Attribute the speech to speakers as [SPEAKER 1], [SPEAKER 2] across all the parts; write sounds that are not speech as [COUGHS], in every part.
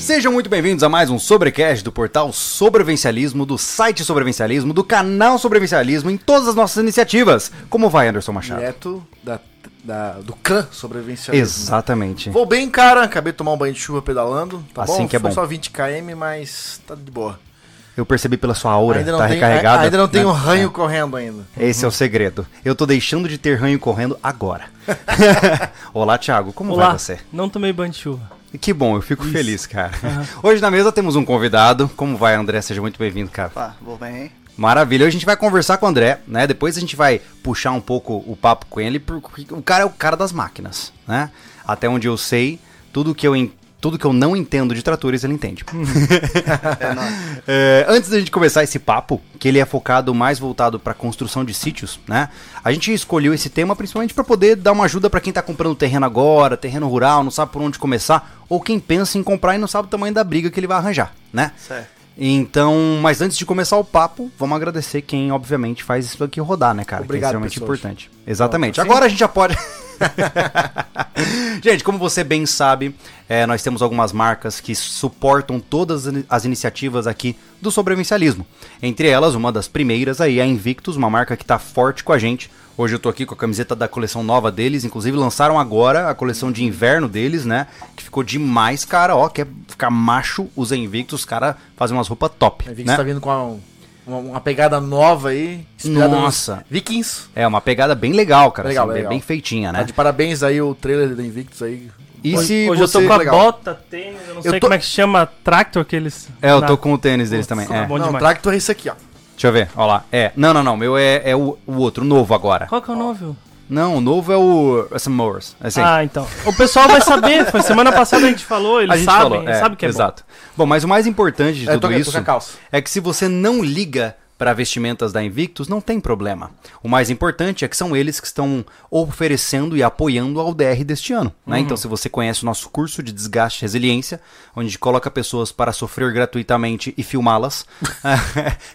[SPEAKER 1] Sejam muito bem-vindos a mais um Sobrecast do portal Sobrevencialismo, do site Sobrevencialismo, do canal Sobrevencialismo, em todas as nossas iniciativas. Como vai, Anderson Machado?
[SPEAKER 2] Direto da, da- do clã sobrevivencialismo.
[SPEAKER 1] Exatamente.
[SPEAKER 2] Vou bem, cara. Acabei de tomar um banho de chuva pedalando. Tá
[SPEAKER 1] Assim
[SPEAKER 2] bom?
[SPEAKER 1] que é
[SPEAKER 2] Foi
[SPEAKER 1] bom.
[SPEAKER 2] só 20 km, mas tá de boa.
[SPEAKER 1] Eu percebi pela sua aura,
[SPEAKER 2] ainda não
[SPEAKER 1] tá
[SPEAKER 2] tem,
[SPEAKER 1] recarregada.
[SPEAKER 2] a- ainda não tem um
[SPEAKER 1] né?
[SPEAKER 2] ranho correndo ainda.
[SPEAKER 1] Esse é o segredo. Eu tô deixando de ter ranho correndo
[SPEAKER 2] [LAUGHS]
[SPEAKER 1] agora. [LAUGHS] Olá, Thiago. Como
[SPEAKER 3] Olá,
[SPEAKER 1] vai você?
[SPEAKER 3] não tomei banho de chuva.
[SPEAKER 1] Que bom, eu fico feliz, cara. [LAUGHS] Hoje na mesa temos um convidado. Como vai, André? Seja muito bem-vindo, cara.
[SPEAKER 4] Opa, vou bem.
[SPEAKER 1] Maravilha, hoje a gente vai conversar com o André, né? Depois a gente vai puxar um pouco o papo com ele, porque o cara é o cara das máquinas, né? Até onde eu sei, tudo que eu, en- tudo que eu não entendo de tratores, ele entende. [LAUGHS] É, antes da gente começar esse papo, que ele é focado mais voltado para construção de sítios, né? A gente escolheu esse tema principalmente para poder dar uma ajuda para quem tá comprando terreno agora, terreno rural, não sabe por onde começar, ou quem pensa em comprar e não sabe o tamanho da briga que ele vai arranjar, né?
[SPEAKER 4] Certo.
[SPEAKER 1] Então, mas antes de começar o papo, vamos agradecer quem, obviamente, faz isso aqui rodar, né, cara?
[SPEAKER 2] Obrigado,
[SPEAKER 1] que é extremamente
[SPEAKER 2] pessoas.
[SPEAKER 1] importante. Exatamente. Agora a gente já pode. [LAUGHS] gente, como você bem sabe, é, nós temos algumas marcas que suportam todas as iniciativas aqui do sobrevivencialismo. Entre elas, uma das primeiras aí é a Invictus, uma marca que tá forte com a gente. Hoje eu tô aqui com a camiseta da coleção nova deles, inclusive lançaram agora a coleção de inverno deles, né? Que ficou demais, cara. Ó, quer ficar macho, usa Invictus, cara, fazem umas roupas top.
[SPEAKER 2] Eu vi que
[SPEAKER 1] né?
[SPEAKER 2] você tá vindo com uma, uma, uma pegada nova aí. inspirada nos
[SPEAKER 1] Nossa.
[SPEAKER 2] Vikings.
[SPEAKER 1] É uma pegada bem legal, cara.
[SPEAKER 2] Legal,
[SPEAKER 1] assim, bem-
[SPEAKER 2] legal.
[SPEAKER 1] Bem feitinha,
[SPEAKER 2] Tá
[SPEAKER 1] né?
[SPEAKER 2] de parabéns aí o trailer do Invictus aí.
[SPEAKER 1] E
[SPEAKER 3] hoje
[SPEAKER 1] se
[SPEAKER 3] hoje
[SPEAKER 1] você...
[SPEAKER 3] eu tô com a
[SPEAKER 2] Legal.
[SPEAKER 3] bota, tênis, eu não
[SPEAKER 2] Eu
[SPEAKER 3] sei
[SPEAKER 2] tô-
[SPEAKER 3] como é que chama, tractor que eles...
[SPEAKER 1] É, eu
[SPEAKER 3] na-
[SPEAKER 1] tô com o tênis deles também.
[SPEAKER 3] Nossa,
[SPEAKER 1] é.
[SPEAKER 3] tá bom
[SPEAKER 2] não,
[SPEAKER 3] demais.
[SPEAKER 2] Tractor é esse aqui, ó.
[SPEAKER 1] Deixa eu ver, ó lá. É, não, não, não, meu é, é o, o outro, o novo agora.
[SPEAKER 3] Qual que é o nome?
[SPEAKER 1] Não, o novo é o Sam Morris. É assim.
[SPEAKER 3] Ah, então. O pessoal vai saber, foi semana passada a gente falou, eles
[SPEAKER 1] A gente
[SPEAKER 3] sabem,
[SPEAKER 1] falou,
[SPEAKER 3] eles
[SPEAKER 1] é,
[SPEAKER 3] sabem que é
[SPEAKER 1] Exato. Bom, mas o mais importante de
[SPEAKER 2] É, tô,
[SPEAKER 1] tudo
[SPEAKER 2] tô
[SPEAKER 1] isso
[SPEAKER 2] com a calça.
[SPEAKER 1] é que se você não liga para vestimentas da Invictus, não tem problema. O mais importante é que são eles que estão oferecendo e apoiando ao DR deste ano. né?
[SPEAKER 3] Uhum.
[SPEAKER 1] Então, se você conhece o nosso curso de desgaste e resiliência, onde a gente coloca pessoas para sofrer gratuitamente e filmá-las, [LAUGHS]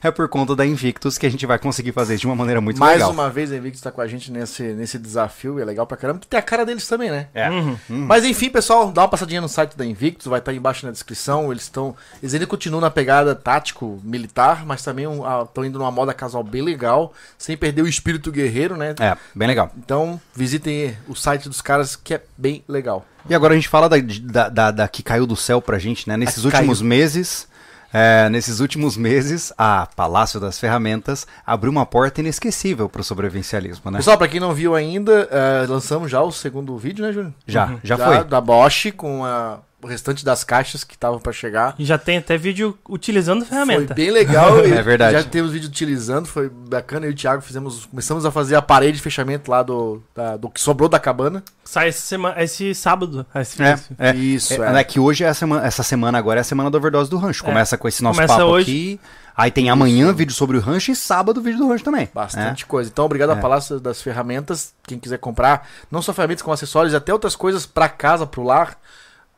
[SPEAKER 1] é por conta da Invictus que a gente vai conseguir fazer de uma maneira muito
[SPEAKER 2] Mais
[SPEAKER 1] é legal.
[SPEAKER 2] uma vez, a Invictus tá com a gente nesse, nesse desafio. e É legal pra caramba, que tem a cara deles também, né?
[SPEAKER 1] É.
[SPEAKER 3] Uhum.
[SPEAKER 2] Mas enfim, pessoal, dá uma passadinha no site da Invictus, vai estar aí embaixo na descrição. Eles estão. Eles ainda continuam na pegada tático, militar, mas também estão indo numa moda casual bem legal, sem perder o espírito guerreiro, né?
[SPEAKER 1] É, bem legal.
[SPEAKER 2] Então, visitem o site dos caras que é bem legal.
[SPEAKER 1] E agora a gente fala da, da, da- da que caiu do céu pra gente, né? Nesses
[SPEAKER 2] A que
[SPEAKER 1] últimos meses. é, nesses últimos meses, a Palácio das Ferramentas abriu uma porta inesquecível pro sobrevivencialismo, né?
[SPEAKER 2] Pessoal, pra quem não viu ainda, eh, lançamos já o segundo vídeo, né, Júnior?
[SPEAKER 1] Já, já foi.
[SPEAKER 2] Da Bosch, com a- o restante das caixas que estavam pra chegar.
[SPEAKER 3] E já tem até vídeo utilizando a ferramenta.
[SPEAKER 2] Foi bem legal.
[SPEAKER 1] [LAUGHS] É verdade.
[SPEAKER 2] Já temos vídeo utilizando, foi bacana. Eu e o Thiago fizemos, começamos a fazer a parede de fechamento lá do, da- do que sobrou da cabana.
[SPEAKER 3] Sai esse, sema... esse sábado. Esse esse-
[SPEAKER 1] É, é.
[SPEAKER 2] Isso, É.
[SPEAKER 1] É, é que hoje é a semana, essa semana agora é a semana do Overdose do Rancho. Começa com esse nosso
[SPEAKER 3] Começa
[SPEAKER 1] papo
[SPEAKER 3] hoje.
[SPEAKER 1] aqui. Aí tem amanhã vídeo sobre o rancho e sábado vídeo do rancho também. né?
[SPEAKER 2] Bastante coisa. Então, obrigado a Palácio das Ferramentas. Quem quiser comprar, não só ferramentas como acessórios, até outras coisas pra casa, pro lar.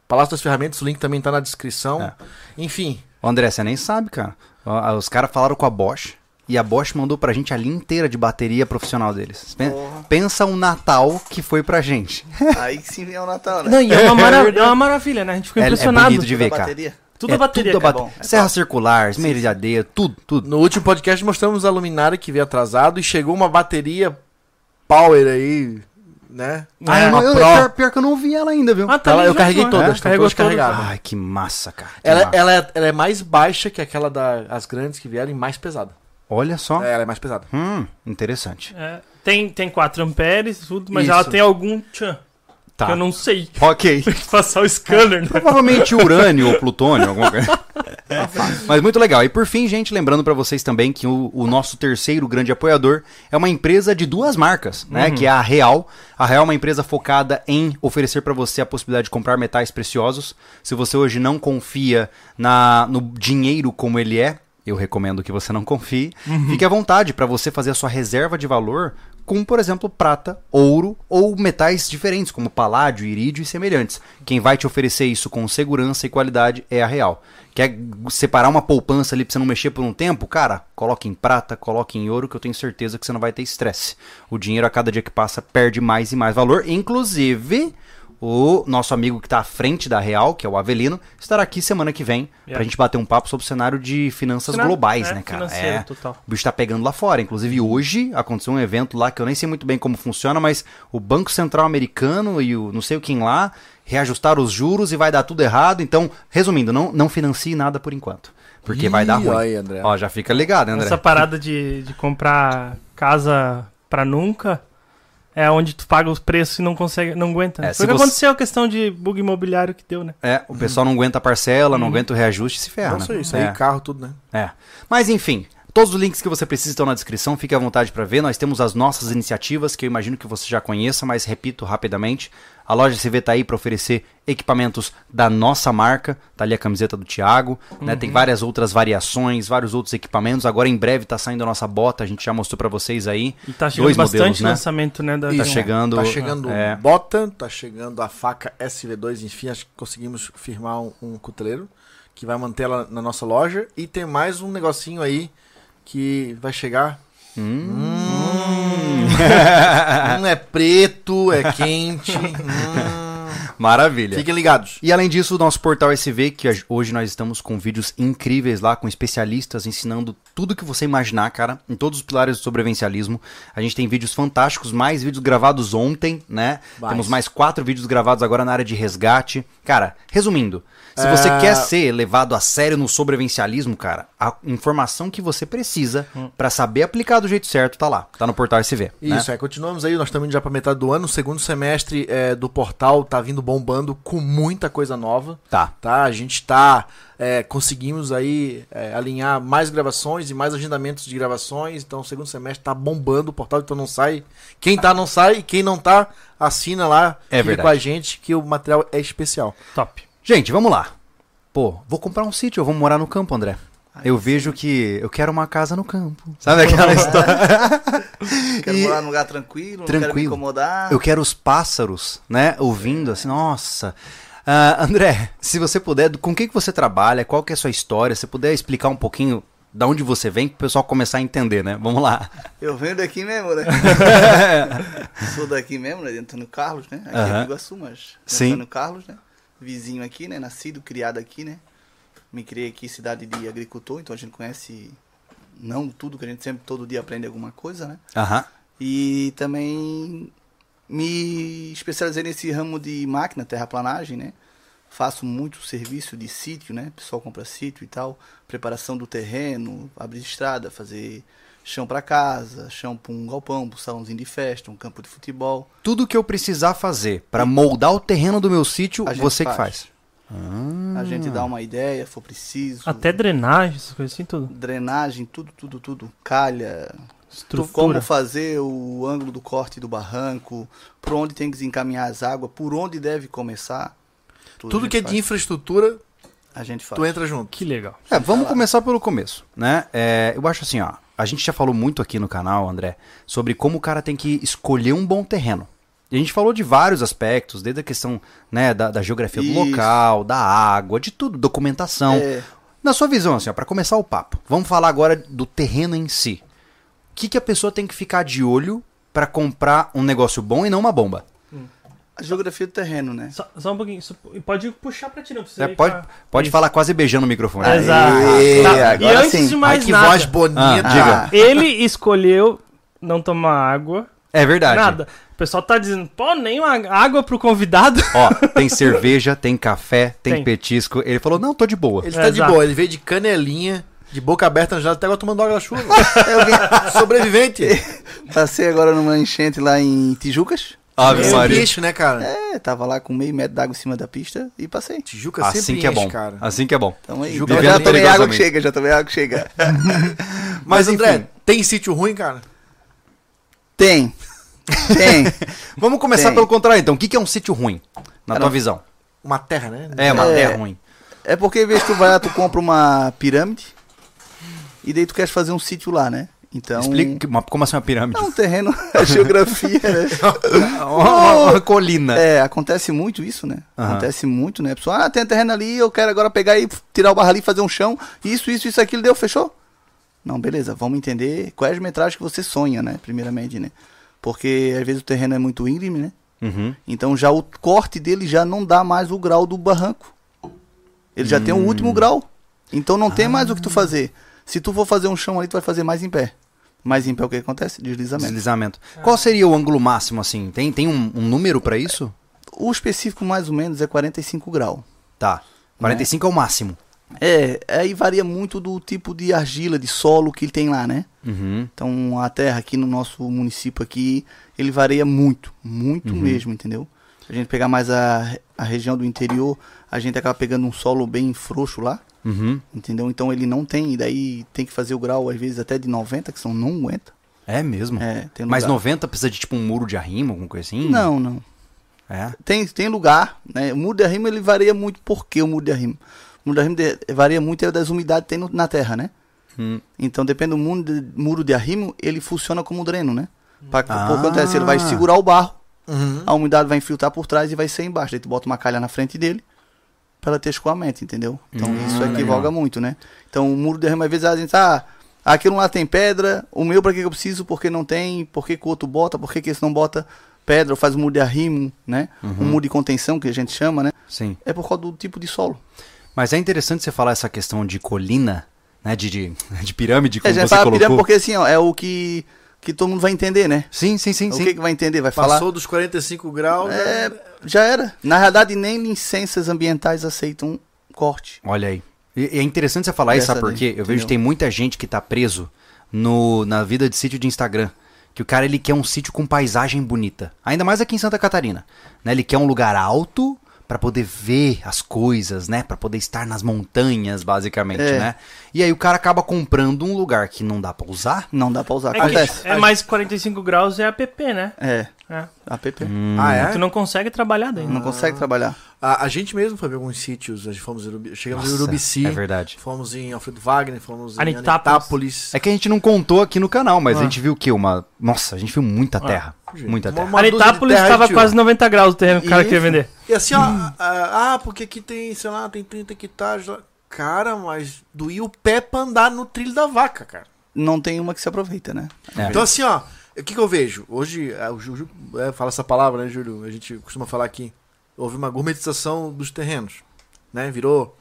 [SPEAKER 2] Palácio das Ferramentas, o link também tá na descrição.
[SPEAKER 1] É.
[SPEAKER 2] Enfim,
[SPEAKER 1] Ô, André, você nem sabe, cara. Ó, ó, Os caras falaram com a Bosch e a Bosch mandou pra gente a linha inteira de bateria profissional deles. Pen-
[SPEAKER 4] Porra.
[SPEAKER 1] Pensa um Natal que foi pra
[SPEAKER 3] [LAUGHS]
[SPEAKER 1] gente.
[SPEAKER 4] Aí sim é o Natal, né?
[SPEAKER 3] Não, e é
[SPEAKER 1] [LAUGHS]
[SPEAKER 3] uma, mara- é uma maravilha, né? A gente ficou
[SPEAKER 1] É- é
[SPEAKER 3] impressionado.
[SPEAKER 1] bonito de ver,
[SPEAKER 4] Da
[SPEAKER 1] cara.
[SPEAKER 4] bateria.
[SPEAKER 3] Tudo a bateria,
[SPEAKER 1] tudo a
[SPEAKER 3] cara.
[SPEAKER 1] bate-
[SPEAKER 4] É bom, é
[SPEAKER 1] Serra circular, esmerilhadeira, tudo, tudo.
[SPEAKER 2] no último podcast mostramos a luminária que veio atrasado e chegou uma bateria power aí, né?
[SPEAKER 3] É,
[SPEAKER 1] Ah, eu
[SPEAKER 2] Uma
[SPEAKER 1] não- eu-
[SPEAKER 2] Pro.
[SPEAKER 1] pior, pior que eu não vi ela ainda, viu?
[SPEAKER 3] Ah, tá
[SPEAKER 2] Ela-
[SPEAKER 3] ali
[SPEAKER 2] eu
[SPEAKER 3] já,
[SPEAKER 2] carreguei
[SPEAKER 3] né?
[SPEAKER 2] todas, estão
[SPEAKER 3] Carregou
[SPEAKER 2] todas
[SPEAKER 3] todas.
[SPEAKER 2] carregadas.
[SPEAKER 1] Ai, que massa, cara. que
[SPEAKER 2] Ela,
[SPEAKER 1] massa.
[SPEAKER 2] ela, é, ela é mais baixa que aquela das grandes que vieram e mais pesada.
[SPEAKER 1] Olha só.
[SPEAKER 2] É, ela é mais pesada.
[SPEAKER 1] Hum, interessante.
[SPEAKER 3] É, tem, tem 4 amperes, tudo, mas
[SPEAKER 2] Isso.
[SPEAKER 3] ela tem algum tchan,
[SPEAKER 1] Tá.
[SPEAKER 3] que eu não sei.
[SPEAKER 1] Ok.
[SPEAKER 3] Tem que passar o scanner, né?
[SPEAKER 1] Provavelmente urânio ou plutônio, alguma coisa. Mas muito legal. E por fim, gente, lembrando pra vocês também que o, o nosso terceiro grande apoiador é uma empresa de duas marcas, né? Que é a Real. A Real é uma empresa focada em oferecer pra você a possibilidade de comprar metais preciosos. Se você hoje não confia na, no dinheiro como ele é, eu recomendo que você não confie. Fique à vontade para você fazer a sua reserva de valor com, por exemplo, prata, ouro ou metais diferentes, como paládio, irídio e semelhantes. Quem vai te oferecer isso com segurança e qualidade é a Real. Quer separar uma poupança ali pra você não mexer por um tempo? Cara, coloque em prata, coloque em ouro, que eu tenho certeza que você não vai ter estresse. O dinheiro a cada dia que passa perde mais e mais valor, inclusive. O nosso amigo que está à frente da Real, que é o Avelino, estará aqui semana que vem para a
[SPEAKER 3] Yeah.
[SPEAKER 1] gente bater um papo sobre o cenário de finanças
[SPEAKER 3] Cenário,
[SPEAKER 1] globais,
[SPEAKER 3] é,
[SPEAKER 1] né, cara?
[SPEAKER 3] financeiro,
[SPEAKER 1] é,
[SPEAKER 3] total.
[SPEAKER 1] o bicho tá pegando lá fora. Inclusive, hoje aconteceu um evento lá que eu nem sei muito bem como funciona, mas o Banco Central Americano e o não sei o quem lá reajustaram os juros e vai dar tudo errado. Então, resumindo, não, não financie nada por enquanto. Porque vai dar
[SPEAKER 2] Ih,
[SPEAKER 1] ruim.
[SPEAKER 2] aí, André.
[SPEAKER 1] Ó, já fica ligado, né, André.
[SPEAKER 3] Essa parada de, de comprar casa pra nunca é onde tu paga os preços e não consegue, não aguenta.
[SPEAKER 1] É,
[SPEAKER 3] né?
[SPEAKER 1] se
[SPEAKER 3] Foi o que
[SPEAKER 1] você-
[SPEAKER 3] aconteceu a questão de bug imobiliário que deu, né?
[SPEAKER 1] É, o pessoal não aguenta a parcela,
[SPEAKER 3] Uhum.
[SPEAKER 1] não aguenta o reajuste e se ferra.
[SPEAKER 2] Não
[SPEAKER 1] né?
[SPEAKER 2] sei, isso aí,
[SPEAKER 1] é.
[SPEAKER 2] carro, tudo, né?
[SPEAKER 1] É. Mas enfim, todos os links que você precisa estão na descrição, fique à vontade para ver. Nós temos as nossas iniciativas, que eu imagino que você já conheça, mas repito rapidamente. A loja CV tá aí para oferecer equipamentos da nossa marca. Tá ali a camiseta do Thiago, né?
[SPEAKER 3] Uhum.
[SPEAKER 1] Tem várias outras variações, vários outros equipamentos. Agora em breve tá saindo a nossa bota, a gente já mostrou para vocês aí.
[SPEAKER 3] E tá chegando
[SPEAKER 1] Dois
[SPEAKER 3] bastante
[SPEAKER 1] modelos, né?
[SPEAKER 3] lançamento, né? da-
[SPEAKER 1] Tá
[SPEAKER 3] de um-
[SPEAKER 1] chegando.
[SPEAKER 2] Tá chegando
[SPEAKER 1] É,
[SPEAKER 2] bota, tá chegando a faca SV2, enfim, acho que conseguimos firmar um, um cuteleiro que vai manter ela na nossa loja. E tem mais um negocinho aí que vai chegar. Hum. Hum, é preto, é quente.
[SPEAKER 1] [LAUGHS]
[SPEAKER 2] Hum.
[SPEAKER 1] maravilha.
[SPEAKER 2] Fiquem ligados.
[SPEAKER 1] E além disso, o nosso portal SV, que a- hoje nós estamos com vídeos incríveis lá, com especialistas ensinando tudo que você imaginar, cara, em todos os pilares do sobrevivencialismo. A gente tem vídeos fantásticos, mais vídeos gravados ontem, né?
[SPEAKER 2] Mais.
[SPEAKER 1] Temos mais quatro vídeos gravados agora na área de resgate. Cara, resumindo, se você
[SPEAKER 2] É.
[SPEAKER 1] quer ser levado a sério no sobrevivencialismo, cara, a informação que você precisa pra saber aplicar do jeito certo tá lá, tá no portal SV. né?
[SPEAKER 2] Hum. Isso, é, continuamos aí, nós estamos indo já pra metade do ano. O segundo semestre é, do portal tá vindo bombando com muita coisa nova.
[SPEAKER 1] Tá.
[SPEAKER 2] tá? A gente tá é, conseguimos aí é, alinhar mais gravações e mais agendamentos de gravações. Então, o segundo semestre tá bombando o portal, então não sai. Quem tá não sai, e quem não tá assina lá,
[SPEAKER 1] É
[SPEAKER 2] fica
[SPEAKER 1] verdade.
[SPEAKER 2] com a gente que o material é especial.
[SPEAKER 3] Top.
[SPEAKER 1] Gente, vamos lá. Pô, vou comprar um sítio, eu vou morar no campo, André. eu vejo que eu quero uma casa no campo. Sabe [LAUGHS] aquela história?
[SPEAKER 4] Quero
[SPEAKER 1] E-
[SPEAKER 4] morar num lugar tranquilo, não quero me
[SPEAKER 1] Tranquilo.
[SPEAKER 4] incomodar.
[SPEAKER 1] Eu quero os pássaros, né? Ouvindo assim, nossa. Ah, André, se você puder, com o que, que você trabalha? Qual que é a sua história? Se puder explicar um pouquinho da onde você vem, pro pessoal começar a entender, né? Vamos lá.
[SPEAKER 4] Eu venho daqui mesmo,
[SPEAKER 1] [LAUGHS]
[SPEAKER 4] né? Sou daqui mesmo, né? De Antônio Carlos, né? Aqui
[SPEAKER 1] Aham.
[SPEAKER 4] é Iguaçu, mas
[SPEAKER 1] Sim.
[SPEAKER 4] Antônio Carlos, né? Vizinho aqui, né? Nascido, criado aqui, né? Me criei aqui cidade de agricultor, então a gente conhece não tudo, que a gente sempre, todo dia aprende alguma coisa, né?
[SPEAKER 1] Aham.
[SPEAKER 4] E também me especializei nesse ramo de máquina, terraplanagem, né? Faço muito serviço de sítio, né? O pessoal compra sítio e tal, preparação do terreno, abrir estrada, fazer chão para casa, chão para um galpão, para um salãozinho de festa, um campo de futebol.
[SPEAKER 1] Tudo que eu precisar fazer pra moldar o terreno do meu sítio,
[SPEAKER 4] A gente
[SPEAKER 1] você que
[SPEAKER 4] faz.
[SPEAKER 1] faz.
[SPEAKER 4] A gente dá uma ideia, for preciso.
[SPEAKER 3] Até drenagem, essas coisas assim, tudo.
[SPEAKER 4] drenagem, tudo, tudo, tudo. Calha, Tu-
[SPEAKER 3] Estrutura.
[SPEAKER 4] como fazer o ângulo do corte do barranco, por onde tem que desencaminhar as águas, por onde deve começar.
[SPEAKER 2] Tudo
[SPEAKER 4] a gente
[SPEAKER 2] que é de
[SPEAKER 4] faz.
[SPEAKER 2] infraestrutura,
[SPEAKER 4] A gente faz.
[SPEAKER 2] tu entra junto.
[SPEAKER 3] Que legal.
[SPEAKER 1] É, vamos começar pelo começo, né? É, eu acho assim, ó. A gente já falou muito aqui no canal, André, sobre como o cara tem que escolher um bom terreno. E a gente falou de vários aspectos, desde a questão né, da, da geografia do
[SPEAKER 4] Isso.
[SPEAKER 1] local, da água, de tudo, documentação.
[SPEAKER 4] É.
[SPEAKER 1] Na sua visão, assim, ó, pra começar o papo, vamos falar agora do terreno em si. O que, que a pessoa tem que ficar de olho pra comprar um negócio bom e não uma bomba?
[SPEAKER 4] A geografia do terreno, né?
[SPEAKER 3] Só, só um pouquinho. só- pode puxar pra ti, não precisa.
[SPEAKER 1] Você
[SPEAKER 3] ir
[SPEAKER 1] pode,
[SPEAKER 3] pra-
[SPEAKER 1] pode
[SPEAKER 3] Isso.
[SPEAKER 1] falar quase beijando o microfone.
[SPEAKER 3] Ah, Exato.
[SPEAKER 2] É, Aê,
[SPEAKER 3] Tá, e
[SPEAKER 2] agora
[SPEAKER 3] antes
[SPEAKER 2] sim.
[SPEAKER 3] de mais
[SPEAKER 2] Ai, que
[SPEAKER 3] nada.
[SPEAKER 2] voz bonita.
[SPEAKER 1] Ah, diga.
[SPEAKER 3] Ele escolheu não tomar água.
[SPEAKER 1] É verdade.
[SPEAKER 3] Nada. O pessoal tá dizendo, pô, nem uma água pro convidado.
[SPEAKER 1] Ó, tem cerveja, tem café, tem,
[SPEAKER 3] Tem.
[SPEAKER 1] petisco. Ele falou, não, tô de boa.
[SPEAKER 2] Ele
[SPEAKER 3] É,
[SPEAKER 2] tá de
[SPEAKER 3] exato.
[SPEAKER 2] boa, ele veio de canelinha, de boca aberta, já até agora tomando água da
[SPEAKER 3] [LAUGHS]
[SPEAKER 2] chuva. Sobrevivente.
[SPEAKER 4] Passei agora numa enchente lá em Tijucas.
[SPEAKER 1] Ave
[SPEAKER 2] Esse
[SPEAKER 1] Maria.
[SPEAKER 2] bicho, né, cara?
[SPEAKER 4] É, tava lá com meio metro d'água em cima da pista e passei.
[SPEAKER 2] Tijuca sempre
[SPEAKER 1] Assim que é
[SPEAKER 2] enche,
[SPEAKER 1] bom.
[SPEAKER 2] cara.
[SPEAKER 1] Assim que é bom.
[SPEAKER 4] Então, aí,
[SPEAKER 2] Tijuca
[SPEAKER 4] então já
[SPEAKER 1] vivendo
[SPEAKER 4] tomei água
[SPEAKER 1] perigosamente.
[SPEAKER 4] que chega, já tomei água que chega.
[SPEAKER 2] Mas,
[SPEAKER 1] Mas,
[SPEAKER 2] André,
[SPEAKER 1] enfim.
[SPEAKER 2] tem sítio ruim, cara?
[SPEAKER 4] Tem. Tem.
[SPEAKER 1] Vamos começar
[SPEAKER 4] Tem.
[SPEAKER 1] pelo contrário, então. O que que é um sítio ruim, na tua visão?
[SPEAKER 2] Uma terra, né?
[SPEAKER 1] um- É, uma
[SPEAKER 4] É.
[SPEAKER 1] terra ruim.
[SPEAKER 4] É porque em vez que tu vai lá, tu compra uma pirâmide e daí tu queres fazer um sítio lá, né? Então.
[SPEAKER 1] Explica que- uma- como assim uma pirâmide. [LAUGHS]
[SPEAKER 4] É um terreno, [LAUGHS] a geografia, né?
[SPEAKER 1] uma, uma colina.
[SPEAKER 4] É, acontece muito isso, né?
[SPEAKER 1] Aham.
[SPEAKER 4] Acontece muito, né? A pessoa, ah, tem um terreno ali, eu quero agora pegar e tirar o barro ali, fazer um chão, isso, isso, isso, aquilo, deu, fechou? Não, beleza, vamos entender quais metragens que você sonha, né? Primeiramente, né? Porque às vezes o terreno é muito íngreme, né?
[SPEAKER 1] Uhum.
[SPEAKER 4] Então já o corte dele já não dá mais o grau do barranco. Ele já tem o último grau. Então não tem mais o que tu fazer. Se tu for fazer um chão ali, tu vai fazer mais em pé. Mais em pé o que acontece? Deslizamento.
[SPEAKER 1] Deslizamento. Qual seria o ângulo máximo, assim? Tem, tem um, um número pra isso?
[SPEAKER 4] O específico mais ou menos é 45 graus.
[SPEAKER 1] Tá. 45 é o máximo.
[SPEAKER 4] É, aí varia muito do tipo de argila, de solo que tem lá, né?
[SPEAKER 1] Uhum.
[SPEAKER 4] Então a terra aqui no nosso município aqui, ele varia muito, muito mesmo, entendeu? Se a gente pegar mais a, a região do interior, a gente acaba pegando um solo bem frouxo lá,
[SPEAKER 1] Uhum.
[SPEAKER 4] entendeu? Então ele não tem, e daí tem que fazer o grau às vezes até de 90, que são não aguenta.
[SPEAKER 1] É mesmo?
[SPEAKER 4] É, tem
[SPEAKER 1] Mas
[SPEAKER 4] lugar-
[SPEAKER 1] 90 precisa de tipo um muro de arrimo, alguma coisa assim?
[SPEAKER 4] Não, não.
[SPEAKER 1] É.
[SPEAKER 4] Tem, tem lugar, né? O muro de arrimo ele varia muito, por que o muro de arrimo? O muro de arrimo de- varia muito é das umidades que tem no- na terra, né?
[SPEAKER 1] Hum.
[SPEAKER 4] Então, depende do muro de, muro de arrimo, ele funciona como um dreno, né? Pra,
[SPEAKER 1] Ah.
[SPEAKER 4] ah. acontece, ele vai segurar o barro,
[SPEAKER 1] É.
[SPEAKER 2] Uhum.
[SPEAKER 4] a umidade vai infiltrar por trás e vai ser embaixo. Aí tu bota uma calha na frente dele pra ela ter escoamento, entendeu? Então
[SPEAKER 1] Hum,
[SPEAKER 4] isso equivoca
[SPEAKER 1] legal.
[SPEAKER 4] muito, né? Então o muro de arrimo, às vezes a gente, ah, aquilo lá tem pedra, o meu pra que que eu preciso, porque não tem, por que, que o outro bota, por que, que esse não bota pedra, ou faz um muro de arrimo, né? Um
[SPEAKER 1] Uhum.
[SPEAKER 4] muro de contenção, que a gente chama, né?
[SPEAKER 1] Sim.
[SPEAKER 4] É por causa do tipo de solo.
[SPEAKER 1] Mas é interessante você falar essa questão de colina, né? De, [LAUGHS] de, de pirâmide, como
[SPEAKER 4] é, a gente
[SPEAKER 1] você
[SPEAKER 4] fala
[SPEAKER 1] colocou.
[SPEAKER 4] pirâmide porque assim, ó, é o que, que todo mundo vai entender, né?
[SPEAKER 1] Sim, sim, sim,
[SPEAKER 4] o
[SPEAKER 1] sim.
[SPEAKER 4] que, que vai entender? Vai falar.
[SPEAKER 2] Passou dos 45 graus.
[SPEAKER 4] É,
[SPEAKER 2] né?
[SPEAKER 4] já era. Na realidade, nem licenças ambientais aceitam corte.
[SPEAKER 1] Olha aí. E, e é interessante você falar isso,
[SPEAKER 4] Essa
[SPEAKER 1] sabe por
[SPEAKER 4] daí,
[SPEAKER 1] quê? Eu vejo que
[SPEAKER 4] entendeu?
[SPEAKER 1] tem muita gente que tá preso no, na vida de sítio de Instagram. Que o cara ele quer um sítio com paisagem bonita. Ainda mais aqui em Santa Catarina. Né? Ele quer um lugar alto pra poder ver as coisas, né? Pra poder estar nas montanhas, basicamente,
[SPEAKER 4] É.
[SPEAKER 1] né? E aí o cara acaba comprando um lugar que não dá pra usar.
[SPEAKER 4] Não dá pra usar.
[SPEAKER 3] É,
[SPEAKER 4] Acontece.
[SPEAKER 3] que é mais 45 graus é app, né?
[SPEAKER 4] É,
[SPEAKER 3] É.
[SPEAKER 4] app.
[SPEAKER 1] Hum.
[SPEAKER 2] Ah, é?
[SPEAKER 3] Tu não consegue trabalhar daí.
[SPEAKER 4] Não consegue trabalhar.
[SPEAKER 2] A, a gente mesmo foi ver alguns sítios. A gente fomos em Urubi, chegamos em
[SPEAKER 1] Nossa,
[SPEAKER 2] Urubici.
[SPEAKER 1] é verdade.
[SPEAKER 2] Fomos em Alfredo Wagner, fomos em
[SPEAKER 3] Anitápolis.
[SPEAKER 2] Anitápolis.
[SPEAKER 1] É que a gente não contou aqui no canal,
[SPEAKER 4] Ah.
[SPEAKER 1] mas a gente viu o quê? Uma. Nossa, a gente viu muita terra.
[SPEAKER 2] gente,
[SPEAKER 1] muita
[SPEAKER 2] uma-
[SPEAKER 1] terra.
[SPEAKER 2] uma dúzia de
[SPEAKER 3] Anitápolis
[SPEAKER 2] terra,
[SPEAKER 3] estava
[SPEAKER 2] tio.
[SPEAKER 3] quase 90 graus o terreno que o cara queria
[SPEAKER 2] Isso.
[SPEAKER 3] vender.
[SPEAKER 2] E assim, ó,
[SPEAKER 1] Hum.
[SPEAKER 2] ah, ah, porque aqui tem, sei lá, tem 30 hectares. lá. Cara, mas doía o pé pra andar no trilho da vaca, cara.
[SPEAKER 4] Não tem uma que se aproveita, né?
[SPEAKER 1] É.
[SPEAKER 2] Então assim, ó, o que, que eu vejo? Hoje, ah, o Júlio é, fala essa palavra, né, Júlio? A gente costuma falar aqui. Houve uma gourmetização dos terrenos, né? Virou,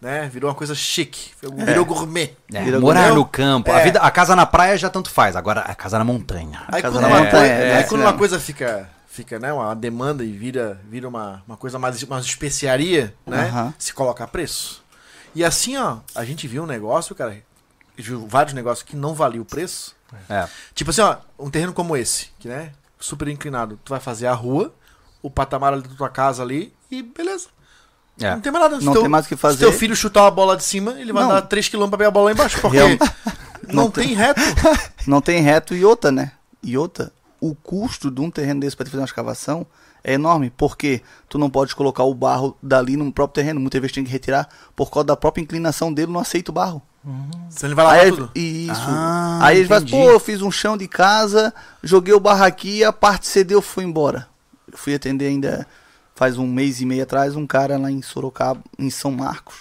[SPEAKER 2] né? Virou uma coisa chique. Virou gourmet.
[SPEAKER 1] É,
[SPEAKER 4] Vira
[SPEAKER 1] morar
[SPEAKER 2] Gomel.
[SPEAKER 1] no campo. A,
[SPEAKER 2] É.
[SPEAKER 1] vida, a casa na praia já tanto faz. Agora a casa na montanha.
[SPEAKER 2] Aí
[SPEAKER 4] Casa
[SPEAKER 2] quando,
[SPEAKER 4] na
[SPEAKER 2] uma,
[SPEAKER 4] montanha,
[SPEAKER 2] coisa,
[SPEAKER 4] é,
[SPEAKER 2] aí
[SPEAKER 4] é,
[SPEAKER 2] quando
[SPEAKER 4] né?
[SPEAKER 2] uma coisa fica, fica né, uma demanda e vira, vira uma, uma coisa mais uma especiaria, né?
[SPEAKER 4] Aham.
[SPEAKER 2] Se coloca preço. E assim, ó, a gente viu um negócio, cara, viu vários negócios que não valia o preço.
[SPEAKER 1] É.
[SPEAKER 2] Tipo assim, ó, um terreno como esse, que né, super inclinado, tu vai fazer a rua, o patamar ali da tua casa ali e beleza.
[SPEAKER 1] É.
[SPEAKER 2] Não tem mais nada. Se
[SPEAKER 4] Não
[SPEAKER 2] teu-
[SPEAKER 4] tem mais o que
[SPEAKER 2] Se teu
[SPEAKER 4] fazer.
[SPEAKER 2] filho chutar uma bola de cima, ele vai
[SPEAKER 4] Não.
[SPEAKER 2] andar 3km pra ver a bola lá embaixo, porque
[SPEAKER 4] Real-
[SPEAKER 2] [LAUGHS] não,
[SPEAKER 4] Não tem-
[SPEAKER 2] tem reto.
[SPEAKER 4] Não tem reto e outra, né? E outra, o custo de um terreno desse pra te fazer uma escavação é enorme, porque tu não pode colocar o barro dali no próprio terreno. Muitas vezes tem que retirar por causa da própria inclinação dele, não aceita o barro.
[SPEAKER 2] Senão ele vai lá
[SPEAKER 4] Aí,
[SPEAKER 2] tudo.
[SPEAKER 4] Isso.
[SPEAKER 1] Ah,
[SPEAKER 4] aí ele vai,
[SPEAKER 1] entendi.
[SPEAKER 4] pô, eu fiz um chão de casa, joguei o barro aqui, a parte cedeu, fui embora. Eu fui atender ainda faz um mês e meio atrás um cara lá em Sorocaba, em São Marcos,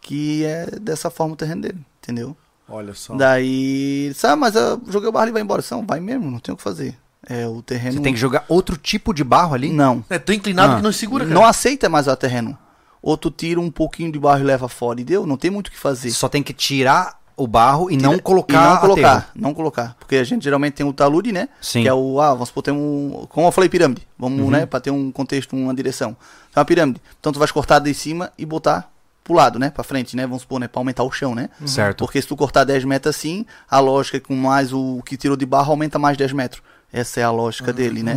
[SPEAKER 4] que é dessa forma o terreno dele, entendeu?
[SPEAKER 2] Olha
[SPEAKER 1] Tá.
[SPEAKER 2] só.
[SPEAKER 4] Daí, ele disse, ah, mas eu joguei o barro e vai embora. Eu disse, Não, vai mesmo, não tem o que fazer. É o terreno.
[SPEAKER 1] Você tem que jogar outro tipo de barro ali?
[SPEAKER 4] Não.
[SPEAKER 2] É, tô inclinado
[SPEAKER 1] Ah.
[SPEAKER 2] que não segura, cara.
[SPEAKER 4] Não aceita mais o terreno. Ou tu tira um pouquinho de barro e leva fora e deu, não tem muito o que fazer.
[SPEAKER 1] Só tem que tirar o barro e não
[SPEAKER 4] E
[SPEAKER 1] colocar
[SPEAKER 4] não colocar,
[SPEAKER 1] aterro.
[SPEAKER 4] não colocar. Porque a gente geralmente tem o talude, né?
[SPEAKER 1] Sim. Uhum.
[SPEAKER 4] Que é o, ah, vamos supor, tem um, como eu falei, pirâmide. Vamos, né, pra ter um contexto, uma direção. Então, a pirâmide. Então, tu vais cortar de cima e botar pro lado, né, pra frente, né, vamos supor, né, pra aumentar o chão, né?
[SPEAKER 1] Uhum. Certo.
[SPEAKER 4] Porque se tu cortar 10 metros assim, a lógica é que com mais o que tirou de barro aumenta mais 10 metros. Essa é a lógica dele, né?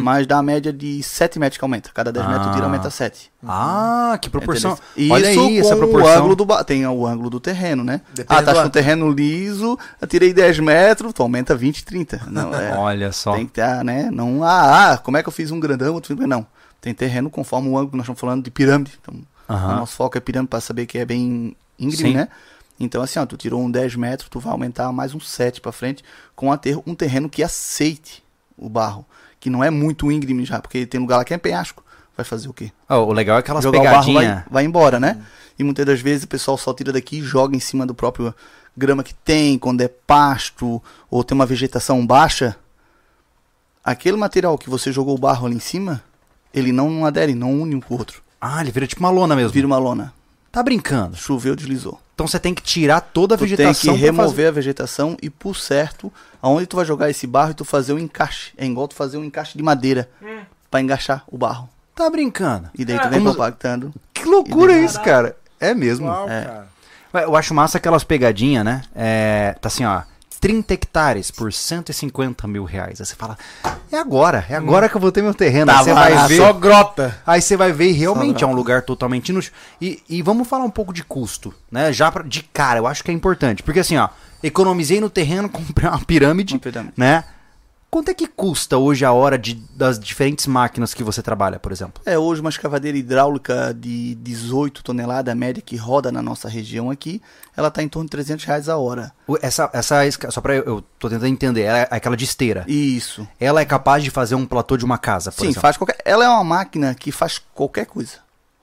[SPEAKER 4] Mas dá a média de 7 metros que aumenta. Cada 10 metros tu tira,
[SPEAKER 1] Uhum. Ah.
[SPEAKER 4] aumenta 7.
[SPEAKER 1] Ah, que proporção.
[SPEAKER 4] Entendeu? É Isso
[SPEAKER 1] Olha aí
[SPEAKER 4] com
[SPEAKER 1] essa
[SPEAKER 4] o
[SPEAKER 1] proporção.
[SPEAKER 4] ângulo do ba... Tem o ângulo do terreno, né?
[SPEAKER 2] Depende
[SPEAKER 4] ah, tá
[SPEAKER 2] do
[SPEAKER 4] com
[SPEAKER 2] ângulo.
[SPEAKER 4] o terreno liso, eu tirei 10 metros, tu aumenta 20, 30. Não, é,
[SPEAKER 1] Olha só.
[SPEAKER 4] Tem que ter, né? Não, ah, ah, como é que eu fiz um grandão, outro fiz- Não. Tem terreno conforme o ângulo, nós estamos falando de pirâmide. Então,
[SPEAKER 1] Aham.
[SPEAKER 4] o nosso foco é pirâmide para saber que é bem íngreme,
[SPEAKER 1] Sim.
[SPEAKER 4] né? Então, assim, ó, tu tirou um 10 metros, tu vai aumentar mais um 7 para frente com aterro, um terreno que aceite o barro, que não é muito íngreme já, porque tem lugar lá que é penhasco. Vai fazer o quê?
[SPEAKER 1] Ó, o legal é aquelas
[SPEAKER 4] jogar o barro
[SPEAKER 1] pegadinhas.
[SPEAKER 4] vai, vai embora, né? E muitas das vezes o pessoal só tira daqui e joga em cima do próprio grama que tem, quando é pasto ou tem uma vegetação baixa. aquele material que você jogou o barro ali em cima, ele não adere, não une um com o outro.
[SPEAKER 1] Ah, ele vira tipo uma lona mesmo.
[SPEAKER 4] Vira uma lona.
[SPEAKER 1] Tá brincando.
[SPEAKER 4] Choveu, deslizou.
[SPEAKER 1] Então você tem que tirar toda a
[SPEAKER 4] Tu tem que
[SPEAKER 1] vegetação pra
[SPEAKER 4] remover
[SPEAKER 1] fazer-
[SPEAKER 4] a vegetação e, por certo, aonde tu vai jogar esse barro e tu fazer um encaixe. É igual tu fazer um encaixe de madeira pra encaixar o barro.
[SPEAKER 1] Tá brincando.
[SPEAKER 4] E daí tu vem
[SPEAKER 1] Vamos-
[SPEAKER 4] compactando.
[SPEAKER 1] Que loucura é isso, cara. É mesmo.
[SPEAKER 2] Uau, cara.
[SPEAKER 1] Ué, Eu acho massa aquelas pegadinhas, né? É, tá assim, ó. 30 hectares por 150 mil reais. Aí você fala, é agora, é agora que eu vou ter meu terreno.
[SPEAKER 4] Tá
[SPEAKER 1] Aí você
[SPEAKER 4] barato.
[SPEAKER 1] vai ver.
[SPEAKER 2] Só grota.
[SPEAKER 1] Aí você vai ver e realmente é um lugar totalmente inútil. E, e vamos falar um pouco de custo, né? Já pra- de cara, eu acho que é importante. Porque assim, ó, economizei no terreno, [LAUGHS] comprei uma pirâmide,
[SPEAKER 4] Uma pirâmide.
[SPEAKER 1] né? Quanto é que custa hoje a hora de- das diferentes máquinas que você trabalha, por exemplo?
[SPEAKER 4] É, hoje uma escavadeira hidráulica de 18 toneladas, a média que roda na nossa região aqui, ela tá em torno de 300 reais a hora.
[SPEAKER 1] O- Essa, essa esca- só pra eu, eu tô tentando entender, ela é aquela de esteira.
[SPEAKER 4] Isso.
[SPEAKER 1] Ela é capaz de fazer um platô de uma casa, por
[SPEAKER 4] Sim,
[SPEAKER 1] exemplo.
[SPEAKER 4] faz qualquer... Ela é uma máquina que faz qualquer coisa.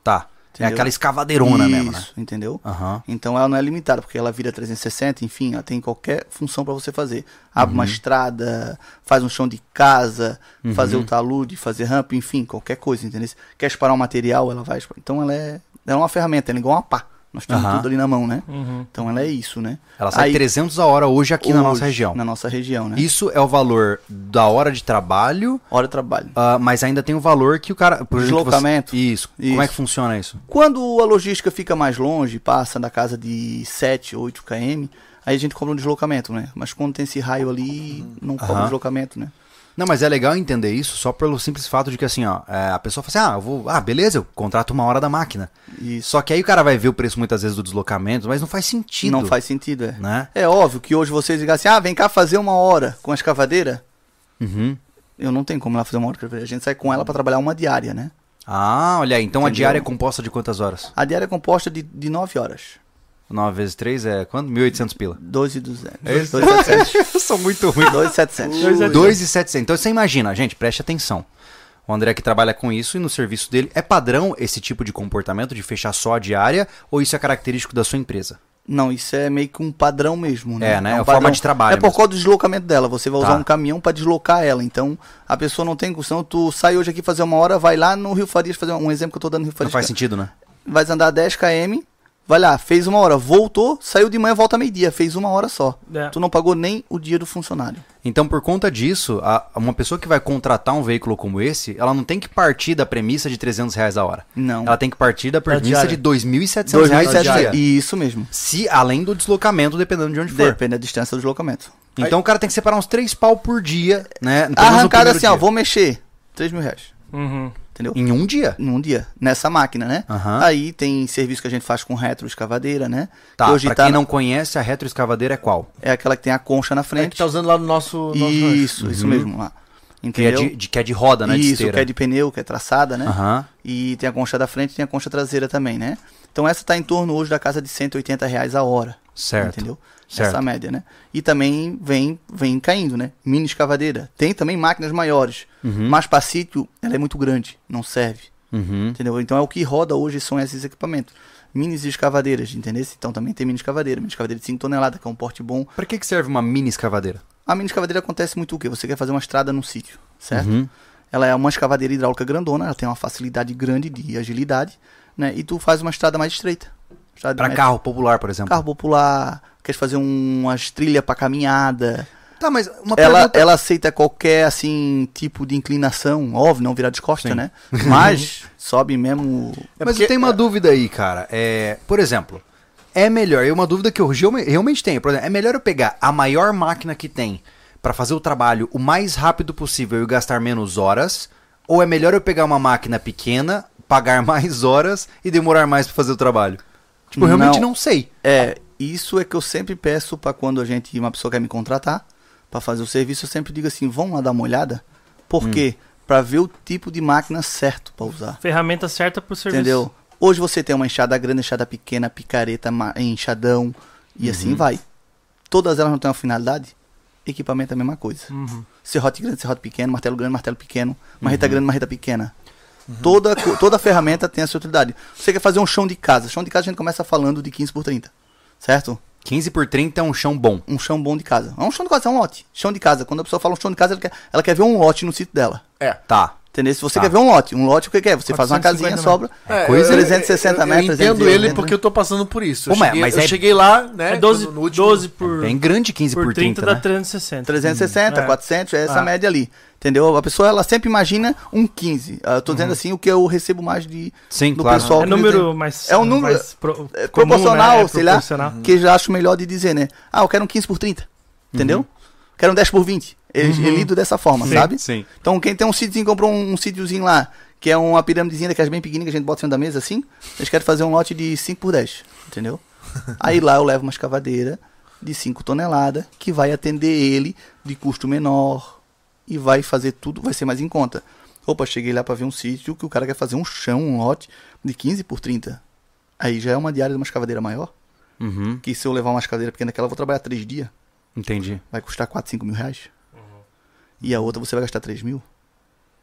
[SPEAKER 1] Tá. É
[SPEAKER 4] Entendeu?
[SPEAKER 1] aquela escavadeirona
[SPEAKER 4] Isso,
[SPEAKER 1] mesmo, né?
[SPEAKER 4] entendeu?
[SPEAKER 1] Aham.
[SPEAKER 4] Então ela não é limitada, porque ela vira 360, enfim, ela tem qualquer função pra você fazer. Abre
[SPEAKER 1] Uhum.
[SPEAKER 4] uma estrada, faz um chão de casa, fazer o talude, fazer rampa, enfim, qualquer coisa, entendeu? Quer esparar um material, ela vai. espar- Então ela é, ela é uma ferramenta, ela é igual uma pá. Nós temos
[SPEAKER 1] Aham.
[SPEAKER 4] tudo ali na mão, né? Então ela é isso, né?
[SPEAKER 1] Ela sai
[SPEAKER 4] Aí,
[SPEAKER 1] 300 a hora hoje aqui na
[SPEAKER 4] hoje,
[SPEAKER 1] nossa região.
[SPEAKER 4] Na nossa região, né?
[SPEAKER 1] Isso é o valor da hora de trabalho
[SPEAKER 4] Hora de trabalho.
[SPEAKER 1] Ah, mas ainda tem o valor que o cara. por exemplo, que você-
[SPEAKER 4] Deslocamento.
[SPEAKER 1] Isso. Como
[SPEAKER 4] Isso.
[SPEAKER 1] é que funciona isso?
[SPEAKER 4] Quando a logística fica mais longe, passa da casa de 7, 8 km, aí a gente cobra um deslocamento, né? Mas quando tem esse raio ali, não cobra
[SPEAKER 1] Aham.
[SPEAKER 4] deslocamento, né?
[SPEAKER 1] Não, mas é legal entender isso só pelo simples fato de que assim, ó, é, a pessoa fala assim, ah, eu vou. Ah, beleza, eu contrato uma hora da máquina.
[SPEAKER 4] Isso.
[SPEAKER 1] Só que aí o cara vai ver o preço muitas vezes do deslocamento, mas não faz sentido.
[SPEAKER 4] Não faz sentido, é.
[SPEAKER 1] Né?
[SPEAKER 4] É óbvio que hoje vocês digam assim, ah, vem cá fazer uma hora com a escavadeira.
[SPEAKER 1] Uhum.
[SPEAKER 4] Eu não tenho como lá fazer uma hora com a escavadeira. A gente sai com ela pra trabalhar uma diária, né?
[SPEAKER 1] Ah, olha aí, então a
[SPEAKER 4] Entendeu?
[SPEAKER 1] diária é composta de quantas horas?
[SPEAKER 4] A diária é composta de, de 9 horas.
[SPEAKER 1] 9 vezes 3 é quanto? 1.800 pila.
[SPEAKER 4] 2,200.
[SPEAKER 1] É isso? [LAUGHS]
[SPEAKER 4] 2,700.
[SPEAKER 1] Eu sou muito [LAUGHS] ruim.
[SPEAKER 4] 2,700.
[SPEAKER 1] 2,700. Então você imagina, gente, preste atenção. O André que trabalha com isso e no serviço dele, é padrão esse tipo de comportamento de fechar só a diária ou isso é característico da sua empresa?
[SPEAKER 4] Não, isso é meio que um padrão mesmo, né?
[SPEAKER 1] É, né?
[SPEAKER 4] um
[SPEAKER 1] É a forma
[SPEAKER 4] padrão.
[SPEAKER 1] de trabalho
[SPEAKER 4] É por
[SPEAKER 1] mesmo.
[SPEAKER 4] causa do deslocamento dela. Você vai
[SPEAKER 1] Tá.
[SPEAKER 4] usar um caminhão pra deslocar ela. Então, a pessoa não tem condição. Tu sai hoje aqui fazer uma hora, vai lá no Rio Farias fazer um exemplo que eu tô dando no Rio
[SPEAKER 1] Não
[SPEAKER 4] Farias.
[SPEAKER 1] faz sentido, né?
[SPEAKER 4] Vai andar 10 km, vai lá, fez uma hora, voltou, saiu de manhã, volta meio-dia, fez uma hora só.
[SPEAKER 3] É.
[SPEAKER 4] Tu não pagou nem o dia do funcionário.
[SPEAKER 1] Então, por conta disso, a- uma pessoa que vai contratar um veículo como esse, ela não tem que partir da premissa de 300 reais a hora.
[SPEAKER 4] Não.
[SPEAKER 1] Ela tem que partir da premissa
[SPEAKER 2] diária.
[SPEAKER 1] de 2.700 reais a
[SPEAKER 4] 2.700.
[SPEAKER 1] diária.
[SPEAKER 4] Isso mesmo.
[SPEAKER 1] Se, além do deslocamento, dependendo de onde for.
[SPEAKER 4] Depende da distância do deslocamento.
[SPEAKER 1] Então o cara tem que separar uns 3 pau por dia, né? Pelo menos no
[SPEAKER 4] Arrancada
[SPEAKER 1] primeiro
[SPEAKER 4] assim, ó,
[SPEAKER 1] dia.
[SPEAKER 4] vou mexer. 3 mil reais.
[SPEAKER 3] Uhum.
[SPEAKER 4] Entendeu?
[SPEAKER 1] Em um dia.
[SPEAKER 4] num dia, nessa máquina, né?
[SPEAKER 1] Aham.
[SPEAKER 4] Aí tem serviço que a gente faz com retroescavadeira, né?
[SPEAKER 1] Tá,
[SPEAKER 4] que hoje
[SPEAKER 1] pra
[SPEAKER 4] tá
[SPEAKER 1] quem
[SPEAKER 4] na-
[SPEAKER 1] não conhece, a retroescavadeira é qual?
[SPEAKER 4] é aquela que tem a concha na
[SPEAKER 2] É que
[SPEAKER 4] frente.
[SPEAKER 2] tá usando lá no nosso. nosso
[SPEAKER 4] Isso, isso mesmo lá.
[SPEAKER 1] Uhum. Que é
[SPEAKER 4] Entendeu?
[SPEAKER 1] de, de- que é de roda, né? de
[SPEAKER 4] isso,
[SPEAKER 1] esteira.
[SPEAKER 4] que é de pneu, que é traçada, né?
[SPEAKER 1] Aham.
[SPEAKER 4] E tem a concha da frente e tem a concha traseira também, né? Então essa tá em torno hoje da casa de 180 reais a hora.
[SPEAKER 1] Certo.
[SPEAKER 4] Entendeu?
[SPEAKER 1] Certo.
[SPEAKER 4] Essa média, né? E também vem, vem caindo, né? Mini escavadeira. Tem também máquinas maiores. Mas para sítio, ela é muito grande, não serve.
[SPEAKER 1] Uhum.
[SPEAKER 4] Entendeu? Então é o que roda hoje são esses equipamentos. Minis escavadeiras, entendeu? Então também tem mini escavadeira, mini escavadeira de 5 toneladas, que é um porte bom.
[SPEAKER 1] Pra que, que serve uma mini escavadeira?
[SPEAKER 4] A mini escavadeira acontece muito o quê? Você quer fazer uma estrada num sítio, certo?
[SPEAKER 1] Uhum.
[SPEAKER 4] Ela é uma escavadeira hidráulica grandona, ela tem uma facilidade grande de agilidade, né? E tu faz uma estrada mais estreita. Estrada de
[SPEAKER 1] Pra
[SPEAKER 4] metro.
[SPEAKER 1] carro popular, por exemplo.
[SPEAKER 4] É Carro popular, quer fazer um- umas trilhas pra caminhada.
[SPEAKER 1] Tá, mas uma
[SPEAKER 4] Ela,
[SPEAKER 1] pergunta...
[SPEAKER 4] ela aceita qualquer, assim, tipo de inclinação, óbvio, não virar de costa,
[SPEAKER 1] Sim. [LAUGHS]
[SPEAKER 4] né? Mas sobe mesmo...
[SPEAKER 1] mas eu tenho uma dúvida aí, cara. É, por exemplo, é melhor... É uma dúvida que eu realme- realmente tenho. Por exemplo, é melhor eu pegar a maior máquina que tem pra fazer o trabalho o mais rápido possível e gastar menos horas? Ou é melhor eu pegar uma máquina pequena, pagar [LAUGHS] mais horas e demorar mais pra fazer o trabalho? Tipo, eu realmente
[SPEAKER 4] Não.
[SPEAKER 1] não sei.
[SPEAKER 4] É, isso é que eu sempre peço pra quando a gente, uma pessoa quer me contratar pra fazer o serviço, eu sempre digo assim, vamos lá dar uma olhada. Por quê? Pra ver o tipo de máquina certo pra usar.
[SPEAKER 3] Ferramenta certa pro serviço.
[SPEAKER 4] Entendeu? Hoje você tem uma enxada grande, enxada pequena, picareta, ma- enxadão e assim vai. Todas elas não têm uma finalidade? Equipamento é a mesma coisa.
[SPEAKER 3] Uhum.
[SPEAKER 4] Serrote grande, serrote pequeno, martelo grande, martelo pequeno, marreta grande, marreta pequena. Toda, co- toda ferramenta tem a sua utilidade. Você quer fazer um chão de casa. Chão de casa a gente começa falando de 15 por 30, certo?
[SPEAKER 1] 15 por 30 é um chão bom.
[SPEAKER 4] Um chão bom de casa. Não é um chão de casa, é um lote. Chão de casa. Quando a pessoa fala um chão de casa, ela quer, ela quer ver um lote no sítio dela.
[SPEAKER 2] É.
[SPEAKER 1] Tá.
[SPEAKER 4] Entendeu? Se você
[SPEAKER 1] Tá.
[SPEAKER 4] quer ver um lote, um lote o que que é? Você faz
[SPEAKER 3] 450
[SPEAKER 4] uma casinha,
[SPEAKER 3] metros.
[SPEAKER 4] sobra.
[SPEAKER 2] É,
[SPEAKER 1] coisa-
[SPEAKER 2] eu- eu-
[SPEAKER 4] 360
[SPEAKER 2] eu-
[SPEAKER 4] metros,
[SPEAKER 2] Eu entendo
[SPEAKER 4] 380,
[SPEAKER 2] ele
[SPEAKER 4] né?
[SPEAKER 2] porque eu tô passando por isso. Eu,
[SPEAKER 1] Como é?
[SPEAKER 2] cheguei,
[SPEAKER 1] Mas
[SPEAKER 2] eu
[SPEAKER 1] é-
[SPEAKER 2] cheguei lá, né?
[SPEAKER 3] É 12,
[SPEAKER 2] no último-
[SPEAKER 3] 12
[SPEAKER 4] É
[SPEAKER 3] por,
[SPEAKER 1] Bem É grande 15 por,
[SPEAKER 3] por 30,
[SPEAKER 1] 30,
[SPEAKER 3] dá
[SPEAKER 1] né?
[SPEAKER 3] 360.
[SPEAKER 4] 360,
[SPEAKER 3] Hum, é.
[SPEAKER 4] 400, é essa
[SPEAKER 3] Ah.
[SPEAKER 4] média ali. Entendeu? A pessoa, ela sempre imagina um 15. Ah, Eu tô dizendo assim o que eu recebo mais de...
[SPEAKER 1] Uhum. Sim,
[SPEAKER 4] do
[SPEAKER 1] claro.
[SPEAKER 4] pessoal
[SPEAKER 3] É
[SPEAKER 4] que
[SPEAKER 3] número mais.
[SPEAKER 4] É um número-
[SPEAKER 3] mais pro-
[SPEAKER 4] É
[SPEAKER 3] comum,
[SPEAKER 4] proporcional,
[SPEAKER 3] né? É
[SPEAKER 4] sei lá, Uhum.
[SPEAKER 3] proporcional.
[SPEAKER 4] que eu já acho melhor de dizer, né? Ah, eu quero um 15 por 30,
[SPEAKER 1] Uhum.
[SPEAKER 4] entendeu? Quero um 10 por 20. Ele, ele lido dessa forma,
[SPEAKER 3] Sim.
[SPEAKER 4] sabe?
[SPEAKER 1] Sim.
[SPEAKER 4] Então, quem tem um sítiozinho, comprou um, um sítiozinho lá, que é uma pirâmidezinha daquelas bem pequenininha que a gente bota em cima da mesa, assim, eles querem fazer um lote de 5 por 10, entendeu? Aí lá eu levo uma escavadeira de 5 toneladas, que vai atender ele de custo menor e vai fazer tudo, vai ser mais em conta. Opa, cheguei lá pra ver um sítio que o cara quer fazer um chão, um lote de 15 por 30. Aí já é uma diária de uma escavadeira maior,
[SPEAKER 1] Uhum,
[SPEAKER 4] que se eu levar uma escavadeira pequena daquela, eu vou trabalhar 3 dias
[SPEAKER 1] entendi.
[SPEAKER 4] vai custar 4, 5 mil reais. E a outra você vai gastar 3 mil.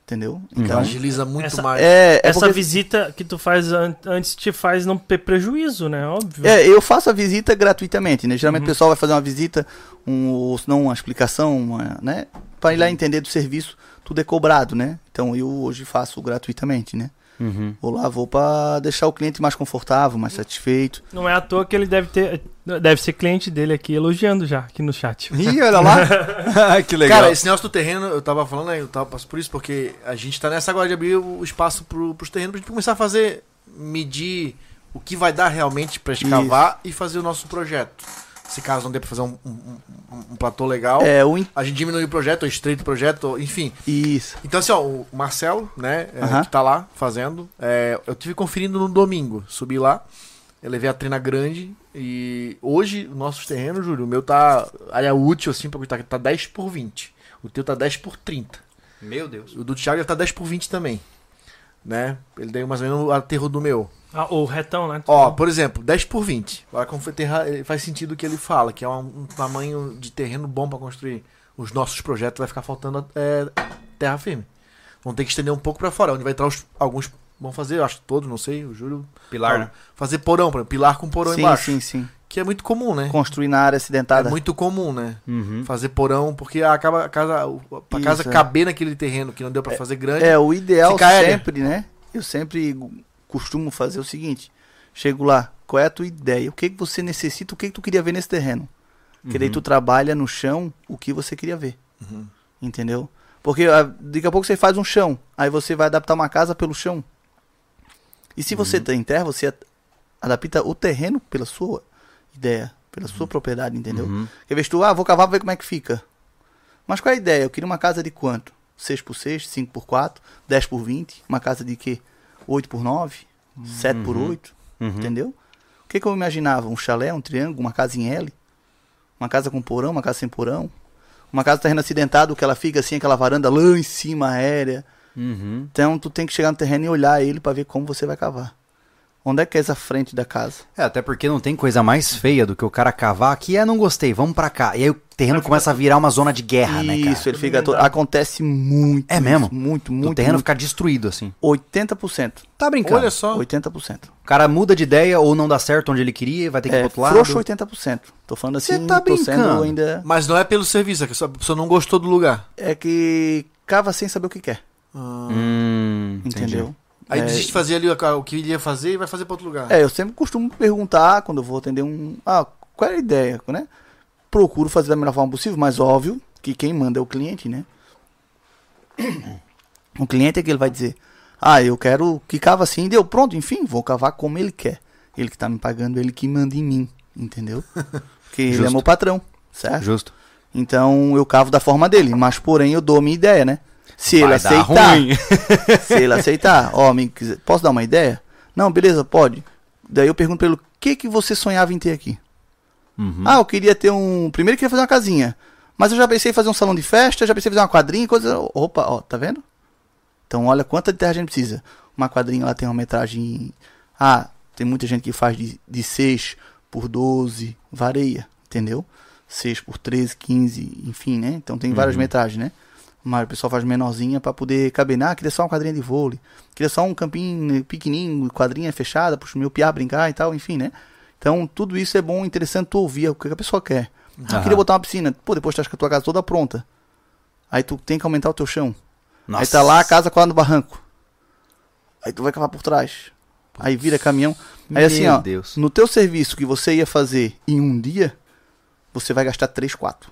[SPEAKER 4] Entendeu?
[SPEAKER 2] Uhum.
[SPEAKER 4] Então.
[SPEAKER 2] Agiliza muito
[SPEAKER 3] Essa-
[SPEAKER 2] mais.
[SPEAKER 4] É, é
[SPEAKER 3] Essa
[SPEAKER 4] porque-
[SPEAKER 3] visita que tu faz an- antes te faz não ter prejuízo, né? Óbvio.
[SPEAKER 4] É, eu faço a visita gratuitamente, né?
[SPEAKER 2] Uhum.
[SPEAKER 4] Geralmente o pessoal vai fazer uma visita, um, ou se não uma explicação, uma, né? Para
[SPEAKER 2] Uhum.
[SPEAKER 4] ir lá entender do serviço, tudo é cobrado, né? Então eu hoje faço gratuitamente, né?
[SPEAKER 1] Uhum.
[SPEAKER 4] Vou lá, vou para deixar o cliente mais confortável, mais satisfeito.
[SPEAKER 3] Não é à toa que ele deve ter. Deve ser cliente dele aqui elogiando já, aqui no
[SPEAKER 4] [LAUGHS]
[SPEAKER 3] chat.
[SPEAKER 1] Ih, olha [LAUGHS] lá. Ah, que legal.
[SPEAKER 2] Cara, esse negócio do terreno, eu tava falando, né, eu tava passando por isso, porque a gente tá nessa agora de abrir o espaço pro, pros terrenos pra gente começar a fazer, medir o que vai dar realmente pra escavar e fazer o nosso projeto. Se caso não dê pra fazer um, um- um- um platô legal,
[SPEAKER 4] É, o. in-
[SPEAKER 2] a gente diminui o projeto, ou estreita o projeto, ou- enfim.
[SPEAKER 4] Isso.
[SPEAKER 2] Então, assim, ó, o Marcelo, né, é,
[SPEAKER 4] Aham.
[SPEAKER 2] que tá lá fazendo, é, eu tive conferindo no domingo, subi lá, eu levei a trena grande e hoje, os nossos terrenos, Júlio, o meu tá, área útil, assim, pra tá, tá 10 por 20, o teu tá 10 por 30,
[SPEAKER 1] Meu Deus.
[SPEAKER 2] o do Thiago ele tá 10 por 20 também, né, ele deu mais ou menos o aterro do meu.
[SPEAKER 3] Ah, o retão, né?
[SPEAKER 2] Ó, por exemplo, 10 por 20, agora como foi terra- ele faz sentido o que ele fala, que é um, um tamanho de terreno bom pra construir os nossos projetos, vai ficar faltando é, terra firme. Vão ter que estender um pouco pra fora, onde vai entrar os- alguns. Vão fazer, eu acho todos, não sei, o Júlio.
[SPEAKER 1] Pilar, né?
[SPEAKER 2] Fazer porão, por exemplo, pilar com porão
[SPEAKER 4] sim,
[SPEAKER 2] embaixo.
[SPEAKER 4] sim, sim.
[SPEAKER 2] Que é muito comum, né?
[SPEAKER 4] Construir na
[SPEAKER 2] É
[SPEAKER 4] área acidentada.
[SPEAKER 2] muito comum, né?
[SPEAKER 1] Uhum.
[SPEAKER 2] Fazer porão, porque acaba a casa, o- pra casa
[SPEAKER 4] Isso, é.
[SPEAKER 2] caber naquele terreno que não deu pra fazer grande.
[SPEAKER 4] É, o ideal
[SPEAKER 2] Fica aérea.
[SPEAKER 4] sempre, né? Eu sempre gu- costumo fazer o seguinte: chego lá, qual é a tua ideia? O que, que você necessita? O que, que tu queria ver nesse terreno? Porque daí tu trabalha no chão o que você queria ver. Entendeu? Porque ah, daqui a pouco você faz um chão, aí você vai adaptar uma casa pelo chão. E se você tem terra, você ad- adapta o terreno pela sua ideia, pela sua propriedade, entendeu?
[SPEAKER 1] Uhum.
[SPEAKER 4] Quer ver se tu, ah, vou cavar pra ver como é que fica. Mas qual é a ideia? Eu queria uma casa de quanto? 6 por 6, 5 por 4, 10 por 20, uma casa de quê? 8 por 9, 7 por 8,
[SPEAKER 1] Uhum.
[SPEAKER 4] entendeu? O que, que eu imaginava? Um chalé, um triângulo, uma casa em L, uma casa com porão, uma casa sem porão, uma casa terreno acidentado que ela fica assim, aquela varanda lá em cima, aérea.
[SPEAKER 1] Uhum.
[SPEAKER 4] Então tu tem que chegar no terreno e olhar ele pra ver como você vai cavar. Onde é que é essa frente da casa?
[SPEAKER 1] É, até porque não tem coisa mais feia do que o cara cavar aqui, é, não gostei, vamos pra cá. E aí o terreno começa a virar uma zona de guerra, né, cara?
[SPEAKER 4] Isso, ele fica todo... acontece muito.
[SPEAKER 1] É mesmo?
[SPEAKER 4] isso, Muito,
[SPEAKER 1] O
[SPEAKER 4] muito.
[SPEAKER 1] terreno
[SPEAKER 4] muito.
[SPEAKER 1] fica destruído, assim.
[SPEAKER 4] 80%.
[SPEAKER 1] Tá brincando.
[SPEAKER 2] Olha só.
[SPEAKER 4] 80%.
[SPEAKER 1] O cara muda de ideia ou não dá certo onde ele queria, vai ter que ir
[SPEAKER 4] É,
[SPEAKER 1] pro outro lado.
[SPEAKER 4] frouxo 80%. Tô falando
[SPEAKER 1] Cê
[SPEAKER 4] assim,
[SPEAKER 1] tá
[SPEAKER 4] tô sendo
[SPEAKER 1] brincando.
[SPEAKER 4] ainda...
[SPEAKER 2] Mas não é pelo serviço, é que a pessoa não gostou do lugar.
[SPEAKER 4] É que cava sem saber o que quer,
[SPEAKER 2] Ah,
[SPEAKER 1] Hum, entendi.
[SPEAKER 4] entendeu?
[SPEAKER 2] Aí
[SPEAKER 4] é,
[SPEAKER 2] desiste de fazer ali o que ele ia fazer e vai fazer pra outro lugar.
[SPEAKER 1] Tá.
[SPEAKER 4] É, eu sempre costumo perguntar quando eu vou atender um... Ah, qual é a ideia, né? Procuro fazer da melhor forma possível, mas óbvio que quem manda é o
[SPEAKER 1] [COUGHS]
[SPEAKER 4] cliente, né? O cliente é que ele vai dizer, ah, eu quero que cava assim, deu, pronto, enfim, vou cavar como ele quer. Ele que tá me pagando, ele que manda em mim,
[SPEAKER 1] [LAUGHS]
[SPEAKER 4] entendeu? Porque ele é
[SPEAKER 1] Justo.
[SPEAKER 4] meu patrão, certo?
[SPEAKER 1] Justo.
[SPEAKER 4] Então eu cavo da forma dele, mas porém eu dou a minha ideia, né? Se ele
[SPEAKER 1] Vai dar
[SPEAKER 4] aceitar,
[SPEAKER 1] ruim.
[SPEAKER 4] [LAUGHS] se ele aceitar, ó, me quiser- posso dar uma ideia? Não, beleza, pode. Daí eu pergunto pra ele, o que que você sonhava em ter aqui?
[SPEAKER 1] Uhum.
[SPEAKER 4] Ah, eu queria ter um, primeiro eu queria fazer uma casinha, mas eu já pensei em fazer um salão de festa, já pensei em fazer uma quadrinha, coisa, opa, ó, tá vendo? Então olha quanta de terra a gente precisa. Uma quadrinha lá tem uma metragem, ah, tem muita gente que faz de, de 6 por 12, varia, entendeu? 6 por 13, 15, enfim, né? Então tem várias metragens, né? Mas o pessoal faz menorzinha pra poder caber. Ah, queria só uma quadrinha de vôlei. Queria só um campinho pequenininho, quadrinha fechada, pro meu piá brincar e tal, enfim, né? Então, tudo isso é bom, interessante tu ouvir o que a pessoa quer. Ah, queria botar uma piscina. Pô, depois tu acha que a tua casa toda pronta. Aí tu tem que aumentar o teu chão. Aí tá lá a casa colada no barranco. Aí tu vai cavar por trás. Aí vira caminhão. Aí
[SPEAKER 1] Meu
[SPEAKER 4] assim, ó,
[SPEAKER 1] Deus.
[SPEAKER 4] no teu serviço que você ia fazer em um dia, você vai gastar três, quatro.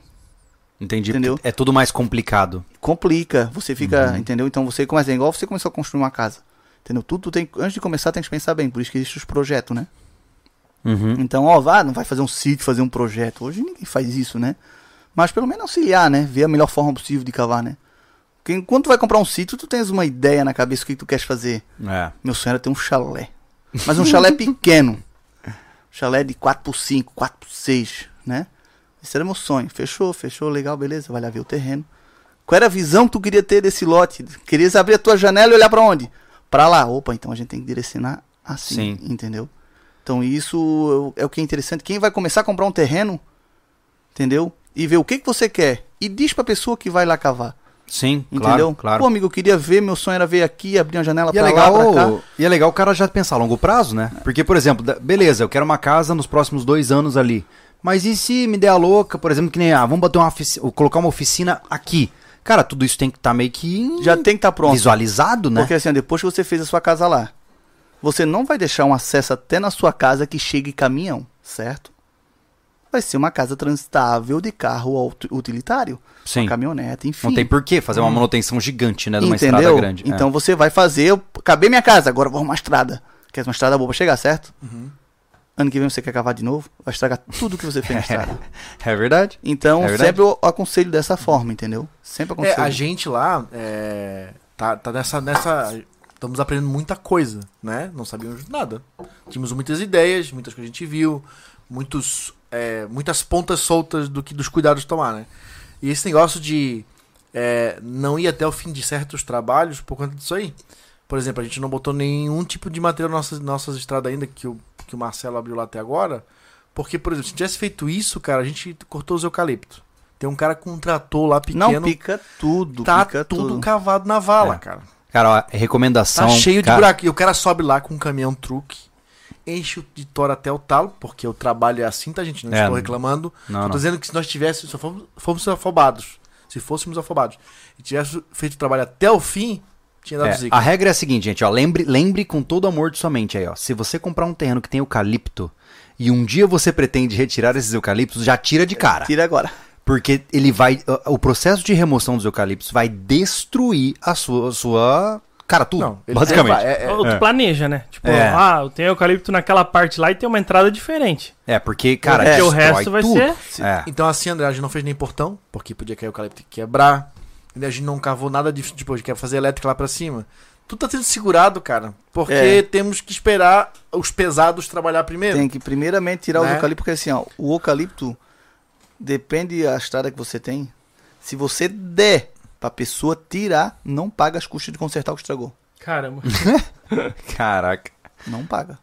[SPEAKER 1] Entendi.
[SPEAKER 4] Entendeu?
[SPEAKER 1] porque É tudo mais complicado.
[SPEAKER 4] Complica, você fica, entendeu? Então você começa igual você começou a construir uma casa. Entendeu? Tudo tu tem, antes de começar tem que pensar bem, por isso que existem os projetos, né?
[SPEAKER 1] Uhum.
[SPEAKER 4] Então, ó, vá, não vai fazer um sítio, fazer um projeto. Hoje ninguém faz isso, né? Mas pelo menos auxiliar, né? Ver a melhor forma possível de cavar, né? Porque quando tu vai comprar um sítio, tu tens uma ideia na cabeça do que tu queres fazer.
[SPEAKER 1] É.
[SPEAKER 4] Meu sonho era ter um chalé. Mas
[SPEAKER 1] [LAUGHS]
[SPEAKER 4] um chalé pequeno. Chalé de 4x5, 4x6, né? Esse era meu sonho. Fechou, fechou, legal, beleza. Vai lá ver o terreno. Qual era a visão que tu queria ter desse lote? Querias abrir a tua janela e olhar pra onde? Pra lá. Opa, então a gente tem que direcionar assim,
[SPEAKER 1] Sim.
[SPEAKER 4] entendeu? Então isso é o que é interessante. Quem vai começar a comprar um terreno, entendeu? E ver o que, que você quer. E diz pra pessoa que vai lá cavar,
[SPEAKER 1] Sim,
[SPEAKER 4] entendeu?
[SPEAKER 1] claro, claro.
[SPEAKER 4] Pô, amigo, eu queria ver, meu sonho era ver aqui, abrir uma janela
[SPEAKER 1] E é,
[SPEAKER 4] pra lá, pra cá.
[SPEAKER 1] legal, e é legal o cara já pensar a longo prazo, né? Porque, por exemplo, da- beleza, eu quero uma casa nos próximos dois anos ali. Mas e se me der a louca, por exemplo, que nem, ah, vamos bater uma ofici- ou colocar uma oficina aqui. Cara, tudo isso tem que estar meio que em-
[SPEAKER 4] Já tem que estar pronto.
[SPEAKER 1] visualizado, Hum. né?
[SPEAKER 4] Porque assim, ó, depois que você fez a sua casa lá, você não vai deixar um acesso até na sua casa que chegue caminhão, certo? Vai ser uma casa transitável de carro auto- utilitário.
[SPEAKER 1] Sim.
[SPEAKER 4] Uma caminhonete, enfim.
[SPEAKER 1] Não tem porquê fazer uma manutenção gigante, né? De uma
[SPEAKER 4] Entendeu?
[SPEAKER 1] estrada grande. [LAUGHS]
[SPEAKER 4] Então você vai fazer. eu Acabei minha casa, agora eu vou arrumar uma estrada. Quer uma estrada boa pra chegar, certo?
[SPEAKER 2] Uhum.
[SPEAKER 4] Ano que vem você quer cavar de novo, vai estragar tudo que você
[SPEAKER 1] [LAUGHS]
[SPEAKER 4] fez na estrada.
[SPEAKER 1] É, é verdade.
[SPEAKER 4] Então,
[SPEAKER 1] É verdade.
[SPEAKER 4] sempre eu aconselho dessa forma, entendeu? Sempre
[SPEAKER 2] É,
[SPEAKER 4] aconselho.
[SPEAKER 2] a gente lá é, tá, tá nessa, nessa. Estamos aprendendo muita coisa, né? Não sabíamos de nada. Tínhamos muitas ideias, muitas que a gente viu, muitos, é, muitas pontas soltas do que dos cuidados tomar, né? E esse negócio de é, não ir até o fim de certos trabalhos por conta disso aí. Por exemplo, a gente não botou nenhum tipo de material nas nossas, nossas estradas ainda, que o, que o Marcelo abriu lá até agora. Porque, por exemplo, se tivesse feito isso, cara, a gente cortou os eucaliptos. Tem um cara com um trator lá pequeno
[SPEAKER 4] não pica tudo,
[SPEAKER 2] tá
[SPEAKER 4] pica
[SPEAKER 2] tudo cavado na vala,
[SPEAKER 1] É.
[SPEAKER 2] cara.
[SPEAKER 1] Cara, ó,
[SPEAKER 2] Tá
[SPEAKER 1] recomendação.
[SPEAKER 2] cheio de
[SPEAKER 1] cara,
[SPEAKER 2] buraco. E o cara sobe lá com um caminhão truque, enche o de tora até o talo, porque o trabalho é assim, tá, gente? Não
[SPEAKER 1] É,
[SPEAKER 2] estou
[SPEAKER 1] não-
[SPEAKER 2] reclamando.
[SPEAKER 1] não,
[SPEAKER 2] Tô
[SPEAKER 1] não.
[SPEAKER 2] dizendo que se nós tivéssemos, só fomos, fomos afobados. Se fôssemos afobados e tivéssemos feito o trabalho até o fim, tinha dado
[SPEAKER 1] É,
[SPEAKER 2] zica.
[SPEAKER 1] a regra é a seguinte, gente, ó, lembre, lembre com todo o amor de sua mente aí, ó. Se você comprar um terreno que tem eucalipto e um dia você pretende retirar esses eucaliptos, já tira de cara.
[SPEAKER 4] Tira agora.
[SPEAKER 1] Porque ele vai. o- O processo de remoção dos eucaliptos vai destruir a sua. a sua cara, tudo.
[SPEAKER 2] Não, ele-
[SPEAKER 1] basicamente.
[SPEAKER 2] É, é, é,
[SPEAKER 3] Ou tu
[SPEAKER 1] É.
[SPEAKER 3] planeja, né? Tipo,
[SPEAKER 1] É.
[SPEAKER 3] ah, eu tenho eucalipto naquela parte lá e tem uma entrada diferente.
[SPEAKER 1] É, porque, cara,
[SPEAKER 3] Porque o
[SPEAKER 1] destrói
[SPEAKER 3] resto vai
[SPEAKER 1] tudo.
[SPEAKER 3] ser-
[SPEAKER 1] É.
[SPEAKER 2] Então assim, André, a gente não fez nem portão, porque podia cair o eucalipto e quebrar. E a gente não cavou nada de tipo, a gente quer fazer elétrica lá pra cima. Tudo tá sendo segurado, cara, porque
[SPEAKER 4] É.
[SPEAKER 2] temos que esperar os pesados trabalhar primeiro.
[SPEAKER 4] Tem que primeiramente tirar o
[SPEAKER 2] Né?
[SPEAKER 4] eucalipto, porque assim, ó, o eucalipto depende da estrada que você tem. Se você der pra pessoa tirar, não paga as custas de consertar o que estragou.
[SPEAKER 3] Caramba.
[SPEAKER 1] Caraca.
[SPEAKER 4] Não paga.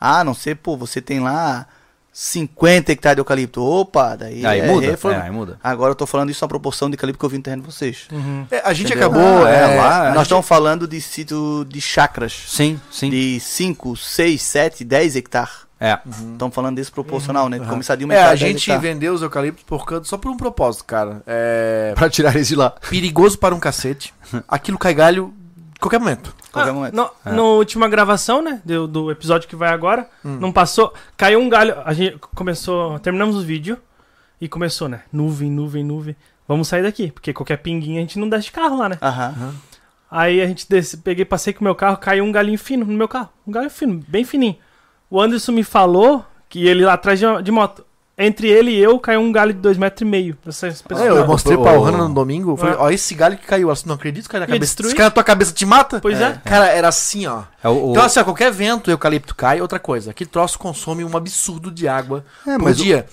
[SPEAKER 4] Ah, a não ser, pô, você tem lá 50 hectares de eucalipto. Opa, daí
[SPEAKER 1] Aí muda,
[SPEAKER 4] reforma.
[SPEAKER 1] é, aí muda.
[SPEAKER 4] Agora eu tô falando isso na proporção de eucalipto que eu vi no terreno de vocês.
[SPEAKER 2] É, a gente
[SPEAKER 4] Entendeu?
[SPEAKER 2] acabou,
[SPEAKER 1] Ah,
[SPEAKER 2] é,
[SPEAKER 1] é, lá-
[SPEAKER 4] Nós
[SPEAKER 1] gente-
[SPEAKER 4] estamos falando de sítio de chacras.
[SPEAKER 1] Sim, sim.
[SPEAKER 4] De 5, 6, 7, 10 hectares.
[SPEAKER 1] É.
[SPEAKER 4] Estamos falando desse proporcional, né? De começar de uma
[SPEAKER 2] É, a
[SPEAKER 4] hectare, dez
[SPEAKER 2] gente
[SPEAKER 4] hectares.
[SPEAKER 2] vendeu os eucaliptos por canto só por um propósito, cara. É
[SPEAKER 1] Pra tirar eles de lá.
[SPEAKER 2] perigoso para um [LAUGHS] cacete. Aquilo cai galho de qualquer momento.
[SPEAKER 4] Qualquer
[SPEAKER 3] Ah,
[SPEAKER 4] momento.
[SPEAKER 3] No,
[SPEAKER 1] É.
[SPEAKER 3] no última gravação, né? Do, do episódio que vai agora, não passou. Caiu um galho. A gente começou. Terminamos o vídeo e começou, né? Nuvem, nuvem, nuvem. Vamos sair daqui, porque qualquer pinguinha a gente não desce de carro lá, né?
[SPEAKER 4] Aham.
[SPEAKER 3] Aí a gente desce, peguei, passei com o meu carro, caiu um galinho fino no meu carro. Um galinho fino, bem fininho. O Anderson me falou que ele lá atrás de, de moto. Entre ele e eu caiu um galho de dois metros e meio. Essas pessoas-
[SPEAKER 2] É, eu mostrei
[SPEAKER 1] o-
[SPEAKER 2] pra Ohana no domingo, eu falei,
[SPEAKER 3] É.
[SPEAKER 2] ó, esse galho que caiu, ela disse, não acredito que caiu na
[SPEAKER 3] Ia
[SPEAKER 2] cabeça.
[SPEAKER 3] destruir.
[SPEAKER 2] Esse cara na tua cabeça te mata?
[SPEAKER 3] Pois é.
[SPEAKER 2] Cara, era assim, ó.
[SPEAKER 1] É o, o-
[SPEAKER 2] Então, assim, ó, qualquer vento, eucalipto cai, outra coisa. Aquele troço consome um absurdo de água
[SPEAKER 1] É,
[SPEAKER 2] por
[SPEAKER 1] mas o-
[SPEAKER 2] dia.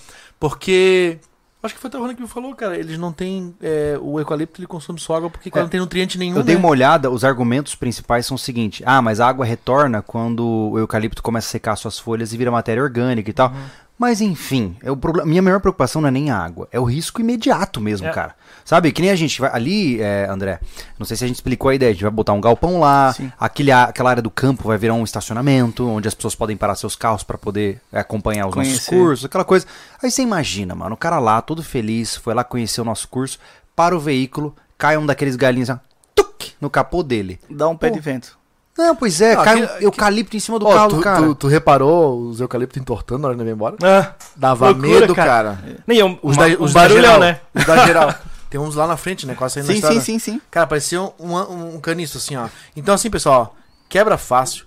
[SPEAKER 2] Porque. Acho que foi o Tarrona que me falou, cara. Eles não têm. é, o eucalipto ele consome só água porque quando não tem nutriente nenhum.
[SPEAKER 1] Eu dei
[SPEAKER 2] né?
[SPEAKER 1] uma olhada, os argumentos principais são o seguinte: ah, mas a água retorna quando o eucalipto começa a secar suas folhas e vira matéria orgânica e tal. Mas enfim, é o problema. Minha maior preocupação não é nem a água, é o risco imediato mesmo,
[SPEAKER 3] É.
[SPEAKER 1] cara. Sabe, que nem a gente vai ali, é, André, não sei se a gente explicou a ideia, a gente vai botar um galpão lá,
[SPEAKER 4] Sim.
[SPEAKER 1] aquele, a- aquela área do campo vai virar um estacionamento, onde as pessoas podem parar seus carros pra poder é, acompanhar os nossos
[SPEAKER 4] Conhecer.
[SPEAKER 1] cursos, aquela coisa. Aí você imagina, mano, o cara lá, todo feliz, foi lá conhecer o nosso curso, para o veículo, cai um daqueles galinhos, ó, tuc, no capô dele.
[SPEAKER 4] Dá um pé
[SPEAKER 1] Pô.
[SPEAKER 4] de vento.
[SPEAKER 1] Não, pois é,
[SPEAKER 2] Não,
[SPEAKER 1] cai
[SPEAKER 2] aqui-
[SPEAKER 1] um eucalipto em cima do
[SPEAKER 2] Ó,
[SPEAKER 1] carro,
[SPEAKER 2] tu,
[SPEAKER 1] cara.
[SPEAKER 2] tu- tu reparou os eucaliptos entortando na hora de ir embora?
[SPEAKER 3] Ah,
[SPEAKER 1] É.
[SPEAKER 2] Dava
[SPEAKER 3] Loucura,
[SPEAKER 2] medo,
[SPEAKER 3] cara.
[SPEAKER 2] cara.
[SPEAKER 3] nem eu.
[SPEAKER 2] Os
[SPEAKER 3] uma-
[SPEAKER 2] da, os
[SPEAKER 3] um
[SPEAKER 2] da
[SPEAKER 3] barulhão,
[SPEAKER 2] geral,
[SPEAKER 3] né?
[SPEAKER 2] Os da geral. Tem uns lá na frente, né? Quase saindo da
[SPEAKER 4] Sim,
[SPEAKER 2] estrada.
[SPEAKER 4] sim, sim, sim.
[SPEAKER 2] Cara, parecia um, um, um caniço, assim, ó. Então, assim, pessoal, ó, quebra fácil,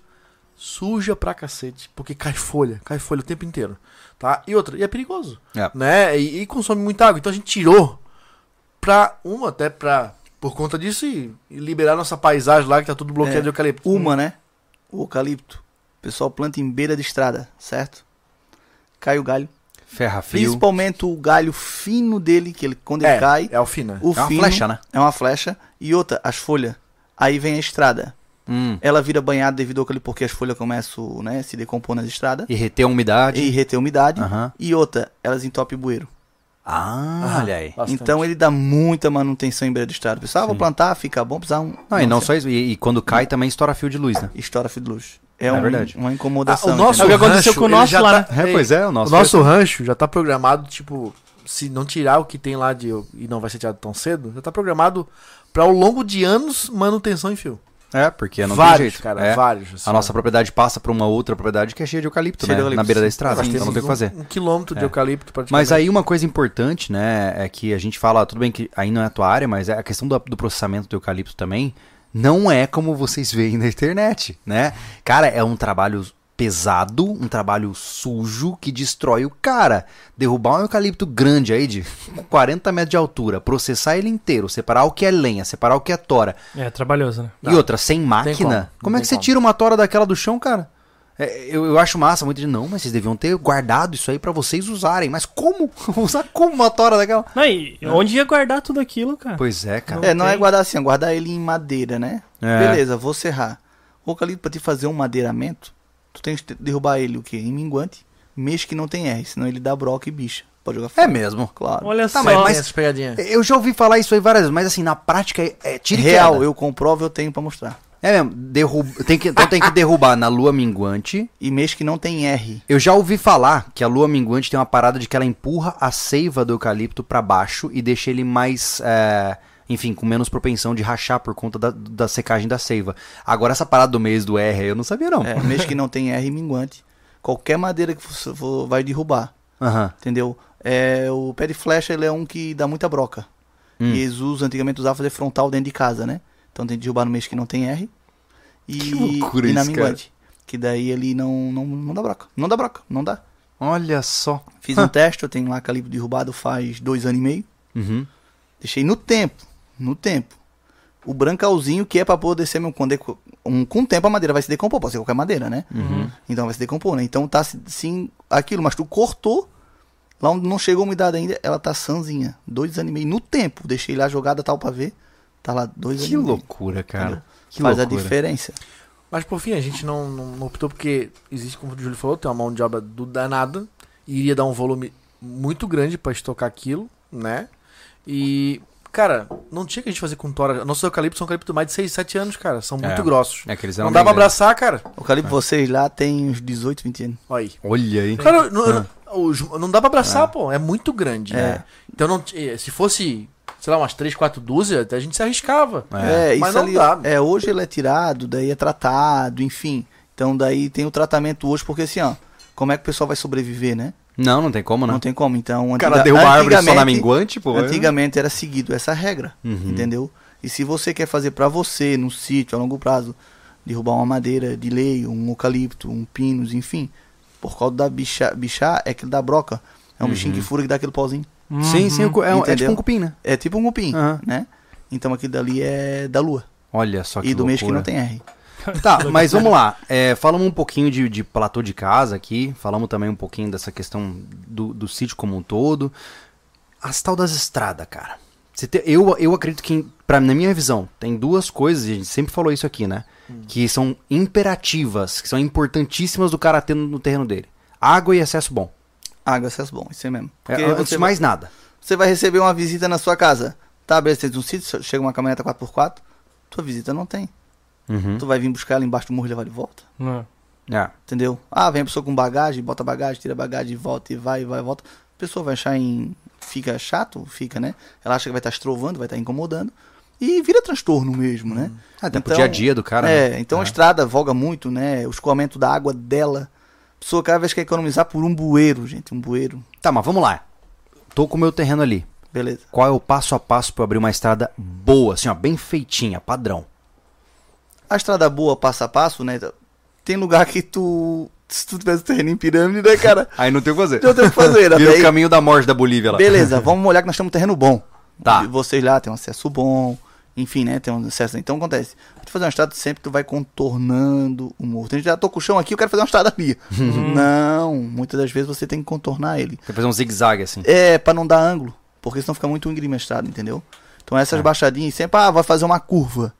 [SPEAKER 2] suja pra cacete, porque cai folha, cai folha o tempo inteiro, tá? E outra, e é perigoso,
[SPEAKER 1] É.
[SPEAKER 2] né? E, e consome muita água. Então a gente tirou pra uma, até pra... Por conta disso e, e liberar nossa paisagem lá, que tá tudo bloqueado
[SPEAKER 4] É,
[SPEAKER 2] de eucalipto.
[SPEAKER 4] Uma, né? O eucalipto. O pessoal planta em beira de estrada, certo? Cai o galho.
[SPEAKER 1] Ferra frio.
[SPEAKER 4] Principalmente o galho fino dele, que ele, quando
[SPEAKER 2] é,
[SPEAKER 4] ele cai,
[SPEAKER 2] é o fim, né?
[SPEAKER 4] o
[SPEAKER 1] É uma
[SPEAKER 4] fino
[SPEAKER 1] flecha, né?
[SPEAKER 4] é uma flecha. E outra, as folhas. Aí vem a estrada.
[SPEAKER 1] Hum.
[SPEAKER 4] Ela vira banhada devido ao que ele, porque as folhas começam né, a se decompor nas estradas.
[SPEAKER 1] E reter a umidade.
[SPEAKER 4] E reter umidade.
[SPEAKER 1] Aham.
[SPEAKER 4] E outra, elas entopem bueiro.
[SPEAKER 1] Ah, olha aí.
[SPEAKER 2] Bastante.
[SPEAKER 4] Então ele dá muita manutenção em beira de estrada. Pessoal, ah, vou plantar, fica bom, precisar um.
[SPEAKER 1] Não, e não só isso, e, e quando cai também estoura fio de luz, né?
[SPEAKER 4] Estoura fio de luz. É,
[SPEAKER 1] É
[SPEAKER 4] um-
[SPEAKER 1] verdade.
[SPEAKER 4] uma incomodação.
[SPEAKER 2] Ah, o nosso
[SPEAKER 3] É o que aconteceu
[SPEAKER 2] rancho,
[SPEAKER 3] com o
[SPEAKER 2] ele
[SPEAKER 3] nosso
[SPEAKER 2] já
[SPEAKER 3] lá,
[SPEAKER 2] tá-
[SPEAKER 3] né?
[SPEAKER 1] É, pois é, o nosso.
[SPEAKER 2] O nosso rancho já tá programado, tipo, se não tirar o que tem lá de e não vai ser tirado tão cedo, já tá programado pra ao longo de anos manutenção em fio.
[SPEAKER 1] É, porque não
[SPEAKER 2] vários,
[SPEAKER 1] tem jeito.
[SPEAKER 2] cara,
[SPEAKER 1] é.
[SPEAKER 2] vários. assim,
[SPEAKER 1] A nossa propriedade passa pra uma outra propriedade que é cheia de eucalipto,
[SPEAKER 4] Cheia
[SPEAKER 1] né?
[SPEAKER 4] de eucalipto,
[SPEAKER 1] Na beira da
[SPEAKER 4] sim.
[SPEAKER 2] Nós
[SPEAKER 1] estrada, então não
[SPEAKER 2] temos
[SPEAKER 1] tem o que
[SPEAKER 2] um-
[SPEAKER 1] fazer.
[SPEAKER 2] Um quilômetro de
[SPEAKER 1] É.
[SPEAKER 2] eucalipto praticamente.
[SPEAKER 1] Mas aí uma coisa importante, né, é que a gente fala, tudo bem que aí não é a tua área, mas é a questão do, do processamento do eucalipto também não é como vocês veem na internet, né? Cara, é um trabalho pesado, um trabalho sujo que destrói o cara. Derrubar um eucalipto grande aí de 40 metros de altura, processar ele inteiro, separar o que é lenha, separar o que é tora,
[SPEAKER 3] É, trabalhoso, né?
[SPEAKER 1] e outra, sem máquina?
[SPEAKER 2] como,
[SPEAKER 1] Como,
[SPEAKER 2] Tá. não
[SPEAKER 1] é
[SPEAKER 2] tem
[SPEAKER 1] que você
[SPEAKER 2] como.
[SPEAKER 1] tira uma tora daquela do chão, cara? É, eu, eu acho massa, muito de não, mas vocês deviam ter guardado isso aí pra vocês usarem. Mas como? [LAUGHS] Vou usar como uma tora daquela?
[SPEAKER 3] Não, e onde ia guardar tudo aquilo, cara?
[SPEAKER 1] É. Pois é, cara.
[SPEAKER 4] É, não é
[SPEAKER 3] tem.
[SPEAKER 4] guardar assim, é guardar ele em madeira, né?
[SPEAKER 1] É.
[SPEAKER 4] Beleza, vou serrar. O eucalipto, pra te fazer um madeiramento, tu tem que te- derrubar ele o quê? Em minguante, mês que não tem R, senão ele dá broca e bicha. Pode jogar
[SPEAKER 1] É,
[SPEAKER 4] fora.
[SPEAKER 1] mesmo.
[SPEAKER 4] Claro.
[SPEAKER 3] Olha
[SPEAKER 1] Tá,
[SPEAKER 3] só.
[SPEAKER 1] mas-
[SPEAKER 2] Tem
[SPEAKER 1] mas-
[SPEAKER 2] essas pegadinhas.
[SPEAKER 1] Eu já ouvi falar isso aí várias vezes, mas assim, na prática é, é tira e
[SPEAKER 4] Real,
[SPEAKER 1] queda.
[SPEAKER 4] eu comprovo, eu tenho pra mostrar.
[SPEAKER 1] É mesmo, derruba, tem que, então tem que derrubar na lua minguante.
[SPEAKER 4] E mês que não tem R.
[SPEAKER 1] Eu já ouvi falar que a lua minguante tem uma parada de que ela empurra a seiva do eucalipto pra baixo e deixa ele mais. é, enfim, com menos propensão de rachar por conta da, da secagem da seiva. Agora, essa parada do mês do R aí eu não sabia, não.
[SPEAKER 4] É, mês que não tem R em minguante. Qualquer madeira que você for- vai derrubar,
[SPEAKER 1] Aham.
[SPEAKER 4] entendeu? É, o pé de flecha ele é um que dá muita broca.
[SPEAKER 1] Hum.
[SPEAKER 4] E eles usam, antigamente usavam fazer frontal dentro de casa, né? Então tem que derrubar no mês que não tem R. E,
[SPEAKER 1] Que loucura
[SPEAKER 4] e na
[SPEAKER 1] isso,
[SPEAKER 4] minguante. Que daí ele não, não, não dá broca. Não dá broca, não dá.
[SPEAKER 1] Olha só.
[SPEAKER 4] Fiz
[SPEAKER 1] Hã.
[SPEAKER 4] um teste, eu tenho lá calibre derrubado faz dois anos e meio.
[SPEAKER 1] Uhum.
[SPEAKER 4] Deixei no tempo, no tempo. O brancalzinho que é pra poder ser meu conde... um Com o tempo a madeira vai se decompor, pode ser qualquer madeira, né?
[SPEAKER 1] Uhum.
[SPEAKER 4] Então vai se decompor, né? Então tá se- sim aquilo, mas tu cortou, lá onde não chegou a umidade ainda, ela tá sanzinha. Dois anos e meio no tempo. Deixei lá jogada tal pra ver. Tá lá dois anos
[SPEAKER 1] Que
[SPEAKER 4] e meio.
[SPEAKER 1] loucura, cara.
[SPEAKER 4] Entendeu?
[SPEAKER 1] Que
[SPEAKER 4] Faz a
[SPEAKER 1] loucura.
[SPEAKER 4] diferença.
[SPEAKER 2] Mas por fim, a gente não, não, não optou porque existe, como o Júlio falou, tem uma mão de obra do danada. E iria dar um volume muito grande pra estocar aquilo, né? E, cara, não tinha que a gente fazer com tora. Nossos eucaliptos são eucaliptos de mais de 6, 7 anos, cara. São muito
[SPEAKER 1] É.
[SPEAKER 2] grossos.
[SPEAKER 1] É que eles eram
[SPEAKER 2] Não dá
[SPEAKER 1] bem
[SPEAKER 2] pra abraçar, cara.
[SPEAKER 4] O calibre
[SPEAKER 1] É.
[SPEAKER 4] vocês lá tem uns 18, 20 anos.
[SPEAKER 2] Olha aí.
[SPEAKER 1] grandes. Olha aí.
[SPEAKER 2] Cara, não,
[SPEAKER 1] Ah.
[SPEAKER 2] os- não dá pra abraçar, pô. É muito grande, né? Então, não, eh, se fosse, sei lá, umas 3, 4 dúzias, até a gente se arriscava.
[SPEAKER 4] É,
[SPEAKER 2] Mas
[SPEAKER 4] isso
[SPEAKER 2] não
[SPEAKER 4] ali,
[SPEAKER 2] dá.
[SPEAKER 4] É, hoje ele é tirado, daí é tratado, enfim. Então daí tem o tratamento hoje, porque assim, ó, como é que o pessoal vai sobreviver, né?
[SPEAKER 1] Não, não tem como, né?
[SPEAKER 4] Não tem como. Então,
[SPEAKER 1] O cara derruba a árvore só na
[SPEAKER 4] antigamente-
[SPEAKER 1] minguante, pô. é. Uhum.
[SPEAKER 4] Antigamente era seguido essa regra, entendeu? E se você quer fazer pra você, num sítio, a longo prazo, derrubar uma madeira de lei, um eucalipto, um pinus, enfim, por causa da bicha, bichá, é aquele da broca. É um
[SPEAKER 1] Uhum.
[SPEAKER 4] bichinho que fura que dá aquele pauzinho.
[SPEAKER 3] Uhum.
[SPEAKER 1] Sim, sim. o cu- É, um- é
[SPEAKER 4] Entendeu?
[SPEAKER 1] tipo um cupim, né?
[SPEAKER 4] É tipo um cupim,
[SPEAKER 1] Aham.
[SPEAKER 4] né? Então aquilo dali é da lua.
[SPEAKER 1] Olha só que
[SPEAKER 4] e do mês que
[SPEAKER 1] loucura.
[SPEAKER 4] não tem R.
[SPEAKER 1] Tá, mas vamos lá. É, falamos um pouquinho de, de platô de casa aqui, falamos também um pouquinho dessa questão do, do sítio como um todo. As tal das estradas, cara. Você tem- eu, eu acredito que, pra, na minha visão, tem duas coisas, e a gente sempre falou isso aqui, né?
[SPEAKER 4] Hum.
[SPEAKER 1] Que são imperativas, que são importantíssimas do cara ter no, no terreno dele. Água e acesso bom.
[SPEAKER 4] Água e acesso bom, isso aí mesmo.
[SPEAKER 1] É,
[SPEAKER 4] Porque
[SPEAKER 1] antes
[SPEAKER 4] você,
[SPEAKER 1] de mais nada.
[SPEAKER 4] você vai receber uma visita na sua casa. Tá, beleza, tem um sítio, chega uma caminhoneta 4x4, tua visita não tem.
[SPEAKER 1] Uhum.
[SPEAKER 4] Tu vai vir buscar ela embaixo do morro e levar de volta.
[SPEAKER 3] Não.
[SPEAKER 1] É.
[SPEAKER 4] Entendeu? Ah, vem a pessoa com bagagem, bota bagagem, tira bagagem, volta e vai, vai, volta. A pessoa vai achar em. Fica chato, fica, né? Ela acha que vai estar estrovando, vai estar incomodando. E vira transtorno mesmo, né?
[SPEAKER 1] Hum. Até pro
[SPEAKER 4] Então,
[SPEAKER 1] dia a dia do cara.
[SPEAKER 4] é,
[SPEAKER 1] né?
[SPEAKER 4] então a estrada voga muito, né? O escoamento da água dela. A pessoa cada vez quer economizar por um bueiro, gente. Um bueiro.
[SPEAKER 1] Tá, mas vamos lá. Tô com o meu terreno ali.
[SPEAKER 4] Beleza.
[SPEAKER 1] Qual é o passo a passo pra eu abrir uma estrada boa, assim, ó, bem feitinha, padrão?
[SPEAKER 4] A estrada boa, passo a passo, né? Tem lugar que tu. Se tu tivesse terreno em pirâmide, né, cara?
[SPEAKER 1] Aí não tem o que fazer.
[SPEAKER 4] Não tem o que fazer, né?
[SPEAKER 1] [LAUGHS] Vira o
[SPEAKER 4] Daí-
[SPEAKER 1] caminho da morte da Bolívia lá.
[SPEAKER 4] Beleza, vamos olhar que nós estamos em terreno bom.
[SPEAKER 1] Tá.
[SPEAKER 4] E Vocês lá têm um acesso bom, enfim, né? Tem um acesso. Então acontece. Pra tu fazer uma estrada, sempre tu vai contornando o morro. Tem gente, ah, tô com o chão aqui, eu quero fazer uma estrada ali. não, muitas das vezes você tem que contornar ele.
[SPEAKER 1] Tem que fazer um zigue-zague, assim.
[SPEAKER 4] É, pra não dar ângulo, porque senão fica muito íngreme a estrada, entendeu? Então essas baixadinhas, sempre, ah, vai fazer uma curva.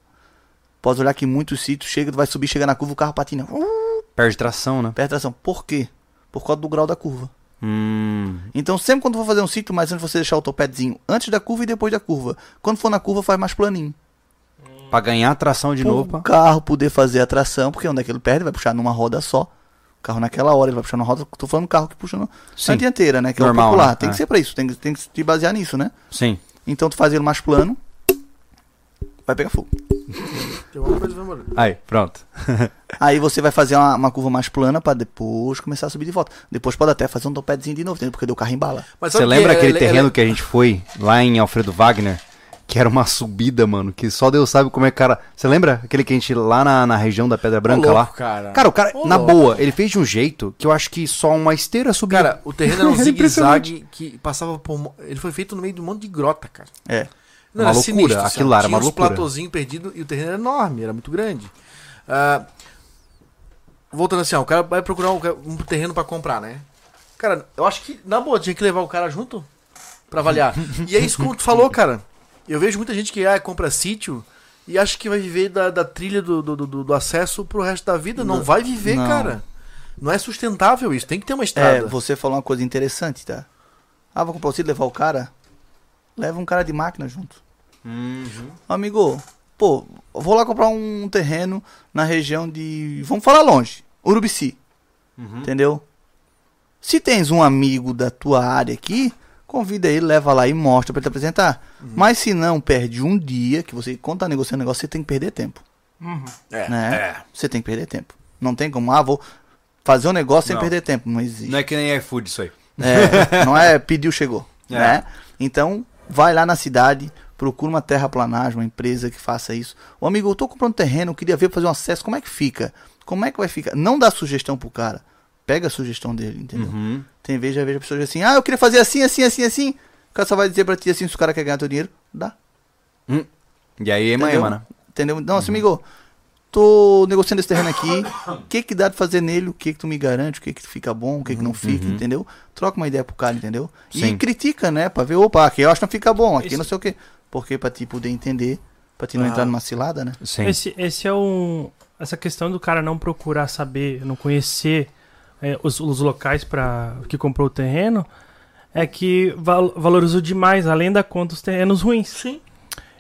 [SPEAKER 4] Pode olhar que em muitos sítios chega, tu vai subir, chega na curva, o carro patina. Uh,
[SPEAKER 1] Perde tração, né?
[SPEAKER 4] perde tração. Por quê? Por causa do grau da curva.
[SPEAKER 1] Hum.
[SPEAKER 4] Então, sempre quando for fazer um sítio, mais antes você deixar o topetezinho antes da curva e depois da curva. Quando for na curva, faz mais planinho.
[SPEAKER 1] Pra ganhar tração de
[SPEAKER 4] Pro
[SPEAKER 1] novo. pá.
[SPEAKER 4] carro poder fazer a tração, porque onde é que ele perde, vai puxar numa roda só. O carro naquela hora, ele vai puxar numa roda. Tô falando carro que puxa na
[SPEAKER 1] Sim.
[SPEAKER 4] na dianteira, né? Que é
[SPEAKER 1] Normal,
[SPEAKER 4] o popular.
[SPEAKER 1] né?
[SPEAKER 4] Tem
[SPEAKER 1] É.
[SPEAKER 4] que ser pra isso, tem que, tem que te basear nisso, né?
[SPEAKER 1] Sim.
[SPEAKER 4] Então, tu faz ele mais plano, vai pegar fogo.
[SPEAKER 2] Tem uma coisa, vai morrer.
[SPEAKER 1] Aí, pronto.
[SPEAKER 4] Aí você vai fazer uma, uma curva mais plana pra depois começar a subir de volta. Depois pode até fazer um topetezinho de novo, entendeu? porque deu carro em bala.
[SPEAKER 2] Mas
[SPEAKER 1] Você
[SPEAKER 2] sabe que
[SPEAKER 1] lembra
[SPEAKER 2] é-
[SPEAKER 1] aquele
[SPEAKER 2] é-
[SPEAKER 1] terreno
[SPEAKER 2] é-
[SPEAKER 1] que a gente foi lá em Alfredo Wagner? Que era uma subida, mano, que só Deus sabe como é que o cara. Você lembra aquele que a gente lá na, na região da Pedra Branca
[SPEAKER 2] louco,
[SPEAKER 1] lá?
[SPEAKER 2] cara.
[SPEAKER 1] Cara, o cara,
[SPEAKER 2] Ô,
[SPEAKER 1] na
[SPEAKER 2] louco.
[SPEAKER 1] boa, ele fez de um jeito que eu acho que só uma esteira subiu.
[SPEAKER 2] Cara, o terreno era um
[SPEAKER 1] [LAUGHS] Era
[SPEAKER 2] zigue-zague que passava por. um mo- Ele foi feito no meio de um monte de grota, cara.
[SPEAKER 4] É.
[SPEAKER 1] Uma
[SPEAKER 2] era
[SPEAKER 1] loucura,
[SPEAKER 2] sinistro,
[SPEAKER 1] aquilo lá era
[SPEAKER 2] Tinha
[SPEAKER 1] uma
[SPEAKER 2] uns
[SPEAKER 1] loucura.
[SPEAKER 2] platôzinhos perdidos e o terreno era enorme, era muito grande. Ah, voltando assim, ó, o cara vai procurar um, um terreno pra comprar, né? Cara, eu acho que, na boa, tinha que levar o cara junto
[SPEAKER 1] [LAUGHS]
[SPEAKER 2] pra avaliar. e é isso como tu falou, cara. Eu vejo muita gente que ah, compra sítio e acha que vai viver da, da trilha do, do, do, do acesso pro resto da vida. Não, vai viver,
[SPEAKER 4] não.
[SPEAKER 2] cara. Não é sustentável isso, tem que ter uma estrada.
[SPEAKER 4] É, você falou uma coisa interessante, tá? Ah, vou comprar o sítio, levar o cara. Leva um cara de máquina junto.
[SPEAKER 2] Hum,
[SPEAKER 4] Amigo, pô, vou lá comprar um terreno na região de. Vamos falar longe. Urubici.
[SPEAKER 2] Uhum.
[SPEAKER 4] Entendeu? Se tens um amigo da tua área aqui, convida ele, leva lá e mostra pra ele te apresentar.
[SPEAKER 2] Uhum.
[SPEAKER 4] Mas se não, perde um dia que você, quando tá negociando o negócio, você tem que perder tempo.
[SPEAKER 2] É,
[SPEAKER 4] né? Você tem que perder tempo. Não tem como, ah, vou fazer um negócio sem
[SPEAKER 1] Não.
[SPEAKER 4] perder tempo. Não existe.
[SPEAKER 1] é que nem iFood isso aí.
[SPEAKER 4] É, não é pediu, chegou.
[SPEAKER 1] [LAUGHS] É.
[SPEAKER 4] Né? Então, vai lá na cidade, procura uma terraplanagem, uma empresa que faça isso. Ô amigo, eu tô comprando terreno, eu queria ver pra fazer um acesso, como é que fica? Como é que vai ficar? Não dá sugestão pro cara. Pega a sugestão dele, entendeu?
[SPEAKER 1] Uhum.
[SPEAKER 4] Tem vez, já vejo a pessoa diz assim, ah, eu queria fazer assim, assim, assim, assim. O cara só vai dizer pra ti assim, se o cara quer ganhar teu dinheiro, dá.
[SPEAKER 1] E aí, ema,
[SPEAKER 4] Entendeu?
[SPEAKER 1] ema, né?
[SPEAKER 4] Entendeu? Não, assim, amigo, tô negociando esse terreno aqui. O que que dá de fazer nele? O que que tu me garante? O que que fica bom? O que que não fica? Entendeu? Troca uma ideia pro cara, entendeu?
[SPEAKER 1] Sim.
[SPEAKER 4] E critica, né? Pra ver, opa, aqui eu acho que não fica bom, aqui
[SPEAKER 3] Isso.
[SPEAKER 4] não sei o quê. Porque pra ti poder entender, pra ti não
[SPEAKER 2] Ah.
[SPEAKER 4] entrar numa cilada, né?
[SPEAKER 1] Sim.
[SPEAKER 3] Esse, esse é um. Essa questão do cara não procurar saber, não conhecer é, os, os locais para que comprou o terreno, é que val- valorizou demais, além da conta, os terrenos ruins. Sim.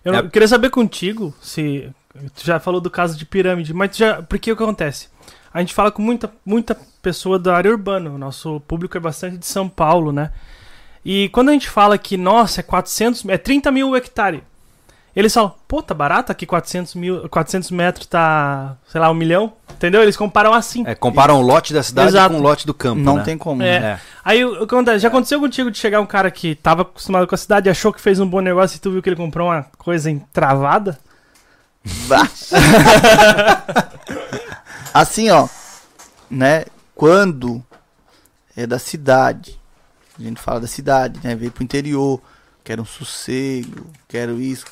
[SPEAKER 3] Eu, não-
[SPEAKER 1] É.
[SPEAKER 3] eu queria saber contigo se. Tu já falou do caso de pirâmide, mas tu já. Porque o que acontece? A gente fala com muita, muita pessoa da área urbana, o nosso público é bastante de São Paulo, né? E quando a gente fala que, nossa, é 400, é 30 mil o hectare. Eles falam, pô, tá barato aqui 400, mil, 400 metros tá, sei lá, um milhão. Entendeu? Eles comparam assim.
[SPEAKER 1] É, comparam o lote da cidade
[SPEAKER 3] Exato.
[SPEAKER 1] com o lote do campo,
[SPEAKER 4] não
[SPEAKER 1] né?
[SPEAKER 4] tem como.
[SPEAKER 3] É.
[SPEAKER 4] né?
[SPEAKER 1] É.
[SPEAKER 3] Aí o o que acontece? Já aconteceu contigo de chegar um cara que tava acostumado com a cidade, achou que fez um bom negócio e tu viu que ele comprou uma coisa entravada?
[SPEAKER 4] Bah. [LAUGHS] assim, ó, né? Quando é da cidade, a gente fala da cidade, né? Veio pro interior, quero um sossego, quero isso.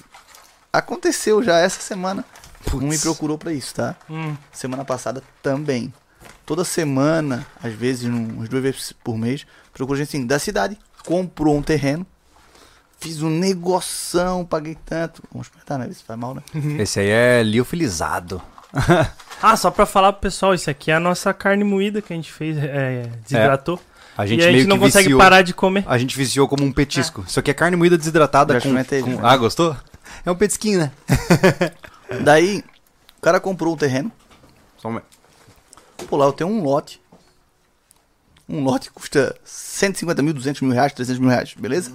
[SPEAKER 4] Aconteceu já essa semana. Um me procurou pra isso, tá? Semana passada também. Toda semana, às vezes, num- umas duas vezes por mês, procura gente assim, da cidade. Comprou um terreno, fiz um negoção, paguei tanto. Vamos apertar, né? Isso faz mal, né?
[SPEAKER 3] Hum.
[SPEAKER 1] Esse aí é liofilizado.
[SPEAKER 3] Ah, só pra falar pro pessoal, isso aqui é a nossa carne moída que a gente fez, é, desidratou.
[SPEAKER 1] A
[SPEAKER 3] E
[SPEAKER 1] gente
[SPEAKER 3] a gente
[SPEAKER 1] meio
[SPEAKER 3] não
[SPEAKER 1] que
[SPEAKER 3] consegue
[SPEAKER 1] viciou,
[SPEAKER 3] parar de comer.
[SPEAKER 1] A gente viciou como um petisco. Isso aqui é carne moída desidratada
[SPEAKER 4] Já
[SPEAKER 1] com,
[SPEAKER 4] experimentei,
[SPEAKER 1] com-
[SPEAKER 4] já.
[SPEAKER 1] Ah, gostou? É um petisquinho, né?
[SPEAKER 4] Daí, o cara comprou o terreno.
[SPEAKER 1] Só um momento.
[SPEAKER 4] Pô, lá eu tenho um lote. Um lote custa 150 mil, 200 mil reais, 300 mil reais, beleza?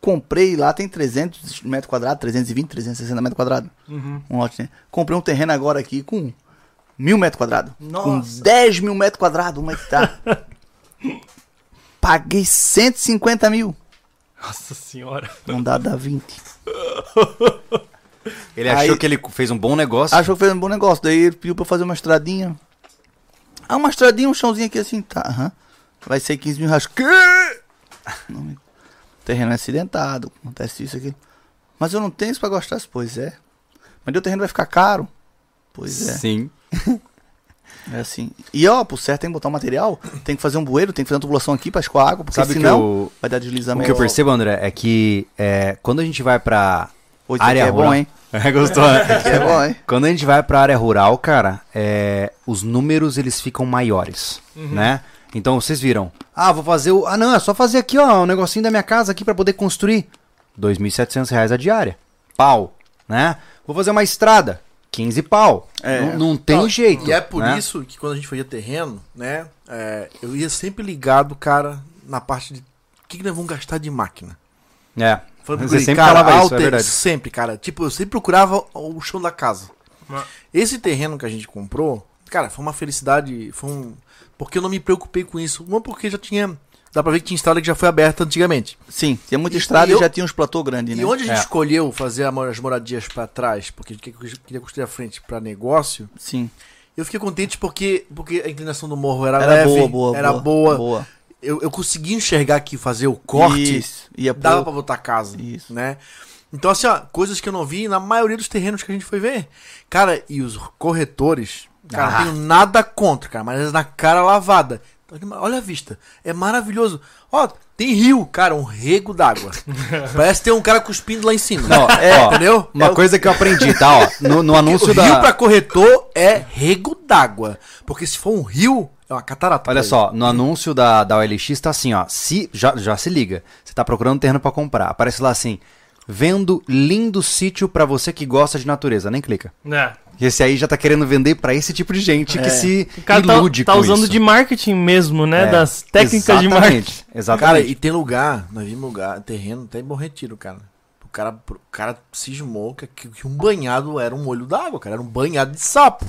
[SPEAKER 4] Comprei lá, tem 300 metros quadrados, 320, 360 metros quadrados. Um lote, né? Comprei um terreno agora aqui com mil metros quadrados. Com 10 mil metros quadrados, uma hectare. Paguei 150 mil.
[SPEAKER 3] Nossa senhora.
[SPEAKER 4] Não dá, dá 20.
[SPEAKER 1] Ele
[SPEAKER 4] Aí-
[SPEAKER 1] achou que ele fez um bom negócio.
[SPEAKER 4] Achou que fez um bom negócio. Daí ele pediu pra fazer uma estradinha. Ah, uma estradinha, um chãozinho aqui assim, tá. aham. Vai ser 15 mil reais. Quê? [LAUGHS] Não, amigo. terreno é acidentado, acontece isso aqui. Mas eu não tenho isso pra gostar. Pois é. Mas daí o terreno vai ficar caro. Pois é.
[SPEAKER 1] Sim.
[SPEAKER 4] É assim. E ó, por certo tem que botar o material, tem que fazer um bueiro, tem que fazer uma tubulação aqui pra escoar água, porque
[SPEAKER 1] Sabe que
[SPEAKER 4] senão
[SPEAKER 1] o-
[SPEAKER 4] vai dar
[SPEAKER 1] O
[SPEAKER 4] deslizamento.
[SPEAKER 1] que eu percebo, André, é que é, quando a gente vai pra
[SPEAKER 4] Pois é,
[SPEAKER 1] área
[SPEAKER 4] que é
[SPEAKER 1] rural...
[SPEAKER 4] bom, hein?
[SPEAKER 1] [LAUGHS] É, gostou, né?
[SPEAKER 4] Que é bom, hein?
[SPEAKER 1] Quando a gente vai pra área rural, cara, é, os números eles ficam maiores, né? Então vocês viram, ah, vou fazer o, ah não, é só fazer aqui ó, um negocinho da minha casa aqui pra poder construir, R$ 2.700 reais a diária, pau, né? Vou fazer uma estrada, 15 pau,
[SPEAKER 4] É.
[SPEAKER 1] não, não tem
[SPEAKER 2] Não,
[SPEAKER 1] jeito.
[SPEAKER 2] E é por
[SPEAKER 1] né?
[SPEAKER 2] isso que quando a gente fazia terreno, né? é, eu ia sempre ligado, cara, na parte de o que, que nós vamos gastar de máquina.
[SPEAKER 1] É.
[SPEAKER 2] Falando pro
[SPEAKER 1] Você
[SPEAKER 2] guri,
[SPEAKER 1] sempre
[SPEAKER 2] cara,
[SPEAKER 1] falava isso, é
[SPEAKER 2] alter-
[SPEAKER 1] verdade.
[SPEAKER 2] [LAUGHS] sempre, cara. Tipo, eu sempre procurava o chão da casa.
[SPEAKER 3] Mas-
[SPEAKER 2] Esse terreno que a gente comprou, cara, foi uma felicidade, foi um... Porque eu não me preocupei com isso. Uma porque já tinha... Dá pra ver que tinha estrada que já foi aberta antigamente.
[SPEAKER 4] Sim, tinha muita
[SPEAKER 2] E-
[SPEAKER 4] estrada
[SPEAKER 2] e
[SPEAKER 4] e,
[SPEAKER 2] eu-
[SPEAKER 4] já tinha uns platô grandes, né?
[SPEAKER 2] E onde a gente
[SPEAKER 1] É.
[SPEAKER 2] escolheu fazer a mora- as moradias pra trás, porque a gente queria construir a frente pra negócio,
[SPEAKER 4] Sim.
[SPEAKER 2] eu fiquei contente porque, porque a inclinação do morro era,
[SPEAKER 4] Era,
[SPEAKER 2] leve,
[SPEAKER 4] boa, boa.
[SPEAKER 2] era boa.
[SPEAKER 4] boa.
[SPEAKER 2] Eu, eu consegui enxergar que fazer o corte
[SPEAKER 4] Isso. Ia pro-
[SPEAKER 2] dava pra botar casa,
[SPEAKER 4] Isso.
[SPEAKER 2] né? Então, assim, ó, coisas que eu não vi na maioria dos terrenos que a gente foi ver. Cara, e os corretores, cara,
[SPEAKER 1] Ah.
[SPEAKER 2] não tenho nada contra, cara, mas é na cara lavada. Olha a vista, é maravilhoso. Ó, tem rio, cara, um rego d'água. Parece ter um cara cuspindo lá em cima.
[SPEAKER 1] Não,
[SPEAKER 4] é,
[SPEAKER 1] ó,
[SPEAKER 2] é, [LAUGHS] entendeu?
[SPEAKER 1] Uma coisa que eu aprendi, tá? Ó, no,
[SPEAKER 2] [LAUGHS]
[SPEAKER 1] no
[SPEAKER 2] o
[SPEAKER 1] anúncio
[SPEAKER 2] rio
[SPEAKER 1] da.
[SPEAKER 2] pra corretor é rego d'água. Porque se for um rio, é uma catarata. pra
[SPEAKER 1] Olha
[SPEAKER 2] ele.
[SPEAKER 1] só, no anúncio da, da OLX tá assim, ó. Se, já, já se liga. Você tá procurando terreno pra comprar. Aparece lá assim: vendo lindo sítio pra você que gosta de natureza. Nem clica.
[SPEAKER 3] É.
[SPEAKER 1] Esse aí já tá querendo vender pra esse tipo de gente que se
[SPEAKER 3] O cara tá,
[SPEAKER 1] ilude
[SPEAKER 3] tá
[SPEAKER 1] com
[SPEAKER 3] usando
[SPEAKER 1] isso.
[SPEAKER 3] de marketing mesmo, né?
[SPEAKER 1] É,
[SPEAKER 3] Das técnicas de marketing.
[SPEAKER 1] exatamente,
[SPEAKER 2] Cara,
[SPEAKER 1] Exatamente.
[SPEAKER 2] e tem lugar, nós vimos lugar, terreno, até em Bom Retiro, cara. O cara, o cara cismou que, que um banhado era um molho d'água, cara. Era um banhado
[SPEAKER 1] [LAUGHS]
[SPEAKER 2] de sapo.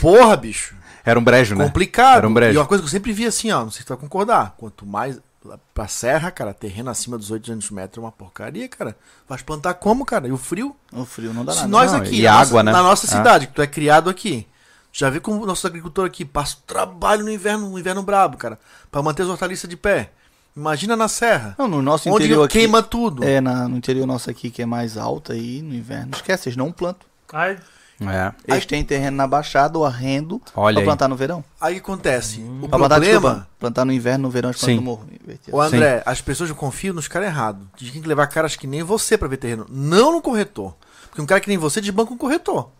[SPEAKER 2] Porra, bicho.
[SPEAKER 1] Era um brejo, né?
[SPEAKER 2] Complicado.
[SPEAKER 1] Era um brejo.
[SPEAKER 2] E uma coisa que eu sempre vi assim, ó, não sei se tu vai concordar. Quanto mais lá pra serra, cara, terreno acima dos 800 metros é uma porcaria, cara. Vai plantar como, cara? E o frio?
[SPEAKER 4] O frio não dá
[SPEAKER 2] Se
[SPEAKER 4] nada.
[SPEAKER 2] nós
[SPEAKER 1] Não,
[SPEAKER 2] aqui,
[SPEAKER 1] e
[SPEAKER 2] na,
[SPEAKER 1] água,
[SPEAKER 2] nossa,
[SPEAKER 1] né?
[SPEAKER 2] na nossa
[SPEAKER 1] Ah.
[SPEAKER 2] cidade, que tu é criado aqui, já vê como nossos agricultores aqui passam trabalho no inverno, no inverno brabo, cara, pra manter as hortaliças de pé. Imagina na serra,
[SPEAKER 4] Não, no nosso
[SPEAKER 2] onde
[SPEAKER 4] interior aqui.
[SPEAKER 2] queima tudo.
[SPEAKER 4] É, na- no interior nosso aqui que é mais alto aí no inverno. Esquece, eles não plantam.
[SPEAKER 3] Ai,
[SPEAKER 1] É.
[SPEAKER 4] Eles têm terreno na baixada ou arrendo
[SPEAKER 1] Olha
[SPEAKER 4] pra
[SPEAKER 1] aí. Tá
[SPEAKER 4] plantar no verão.
[SPEAKER 2] Aí acontece,
[SPEAKER 1] Hum.
[SPEAKER 2] o
[SPEAKER 4] Pra plantar,
[SPEAKER 2] problema,
[SPEAKER 4] desculpa, plantar no inverno, no verão, eles plantam
[SPEAKER 1] Sim.
[SPEAKER 4] no morro. Invertido.
[SPEAKER 2] o André, as pessoas confiam nos caras errados. Diz que tem que levar caras que nem você pra ver terreno, não no corretor. Porque um cara que nem você desbanca um corretor.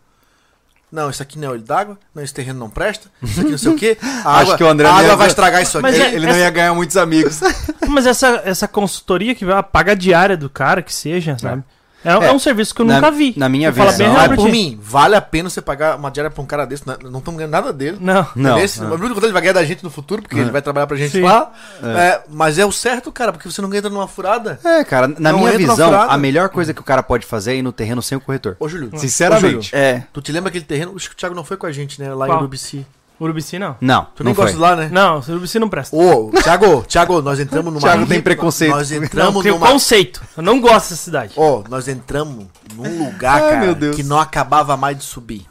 [SPEAKER 2] Não, isso aqui não é olho d'água, não, esse terreno não presta, isso aqui não sei o
[SPEAKER 1] [LAUGHS]
[SPEAKER 2] quê. A
[SPEAKER 1] Acho
[SPEAKER 2] água,
[SPEAKER 1] que o André
[SPEAKER 2] a
[SPEAKER 1] não
[SPEAKER 2] água
[SPEAKER 1] ia-
[SPEAKER 2] vai estragar isso aqui.
[SPEAKER 3] Mas
[SPEAKER 1] ele,
[SPEAKER 3] é-
[SPEAKER 1] ele não
[SPEAKER 3] essa-
[SPEAKER 1] ia ganhar muitos
[SPEAKER 3] [LAUGHS]
[SPEAKER 1] amigos.
[SPEAKER 3] mas essa, essa consultoria que vai ela paga a diária do cara, que seja, sabe? É, é um serviço que eu
[SPEAKER 1] Na-
[SPEAKER 3] nunca vi.
[SPEAKER 1] na minha é
[SPEAKER 3] Vou falar
[SPEAKER 1] visão-
[SPEAKER 3] bem
[SPEAKER 1] Vai
[SPEAKER 2] Mas
[SPEAKER 3] real pra
[SPEAKER 2] é por
[SPEAKER 3] ti.
[SPEAKER 2] mim, vale a pena você pagar uma diária pra um cara desse? né? Não estamos ganhando nada dele.
[SPEAKER 3] Não.
[SPEAKER 1] Não. É.
[SPEAKER 2] Esse, O único que ele vai ganhar da gente no futuro, porque ele vai trabalhar pra gente
[SPEAKER 3] Sim.
[SPEAKER 2] lá. É, mas é o certo, cara, porque você não entra numa furada.
[SPEAKER 1] É, cara, na
[SPEAKER 2] Não
[SPEAKER 1] minha
[SPEAKER 2] entra na
[SPEAKER 1] visão,
[SPEAKER 2] furada.
[SPEAKER 1] a melhor coisa que o cara pode fazer é ir no terreno sem o corretor.
[SPEAKER 2] Ô, Júlio.
[SPEAKER 1] Sinceramente.
[SPEAKER 2] Ô, Júlio,
[SPEAKER 4] É.
[SPEAKER 2] tu te lembra aquele terreno? Acho que o Thiago não foi com a gente, né? Lá
[SPEAKER 3] Qual?
[SPEAKER 2] em Urubici.
[SPEAKER 3] Urubici não.
[SPEAKER 1] Não,
[SPEAKER 2] Tu
[SPEAKER 1] não
[SPEAKER 2] nem
[SPEAKER 1] foi.
[SPEAKER 2] gosta de lá, né?
[SPEAKER 3] Não, Urubici não presta.
[SPEAKER 2] Ô, Thiago, Thiago,
[SPEAKER 1] [LAUGHS]
[SPEAKER 2] nós entramos numa.
[SPEAKER 1] Thiago tem
[SPEAKER 2] ripa-
[SPEAKER 1] preconceito.
[SPEAKER 2] Nós
[SPEAKER 3] Não,
[SPEAKER 2] entramos
[SPEAKER 3] tem um
[SPEAKER 2] numa.
[SPEAKER 3] conceito. Eu não gosto dessa cidade.
[SPEAKER 2] Ó, nós entramos num lugar,
[SPEAKER 1] Ai,
[SPEAKER 2] cara,
[SPEAKER 1] meu Deus.
[SPEAKER 2] que não acabava mais de subir.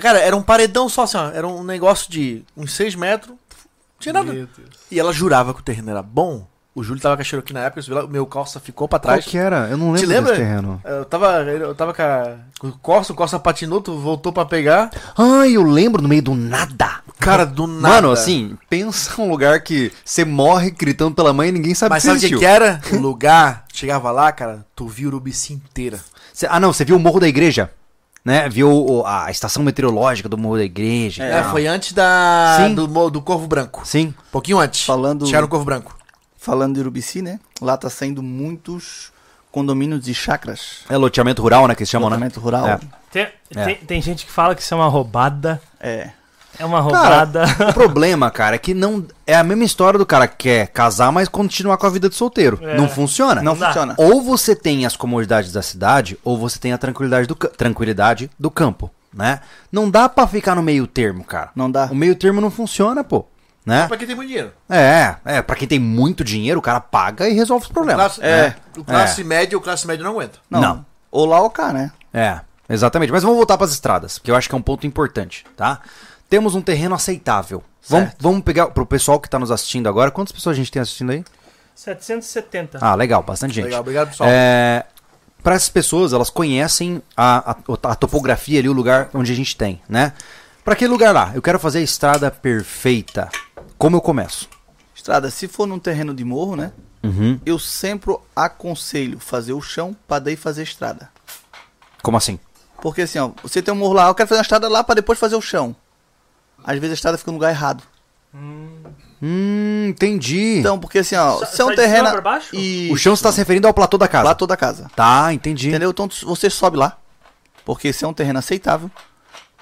[SPEAKER 2] cara, era um paredão só, assim, ó, era um negócio de uns 6 metros. Não tinha nada. E ela jurava que o terreno era bom. O Júlio tava com a Cherokee na época, eu subi lá, meu calça ficou pra
[SPEAKER 1] Qual
[SPEAKER 2] trás.
[SPEAKER 1] que era? Eu não
[SPEAKER 2] Te
[SPEAKER 1] lembro
[SPEAKER 2] lembra? É,
[SPEAKER 1] desse terreno.
[SPEAKER 2] Eu tava, eu tava com, a, com o Corsa, o Corsa patinou, tu voltou pra pegar.
[SPEAKER 1] Ai, eu lembro no meio do nada.
[SPEAKER 2] Cara, do nada.
[SPEAKER 1] Mano, assim, pensa [LAUGHS] um lugar que você morre gritando pela mãe e ninguém sabe
[SPEAKER 2] Mas
[SPEAKER 1] se
[SPEAKER 2] sabe o que,
[SPEAKER 1] existiu.
[SPEAKER 2] que é? era? O lugar, chegava lá, cara, tu viu Urubici inteira.
[SPEAKER 1] Cê- Ah, não, você viu o Morro da Igreja? né? Viu o- a estação meteorológica do morro da igreja. e
[SPEAKER 2] É,
[SPEAKER 1] tal.
[SPEAKER 2] foi antes da,
[SPEAKER 1] Sim.
[SPEAKER 2] do, mo- do Corvo Branco.
[SPEAKER 1] Sim.
[SPEAKER 2] Um pouquinho antes.
[SPEAKER 4] Falando-
[SPEAKER 2] Tiraram o Corvo Branco.
[SPEAKER 4] Falando de Urubici, né? Lá tá saindo muitos condomínios de chacras.
[SPEAKER 1] É loteamento rural, né? Que eles chamam, né?
[SPEAKER 4] Loteamento rural.
[SPEAKER 1] É.
[SPEAKER 3] Tem, tem, tem gente que fala que isso é uma roubada.
[SPEAKER 4] É.
[SPEAKER 3] É uma
[SPEAKER 1] Cara,
[SPEAKER 3] roubada.
[SPEAKER 4] [LAUGHS]
[SPEAKER 1] o problema, cara, é que não. É a mesma história do cara que quer casar, mas continuar com a vida de solteiro.
[SPEAKER 3] É.
[SPEAKER 1] Não funciona.
[SPEAKER 4] Não,
[SPEAKER 3] dá.
[SPEAKER 4] funciona.
[SPEAKER 1] Ou você tem as comodidades da cidade, ou você tem a tranquilidade do, ca- tranquilidade do campo, né? Não dá pra ficar no meio termo, cara.
[SPEAKER 4] Não dá.
[SPEAKER 1] O meio termo não funciona, pô. Né?
[SPEAKER 2] Ah, Pra quem tem muito dinheiro.
[SPEAKER 1] É, é, pra quem tem muito dinheiro, o cara paga e resolve os problemas.
[SPEAKER 2] Classe-
[SPEAKER 4] é.
[SPEAKER 2] é,
[SPEAKER 1] né?
[SPEAKER 2] O classe médio, o classe médio não aguenta.
[SPEAKER 4] Não.
[SPEAKER 1] Não.
[SPEAKER 4] Ou lá ou cá, né?
[SPEAKER 1] É, exatamente. Mas vamos voltar pras estradas, porque eu acho que é um ponto importante, tá? Temos um terreno aceitável. Vamos, vamos pegar pro pessoal que tá nos assistindo agora. Quantas pessoas a gente tem assistindo aí?
[SPEAKER 3] 770.
[SPEAKER 1] Ah, legal, bastante gente.
[SPEAKER 2] Legal, obrigado, pessoal.
[SPEAKER 1] para essas pessoas, elas conhecem a, a- a topografia ali, o lugar onde a gente tem, né? Pra aquele lugar lá, eu quero fazer a estrada perfeita. Como eu começo?
[SPEAKER 4] Estrada, se for num terreno de morro, né?
[SPEAKER 1] Uhum.
[SPEAKER 4] Eu sempre aconselho fazer o chão pra daí fazer estrada.
[SPEAKER 1] Como assim?
[SPEAKER 4] Porque assim, ó, você tem um morro lá, eu quero fazer uma estrada lá pra depois fazer o chão. Às vezes a estrada fica no lugar errado.
[SPEAKER 1] Hum, entendi.
[SPEAKER 4] Então, porque assim, ó,
[SPEAKER 3] Sa-
[SPEAKER 4] se é um
[SPEAKER 3] sai de cima
[SPEAKER 4] terreno
[SPEAKER 3] pra baixo?
[SPEAKER 4] e
[SPEAKER 1] o chão está se referindo ao platô da casa.
[SPEAKER 4] lá toda a casa.
[SPEAKER 1] Tá, entendi.
[SPEAKER 4] Entendeu? Então tu- você sobe lá. Porque se é um terreno aceitável,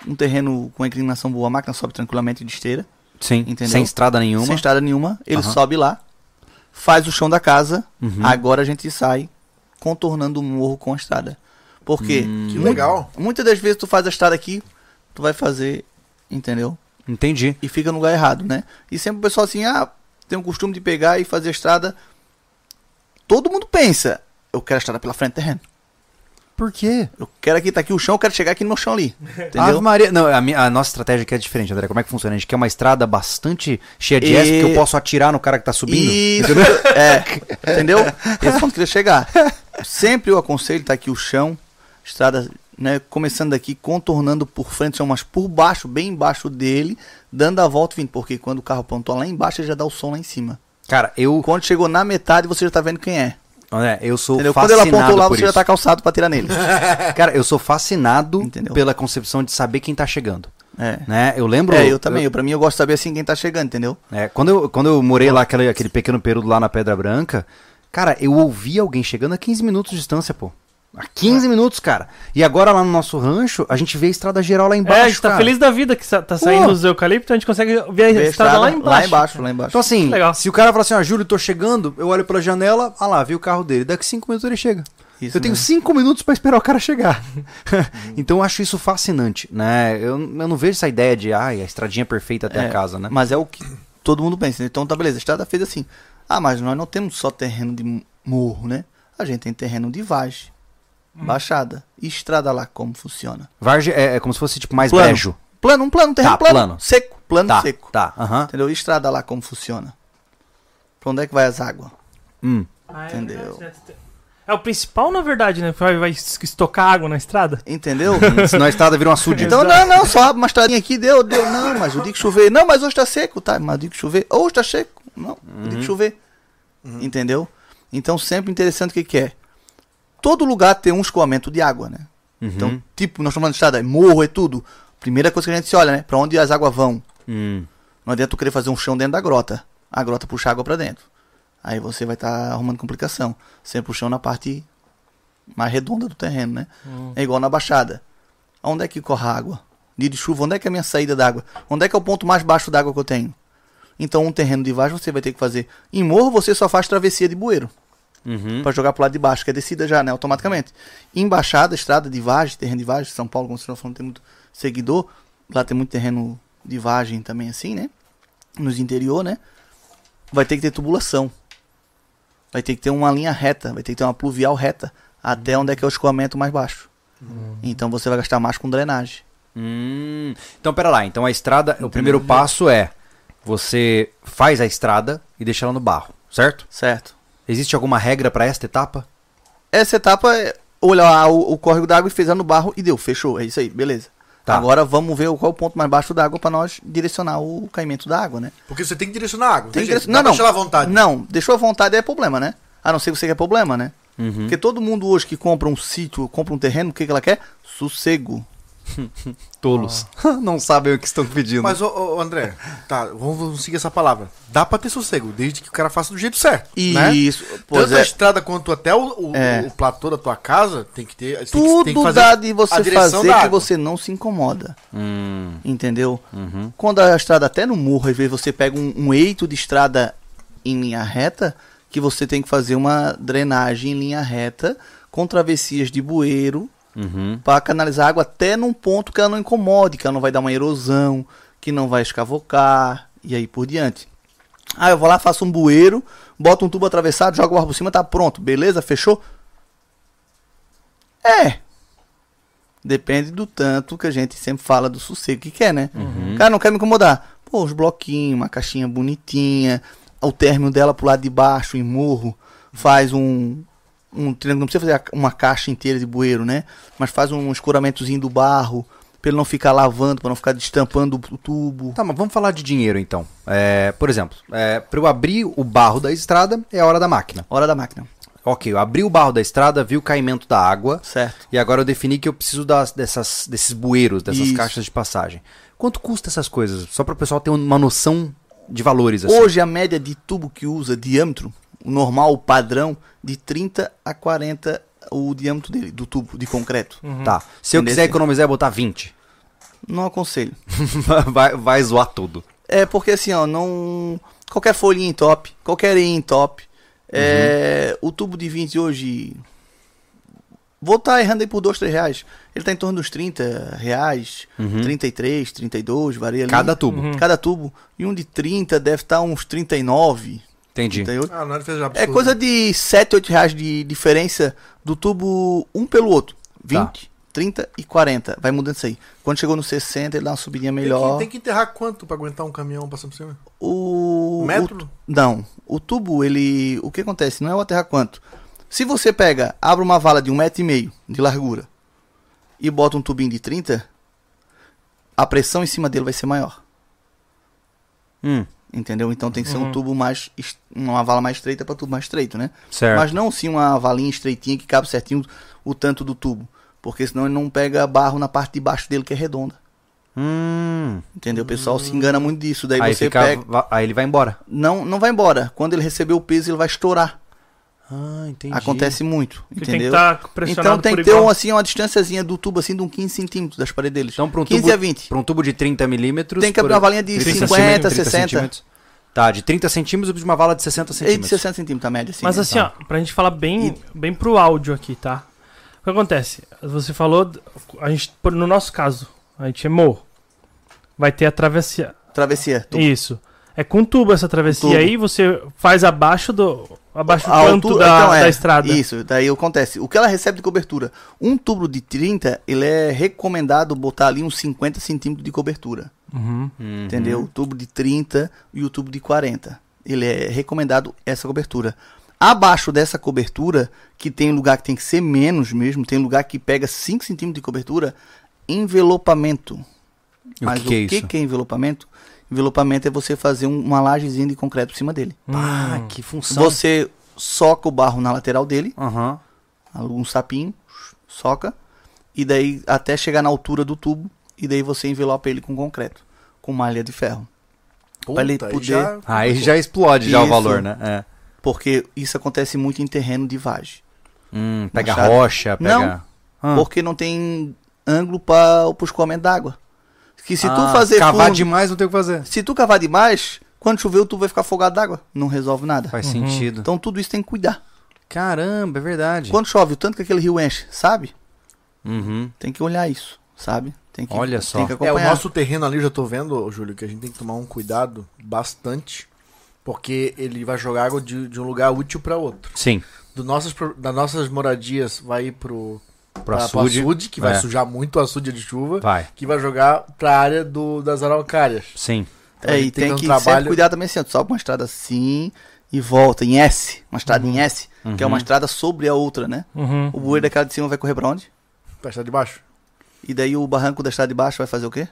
[SPEAKER 4] um terreno com inclinação boa, a máquina sobe tranquilamente de esteira,
[SPEAKER 1] Sim,
[SPEAKER 4] Entendeu?
[SPEAKER 1] sem estrada nenhuma.
[SPEAKER 4] sem estrada nenhuma, ele
[SPEAKER 1] Aham.
[SPEAKER 4] sobe lá, faz o chão da casa,
[SPEAKER 1] Uhum.
[SPEAKER 4] agora a gente sai contornando o morro com a estrada. Porque
[SPEAKER 1] Hum.
[SPEAKER 2] Que legal.
[SPEAKER 4] muitas das vezes tu faz a estrada aqui, tu vai fazer, entendeu?
[SPEAKER 1] Entendi.
[SPEAKER 4] e fica no lugar errado, né? E sempre o pessoal assim, ah, tem o costume de pegar e fazer a estrada. Todo mundo pensa, eu quero a estrada pela frente do terreno.
[SPEAKER 1] Por quê?
[SPEAKER 4] Eu quero aqui, tá aqui o chão, eu quero chegar aqui no meu chão ali.
[SPEAKER 1] Ave
[SPEAKER 4] Entendeu?
[SPEAKER 1] Maria. Não, a, minha- a nossa estratégia aqui é diferente, André. Como é que funciona? A gente quer uma estrada bastante cheia de
[SPEAKER 4] E-
[SPEAKER 1] S que eu posso atirar no cara que tá subindo.
[SPEAKER 4] Isso, é, entendeu? Esse ponto que eu queria chegar. Sempre eu aconselho, tá aqui o chão, estrada, né, começando daqui, contornando por frente do chão, mas por baixo, bem embaixo dele, dando a volta e vindo, porque quando o carro pontua lá embaixo, ele já dá o som lá em cima.
[SPEAKER 1] Cara, eu,
[SPEAKER 4] Quando chegou na metade, você já tá vendo quem é.
[SPEAKER 1] André, eu sou
[SPEAKER 4] Entendeu? Quando ele
[SPEAKER 1] fascinado
[SPEAKER 4] apontou lá,
[SPEAKER 1] por
[SPEAKER 4] você já
[SPEAKER 1] isso.
[SPEAKER 4] tá calçado pra
[SPEAKER 1] [LAUGHS]
[SPEAKER 4] tirar nele.
[SPEAKER 1] Cara, eu sou fascinado
[SPEAKER 4] Entendeu?
[SPEAKER 1] pela concepção de saber quem tá chegando.
[SPEAKER 4] É.
[SPEAKER 1] Né? Eu lembro.
[SPEAKER 4] É, eu também. Eu, pra mim, eu gosto de saber assim quem tá chegando, entendeu?
[SPEAKER 1] É, quando, eu, quando eu morei lá, aquele, aquele pequeno período lá na Pedra Branca, cara, eu ouvi alguém chegando a 15 minutos de distância, pô. A
[SPEAKER 4] É.
[SPEAKER 1] 15 minutos, cara. E agora lá no nosso rancho, a gente vê a estrada geral lá embaixo.
[SPEAKER 3] é, a gente tá
[SPEAKER 1] cara.
[SPEAKER 3] feliz da vida que sa- tá saindo
[SPEAKER 1] Pô.
[SPEAKER 3] os eucaliptos, a gente consegue ver a
[SPEAKER 4] Vê a
[SPEAKER 3] estrada lá
[SPEAKER 4] estrada
[SPEAKER 3] embaixo.
[SPEAKER 4] Lá embaixo, lá embaixo.
[SPEAKER 1] Então assim,
[SPEAKER 3] Legal.
[SPEAKER 1] se o cara falar assim, ó, Júlio, tô chegando, eu olho pela janela, ah lá, vi o carro dele. Daqui cinco minutos ele chega.
[SPEAKER 4] Isso
[SPEAKER 1] eu tenho
[SPEAKER 4] mesmo.
[SPEAKER 1] cinco minutos pra esperar o cara chegar. [LAUGHS] então eu acho isso fascinante, né? Eu, eu não vejo essa ideia de, ai, a estradinha perfeita até
[SPEAKER 4] É,
[SPEAKER 1] a casa, né?
[SPEAKER 4] Mas é o que todo mundo pensa. né? Então tá beleza, a estrada fez assim. Ah, mas nós não temos só terreno de m- morro, né? A gente tem terreno de vagem,
[SPEAKER 1] Hum.
[SPEAKER 4] baixada. E estrada lá, como funciona?
[SPEAKER 1] Varge é, é como se fosse tipo mais
[SPEAKER 4] Plano.
[SPEAKER 1] brejo.
[SPEAKER 4] Plano, um plano, um terreno
[SPEAKER 1] Tá,
[SPEAKER 4] plano.
[SPEAKER 1] plano.
[SPEAKER 4] Seco, plano
[SPEAKER 1] Tá,
[SPEAKER 4] seco.
[SPEAKER 1] tá, aham.
[SPEAKER 4] Entendeu? E estrada lá, como funciona? Pra onde é que vai as águas?
[SPEAKER 1] Hum. [LAUGHS]
[SPEAKER 3] Ah, é
[SPEAKER 4] Entendeu.
[SPEAKER 3] verdade, né? É o principal, na verdade, né? Vai, vai es- estocar água na
[SPEAKER 1] [LAUGHS]
[SPEAKER 3] estrada.
[SPEAKER 4] Entendeu?
[SPEAKER 1] Senão a estrada vira um açude.
[SPEAKER 4] Então, não, não, só abre uma estradinha aqui, deu, deu. Não, mas o dia que chover. Não, mas hoje tá seco, tá? Mas o dia que chover. Hoje tá seco. Não, o dia que chover. Entendeu? Então, sempre interessante o que, que é. Todo lugar tem um escoamento de água, né?
[SPEAKER 1] Uhum.
[SPEAKER 4] Então, tipo, nós estamos falando de estrada, é morro, é tudo. Primeira coisa que a gente se olha, né? Pra onde as águas vão.
[SPEAKER 1] Hum.
[SPEAKER 4] Não adianta tu querer fazer um chão dentro da grota. A grota puxa água pra dentro. Aí você vai estar arrumando complicação. Sempre o chão na parte mais redonda do terreno, né? É igual na baixada. Onde é que corre a água? Dia de chuva, onde é que é a minha saída d'água? Onde é que é o ponto mais baixo d'água que eu tenho? Então, um terreno de vagem você vai ter que fazer. Em morro, você só faz travessia de bueiro.
[SPEAKER 1] Uhum.
[SPEAKER 4] Pra jogar pro lado de baixo, que é descida já, né? Automaticamente. Embaixada, estrada de vagem, terreno de vagem, São Paulo, como vocês estão falando, tem muito seguidor. Lá tem muito terreno de vagem também, assim, né? Nos interior, né? Vai ter que ter tubulação. Vai ter que ter uma linha reta, vai ter que ter uma pluvial reta. Até onde é que é o escoamento mais baixo. Então você vai gastar mais com drenagem.
[SPEAKER 1] Hum. Então, pera lá. Então a estrada, o primeiro passo é você faz a estrada e deixa ela no barro, certo?
[SPEAKER 4] Certo.
[SPEAKER 1] Existe alguma regra pra esta etapa?
[SPEAKER 4] Essa etapa é olha lá, o, o córrego d'água e fez lá no barro e deu, fechou, é isso aí, beleza.
[SPEAKER 1] Tá.
[SPEAKER 4] Agora vamos ver qual é o ponto mais baixo da água pra nós direcionar o caimento da água, né?
[SPEAKER 2] Porque você tem que direcionar a água.
[SPEAKER 4] Tem
[SPEAKER 2] jeito,
[SPEAKER 4] direc- Não, não.
[SPEAKER 2] Deixa ela à vontade.
[SPEAKER 4] Não, deixou à vontade é problema, né? A não ser que você quer
[SPEAKER 2] Uhum.
[SPEAKER 4] problema, né? Porque todo mundo hoje que compra um sítio, compra um terreno, o que, que ela quer? Sossego.
[SPEAKER 1] Tolos. Ah. [LAUGHS] não sabem o que estão pedindo.
[SPEAKER 2] Mas, ô, ô, André, tá, vamos, vamos seguir essa palavra. Dá pra ter sossego, desde que o cara faça do jeito certo. né?
[SPEAKER 4] Isso, pois
[SPEAKER 2] Tanto a
[SPEAKER 4] é.
[SPEAKER 2] estrada quanto até o, o,
[SPEAKER 4] É.
[SPEAKER 2] o platô da tua casa tem que ter. tem que-
[SPEAKER 4] Tudo
[SPEAKER 2] tem que fazer
[SPEAKER 4] dá de você
[SPEAKER 2] a direção
[SPEAKER 4] fazer
[SPEAKER 2] da
[SPEAKER 4] que
[SPEAKER 2] água.
[SPEAKER 4] você não se incomoda.
[SPEAKER 1] Hum,
[SPEAKER 4] Entendeu?
[SPEAKER 1] uhum.
[SPEAKER 4] Quando a estrada até no morro, às vezes você pega um, um eito de estrada em linha reta, que você tem que fazer uma drenagem em linha reta com travessias de bueiro
[SPEAKER 1] Uhum.
[SPEAKER 4] para canalizar água até num ponto que ela não incomode, que ela não vai dar uma erosão, que não vai escavocar e aí por diante. Ah, eu vou lá, faço um bueiro, boto um tubo atravessado, jogo o ar por cima, tá pronto, beleza? Fechou? É. Depende do tanto que a gente sempre fala do sossego que quer, né? Cara, não quer me incomodar. Pô, os bloquinhos, uma caixinha bonitinha, o término dela pro lado de baixo, em morro, faz um, um triângulo, não precisa fazer a- uma caixa inteira de bueiro, né? Mas faz um escoramentozinho do barro, pra ele não ficar lavando, pra não ficar destampando o tubo.
[SPEAKER 1] Tá, mas vamos falar de dinheiro então. É, por exemplo, é, para eu abrir o barro da estrada é a hora da máquina.
[SPEAKER 4] Hora da máquina.
[SPEAKER 1] Ok, eu abri o barro da estrada, vi o caimento da água
[SPEAKER 4] Certo.
[SPEAKER 1] e agora eu defini que eu preciso das, dessas, desses bueiros, dessas
[SPEAKER 4] Isso.
[SPEAKER 1] caixas de passagem. Quanto custa essas coisas? Só para o pessoal ter uma noção de valores assim.
[SPEAKER 4] Hoje a média de tubo que usa, diâmetro, o normal, o padrão, de 30 a 40 o diâmetro dele, do tubo de concreto.
[SPEAKER 1] Tá. Se eu quiser
[SPEAKER 4] Entendeu?
[SPEAKER 1] economizar, eu botar 20.
[SPEAKER 4] Não aconselho.
[SPEAKER 1] [LAUGHS] vai, vai zoar tudo.
[SPEAKER 4] É porque assim, ó, não. Qualquer folhinha em top, qualquer linha em top. É,
[SPEAKER 1] Uhum.
[SPEAKER 4] o tubo de 20 hoje. Vou estar errando aí por 2, 3 reais. Ele tá em torno dos 30 reais, 33, 32, varia ali.
[SPEAKER 1] Uhum.
[SPEAKER 4] Uhum.
[SPEAKER 1] Cada tubo.
[SPEAKER 4] Cada tubo. E um de 30 deve estar uns 39,
[SPEAKER 1] Entendi.
[SPEAKER 4] 38.
[SPEAKER 2] Ah, não, fez um
[SPEAKER 4] É
[SPEAKER 2] absurdo.
[SPEAKER 4] coisa de 7, 8 reais de diferença do tubo um pelo outro.
[SPEAKER 2] Tá.
[SPEAKER 4] 20, 30 e 40. Vai mudando isso aí. Quando chegou no 60, ele dá uma subidinha
[SPEAKER 2] Tem que-
[SPEAKER 4] melhor.
[SPEAKER 2] Tem que, enterrar quanto pra aguentar um caminhão passando por cima?
[SPEAKER 4] O.
[SPEAKER 2] Um
[SPEAKER 4] o-
[SPEAKER 2] metro?
[SPEAKER 4] Não. O tubo, ele. O que acontece? Não é o aterra quanto. Se você pega, abre uma vala de um metro e meio de largura e bota um tubinho de 30, a pressão em cima dele vai ser maior.
[SPEAKER 1] Hum,
[SPEAKER 4] Entendeu? Então tem que ser
[SPEAKER 3] Uhum.
[SPEAKER 4] um tubo mais. est- Uma vala mais estreita para tubo mais estreito, né?
[SPEAKER 1] certo.
[SPEAKER 4] Mas não sim uma valinha estreitinha que cabe certinho o tanto do tubo. Porque senão ele não pega barro na parte de baixo dele que é redonda.
[SPEAKER 1] Hum,
[SPEAKER 4] Entendeu? O pessoal se engana muito disso. Daí
[SPEAKER 1] aí,
[SPEAKER 4] você
[SPEAKER 1] fica,
[SPEAKER 4] pega.
[SPEAKER 1] va- aí ele vai embora.
[SPEAKER 4] Não, não vai embora. Quando ele receber o peso, ele vai estourar.
[SPEAKER 1] Ah, entendi.
[SPEAKER 4] Acontece muito,
[SPEAKER 3] Ele tem que
[SPEAKER 4] entendeu?
[SPEAKER 3] estar pressionado
[SPEAKER 4] então tem
[SPEAKER 3] por
[SPEAKER 4] que ter
[SPEAKER 3] igual.
[SPEAKER 4] um, assim, uma distânciazinha do tubo assim de uns 15 centímetros das paredes deles.
[SPEAKER 1] Então, pra um
[SPEAKER 4] 15
[SPEAKER 1] tubo-
[SPEAKER 4] a 20.
[SPEAKER 1] Para um tubo de 30 milímetros.
[SPEAKER 4] Tem que abrir
[SPEAKER 1] por-
[SPEAKER 4] uma valinha de
[SPEAKER 1] 30
[SPEAKER 4] 50,
[SPEAKER 1] centímetros, 30
[SPEAKER 4] 60.
[SPEAKER 1] centímetros. Tá, de 30 centímetros eu preciso de uma vala de 60
[SPEAKER 4] E de
[SPEAKER 1] centímetros.
[SPEAKER 4] 60 centímetros a média, assim.
[SPEAKER 3] Mas
[SPEAKER 4] né?
[SPEAKER 3] assim, ó, pra gente falar bem, bem pro áudio aqui, tá? O que acontece? Você falou, a gente, por- no nosso caso, a gente é morro. Vai ter a travessia.
[SPEAKER 4] Travessia. tubo.
[SPEAKER 3] Isso. É com tubo essa travessia
[SPEAKER 4] Tubo.
[SPEAKER 3] aí, você faz abaixo do. abaixo do
[SPEAKER 4] A
[SPEAKER 3] canto
[SPEAKER 4] altura-
[SPEAKER 3] da,
[SPEAKER 4] então, é,
[SPEAKER 3] da estrada.
[SPEAKER 4] Isso, daí acontece. O que ela recebe de cobertura? Um tubo de 30, ele é recomendado botar ali uns 50 centímetros de cobertura.
[SPEAKER 3] Uhum.
[SPEAKER 1] Uhum.
[SPEAKER 4] Entendeu? O tubo de 30 e o tubo de 40. Ele é recomendado essa cobertura. Abaixo dessa cobertura, que tem lugar que tem que ser menos mesmo, tem lugar que pega 5 centímetros de cobertura, envelopamento.
[SPEAKER 1] E
[SPEAKER 4] Mas
[SPEAKER 1] o que, que é isso?
[SPEAKER 4] que é envelopamento? Envelopamento é você fazer um- uma lajezinha de concreto por cima dele.
[SPEAKER 1] Ah, que função.
[SPEAKER 4] Você soca o barro na lateral dele,
[SPEAKER 1] Aham.
[SPEAKER 4] aluga um sapinho, soca, e daí até chegar na altura do tubo, e daí você envelopa ele com concreto, com malha de ferro. Pra ele
[SPEAKER 2] aí
[SPEAKER 4] poder-
[SPEAKER 2] já-
[SPEAKER 1] Aí já explode já o
[SPEAKER 4] Isso.
[SPEAKER 1] valor, né? É.
[SPEAKER 4] Porque isso acontece muito em terreno de vagem.
[SPEAKER 1] Hum, pega
[SPEAKER 4] Machado.
[SPEAKER 1] rocha, pega.
[SPEAKER 4] Não.
[SPEAKER 1] Ah.
[SPEAKER 4] Porque não tem ângulo para o escoamento d'água. Que se tu
[SPEAKER 1] Ah,
[SPEAKER 4] fazer
[SPEAKER 1] Cavar
[SPEAKER 4] fundo- Uhum.
[SPEAKER 1] demais não tem o que fazer.
[SPEAKER 4] se tu cavar demais, quando chover o tubo vai ficar afogado d'água, não resolve nada.
[SPEAKER 1] Faz sentido.
[SPEAKER 4] Então tudo isso tem que cuidar.
[SPEAKER 1] Caramba, é verdade.
[SPEAKER 4] Quando chove, o tanto que aquele rio enche, sabe?
[SPEAKER 1] Uhum.
[SPEAKER 4] Tem que olhar isso, sabe? Tem que
[SPEAKER 1] Olha só.
[SPEAKER 4] tem que
[SPEAKER 2] É,
[SPEAKER 4] acompanhar.
[SPEAKER 2] o nosso terreno ali, eu já tô vendo, ô, Júlio, que a gente tem que tomar um cuidado bastante, porque ele vai jogar água de, de um lugar útil pra outro.
[SPEAKER 1] Sim.
[SPEAKER 2] Do nossas, pro- das nossas moradias vai ir pro,
[SPEAKER 1] Pro
[SPEAKER 2] pra- pro
[SPEAKER 1] açude.
[SPEAKER 2] que vai
[SPEAKER 1] É.
[SPEAKER 2] sujar muito o açude de
[SPEAKER 4] Tá.
[SPEAKER 2] chuva,
[SPEAKER 1] Vai.
[SPEAKER 2] que vai jogar pra área do, das araucárias.
[SPEAKER 1] Sim.
[SPEAKER 2] a
[SPEAKER 4] É,
[SPEAKER 2] gente
[SPEAKER 4] e tem,
[SPEAKER 2] ter um
[SPEAKER 4] que
[SPEAKER 2] trabalho-
[SPEAKER 4] sempre cuidar também assim, ó, tu sobe uma estrada assim e volta em S, uma estrada em S, que é
[SPEAKER 1] Uhum.
[SPEAKER 4] uma estrada sobre a outra, né?
[SPEAKER 3] Uhum.
[SPEAKER 4] O bueiro daquela de cima vai correr pra onde?
[SPEAKER 2] Pra estar de baixo.
[SPEAKER 4] E daí o barranco da estrada de baixo vai fazer o quê?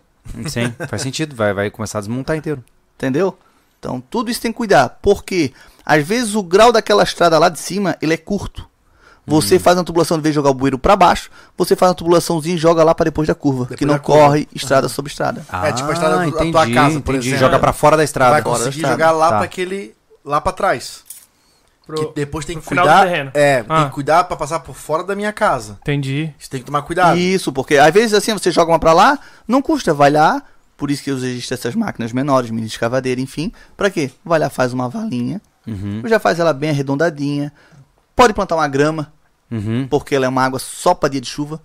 [SPEAKER 1] Sim. Faz sentido. Vai, vai começar a desmontar inteiro.
[SPEAKER 4] Entendeu? Então tudo isso tem que cuidar. Porque às vezes o grau daquela estrada lá de cima ele é curto. Você faz uma tubulação em vez de jogar o bueiro pra baixo, você faz uma tubulaçãozinha e joga lá pra depois da curva, que não
[SPEAKER 2] da curva.
[SPEAKER 4] corre estrada sobre estrada.
[SPEAKER 2] É, tipo a estrada da tua casa, por exemplo.
[SPEAKER 1] Ah, Joga pra fora da
[SPEAKER 4] Tá,
[SPEAKER 1] estrada.
[SPEAKER 2] Vai conseguir
[SPEAKER 4] Fora,
[SPEAKER 2] jogar lá
[SPEAKER 1] tá.
[SPEAKER 2] pra aquele. lá pra trás.
[SPEAKER 3] Pro-
[SPEAKER 2] que depois tem que
[SPEAKER 3] pro final do
[SPEAKER 2] cuidar.
[SPEAKER 3] terreno.
[SPEAKER 2] É,
[SPEAKER 3] Ah.
[SPEAKER 2] tem que cuidar pra passar por fora da minha casa.
[SPEAKER 3] Entendi.
[SPEAKER 2] Você tem que tomar cuidado.
[SPEAKER 4] Isso, porque às vezes assim você joga uma pra lá, não custa, vai lá. Por isso que eu existem essas máquinas menores, mini escavadeira, enfim. Pra quê? Vai lá, faz uma valinha,
[SPEAKER 1] Uhum,
[SPEAKER 4] já faz ela bem arredondadinha. Pode plantar uma grama,
[SPEAKER 1] uhum.
[SPEAKER 4] porque ela é uma água só pra dia de chuva,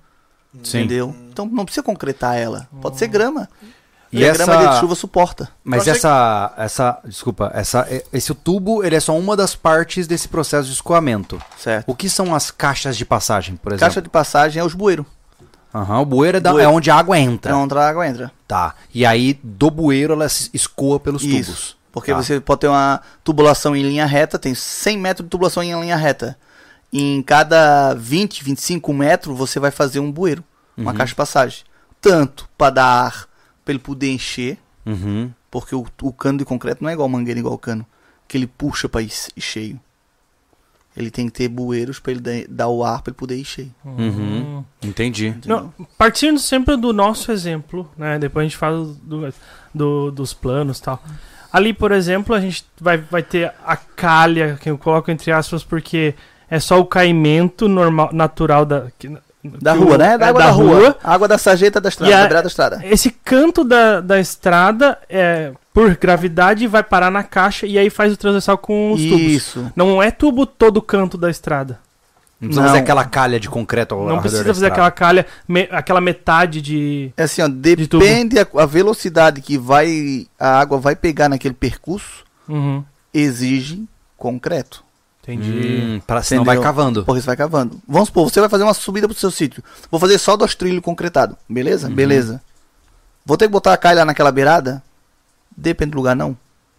[SPEAKER 1] Sim.
[SPEAKER 4] entendeu? Então não precisa concretar ela. Pode ser grama.
[SPEAKER 1] E
[SPEAKER 4] E a
[SPEAKER 1] essa-
[SPEAKER 4] grama dia de chuva suporta.
[SPEAKER 1] Mas
[SPEAKER 2] Eu achei
[SPEAKER 1] essa, essa, desculpa, essa, é- esse tubo, ele é só uma das partes desse processo de escoamento.
[SPEAKER 4] Certo.
[SPEAKER 1] O que são as caixas de passagem, por exemplo?
[SPEAKER 4] Caixa de passagem é os bueiros.
[SPEAKER 1] Aham, o bueiro é, da-
[SPEAKER 4] Bueiro.
[SPEAKER 1] é onde a água
[SPEAKER 4] É
[SPEAKER 1] entra.
[SPEAKER 4] onde a água entra.
[SPEAKER 1] Tá. E aí, do bueiro, ela se escoa pelos
[SPEAKER 4] Isso,
[SPEAKER 1] tubos.
[SPEAKER 4] Porque
[SPEAKER 1] Tá.
[SPEAKER 4] você pode ter uma tubulação em linha reta, tem 100 metros de tubulação em linha reta. Em cada 20, 25 metros, você vai fazer um bueiro, uma
[SPEAKER 3] Uhum.
[SPEAKER 4] caixa de passagem. Tanto para dar ar, para ele poder encher,
[SPEAKER 1] Uhum.
[SPEAKER 4] porque o, o cano de concreto não é igual mangueira, igual cano, que ele puxa para ir s- ir cheio. Ele tem que ter bueiros para ele dar- dar o ar, para ele poder ir cheio.
[SPEAKER 1] Uhum.
[SPEAKER 4] Hum.
[SPEAKER 1] Entendi.
[SPEAKER 3] Não, partindo sempre do nosso exemplo, né? Depois a gente fala do- do- dos planos e tal. Ali, por exemplo, a gente vai, vai ter a calha, que eu coloco entre aspas, porque é só o caimento normal, natural da, que-
[SPEAKER 4] Da
[SPEAKER 3] que
[SPEAKER 4] rua,
[SPEAKER 3] o-
[SPEAKER 4] né? Da
[SPEAKER 3] é
[SPEAKER 4] água da, rua. Água da sarjeta da estrada,
[SPEAKER 3] E a-
[SPEAKER 4] da beirada da estrada.
[SPEAKER 3] Esse canto da, da estrada, é, por gravidade, vai parar na caixa e aí faz o transversal com os tubos.
[SPEAKER 4] Isso.
[SPEAKER 3] Não é tubo todo canto da estrada.
[SPEAKER 1] Não precisa
[SPEAKER 4] Não.
[SPEAKER 1] fazer aquela calha de concreto ao ao
[SPEAKER 3] não
[SPEAKER 1] redor
[SPEAKER 3] precisa
[SPEAKER 1] da
[SPEAKER 3] fazer
[SPEAKER 1] estrada.
[SPEAKER 3] aquela calha, me- aquela metade de.
[SPEAKER 4] É assim, ó,
[SPEAKER 3] tubo.
[SPEAKER 4] depende a, a velocidade que vai a água vai pegar naquele percurso,
[SPEAKER 3] Uhum.
[SPEAKER 4] exige concreto.
[SPEAKER 3] Entendi.
[SPEAKER 1] Hum, pra, senão vai
[SPEAKER 4] Entendeu?
[SPEAKER 1] cavando.
[SPEAKER 4] Porque você vai cavando. Vamos supor, você vai fazer uma subida pro seu sítio. Vou fazer só dois trilhos concretado. Beleza?
[SPEAKER 3] Uhum.
[SPEAKER 4] Beleza. Vou ter que botar a calha naquela beirada? Depende do lugar, não.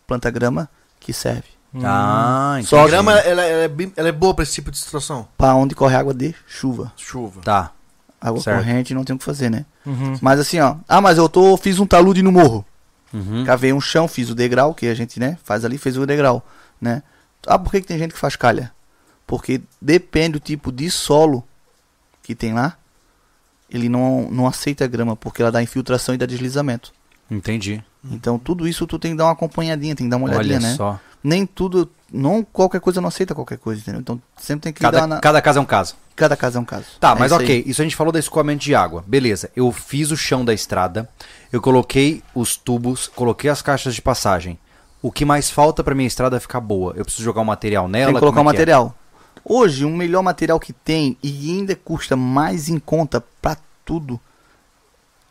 [SPEAKER 4] Planta grama que serve.
[SPEAKER 1] Ah, entendi.
[SPEAKER 4] Hum. Só
[SPEAKER 2] A grama, ela, ela é bem- ela é boa pra esse tipo de situação.
[SPEAKER 4] Pra onde corre água de chuva.
[SPEAKER 2] Chuva.
[SPEAKER 1] Tá.
[SPEAKER 4] Água
[SPEAKER 1] Certo.
[SPEAKER 4] corrente não tem o que fazer, né?
[SPEAKER 3] Uhum.
[SPEAKER 4] Mas assim, ó. Ah, mas eu tô, fiz um talude no morro.
[SPEAKER 1] Uhum.
[SPEAKER 4] Cavei um chão, fiz o degrau, que a gente, né, faz ali, fez o degrau, né? Ah, por que, que tem gente que faz calha? Porque depende do tipo de solo que tem lá, ele não, não aceita a grama, porque ela dá infiltração e dá deslizamento.
[SPEAKER 1] Entendi.
[SPEAKER 4] Então tudo isso tu tem que dar uma acompanhadinha, tem que dar uma olhadinha,
[SPEAKER 1] Uhum. Olha
[SPEAKER 4] né?
[SPEAKER 1] só.
[SPEAKER 4] Nem tudo, não qualquer coisa não aceita qualquer coisa, entendeu? Então sempre tem que
[SPEAKER 1] Cada,
[SPEAKER 4] dar na...
[SPEAKER 1] cada caso é um caso.
[SPEAKER 4] Cada caso é um caso.
[SPEAKER 1] Tá,
[SPEAKER 4] É
[SPEAKER 1] mas
[SPEAKER 4] isso
[SPEAKER 1] ok.
[SPEAKER 4] aí.
[SPEAKER 1] Isso a gente falou do escoamento de água. Beleza. Eu fiz o chão da estrada. Eu coloquei os tubos. Coloquei as caixas de passagem. O que mais falta pra minha estrada é ficar boa? Eu preciso jogar o material nela?
[SPEAKER 4] Tem que colocar o
[SPEAKER 1] Como é que é?
[SPEAKER 4] material. Hoje, o melhor material que tem e ainda custa mais em conta pra tudo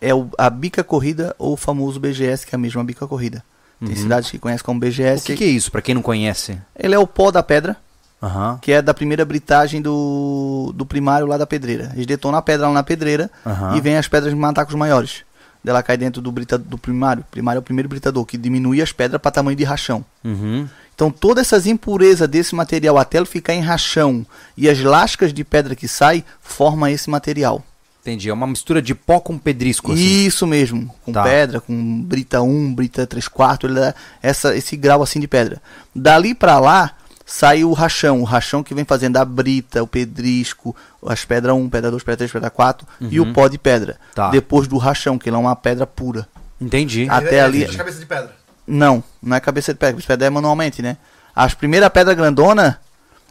[SPEAKER 4] é o- a bica corrida ou o famoso BGS, que é a mesma bica corrida. Tem cidades que conhecem como
[SPEAKER 1] Uhum. O
[SPEAKER 4] BGS.
[SPEAKER 1] que, que é isso, pra quem não conhece?
[SPEAKER 4] Ele é o pó da pedra,
[SPEAKER 1] Aham.
[SPEAKER 4] que é da primeira britagem do, do primário lá da pedreira. Eles detonam a pedra lá na pedreira
[SPEAKER 1] Aham.
[SPEAKER 4] e vem as pedras de matacos maiores. Ela cai dentro do, brita, do primário. Primário é o primeiro britador, que diminui as pedras para tamanho de rachão.
[SPEAKER 1] Uhum.
[SPEAKER 4] Então todas essas impurezas desse material até ele ficar em rachão e as lascas de pedra que sai forma esse material.
[SPEAKER 1] Entendi. É uma mistura de pó com pedrisco. Assim.
[SPEAKER 4] Isso mesmo, com
[SPEAKER 1] Tá.
[SPEAKER 4] pedra, com brita 1, brita 3 quartos, ele dá essa esse grau assim de pedra. Dali pra lá sai o rachão, o rachão que vem fazendo a brita, o pedrisco, as pedra 1, pedra 2, pedra 3, pedra 4 e o pó de pedra.
[SPEAKER 1] Tá.
[SPEAKER 4] Depois do rachão, que ele é uma pedra pura.
[SPEAKER 1] Entendi.
[SPEAKER 4] Ah, Até
[SPEAKER 2] É, é,
[SPEAKER 4] ali-
[SPEAKER 2] de cabeça de pedra.
[SPEAKER 4] Não, não é cabeça de pedra. Cabeça de pedra é manualmente, né? As primeiras pedras grandona,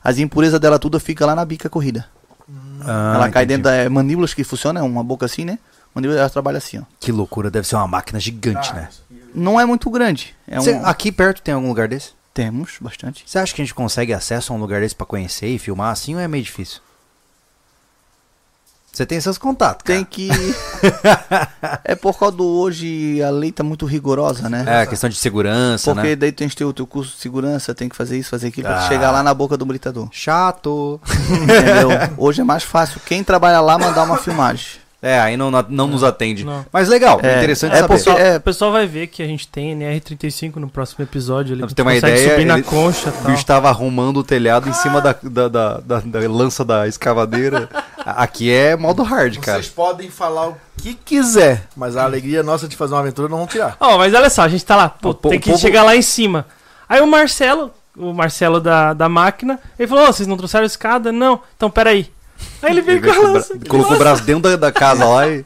[SPEAKER 4] as impurezas dela tudo fica lá na bica corrida.
[SPEAKER 1] Ah,
[SPEAKER 4] ela cai
[SPEAKER 1] entendi.
[SPEAKER 4] dentro da mandíbulas que funciona, é uma boca assim, né? Mandíbula ela trabalha assim, ó.
[SPEAKER 1] Que loucura, deve ser uma máquina gigante, né?
[SPEAKER 2] Tá,
[SPEAKER 4] Não é muito grande. É um...
[SPEAKER 1] Cê- aqui perto tem algum lugar desse?
[SPEAKER 4] Temos bastante.
[SPEAKER 1] Você acha que a gente consegue acesso a um lugar desse pra conhecer e filmar assim ou é meio difícil? Você tem seus contatos, cara. [LAUGHS]
[SPEAKER 4] Tem que. é por causa do hoje a lei tá muito rigorosa, né?
[SPEAKER 1] É, questão de segurança,
[SPEAKER 4] Porque
[SPEAKER 1] né?
[SPEAKER 4] daí tu tem que ter o teu curso de segurança, tem que fazer isso, fazer aquilo, pra
[SPEAKER 1] Ah.
[SPEAKER 4] chegar lá na boca do britador.
[SPEAKER 1] Chato. [LAUGHS]
[SPEAKER 4] Entendeu? Hoje é mais fácil quem trabalha lá mandar uma filmagem.
[SPEAKER 1] É, aí não, não nos atende.
[SPEAKER 3] Não.
[SPEAKER 1] Mas legal,
[SPEAKER 4] É,
[SPEAKER 1] interessante
[SPEAKER 4] é
[SPEAKER 1] saber.
[SPEAKER 4] porque-
[SPEAKER 3] Pessoal-
[SPEAKER 4] é-
[SPEAKER 3] O pessoal vai ver que a gente tem NR35 no próximo episódio. Ele
[SPEAKER 1] Pra você ter uma ideia,
[SPEAKER 3] subir na
[SPEAKER 1] ele-
[SPEAKER 3] concha e
[SPEAKER 1] o bicho tá-
[SPEAKER 3] tal.
[SPEAKER 1] tava arrumando o telhado em cima da, da, da- da- da lança da escavadeira. A- Aqui é modo hard, cara.
[SPEAKER 2] Vocês podem falar o que
[SPEAKER 1] quiser.
[SPEAKER 2] Mas a alegria nossa de fazer uma aventura não vão tirar.
[SPEAKER 3] Ó, mas olha só, a gente tá lá, pô,
[SPEAKER 1] O po-
[SPEAKER 3] tem
[SPEAKER 1] o
[SPEAKER 3] que
[SPEAKER 1] povo-
[SPEAKER 3] chegar lá em cima. Aí o Marcelo, o Marcelo da, da máquina. Ele falou: "Ô, vocês não trouxeram escada? Não. Então peraí. Aí ele veio com a lança.
[SPEAKER 1] Colocou o braço dentro da, da casa lá e.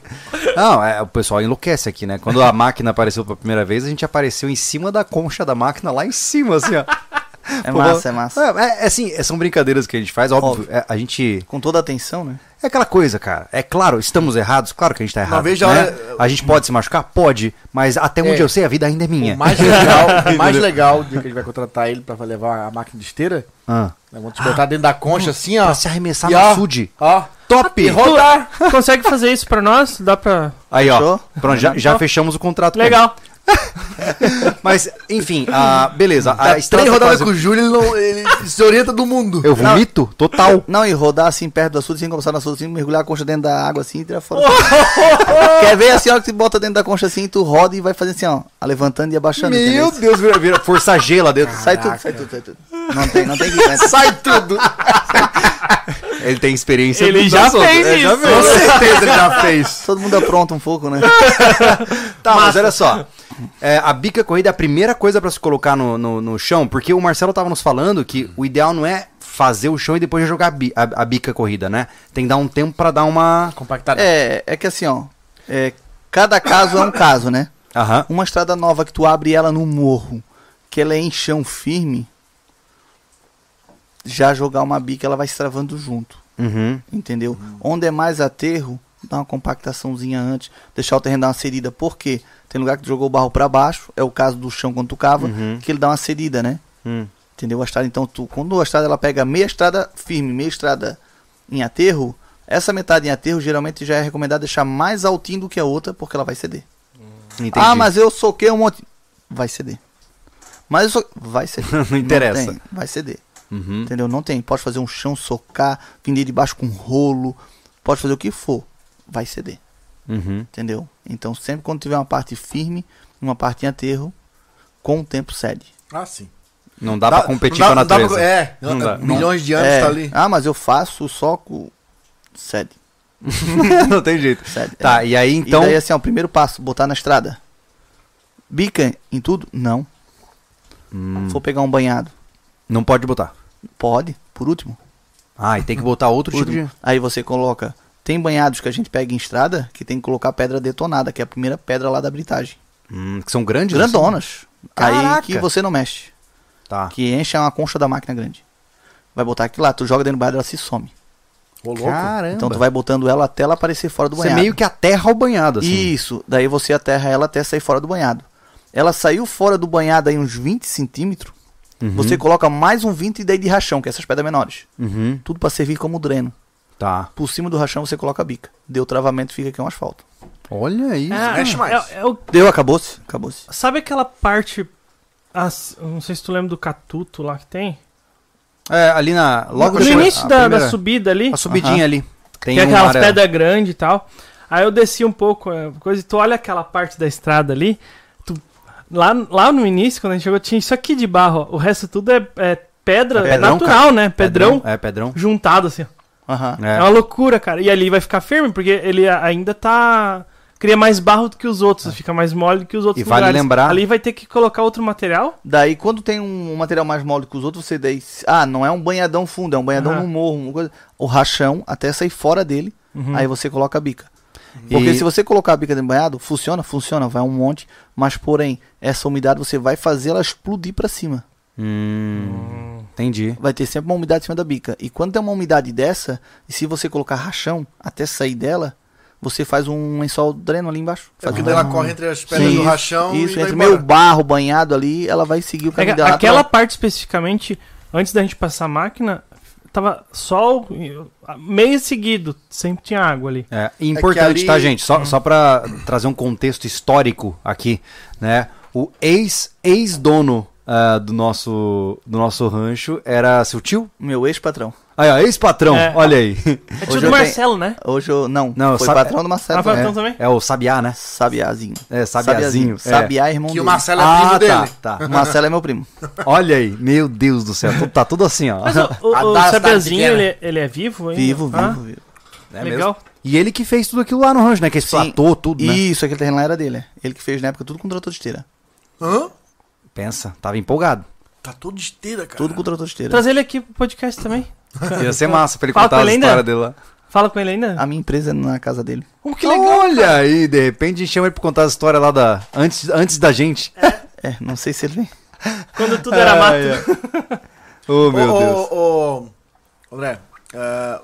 [SPEAKER 1] Não, é, o pessoal enlouquece aqui, né? Quando a máquina apareceu pela primeira vez, a gente apareceu em cima da concha da máquina, lá em cima, assim, ó.
[SPEAKER 4] É
[SPEAKER 1] Pô,
[SPEAKER 4] massa, é massa.
[SPEAKER 1] É, é assim, é- são brincadeiras que a gente faz, óbvio.
[SPEAKER 4] Óbvio.
[SPEAKER 1] é, a gente.
[SPEAKER 4] Com toda a atenção, né?
[SPEAKER 1] É aquela coisa, cara. É claro, estamos errados, claro que a gente tá errado.
[SPEAKER 2] vez já-
[SPEAKER 1] né? A gente pode se machucar? Pode, mas até onde
[SPEAKER 2] É.
[SPEAKER 1] eu sei, a vida ainda é minha.
[SPEAKER 2] O
[SPEAKER 1] [LAUGHS]
[SPEAKER 2] mais legal, o mais legal de que ele vai contratar ele pra levar a máquina de esteira,
[SPEAKER 1] Ah.
[SPEAKER 2] né, vamos te botar dentro da concha assim, ó.
[SPEAKER 1] Pra se arremessar
[SPEAKER 2] e
[SPEAKER 1] no
[SPEAKER 2] ó,
[SPEAKER 1] açude. Tá,
[SPEAKER 2] Ó, Tá,
[SPEAKER 1] Top!
[SPEAKER 2] e rodar.
[SPEAKER 3] Consegue fazer isso pra nós? Dá pra.
[SPEAKER 1] Aí, ó.
[SPEAKER 4] Fechou?
[SPEAKER 1] Pronto, já, já fechamos o contrato com
[SPEAKER 3] Legal.
[SPEAKER 1] ele. Mas, enfim, a- beleza. A
[SPEAKER 2] Dá
[SPEAKER 1] estrada
[SPEAKER 2] Tá três rodadas
[SPEAKER 1] tá, quase-
[SPEAKER 2] com o Júlio, ele, não- ele [LAUGHS] se orienta do mundo.
[SPEAKER 1] Eu vomito total.
[SPEAKER 4] Não, e rodar assim perto do açude, sem começar no açude, assim, mergulhar a concha dentro da água assim e tirar fora.
[SPEAKER 1] [LAUGHS]
[SPEAKER 4] Quer ver assim, ó, que tu bota dentro da concha assim, tu roda e vai fazendo assim, ó, a levantando e abaixando. entendeu?
[SPEAKER 1] Meu Deus, vira, vira força G lá dentro.
[SPEAKER 4] Sai tudo, sai tudo, sai tudo. Não tem, não tem que aguentar.
[SPEAKER 2] Sai tudo.
[SPEAKER 1] Ah. [LAUGHS] Ele tem experiência.
[SPEAKER 3] Ele
[SPEAKER 1] do
[SPEAKER 3] já
[SPEAKER 1] assunto.
[SPEAKER 3] fez
[SPEAKER 1] Ele já
[SPEAKER 3] isso.
[SPEAKER 1] fez.
[SPEAKER 2] Com certeza ele já fez.
[SPEAKER 4] Todo mundo apronta um pouco, né?
[SPEAKER 1] Tá, mas olha só. É, a bica corrida é a primeira coisa pra se colocar no, no, no chão, porque o Marcelo tava nos falando que o ideal não é fazer o chão e depois jogar a, bi- a- a bica corrida, né? Tem que dar um tempo pra dar uma.
[SPEAKER 2] Compactado.
[SPEAKER 4] É, é que assim, ó. é, cada caso é um caso, né?
[SPEAKER 1] Aham.
[SPEAKER 4] Uma estrada nova que tu abre ela no morro, que ela é em chão firme, já jogar uma bica, ela vai se travando junto.
[SPEAKER 1] Uhum.
[SPEAKER 4] Entendeu? Onde é mais aterro, dá uma compactaçãozinha antes, deixar o terreno dar uma cedida. Por quê? Tem lugar que tu jogou o barro pra baixo, é o caso do chão quando tu cava, que ele dá uma cedida, né?
[SPEAKER 1] Uhum. Hum.
[SPEAKER 4] Entendeu? A estrada, então, tu, quando a estrada ela pega meia estrada firme, meia estrada em aterro, essa metade em aterro geralmente já é recomendado deixar mais altinho do que a outra, porque ela vai ceder.
[SPEAKER 1] Entendi.
[SPEAKER 4] Ah, mas eu soquei um monte. Vai ceder. Mas eu so... Vai ceder.
[SPEAKER 1] [LAUGHS] Não interessa.
[SPEAKER 4] tem, vai ceder.
[SPEAKER 1] Uhum.
[SPEAKER 4] Entendeu? Não tem. Pode fazer um chão, socar, vender debaixo com rolo. Pode fazer o que for. Vai ceder.
[SPEAKER 1] Uhum.
[SPEAKER 4] Entendeu? Então sempre quando tiver uma parte firme, uma parte em aterro, com o tempo cede.
[SPEAKER 2] Ah, sim.
[SPEAKER 1] Não dá, pra competir
[SPEAKER 2] não
[SPEAKER 1] com a
[SPEAKER 2] dá- não
[SPEAKER 1] natureza.
[SPEAKER 2] dá pra- é,
[SPEAKER 1] Não dá.
[SPEAKER 2] milhões de anos
[SPEAKER 4] É,
[SPEAKER 2] tá ali.
[SPEAKER 4] Ah, mas eu faço só com. Cede.
[SPEAKER 1] [LAUGHS] não tem jeito.
[SPEAKER 4] Cede.
[SPEAKER 1] Tá,
[SPEAKER 4] É.
[SPEAKER 1] e aí
[SPEAKER 4] Então...
[SPEAKER 1] então.
[SPEAKER 4] E daí assim, ó, o primeiro passo, botar na estrada. Bica em tudo? Não.
[SPEAKER 1] Hum,
[SPEAKER 4] Vou pegar um banhado.
[SPEAKER 1] não pode botar.
[SPEAKER 4] Pode, por último.
[SPEAKER 1] Ah, e tem que botar outro tipo de.
[SPEAKER 4] Tudo. Aí você coloca. Tem banhados que a gente pega em estrada que tem que colocar pedra detonada, que é a primeira pedra lá da britagem.
[SPEAKER 1] Hum, que são grandes?
[SPEAKER 4] Grandonas.
[SPEAKER 1] Caraca.
[SPEAKER 4] assim. Aí que você não mexe.
[SPEAKER 1] assim? Tá.
[SPEAKER 4] Que enche uma concha da máquina grande. Vai botar aqui lá, tu joga dentro do banhado, ela se some.
[SPEAKER 2] Ô, louco.
[SPEAKER 1] Caramba.
[SPEAKER 4] Então tu vai botando ela até ela aparecer fora do
[SPEAKER 1] Você é
[SPEAKER 4] banhado.
[SPEAKER 1] meio que aterra o banhado, assim.
[SPEAKER 4] Isso. Daí você aterra ela até sair fora do banhado. Ela saiu fora do banhado aí uns 20 centímetros. Você coloca mais um 20 e daí de rachão, que é essas pedras menores.
[SPEAKER 1] Uhum.
[SPEAKER 4] Tudo pra servir como dreno.
[SPEAKER 1] Tá.
[SPEAKER 4] Por cima do rachão você coloca a bica. Deu travamento, fica aqui um asfalto.
[SPEAKER 1] Olha isso.
[SPEAKER 2] mexe mais.
[SPEAKER 3] É, é o-
[SPEAKER 4] Deu, acabou-se? Acabou-se.
[SPEAKER 3] sabe aquela parte. as- não sei se tu lembra do Catuto lá que tem.
[SPEAKER 1] É, ali na. Logo
[SPEAKER 3] no
[SPEAKER 1] depois-
[SPEAKER 3] início
[SPEAKER 1] a
[SPEAKER 3] da, da
[SPEAKER 1] primeira-
[SPEAKER 3] subida ali.
[SPEAKER 1] A subidinha
[SPEAKER 4] Aham.
[SPEAKER 1] ali. Tem,
[SPEAKER 3] Tem
[SPEAKER 1] uma
[SPEAKER 3] é aquelas
[SPEAKER 1] área-
[SPEAKER 3] pedras grandes e tal. Aí eu desci um pouco, é, coisa, e tu olha aquela parte da estrada ali. Tu, lá, lá no início, quando a gente chegou, tinha isso aqui de barro. ó. O resto tudo é, é pedra,
[SPEAKER 1] É
[SPEAKER 3] é
[SPEAKER 1] pedrão,
[SPEAKER 3] natural, né? Pedrão,
[SPEAKER 1] É, pedrão.
[SPEAKER 3] juntado assim. ó.
[SPEAKER 4] Aham.
[SPEAKER 3] É.
[SPEAKER 1] É.
[SPEAKER 3] uma loucura, cara. E ali vai ficar firme, porque ele a- ainda tá. Cria mais barro do que os outros, fica mais mole do que os
[SPEAKER 1] É.
[SPEAKER 3] outros.
[SPEAKER 1] E vale lembrar-
[SPEAKER 3] Ali vai ter que colocar outro material.
[SPEAKER 4] Daí, quando tem um material mais mole que os outros, você daí. Ah, não é um banhadão fundo, é um banhadão
[SPEAKER 3] Aham.
[SPEAKER 4] no morro, uma coisa. O rachão, até sair fora dele,
[SPEAKER 2] Uhum.
[SPEAKER 4] aí você coloca a bica. Porque
[SPEAKER 1] E-
[SPEAKER 4] se você colocar a bica dentro do banhado, funciona, funciona, vai um monte, mas porém, essa umidade você vai fazer ela explodir pra cima.
[SPEAKER 1] Hum, entendi.
[SPEAKER 4] Vai ter sempre uma umidade em cima da bica. E quando tem uma umidade dessa, e se você colocar rachão até sair dela, você faz um lençol dreno ali embaixo.
[SPEAKER 2] É
[SPEAKER 4] Faz
[SPEAKER 1] tá
[SPEAKER 2] porque
[SPEAKER 4] um
[SPEAKER 2] daí ela corre entre as pedras do
[SPEAKER 4] isso,
[SPEAKER 2] rachão
[SPEAKER 4] isso,
[SPEAKER 2] e vai
[SPEAKER 4] entre
[SPEAKER 2] embora.
[SPEAKER 4] meio barro banhado ali, ela vai seguir o
[SPEAKER 3] É,
[SPEAKER 4] caminho dela.
[SPEAKER 3] aquela
[SPEAKER 4] natural.
[SPEAKER 3] parte especificamente, antes da gente passar a máquina, tava sol meio seguido, sempre tinha água ali.
[SPEAKER 1] É, e importante,
[SPEAKER 2] ali-
[SPEAKER 1] tá, gente?
[SPEAKER 3] Hum.
[SPEAKER 1] Só, só pra trazer um contexto histórico aqui, né? O ex- ex-dono ah, do, nosso, do nosso rancho era seu tio?
[SPEAKER 4] Meu ex-patrão.
[SPEAKER 1] Aí, ó, ex-patrão,
[SPEAKER 3] É.
[SPEAKER 1] olha aí.
[SPEAKER 3] É
[SPEAKER 4] Hoje
[SPEAKER 3] tio
[SPEAKER 4] eu
[SPEAKER 3] do Marcelo, né?
[SPEAKER 4] Hoje eu. Não,
[SPEAKER 1] Não,
[SPEAKER 4] foi
[SPEAKER 1] sabe-
[SPEAKER 4] patrão do Marcelo.
[SPEAKER 3] Ah, foi
[SPEAKER 4] também.
[SPEAKER 3] patrão também?
[SPEAKER 1] [LAUGHS] É o Sabiá, né?
[SPEAKER 4] Sabiazinho.
[SPEAKER 1] É, Sabiazinho.
[SPEAKER 4] Sabiá, irmão
[SPEAKER 2] Que o
[SPEAKER 4] dele.
[SPEAKER 2] Marcelo é primo
[SPEAKER 1] Ah,
[SPEAKER 2] dele.
[SPEAKER 1] tá,
[SPEAKER 4] O
[SPEAKER 1] tá.
[SPEAKER 4] Marcelo é meu primo.
[SPEAKER 1] Olha aí, meu Deus do céu, tu- tá tudo assim, ó.
[SPEAKER 3] [LAUGHS] Mas o, o,
[SPEAKER 2] A
[SPEAKER 3] o
[SPEAKER 2] da cidade
[SPEAKER 3] Sabiazinho,
[SPEAKER 2] pequena.
[SPEAKER 3] ele, ele é vivo ainda?
[SPEAKER 4] Vivo,
[SPEAKER 3] Ah,
[SPEAKER 4] vivo, vivo.
[SPEAKER 1] É mesmo?
[SPEAKER 3] legal.
[SPEAKER 1] E ele que fez tudo aquilo lá no rancho, né? Que esse
[SPEAKER 4] Sim.
[SPEAKER 1] platô, tudo, né?
[SPEAKER 4] Isso, aquele terreno lá era dele. é. Ele que fez na época tudo com trator de esteira.
[SPEAKER 2] Hã?
[SPEAKER 1] Pensa, tava empolgado.
[SPEAKER 2] Trator de esteira, cara.
[SPEAKER 4] Tudo com trator de esteira.
[SPEAKER 3] Trazer ele aqui pro podcast também.
[SPEAKER 1] Ia ser massa pra ele
[SPEAKER 3] Fala
[SPEAKER 1] contar as
[SPEAKER 3] com ele ainda?
[SPEAKER 1] histórias dele lá.
[SPEAKER 3] Fala com ele ainda.
[SPEAKER 4] A minha empresa é na casa dele.
[SPEAKER 3] Oh, que legal.
[SPEAKER 1] Olha aí, de repente chama ele pra contar as histórias lá da. Antes, antes da gente.
[SPEAKER 4] É, não sei se ele vem.
[SPEAKER 3] Quando tudo
[SPEAKER 1] É,
[SPEAKER 3] era mato. né?
[SPEAKER 1] [LAUGHS] Oh,
[SPEAKER 2] Ô,
[SPEAKER 1] meu
[SPEAKER 2] ô,
[SPEAKER 1] Deus.
[SPEAKER 2] ô, André, é,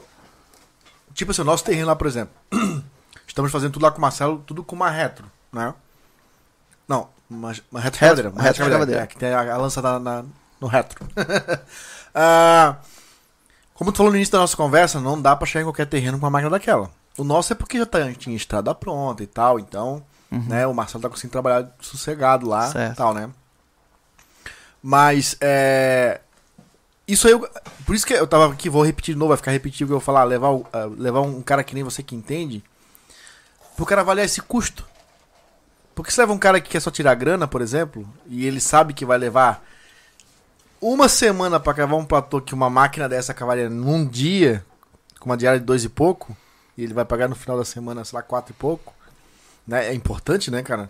[SPEAKER 2] tipo assim, o nosso terreno lá, por exemplo. [CLEARS THROAT] Estamos fazendo tudo lá com o Marcelo, tudo com uma retro, né? Não, uma, uma retro
[SPEAKER 4] Retro-
[SPEAKER 2] cavadeira. Uma
[SPEAKER 4] retro cavadeira.
[SPEAKER 2] É, que tem a, a lança na, na- no retro. [LAUGHS] Ah, como tu falou no início da nossa conversa, não dá pra chegar em qualquer terreno com uma máquina daquela. O nosso é porque já tá, tinha estrada pronta e tal, então, né? O Marcelo tá conseguindo trabalhar sossegado lá e
[SPEAKER 4] Certo.
[SPEAKER 2] tal, né? Mas, é... Isso aí, eu- por isso que eu tava aqui, vou repetir de novo, vai ficar repetitivo que eu vou falar, levar, o- ah, levar um cara que nem você que entende, pro cara avaliar esse custo. Porque se leva um cara que quer só tirar grana, por exemplo, e ele sabe que vai levar uma semana pra cavar um platô que uma máquina dessa cavaria num dia, com uma diária de dois e pouco, e ele vai pagar no final da semana, sei lá, quatro e pouco, né? É importante, né, cara?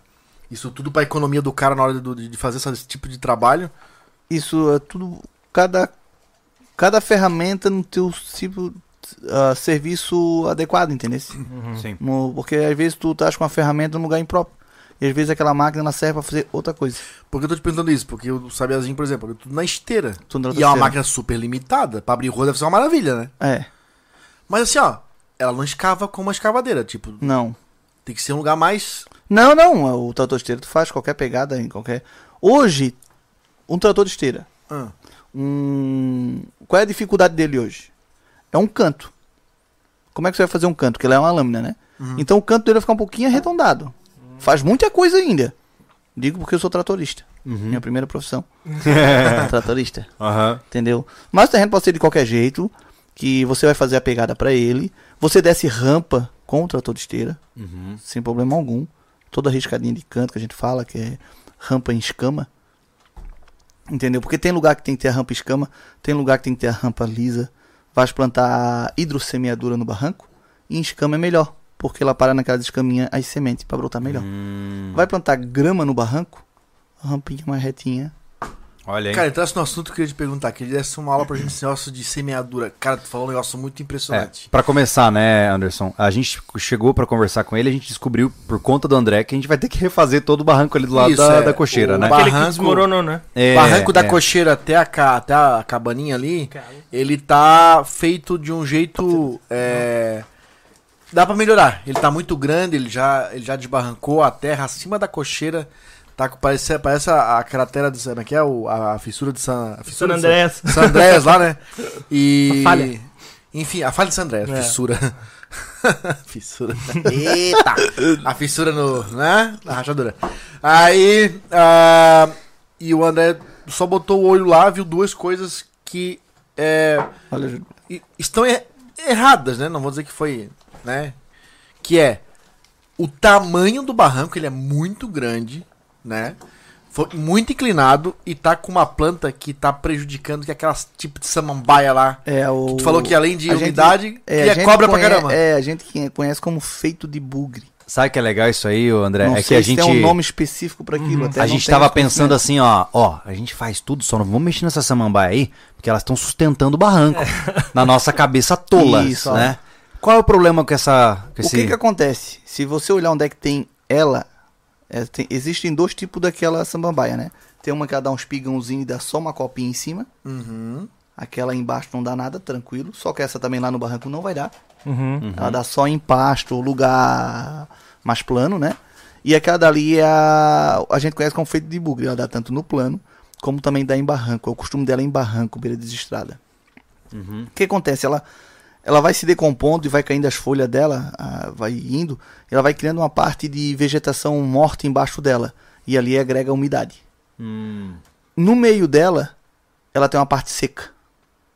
[SPEAKER 2] Isso tudo pra economia do cara na hora do- de fazer esse tipo de trabalho.
[SPEAKER 4] Isso é tudo. Cada, cada ferramenta no teu tipo, ah, serviço adequado, entendeu?
[SPEAKER 1] Sim.
[SPEAKER 4] No- porque às vezes tu tá com a ferramenta num lugar impróprio. E às vezes aquela máquina ela serve pra fazer outra coisa.
[SPEAKER 2] Porque eu tô te perguntando isso, porque o Sabiazinho, por exemplo, é tudo na esteira.
[SPEAKER 4] Tudo na
[SPEAKER 2] e é uma
[SPEAKER 4] esteira.
[SPEAKER 2] máquina super limitada. Pra abrir rua deve ser uma maravilha, né?
[SPEAKER 4] É,
[SPEAKER 2] Mas assim, ó, ela não escava com uma escavadeira. Tipo,
[SPEAKER 4] não.
[SPEAKER 2] tem que ser um lugar mais.
[SPEAKER 4] Não, não. é O trator de esteira tu faz qualquer pegada em qualquer. Hoje, um trator de esteira.
[SPEAKER 2] Ah,
[SPEAKER 4] um- Qual é a dificuldade dele hoje? É um canto. Como é que você vai fazer um canto? Porque ele é uma lâmina, né? Então o canto dele vai ficar um pouquinho arredondado. Faz muita coisa ainda. Digo porque eu sou tratorista. Minha primeira profissão. tratorista.
[SPEAKER 1] Aham.
[SPEAKER 4] Entendeu? Mas o terreno pode ser de qualquer jeito. Que você vai fazer a pegada pra ele. Você desce rampa com o trator de esteira. Sem problema algum. Toda riscadinha de canto que a gente fala, que é rampa em escama. Entendeu? Porque tem lugar que tem que ter a rampa escama, tem lugar que tem que ter a rampa lisa. Vais plantar hidrossemeadura no barranco, e em escama é melhor, porque ela para naquelas escaminhas as sementes para brotar melhor. Vai plantar grama no barranco, a rampinha mais retinha.
[SPEAKER 1] Olha aí.
[SPEAKER 2] Cara, é entrasse no assunto que eu queria te perguntar, que ele desse uma aula pra gente esse negócio de semeadura. Cara, tu falou um negócio muito
[SPEAKER 1] É,
[SPEAKER 2] impressionante.
[SPEAKER 1] pra começar, né, Anderson? A gente chegou pra conversar com ele, a gente descobriu, por conta do André, que a gente vai ter que refazer todo o barranco ali do lado
[SPEAKER 2] Isso,
[SPEAKER 1] da,
[SPEAKER 2] é.
[SPEAKER 1] da cocheira,
[SPEAKER 2] O
[SPEAKER 1] né?
[SPEAKER 2] ba-
[SPEAKER 3] Aquele que
[SPEAKER 2] Barranco.
[SPEAKER 3] desmoronou, né?
[SPEAKER 1] É,
[SPEAKER 2] Barranco da
[SPEAKER 1] é.
[SPEAKER 2] cocheira até a, ca- até a cabaninha ali, ele tá feito de um jeito. é, dá pra melhorar. Ele tá muito grande, ele já, ele já desbarrancou a terra acima da cocheira. Tá, com- parece, parece a, a cratera de. Como é que é? O- a, a fissura de San. A
[SPEAKER 3] San
[SPEAKER 2] fissura de
[SPEAKER 3] Andreas.
[SPEAKER 2] San Andréas lá, né? E.
[SPEAKER 3] [LAUGHS] A falha.
[SPEAKER 2] Enfim, a falha de San Andréas,
[SPEAKER 3] É.
[SPEAKER 2] fissura. [LAUGHS] fissura. Eita! A fissura no. né? Na rachadura. Aí. ah, e o André só botou o olho lá, viu duas coisas que. é,
[SPEAKER 4] Olha, Júlio.
[SPEAKER 2] e- estão er- erradas, né? Não vou dizer que foi, né? Que é o tamanho do barranco, ele é muito grande, né? Foi muito inclinado e tá com uma planta que tá prejudicando que é aquelas tipo de samambaia lá.
[SPEAKER 4] É o
[SPEAKER 2] Tu falou que além de
[SPEAKER 4] a gente-
[SPEAKER 2] umidade,
[SPEAKER 4] a
[SPEAKER 2] que é
[SPEAKER 4] gente
[SPEAKER 2] cobra
[SPEAKER 4] conhe-
[SPEAKER 2] pra caramba.
[SPEAKER 4] É, a gente que conhece como feito de bugre.
[SPEAKER 1] Sabe que é legal isso aí, ô, André?
[SPEAKER 4] não
[SPEAKER 1] é
[SPEAKER 4] sei
[SPEAKER 1] que a
[SPEAKER 4] se
[SPEAKER 1] gente. Uhum.
[SPEAKER 4] tem um nome específico pra aquilo. até
[SPEAKER 1] A
[SPEAKER 4] não
[SPEAKER 1] gente
[SPEAKER 4] tenho
[SPEAKER 1] tava
[SPEAKER 4] esse conhecimento.
[SPEAKER 1] pensando assim, ó, ó, a gente faz tudo, só não vamos mexer nessa samambaia aí, porque elas estão sustentando o barranco na nossa cabeça tola,
[SPEAKER 4] É. Isso, ó.
[SPEAKER 1] né? Qual é o problema com essa com
[SPEAKER 4] O
[SPEAKER 1] esse-
[SPEAKER 4] que é- que acontece? Se você olhar onde é que tem ela, é, tem- existem dois tipos daquela sambambaia, né? Tem uma que ela dá um espigãozinho e dá só uma copinha em cima.
[SPEAKER 2] Uhum.
[SPEAKER 4] Aquela embaixo não dá nada, tranquilo. Só que essa também lá no barranco não vai dar.
[SPEAKER 3] Uhum.
[SPEAKER 4] Ela dá só em pasto, lugar mais plano, né? E aquela dali é a, a gente conhece como feito de bugre. Ela dá tanto no plano, como também dá em barranco. É o costume dela é em barranco, beira de estrada.
[SPEAKER 1] Uhum.
[SPEAKER 4] O que acontece? Ela, ela vai se decompondo e vai caindo as folhas dela, ah, vai indo, ela vai criando uma parte de vegetação morta embaixo dela. E ali agrega umidade. Hum, No meio dela, ela tem uma parte seca.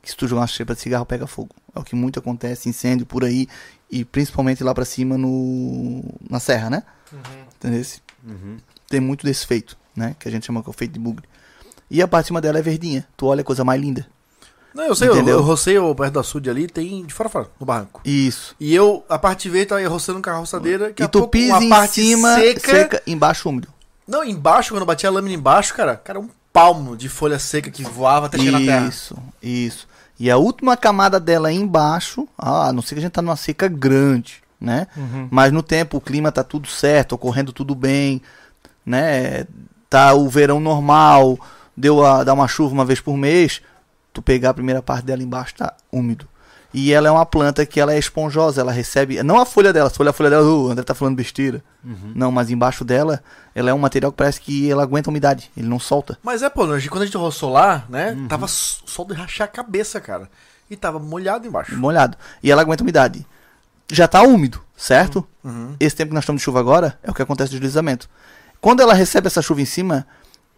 [SPEAKER 4] Que se tu jogar uma chepa de cigarro, pega fogo. É o que muito acontece, incêndio por aí. E principalmente lá pra cima no na serra, né?
[SPEAKER 2] Uhum.
[SPEAKER 4] Entendeu? Tem muito desse feito, né? Que a gente chama que é o feito de bugre. E a parte de cima dela é verdinha. Tu olha a coisa mais linda.
[SPEAKER 2] Não, eu sei, eu,
[SPEAKER 4] Entendeu?
[SPEAKER 2] eu rocei o perto do açude ali, tem de fora a fora, no barranco.
[SPEAKER 4] Isso.
[SPEAKER 2] E eu, a parte verde, tava roçando com a roçadeira, que
[SPEAKER 4] e tu pisa em cima, seca, embaixo úmido.
[SPEAKER 2] Não, embaixo, quando eu bati a lâmina embaixo, cara, cara, um palmo de folha seca que voava até chegar na terra.
[SPEAKER 4] Isso, isso. E a última camada dela aí embaixo, ah, a não ser que a gente tá numa seca grande, né?
[SPEAKER 3] Uhum.
[SPEAKER 4] Mas no tempo o clima tá tudo certo, ocorrendo tudo bem, né? Tá o verão normal, deu a dar uma chuva uma vez por mês, tu pegar a primeira parte dela embaixo tá úmido. E ela é uma planta que ela é esponjosa, ela recebe, não a folha dela, se olhar a folha dela, "Uh, o André tá falando besteira. Não, mas embaixo dela, ela é um material que parece que ela aguenta a umidade, ele não solta.
[SPEAKER 2] Mas é, pô, Lange, quando a gente rolou solar, né? Tava s- sol de rachar a cabeça, cara. E tava molhado embaixo.
[SPEAKER 4] molhado. E ela aguenta umidade. Já tá úmido, certo? Esse tempo que nós estamos de chuva agora é o que acontece no deslizamento. Quando ela recebe essa chuva em cima,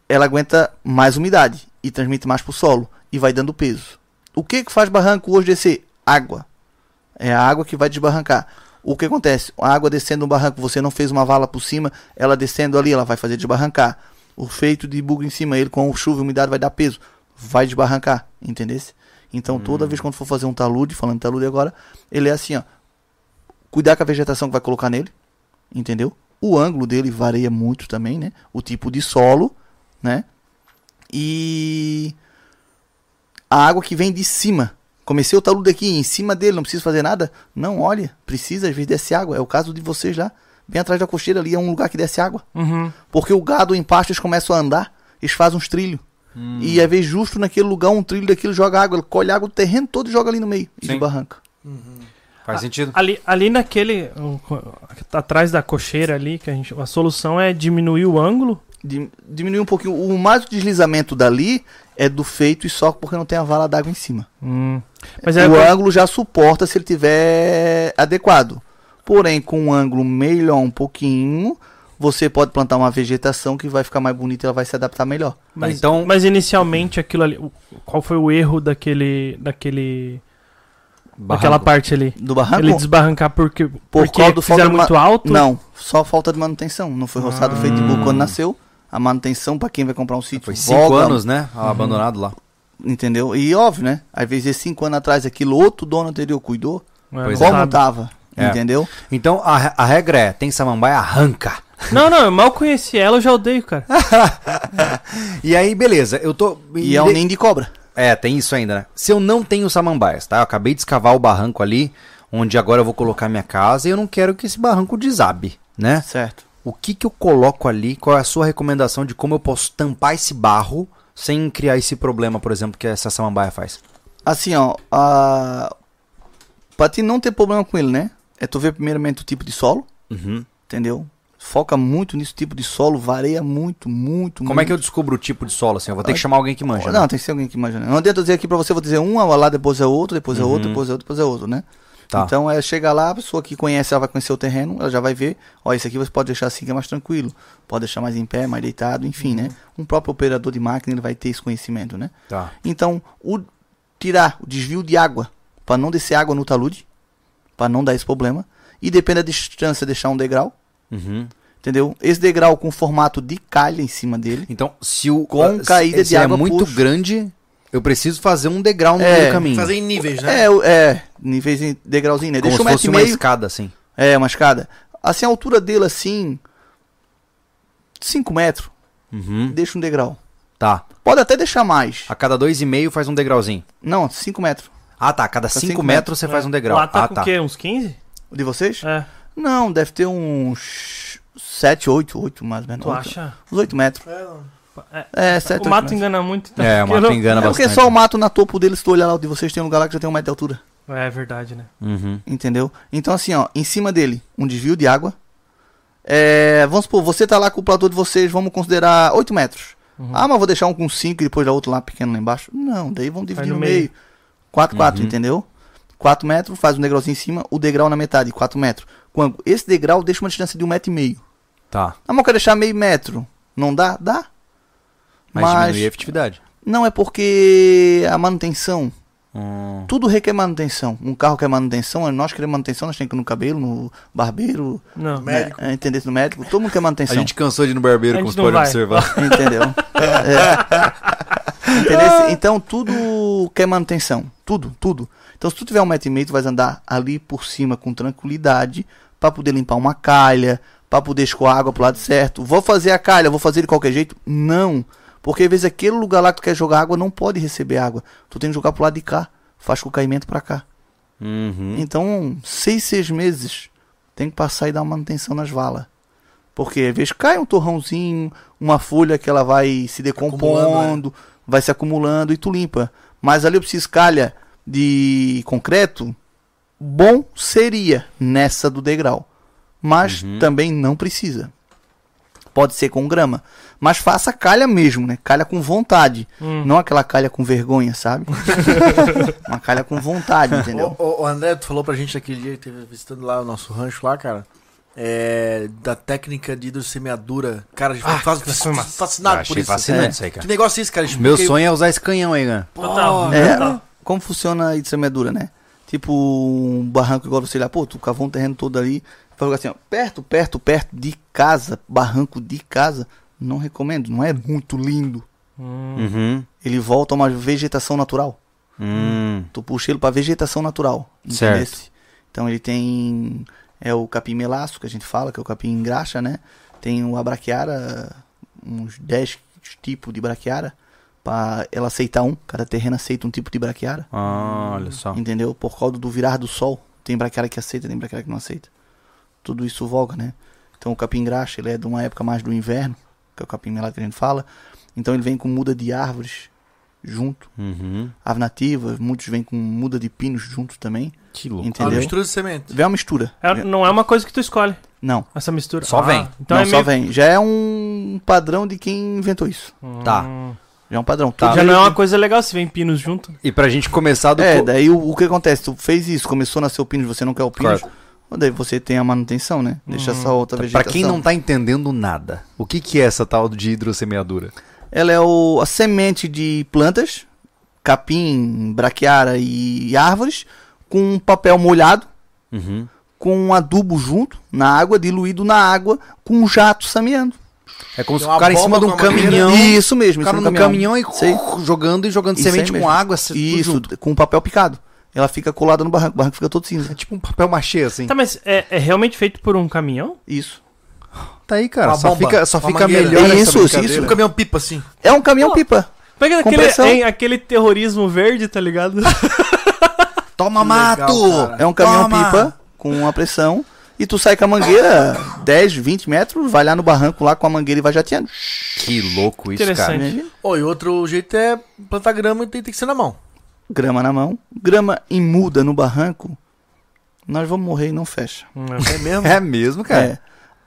[SPEAKER 4] ela aguenta mais umidade e transmite mais pro solo e vai dando peso. O que que faz barranco hoje descer? Água. É a água que vai desbarrancar. O que acontece? A água descendo um barranco, você não fez uma vala por cima, ela descendo ali, ela vai fazer desbarrancar. O feito de bug em cima, ele com chuva e umidade vai dar peso, vai desbarrancar, entendesse? Então toda vez quando for fazer um talude, falando em talude agora, ele é assim, ó. Cuidar com a vegetação que vai colocar nele, entendeu? O ângulo dele varia muito também, né? O tipo de solo, né? E a água que vem de cima. Comecei o talude aqui em cima dele, não preciso fazer nada. Não, olha, precisa, às vezes desce água. É o caso de vocês lá. Bem atrás da costeira ali é um lugar que desce água.
[SPEAKER 3] Uhum.
[SPEAKER 4] Porque o gado em pastos começa a andar, eles fazem uns trilhos.
[SPEAKER 3] Hum.
[SPEAKER 4] E às vezes justo naquele lugar, um trilho daquilo joga água, ele colhe água do terreno todo e joga ali no meio. E de
[SPEAKER 1] Sim.
[SPEAKER 4] barranca.
[SPEAKER 1] Faz sentido.
[SPEAKER 3] Ali, ali naquele. o- o- Atrás da cocheira ali, que a, gente, a solução é diminuir o ângulo.
[SPEAKER 4] Dim- Diminuir um pouquinho. O mais o deslizamento dali é do feito e só porque não tem a vala d'água em cima.
[SPEAKER 3] Mas é.
[SPEAKER 4] o ângulo já suporta se ele tiver adequado. Porém, com um ângulo melhor um pouquinho, você pode plantar uma vegetação que vai ficar mais bonita e ela vai se adaptar melhor.
[SPEAKER 3] Mas,
[SPEAKER 1] então-
[SPEAKER 3] mas inicialmente aquilo ali. o- Qual foi o erro daquele. daquele daquela
[SPEAKER 1] Barranco.
[SPEAKER 3] parte ali?
[SPEAKER 4] Do barranco?
[SPEAKER 3] Ele desbarrancar porque, porque
[SPEAKER 4] Ah, causa do
[SPEAKER 3] fizeram
[SPEAKER 4] falta de
[SPEAKER 3] muito alto?
[SPEAKER 4] Não, só falta de manutenção. Não foi roçado feito de boa quando nasceu. A manutenção para quem vai comprar um sítio
[SPEAKER 1] Ah. Foi cinco
[SPEAKER 4] volta,
[SPEAKER 1] anos, né?
[SPEAKER 4] Uhum.
[SPEAKER 1] Abandonado lá.
[SPEAKER 4] Entendeu? E óbvio, né? Às vezes, cinco anos atrás, aquilo outro dono anterior cuidou.
[SPEAKER 3] É,
[SPEAKER 1] Pois é.
[SPEAKER 4] como
[SPEAKER 3] sabe.
[SPEAKER 4] tava,
[SPEAKER 1] É.
[SPEAKER 4] entendeu?
[SPEAKER 1] Então a, re- a regra é: tem samambaia, arranca.
[SPEAKER 3] Não, não, eu mal conheci ela, eu já odeio, cara.
[SPEAKER 1] Ah, E aí, beleza, eu tô.
[SPEAKER 4] E é um ninho de cobra.
[SPEAKER 1] É, tem isso ainda, né? Se eu não tenho samambaias, tá? Eu acabei de escavar o barranco ali, onde agora eu vou colocar minha casa e eu não quero que esse barranco desabe, né?
[SPEAKER 4] Certo.
[SPEAKER 1] O que que eu coloco ali? Qual é a sua recomendação de como eu posso tampar esse barro sem criar esse problema, por exemplo, que essa samambaia faz?
[SPEAKER 4] Assim, ó, a... pra ti não ter problema com ele, né? É tu ver primeiramente o tipo de solo,
[SPEAKER 1] Uhum.
[SPEAKER 4] entendeu? Foca muito nisso, tipo de solo, varia muito, muito,
[SPEAKER 1] Como é que eu descubro o tipo de solo assim? Eu vou ter que chamar alguém que manja. né?
[SPEAKER 4] Não, tem que ser alguém que imagina. Não adianta eu dizer aqui pra você, eu vou dizer um, lá depois é outro, depois é outro, depois é outro, depois é outro, né?
[SPEAKER 1] Uhum. Tá.
[SPEAKER 4] Então, é, chega lá, a pessoa que conhece, ela vai conhecer o terreno, ela já vai ver, ó, esse aqui você pode deixar assim que é mais tranquilo, pode deixar mais em pé, mais deitado, enfim, né? Um próprio operador de máquina, ele vai ter esse conhecimento, né?
[SPEAKER 1] Uhum. Tá.
[SPEAKER 4] Então, o tirar o desvio de água, para não descer água no talude, para não dar esse problema, e depende da distância deixar um degrau,
[SPEAKER 1] Uhum.
[SPEAKER 4] entendeu? Esse degrau com formato de calha em cima dele.
[SPEAKER 1] Então, se o
[SPEAKER 4] Com
[SPEAKER 1] se-
[SPEAKER 4] caída
[SPEAKER 1] se
[SPEAKER 4] de
[SPEAKER 1] é
[SPEAKER 4] água,
[SPEAKER 1] muito
[SPEAKER 4] puxa.
[SPEAKER 1] grande, eu preciso fazer um degrau no
[SPEAKER 4] É,
[SPEAKER 1] meio do caminho.
[SPEAKER 2] Fazer em níveis, né?
[SPEAKER 4] É, o- é, em vez de degrauzinho, né?
[SPEAKER 1] Como
[SPEAKER 4] Deixa um
[SPEAKER 1] se fosse
[SPEAKER 4] metro e
[SPEAKER 1] uma
[SPEAKER 4] meio.
[SPEAKER 1] escada assim.
[SPEAKER 4] É, uma escada. Assim, a altura dele, assim, 5 metros,
[SPEAKER 1] Uhum.
[SPEAKER 4] deixa um degrau.
[SPEAKER 1] Tá.
[SPEAKER 4] Pode até deixar mais.
[SPEAKER 1] A cada dois e meio faz um degrauzinho.
[SPEAKER 4] Não, 5 metros.
[SPEAKER 1] Ah, tá. A cada
[SPEAKER 4] Tá
[SPEAKER 1] 5
[SPEAKER 4] cinco
[SPEAKER 1] metros, você faz um degrau.
[SPEAKER 3] Lá tá
[SPEAKER 1] ah,
[SPEAKER 3] com
[SPEAKER 1] tá.
[SPEAKER 3] o quê? Uns 15?
[SPEAKER 4] O de vocês?
[SPEAKER 3] É,
[SPEAKER 4] Não, deve ter uns 7, 8, 8 mais ou menos.
[SPEAKER 3] tu
[SPEAKER 4] Oito.
[SPEAKER 3] acha?
[SPEAKER 4] Uns 8 metros.
[SPEAKER 3] É,
[SPEAKER 4] É, 7,
[SPEAKER 3] o
[SPEAKER 4] 8
[SPEAKER 3] mato
[SPEAKER 4] metros.
[SPEAKER 3] engana muito. então. [LAUGHS]
[SPEAKER 1] É, o
[SPEAKER 3] Eu
[SPEAKER 1] mato
[SPEAKER 3] não-
[SPEAKER 1] engana
[SPEAKER 4] É porque
[SPEAKER 1] bastante.
[SPEAKER 4] só o mato na topo dele, se tu olhar lá o de vocês, tem um lugar lá que já tem um metro de altura.
[SPEAKER 3] É verdade, né?
[SPEAKER 1] Uhum.
[SPEAKER 4] Entendeu? Então, assim, ó, em cima dele, um desvio de água. É, vamos supor, você tá lá com o platô de vocês, vamos considerar 8 metros.
[SPEAKER 3] Uhum.
[SPEAKER 4] Ah, mas vou deixar um com 5 e depois da outro lá pequeno lá embaixo. Não, daí vamos dividir
[SPEAKER 3] no
[SPEAKER 4] no
[SPEAKER 3] meio.
[SPEAKER 4] meio. 4, 4, entendeu? 4 metros, faz um degrauzinho em cima, o degrau na metade, 4 metros. Quando esse degrau deixa uma distância de um metro e meio.
[SPEAKER 1] Tá.
[SPEAKER 4] Ah, mas eu quero deixar meio metro. Não dá? Dá.
[SPEAKER 1] Mas,
[SPEAKER 4] Mas-
[SPEAKER 1] diminuir a efetividade.
[SPEAKER 4] Não, é porque a manutenção
[SPEAKER 1] Hum.
[SPEAKER 4] tudo requer manutenção. Um carro quer manutenção, nós queremos manutenção, nós temos que ir no cabelo, no barbeiro,
[SPEAKER 2] Mas-
[SPEAKER 3] Não.
[SPEAKER 2] um Médico.
[SPEAKER 4] né, entendeu? No médico, todo mundo quer
[SPEAKER 1] A
[SPEAKER 4] manutenção.
[SPEAKER 1] gente cansou de ir no barbeiro,
[SPEAKER 3] A
[SPEAKER 1] como
[SPEAKER 3] gente
[SPEAKER 1] você
[SPEAKER 3] não
[SPEAKER 1] pode
[SPEAKER 3] vai.
[SPEAKER 1] observar.
[SPEAKER 4] [LAUGHS] Entendeu? É.
[SPEAKER 1] Ah.
[SPEAKER 4] Entendeu? Então tudo quer manutenção. Tudo, tudo. Então se tu tiver um metro e meio, tu vais andar ali por cima com tranquilidade pra poder limpar uma calha, pra poder escoar água pro lado certo. Vou fazer a calha, vou fazer de qualquer jeito? Não. Porque às vezes aquele lugar lá que tu quer jogar água não pode receber água. Tu tem que jogar pro lado de cá. Faz com o caimento pra cá.
[SPEAKER 1] [LAUGHS] Uhum.
[SPEAKER 4] Então, seis, seis meses tem que passar e dar manutenção nas valas. Porque às vezes cai um torrãozinho, uma folha que ela vai se decompondo, vai se acumulando e tu limpa. Mas ali eu preciso calha de concreto, bom seria nessa do degrau. Mas também não precisa. Pode ser com grama. Mas faça calha mesmo, né? Calha com vontade. Não aquela calha com vergonha, sabe? Uma calha com vontade, É, entendeu?
[SPEAKER 2] O, André, tu falou pra gente naquele dia que teve visitando lá o nosso rancho lá, cara. É, da técnica de hidrossemeadura. Cara, a gente
[SPEAKER 3] Ah,
[SPEAKER 2] faz,
[SPEAKER 3] que foi massa.
[SPEAKER 2] fascinado por
[SPEAKER 1] Achei
[SPEAKER 2] isso.
[SPEAKER 1] fascinante
[SPEAKER 2] É.
[SPEAKER 1] isso aí, cara.
[SPEAKER 2] Que negócio é esse, cara? Ah,
[SPEAKER 1] Meu sonho é usar esse canhão aí, Gan.
[SPEAKER 3] Total.
[SPEAKER 4] É,
[SPEAKER 3] Total.
[SPEAKER 4] como funciona a hidrossemeadura, né? Tipo um barranco igual você lá, pô, tu cavou um terreno todo ali, vai jogar assim, ó, perto, perto, perto de casa, barranco de casa, não recomendo, não é muito lindo.
[SPEAKER 3] Hum.
[SPEAKER 1] Uhum.
[SPEAKER 4] Ele volta a uma vegetação natural.
[SPEAKER 1] Hum.
[SPEAKER 4] Tu puxa ele pra vegetação natural.
[SPEAKER 1] Certo.
[SPEAKER 4] entendesse? Então ele tem. É o capim melaço que a gente fala, que é o capim engraxa, né? Tem o abraquiara, uns 10 tipos de braquiara, pra ela aceitar um. Cada terreno aceita um tipo de braquiara.
[SPEAKER 1] Ah, olha só.
[SPEAKER 4] Entendeu? Por causa do virar do sol. Tem braquiária que aceita, tem braquiária que não aceita. Tudo isso voga, né? Então o capim graxa, ele é de uma época mais do inverno, que é o capim melado que a gente fala. Então ele vem com muda de árvores junto,
[SPEAKER 1] Uhum.
[SPEAKER 4] árvore nativa, muitos vêm com muda de pinos junto também.
[SPEAKER 1] Que louco.
[SPEAKER 2] Uma
[SPEAKER 4] Entendeu?
[SPEAKER 2] mistura de semente.
[SPEAKER 4] Vem uma mistura.
[SPEAKER 3] É, não é uma coisa que tu escolhe,
[SPEAKER 4] Não.
[SPEAKER 3] essa mistura.
[SPEAKER 1] Só vem.
[SPEAKER 3] Então
[SPEAKER 4] não,
[SPEAKER 3] é
[SPEAKER 4] só
[SPEAKER 3] meio...
[SPEAKER 4] vem. Já é um padrão de quem inventou isso.
[SPEAKER 1] Tá.
[SPEAKER 4] Já é um padrão.
[SPEAKER 1] Tá.
[SPEAKER 3] Hum. Já não é uma coisa legal se vem pinos junto.
[SPEAKER 1] E pra gente começar do.
[SPEAKER 4] É,
[SPEAKER 1] co-
[SPEAKER 4] daí o, o que acontece? Tu fez isso, começou a nascer o pino, você não quer o pino.
[SPEAKER 1] Correto.
[SPEAKER 4] Daí você tem a manutenção, né? Deixa só outra
[SPEAKER 1] Pra
[SPEAKER 4] vegetação.
[SPEAKER 1] quem não tá entendendo nada, o que, que é essa tal de hidrossemeadura?
[SPEAKER 4] Ela é o- a semente de plantas, capim, braquiara e árvores, com um papel molhado,
[SPEAKER 1] Uhum.
[SPEAKER 4] com um adubo junto, na água, diluído na água, com um jato sameando.
[SPEAKER 1] É como
[SPEAKER 2] Tem
[SPEAKER 1] se
[SPEAKER 2] uma
[SPEAKER 1] o cara em cima de
[SPEAKER 2] bomba
[SPEAKER 1] um
[SPEAKER 2] com a madeira.
[SPEAKER 1] caminhão.
[SPEAKER 4] Isso mesmo,
[SPEAKER 1] O
[SPEAKER 4] isso
[SPEAKER 1] cara
[SPEAKER 4] é um
[SPEAKER 1] no caminhão e
[SPEAKER 4] Sei.
[SPEAKER 1] jogando e jogando
[SPEAKER 4] Isso aí
[SPEAKER 1] semente com
[SPEAKER 4] mesmo.
[SPEAKER 1] água. se- tudo
[SPEAKER 4] Isso,
[SPEAKER 1] junto.
[SPEAKER 4] com papel picado. Ela fica colada no barranco, o barranco fica todo cinza.
[SPEAKER 1] É tipo um papel machê, assim.
[SPEAKER 3] Tá, mas é, é realmente feito por um caminhão?
[SPEAKER 4] Isso.
[SPEAKER 1] Tá aí, cara.
[SPEAKER 2] Uma
[SPEAKER 1] Só
[SPEAKER 2] bomba,
[SPEAKER 1] fica, só
[SPEAKER 2] uma
[SPEAKER 1] fica
[SPEAKER 2] mangueira.
[SPEAKER 1] melhor
[SPEAKER 4] Isso,
[SPEAKER 1] essa
[SPEAKER 4] isso,
[SPEAKER 1] brincadeira.
[SPEAKER 2] Um caminhão pipa, assim.
[SPEAKER 4] É um caminhão-pipa.
[SPEAKER 3] Pega
[SPEAKER 4] Com
[SPEAKER 3] aquele,
[SPEAKER 4] pressão.
[SPEAKER 3] hein, aquele terrorismo verde, tá
[SPEAKER 1] [LAUGHS]
[SPEAKER 3] ligado?
[SPEAKER 1] Toma
[SPEAKER 2] Que legal,
[SPEAKER 1] mato!
[SPEAKER 2] cara.
[SPEAKER 4] É um caminhão-pipa com uma pressão. E tu sai com a mangueira 10, 20 metros, vai lá no barranco lá com a mangueira e vai jateando.
[SPEAKER 1] Que louco isso, cara.
[SPEAKER 3] Interessante.
[SPEAKER 2] Ó, e outro jeito é plantar grama e tem, tem que ser na mão.
[SPEAKER 4] grama na mão, grama e muda no barranco, nós vamos morrer e não fecha.
[SPEAKER 3] Hum,
[SPEAKER 2] É mesmo?
[SPEAKER 1] [LAUGHS] É mesmo, cara.
[SPEAKER 4] É.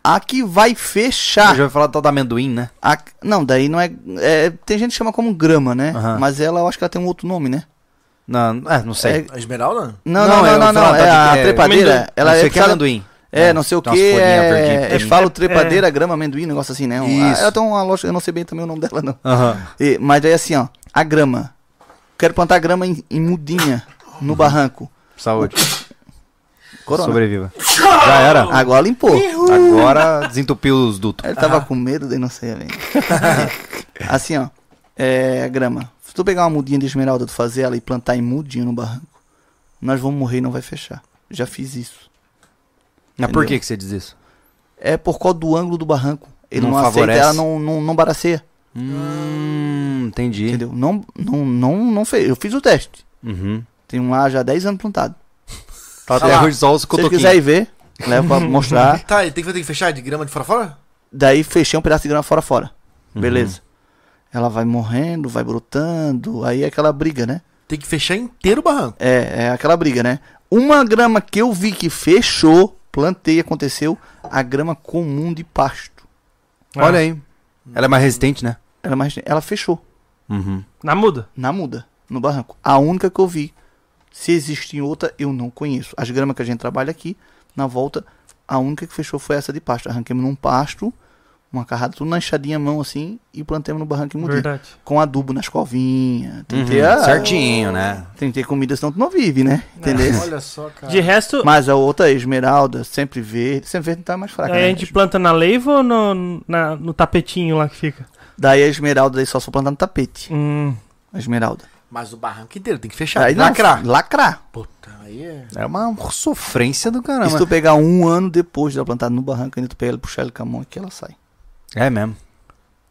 [SPEAKER 4] Ah. A que vai
[SPEAKER 1] Eu
[SPEAKER 4] fechar.
[SPEAKER 1] já ouvi falar do tal da amendoim, né?
[SPEAKER 4] a- não, daí não é, é- Tem gente que chama como grama, né?
[SPEAKER 1] Aham.
[SPEAKER 4] Mas ela, eu acho que ela tem um outro nome, né?
[SPEAKER 1] Não, é, não sei.
[SPEAKER 4] É-
[SPEAKER 2] A esmeralda?
[SPEAKER 1] Não,
[SPEAKER 4] Não, não,
[SPEAKER 1] eu vou
[SPEAKER 4] não, não. não,
[SPEAKER 1] falar
[SPEAKER 4] É
[SPEAKER 1] da-
[SPEAKER 4] a
[SPEAKER 1] é-
[SPEAKER 4] trepadeira.
[SPEAKER 1] amendoim.
[SPEAKER 4] Ela
[SPEAKER 1] não sei
[SPEAKER 4] é
[SPEAKER 1] o que é
[SPEAKER 4] puxada-
[SPEAKER 1] amendoim.
[SPEAKER 4] É, não sei o
[SPEAKER 1] Tem umas
[SPEAKER 4] que.
[SPEAKER 1] folhinhas verdinhas
[SPEAKER 4] É,
[SPEAKER 1] pequenininhas.
[SPEAKER 4] eles falam
[SPEAKER 3] É-
[SPEAKER 4] trepadeira, grama, amendoim, um negócio assim, né? Um-
[SPEAKER 1] Isso.
[SPEAKER 4] Ela tem uma lógica, eu não sei bem também o nome dela, não.
[SPEAKER 1] Aham.
[SPEAKER 4] E- mas daí assim, ó. A grama. Quero plantar grama em, em mudinha no barranco.
[SPEAKER 1] Saúde.
[SPEAKER 4] Corona. Ah.
[SPEAKER 1] Sobreviva. Já era.
[SPEAKER 4] Agora limpou.
[SPEAKER 1] Agora desentupiu os dutos.
[SPEAKER 4] Ele tava com medo daí não sei, velho. [LAUGHS] assim, ó. É, grama. Se tu pegar uma mudinha de esmeralda, tu fazer ela e plantar em mudinho no barranco, nós vamos morrer e não vai fechar. Já fiz isso.
[SPEAKER 1] Mas por
[SPEAKER 4] Entendeu?
[SPEAKER 1] que, que você diz isso?
[SPEAKER 4] É por causa do ângulo do barranco. Ele
[SPEAKER 1] Não
[SPEAKER 4] não, aceita,
[SPEAKER 1] favorece.
[SPEAKER 4] ela não, não, não baraceia.
[SPEAKER 1] Hum, entendi.
[SPEAKER 4] Entendeu? Não, não, não, não fez. Eu fiz o teste.
[SPEAKER 1] Uhum.
[SPEAKER 4] Tem um lá já há 10 anos plantado.
[SPEAKER 1] Tá
[SPEAKER 2] Olha
[SPEAKER 1] até
[SPEAKER 2] lá.
[SPEAKER 1] hoje só os
[SPEAKER 4] Se vocês
[SPEAKER 1] cotoquinhos.
[SPEAKER 4] quiserem ver, leva pra mostrar.
[SPEAKER 2] Tá, e tem que, tem que fechar de grama de fora a fora?
[SPEAKER 4] Daí fechei um pedaço de grama fora fora.
[SPEAKER 1] Uhum.
[SPEAKER 4] Beleza. Ela vai morrendo, vai brotando. Aí é aquela briga, né?
[SPEAKER 2] Tem que fechar inteiro o barranco.
[SPEAKER 4] É, é aquela briga, né? Uma grama que eu vi que fechou, plantei, aconteceu, a grama comum de pasto.
[SPEAKER 1] Olha aí. Ela é mais resistente, né?
[SPEAKER 4] Ela, mais, ela fechou
[SPEAKER 1] Uhum.
[SPEAKER 3] Ah, Na muda.
[SPEAKER 4] na muda, no barranco. A única que eu vi. Se existe em outra, eu não conheço. As gramas que a gente trabalha aqui, na volta, a única que fechou foi essa de pasto. Arranquemos num pasto, uma carrada, tudo na enxadinha à mão assim, e plantamos no barranco e mudinho.
[SPEAKER 3] Verdade.
[SPEAKER 4] Com adubo nas covinhas. Tem,
[SPEAKER 1] Uhum.
[SPEAKER 4] que ter a-
[SPEAKER 1] Certinho, né?
[SPEAKER 4] tem que ter comida, senão tu não vive, né? Entendeu?
[SPEAKER 2] Olha só,
[SPEAKER 1] Tá.
[SPEAKER 2] cara.
[SPEAKER 3] De resto,
[SPEAKER 4] Mas a outra esmeralda, sempre verde. Sempre verde tá mais fraca.
[SPEAKER 3] aí é,
[SPEAKER 4] né?
[SPEAKER 3] a gente planta na leiva ou no, na- no tapetinho lá que fica?
[SPEAKER 4] Daí a esmeralda daí só só plantar no tapete.
[SPEAKER 3] Hum,
[SPEAKER 4] A esmeralda.
[SPEAKER 2] Mas o barranco inteiro tem que fechar.
[SPEAKER 4] Aí
[SPEAKER 2] Aí
[SPEAKER 4] não,
[SPEAKER 2] lacrar.
[SPEAKER 4] Lacrar.
[SPEAKER 2] Puta, aí é.
[SPEAKER 1] É uma sofrência do
[SPEAKER 4] E se
[SPEAKER 1] caramba.
[SPEAKER 4] tu pegar um ano depois dela plantar no barranco, ainda tu pega ele, puxar ele com a mão aqui, ela sai.
[SPEAKER 1] É mesmo.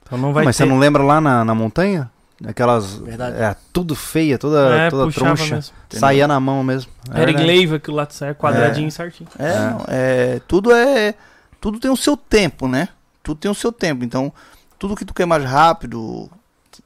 [SPEAKER 3] Então não vai
[SPEAKER 1] Mas
[SPEAKER 3] ter.
[SPEAKER 1] você não lembra lá na, na montanha? Aquelas.
[SPEAKER 2] Verdade.
[SPEAKER 1] É, tudo feia, toda,
[SPEAKER 3] É,
[SPEAKER 1] toda
[SPEAKER 3] puxava
[SPEAKER 1] troncha.
[SPEAKER 3] mesmo.
[SPEAKER 1] Saía na mão mesmo. É
[SPEAKER 3] Era
[SPEAKER 1] verdade.
[SPEAKER 3] Glaive, aquilo lá é quadradinho certinho.
[SPEAKER 4] É, não, é, tudo é, tudo tem o seu tempo, né? Tudo tem o seu tempo. Então, tudo que tu quer mais rápido,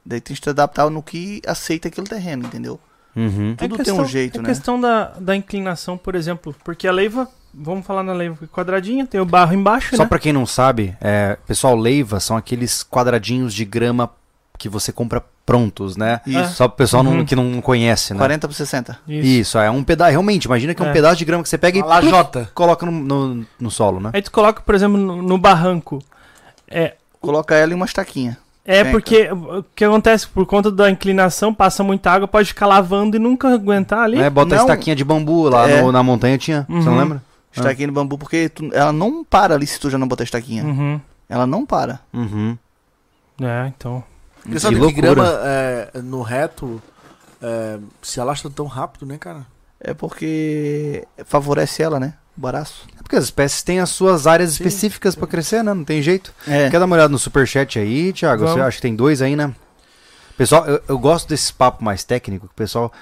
[SPEAKER 4] daí tem que te adaptar no que aceita aquele terreno, entendeu?
[SPEAKER 1] Uhum.
[SPEAKER 4] Tudo tem um jeito,
[SPEAKER 3] é
[SPEAKER 4] né?
[SPEAKER 3] questão da, da inclinação, por exemplo. Porque a leiva, vamos falar na leiva quadradinha, tem o barro embaixo,
[SPEAKER 1] Só
[SPEAKER 3] né?
[SPEAKER 1] pra quem não sabe, é, pessoal, leiva são aqueles quadradinhos de grama que você compra prontos, né?
[SPEAKER 4] Isso.
[SPEAKER 1] Só pro pessoal não-
[SPEAKER 3] Uhum.
[SPEAKER 1] que não conhece, né?
[SPEAKER 4] 40 para 60.
[SPEAKER 1] Isso. é um pedaço. Realmente, imagina que é um
[SPEAKER 3] É.
[SPEAKER 1] pedaço de grama que você pega e
[SPEAKER 2] A lajota.
[SPEAKER 1] pluf, coloca no, no- no solo, né?
[SPEAKER 3] Aí tu coloca, por exemplo, no, no barranco. É,
[SPEAKER 4] Coloca ela em uma estaquinha.
[SPEAKER 3] é
[SPEAKER 4] Sim,
[SPEAKER 3] porque o que acontece? Por conta da inclinação, passa muita água, pode ficar lavando e nunca aguentar ali.
[SPEAKER 1] Né? Bota a
[SPEAKER 4] Não.
[SPEAKER 1] estaquinha de bambu lá
[SPEAKER 4] É.
[SPEAKER 1] no- na montanha, tinha. Você não
[SPEAKER 3] Uhum.
[SPEAKER 1] lembra?
[SPEAKER 4] Estaquinha de bambu, porque tu- ela não para ali se tu já não botar estaquinha.
[SPEAKER 3] Uhum.
[SPEAKER 4] Ela não para.
[SPEAKER 1] Uhum.
[SPEAKER 3] É, então.
[SPEAKER 2] Porque sabe que,
[SPEAKER 1] loucura.
[SPEAKER 2] grama é, no reto é, se alastra tão rápido, né, cara?
[SPEAKER 4] É porque favorece ela, né? O baraço.
[SPEAKER 1] É porque as espécies têm as suas áreas específicas pra crescer, né? Não tem jeito.
[SPEAKER 4] É.
[SPEAKER 1] Quer dar uma olhada no superchat aí, Thiago? Você
[SPEAKER 3] Vamos.
[SPEAKER 1] acha que tem dois aí, né? Pessoal, eu, eu gosto desse papo mais técnico, que o pessoal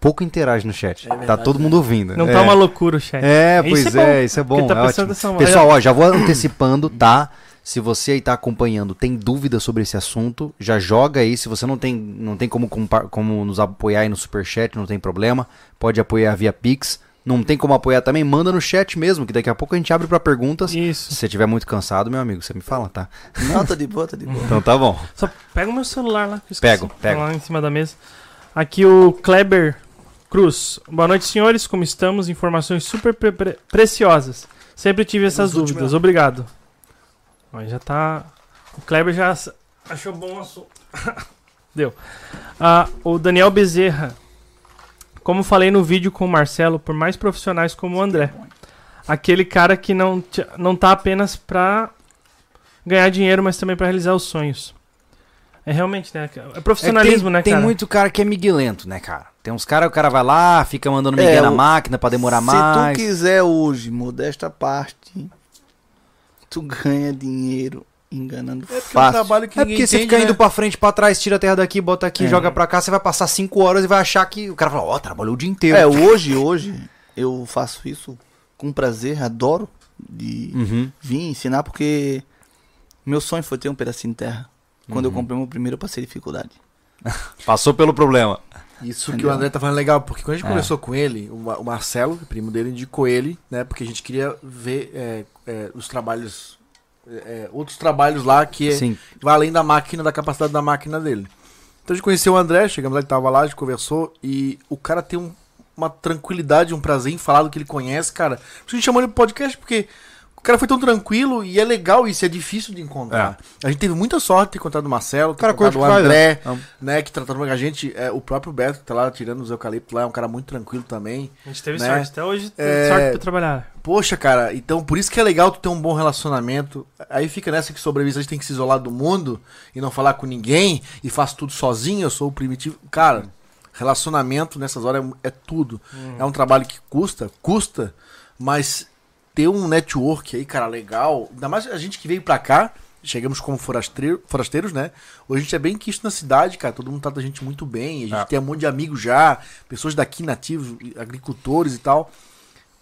[SPEAKER 1] pouco interage no chat.
[SPEAKER 2] É verdade,
[SPEAKER 1] tá todo
[SPEAKER 2] né?
[SPEAKER 1] mundo ouvindo.
[SPEAKER 3] Não
[SPEAKER 1] é.
[SPEAKER 3] tá uma loucura o chat.
[SPEAKER 1] É,
[SPEAKER 3] Isso
[SPEAKER 1] pois
[SPEAKER 3] é bom,
[SPEAKER 1] é, isso é bom.
[SPEAKER 3] tá
[SPEAKER 1] é
[SPEAKER 3] prestando
[SPEAKER 1] ótimo.
[SPEAKER 3] atenção.
[SPEAKER 1] Pessoal, ó, já vou antecipando, tá? Se você aí tá acompanhando, tem dúvida sobre esse assunto, já joga aí. Se você não tem, não tem como, compa- como nos apoiar aí no Superchat, não tem problema. Pode apoiar via Pix. Não tem como apoiar também, manda no chat mesmo, que daqui a pouco a gente abre pra perguntas. Se
[SPEAKER 3] Isso.
[SPEAKER 1] você tiver muito cansado, meu amigo, você me fala, tá?
[SPEAKER 4] Não, tá de boa, tá de boa.
[SPEAKER 1] Então tá bom.
[SPEAKER 3] Só pega o meu celular lá. que eu esqueci.
[SPEAKER 1] Pego,
[SPEAKER 3] Tá
[SPEAKER 1] pego.
[SPEAKER 3] Lá em cima da mesa. Aqui o Kleber Cruz. Boa noite, senhores. Como estamos? Informações super pre- pre- preciosas. Sempre tive essas
[SPEAKER 2] Nos
[SPEAKER 3] dúvidas.
[SPEAKER 2] últimos-
[SPEAKER 3] Obrigado. Ó, já tá... O Kleber já s- achou bom o assunto. [LAUGHS] Deu. Ah, o Daniel Bezerra. Como falei no vídeo com o Marcelo, por mais profissionais como o André. Aquele cara que não, te- não tá apenas pra ganhar dinheiro, mas também pra realizar os sonhos. É realmente, né? É profissionalismo,
[SPEAKER 1] É, tem,
[SPEAKER 3] né,
[SPEAKER 1] Tem
[SPEAKER 3] cara?
[SPEAKER 1] muito cara que é miguelento, né, cara? Tem uns caras, o cara vai lá, fica mandando
[SPEAKER 4] É,
[SPEAKER 1] miguel na
[SPEAKER 4] o-
[SPEAKER 1] máquina pra demorar
[SPEAKER 4] Se
[SPEAKER 1] mais.
[SPEAKER 4] tu quiser hoje, modesta parte, tu ganha dinheiro enganando
[SPEAKER 2] É porque é um
[SPEAKER 4] fácil.
[SPEAKER 2] trabalho que
[SPEAKER 1] É
[SPEAKER 2] ninguém
[SPEAKER 1] porque você
[SPEAKER 2] entende,
[SPEAKER 1] fica indo
[SPEAKER 2] né?
[SPEAKER 1] pra frente, pra trás, tira a terra daqui, bota aqui,
[SPEAKER 4] É.
[SPEAKER 1] joga pra cá, você vai passar cinco horas e vai achar que. O cara fala, ó, trabalhou o dia inteiro.
[SPEAKER 4] É, hoje, hoje, eu faço isso com prazer, adoro de
[SPEAKER 1] Uhum.
[SPEAKER 4] vir ensinar, porque meu sonho foi ter um pedacinho de terra. Quando
[SPEAKER 1] Uhum.
[SPEAKER 4] eu comprei meu primeiro, eu passei dificuldade.
[SPEAKER 1] Passou pelo problema.
[SPEAKER 2] Isso que
[SPEAKER 4] Entendeu?
[SPEAKER 2] o André tá falando é legal, porque quando a gente
[SPEAKER 1] É.
[SPEAKER 2] conversou com ele, o Ma- o Marcelo, o primo dele, indicou ele, né? Porque a gente queria ver é, é, os trabalhos, é, é, outros trabalhos lá que
[SPEAKER 1] Sim.
[SPEAKER 2] vai além da máquina, da capacidade da máquina dele. Então a gente conheceu o André, chegamos lá, ele tava lá, a gente conversou e o cara tem um- uma tranquilidade, um prazer em falar do que ele conhece, cara. Por isso que a gente chamou ele pro podcast porque o cara foi tão tranquilo e é legal isso, é difícil de encontrar. A gente teve muita sorte de encontrar o Marcelo, ter
[SPEAKER 1] É. Cara, curte
[SPEAKER 2] encontrado o
[SPEAKER 1] o que faz,
[SPEAKER 2] André,
[SPEAKER 1] né?
[SPEAKER 2] né, que tratando com a gente, é, o próprio Beto que tá lá tirando os eucaliptos lá, é um cara muito tranquilo também.
[SPEAKER 3] A gente teve
[SPEAKER 2] né?
[SPEAKER 3] sorte. Até hoje teve
[SPEAKER 2] É.
[SPEAKER 3] sorte pra trabalhar.
[SPEAKER 2] Poxa, cara, então por isso que é legal tu ter um bom relacionamento. Aí fica nessa que sobrevivente tem que se isolar do mundo e não falar com ninguém e faço tudo sozinho, eu sou o primitivo. Cara, relacionamento nessas horas é, é tudo. É um trabalho que custa, custa, mas ter um network aí, cara, legal. Ainda mais a gente que veio pra cá, chegamos como forasteiro, forasteiros, né? Hoje a gente é bem quisto na cidade, cara. Todo mundo trata a gente muito bem. A gente
[SPEAKER 1] É.
[SPEAKER 2] tem um monte de amigos já, pessoas daqui nativos, agricultores e tal.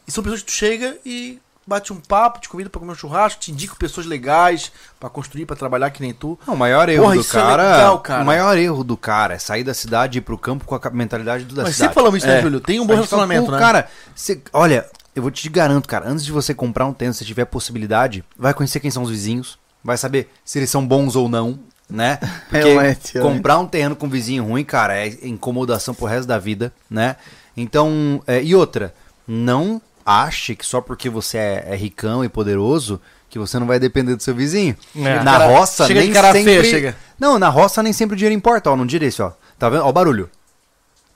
[SPEAKER 2] E são pessoas que tu chega e bate um papo, te convida pra comer um churrasco, te indica pessoas legais pra construir, pra trabalhar que nem tu.
[SPEAKER 1] Não, o maior erro
[SPEAKER 2] Porra,
[SPEAKER 1] do
[SPEAKER 2] isso é
[SPEAKER 1] cara,
[SPEAKER 2] legal, cara.
[SPEAKER 1] O maior erro do cara é sair da cidade e ir pro campo com a ca- mentalidade do da
[SPEAKER 2] Mas
[SPEAKER 1] cidade.
[SPEAKER 2] sempre falamos isso, né,
[SPEAKER 4] É.
[SPEAKER 2] Júlio? Tem um
[SPEAKER 1] A
[SPEAKER 2] bom
[SPEAKER 1] gente fala,
[SPEAKER 2] relacionamento,
[SPEAKER 1] "Pô,
[SPEAKER 2] né?
[SPEAKER 1] Cara, você- olha, eu vou te garanto, cara, antes de você comprar um terreno, se tiver possibilidade, vai conhecer quem são os vizinhos, vai saber se eles são bons ou não,
[SPEAKER 2] [LAUGHS]
[SPEAKER 1] né? Porque
[SPEAKER 4] Realmente, realmente.
[SPEAKER 1] comprar um terreno com vizinho ruim, cara, é incomodação pro resto da vida, né? Então, é, e outra, não ache que só porque você é, é ricão e poderoso que você não vai depender do seu vizinho.
[SPEAKER 3] É.
[SPEAKER 1] Na
[SPEAKER 2] Cara,
[SPEAKER 1] roça
[SPEAKER 2] chega de
[SPEAKER 1] nem
[SPEAKER 2] cara
[SPEAKER 1] sempre
[SPEAKER 2] feia, chega.
[SPEAKER 1] Não, na roça nem sempre o dinheiro importa, ó, não diria isso, ó. Tá vendo? Ó o barulho.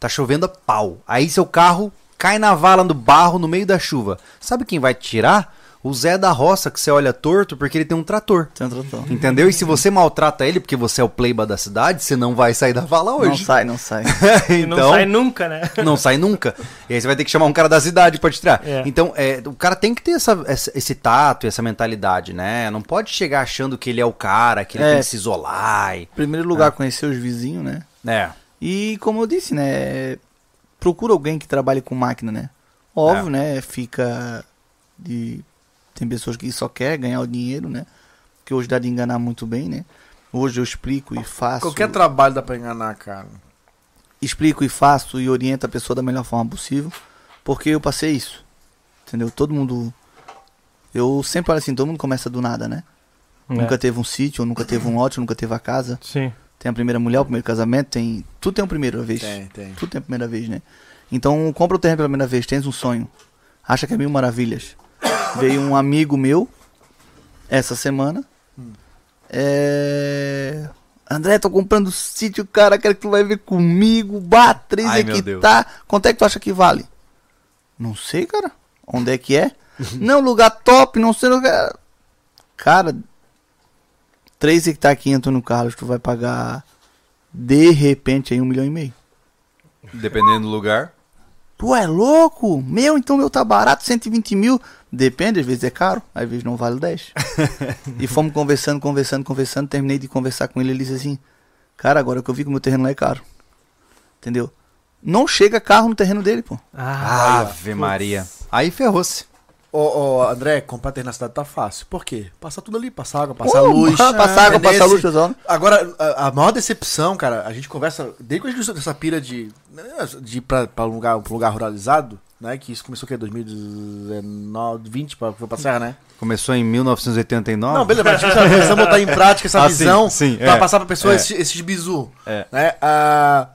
[SPEAKER 1] Tá chovendo a pau. Aí seu carro cai na vala do barro no meio da chuva. Sabe quem vai te tirar? O Zé da roça que você olha torto porque ele tem um trator.
[SPEAKER 4] Tem um trator.
[SPEAKER 1] Entendeu? E se você maltrata ele porque você é o pleiba da cidade, você não vai sair da vala
[SPEAKER 4] Não
[SPEAKER 1] [LAUGHS] hoje.
[SPEAKER 4] sai, não sai.
[SPEAKER 3] E
[SPEAKER 1] então,
[SPEAKER 3] não sai nunca, né?
[SPEAKER 1] não sai nunca. E aí você vai ter que chamar um cara da cidade pra te tirar.
[SPEAKER 3] É.
[SPEAKER 1] Então, é, o cara tem que ter essa- essa- esse tato e essa mentalidade, né? Não pode chegar achando que ele é o cara, que ele
[SPEAKER 4] É.
[SPEAKER 1] tem que se isolar. E...
[SPEAKER 4] Em primeiro lugar,
[SPEAKER 1] Ah.
[SPEAKER 4] conhecer os vizinhos, né?
[SPEAKER 1] É.
[SPEAKER 4] E como eu disse, né? Procura alguém que trabalhe com máquina, né? Óbvio, né? Fica de. Tem pessoas que só quer ganhar o dinheiro, né? Que hoje dá de enganar muito bem, né? Hoje eu explico e faço.
[SPEAKER 2] Qualquer trabalho dá pra enganar, cara.
[SPEAKER 4] explico e faço e oriento a pessoa da melhor forma possível, porque eu passei isso. Entendeu? Todo mundo. Eu sempre falo assim, todo mundo começa do nada, né?
[SPEAKER 3] É.
[SPEAKER 4] Nunca teve um sítio, ou nunca teve um lote, ou nunca teve a casa.
[SPEAKER 3] Sim.
[SPEAKER 4] Tem a primeira mulher, o primeiro casamento, tem. Tudo tem um a primeira vez.
[SPEAKER 2] tem.
[SPEAKER 4] Tudo tem a primeira vez, né? Então, compra o terreno pela primeira vez, tens um sonho. Acha que é mil maravilhas. [COUGHS] Veio um amigo meu essa semana.
[SPEAKER 1] Hum.
[SPEAKER 4] É... André, tô comprando sítio, cara, quero que tu vai ver comigo. Bah, 3
[SPEAKER 1] Ai, meu
[SPEAKER 4] hectares. Quanto é que tu acha que vale? Não sei, cara. Onde é
[SPEAKER 1] [LAUGHS]
[SPEAKER 4] que é? não, lugar top, não sei lugar. Cara, 3 hectares aqui, Antônio Carlos, tu vai pagar de repente aí um milhão e meio.
[SPEAKER 1] Dependendo do lugar.
[SPEAKER 4] Tu é louco? Meu, então meu tá barato, 120 mil. Depende, às vezes é caro, às vezes não vale 10. e fomos conversando, conversando, conversando. Terminei de conversar com ele. Ele disse assim: Cara, agora que eu vi que o meu terreno lá é caro. Entendeu? Não chega carro no terreno dele, pô.
[SPEAKER 3] Ah,
[SPEAKER 1] Ave Maria. Aí ferrou-se.
[SPEAKER 2] Ô, ô, André, comprar terreno na cidade tá fácil. Por quê? Passar tudo ali, passar água, passar
[SPEAKER 1] Uh, [LAUGHS]
[SPEAKER 4] Pô,
[SPEAKER 2] luz.
[SPEAKER 4] Passar água,
[SPEAKER 2] entendeu?
[SPEAKER 4] passar luz, tesouro.
[SPEAKER 2] Agora, a, a maior decepção, cara, a gente conversa, desde que a gente começou essa pira de, de ir pra, pra um lugar, pra um lugar ruralizado, né, que isso começou o quê? 2019, 20 pra, pra serra, né?
[SPEAKER 1] Começou em 1989.
[SPEAKER 2] Não, beleza, mas a gente
[SPEAKER 1] [LAUGHS]
[SPEAKER 2] precisa- precisa botar em prática essa
[SPEAKER 1] Ah, sim,
[SPEAKER 2] visão
[SPEAKER 1] sim,
[SPEAKER 2] pra
[SPEAKER 1] é,
[SPEAKER 2] passar pra pessoa
[SPEAKER 1] é.
[SPEAKER 2] esses, esses bizu.
[SPEAKER 1] É.
[SPEAKER 2] Né? A,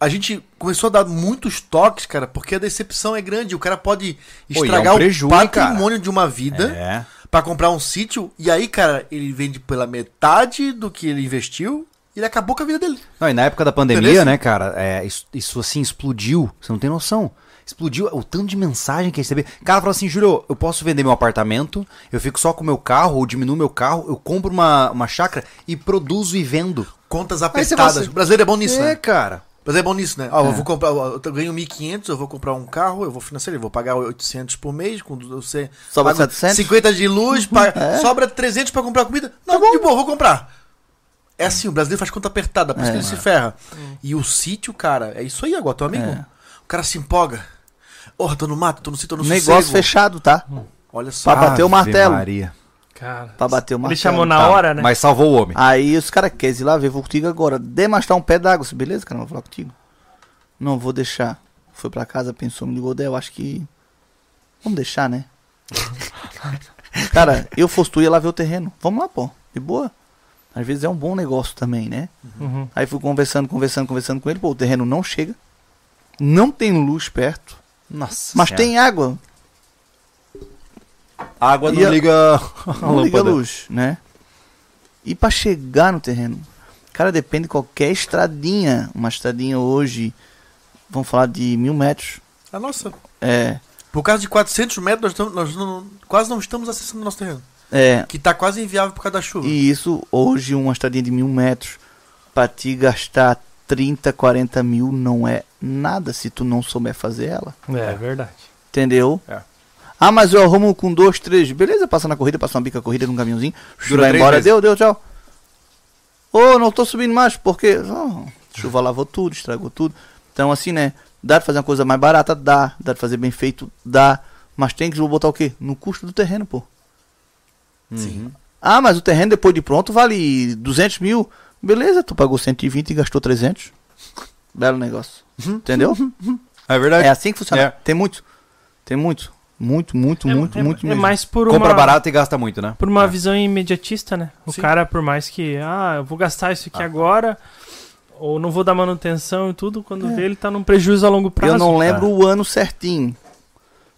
[SPEAKER 2] a gente começou a dar muitos toques, cara, porque a decepção é grande. O cara pode
[SPEAKER 1] Pô, e é um
[SPEAKER 2] estragar
[SPEAKER 1] prejuízo,
[SPEAKER 2] o patrimônio de uma vida
[SPEAKER 1] É.
[SPEAKER 2] pra comprar um sítio, e aí, cara, ele vende pela metade do que ele investiu, e ele acabou com a vida dele.
[SPEAKER 1] Não, e na época da pandemia,
[SPEAKER 2] Beleza?
[SPEAKER 1] né, cara, é, isso, isso, assim explodiu. Você não tem noção. Explodiu o tanto de mensagem que eu recebi. O cara falou assim, Júlio, eu posso vender meu apartamento, eu fico só com meu carro, ou diminuo meu carro, eu compro uma, uma chácara e produzo e vendo.
[SPEAKER 2] Contas
[SPEAKER 1] você
[SPEAKER 2] apertadas.
[SPEAKER 1] fala assim,
[SPEAKER 2] O brasileiro é bom nisso,
[SPEAKER 1] é,
[SPEAKER 2] né?
[SPEAKER 1] cara.
[SPEAKER 2] O brasileiro é bom nisso, né? Ó, eu vou comprar, eu ganho 1.500, eu vou comprar um carro, eu vou financiar, eu vou pagar 800 por mês, com você
[SPEAKER 4] Sobra
[SPEAKER 2] pago
[SPEAKER 4] 700?
[SPEAKER 2] 50 de luz, paga-
[SPEAKER 4] É. Tá
[SPEAKER 2] sobra 300 pra comprar comida. Não, de boa, vou comprar. É assim, o brasileiro faz conta apertada, por isso que
[SPEAKER 4] É.
[SPEAKER 2] ele se ferra. E o sítio, cara, é isso aí agora, teu amigo.
[SPEAKER 4] É.
[SPEAKER 2] O cara se empolga. Porra, tô no mato, tô no sítio, tô no
[SPEAKER 4] Negócio
[SPEAKER 2] sossego.
[SPEAKER 4] fechado, tá?
[SPEAKER 3] Hum.
[SPEAKER 2] Olha só.
[SPEAKER 4] Pra bater o
[SPEAKER 1] Ave
[SPEAKER 4] martelo.
[SPEAKER 1] Maria.
[SPEAKER 3] cara.
[SPEAKER 4] Pra bater o
[SPEAKER 3] Ele
[SPEAKER 4] martelo. tá?
[SPEAKER 3] chamou na hora, né?
[SPEAKER 1] Mas salvou o homem.
[SPEAKER 4] Aí os caras querem ir lá ver, vou contigo agora. Demastar um pé d'água, se beleza, cara, eu vou falar contigo. Não vou deixar. Foi pra casa, pensou, me ligou, daí eu acho que. Vamos deixar, né? cara, eu fosse tu ia lá ver o terreno. Vamos lá, pô, de boa. Às vezes é um bom negócio também, né?
[SPEAKER 3] Uhum.
[SPEAKER 4] Aí fui conversando, conversando, conversando com ele. Pô, o terreno não chega. Não tem luz perto.
[SPEAKER 1] Nossa.
[SPEAKER 4] Mas
[SPEAKER 1] Senhora.
[SPEAKER 4] tem água.
[SPEAKER 1] Água não
[SPEAKER 4] E a-
[SPEAKER 1] liga a
[SPEAKER 4] [LAUGHS] Não liga a
[SPEAKER 1] lâmpada.
[SPEAKER 4] luz, né? E pra chegar no terreno, cara, depende de qualquer estradinha. Uma estradinha hoje, vamos falar de mil metros.
[SPEAKER 2] Ah, nossa.
[SPEAKER 4] É,
[SPEAKER 2] Por causa de 400 metros, nós, tamo- nós não- quase não estamos acessando o nosso terreno.
[SPEAKER 4] é.
[SPEAKER 2] Que tá quase inviável por causa da chuva.
[SPEAKER 4] E isso hoje, uma estradinha de mil metros, pra te gastar 30, 40 mil não é nada se tu não souber fazer ela.
[SPEAKER 3] É, verdade.
[SPEAKER 4] Entendeu?
[SPEAKER 1] É.
[SPEAKER 4] Ah, mas eu arrumo com dois, três. Beleza, passa na corrida, passa uma bica corrida num caminhãozinho.
[SPEAKER 1] Dura
[SPEAKER 4] vai
[SPEAKER 1] três
[SPEAKER 4] embora,
[SPEAKER 1] meses.
[SPEAKER 4] deu, deu, tchau. Ô, não tô subindo mais, porque. ó, chuva lavou tudo, estragou tudo. Então, assim, né? Dá de fazer uma coisa mais barata? Dá. Dá de fazer bem feito? Dá. Mas tem que botar o quê? No custo do terreno, pô.
[SPEAKER 1] Uhum.
[SPEAKER 2] Sim.
[SPEAKER 4] Ah, mas o terreno depois de pronto vale 200 mil. Beleza, tu pagou 120 e gastou 300. Belo negócio.
[SPEAKER 1] Uhum.
[SPEAKER 4] Entendeu?
[SPEAKER 1] É verdade.
[SPEAKER 4] É assim que funciona.
[SPEAKER 1] É.
[SPEAKER 4] Tem muito. Tem muito. Muito, muito,
[SPEAKER 3] É-
[SPEAKER 4] muito,
[SPEAKER 3] é,
[SPEAKER 4] muito
[SPEAKER 3] é
[SPEAKER 4] mesmo.
[SPEAKER 3] mais por uma,
[SPEAKER 1] Compra barato e gasta muito, né?
[SPEAKER 3] por
[SPEAKER 4] É.
[SPEAKER 3] uma visão imediatista, né? O
[SPEAKER 2] Sim.
[SPEAKER 3] cara, por mais que, ah, eu vou gastar isso aqui agora, ou não vou dar manutenção e tudo, quando
[SPEAKER 1] É.
[SPEAKER 3] vê ele tá num prejuízo a longo prazo.
[SPEAKER 4] eu
[SPEAKER 3] [LAUGHS]
[SPEAKER 4] não lembro o ano certinho.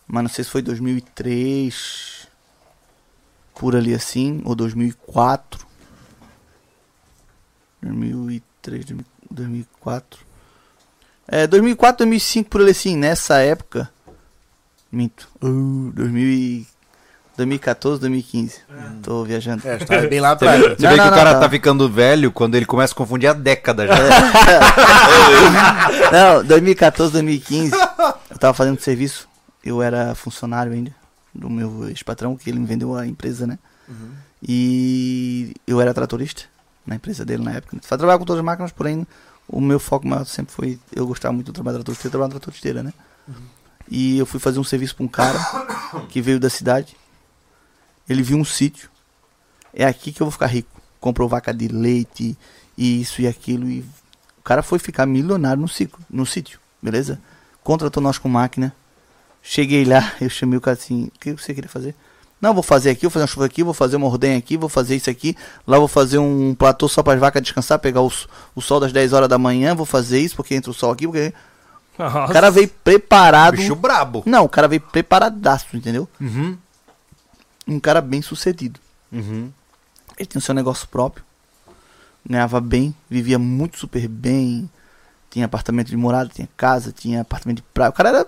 [SPEAKER 4] Mas não sei se foi 2003, por ali assim, ou 2004. 2003, 2004. É, 2004, 2005, por ali assim, nessa época. Minto. Uh, 2000 e- 2014, 2015. Tô viajando.
[SPEAKER 2] É, tá bem lá atrás.
[SPEAKER 1] Você
[SPEAKER 4] Não,
[SPEAKER 1] vê
[SPEAKER 4] não,
[SPEAKER 1] que o
[SPEAKER 4] não,
[SPEAKER 1] cara
[SPEAKER 4] não.
[SPEAKER 1] tá ficando velho quando ele começa a confundir a década já.
[SPEAKER 4] Não, 2014, 2015, eu tava fazendo serviço, eu era funcionário ainda do meu ex-patrão, que ele me vendeu a empresa, né? E eu era tratorista na empresa dele na época. Só trabalhava com todas as máquinas, porém o meu foco maior sempre foi, eu gostava muito do trabalho da tratorista, eu trabalhava na tratoristeira, né? E eu fui fazer um serviço pra um cara que veio da cidade, ele viu um sítio, é aqui que eu vou ficar rico, comprou vaca de leite e isso e aquilo e o cara foi ficar milionário no, ciclo, no sítio, beleza? Contratou nós com máquina. Cheguei lá, [LAUGHS] eu chamei o cara assim: o que você queria fazer? Não, vou fazer aqui, vou fazer uma chuva aqui, vou fazer uma ordenha aqui, vou fazer isso aqui. Lá vou fazer um platô só para as vacas descansar, pegar o, s- o sol das 10 horas da manhã, vou fazer isso porque entra o sol aqui. Porque... O cara veio [LAUGHS] preparado.
[SPEAKER 1] é Bicho brabo.
[SPEAKER 4] Não, o cara veio preparadaço, entendeu? Um cara bem sucedido. Ele tinha o seu negócio próprio. Ganhava bem, vivia muito super bem. Tinha apartamento de morada, tinha casa, tinha apartamento de praia. O cara era,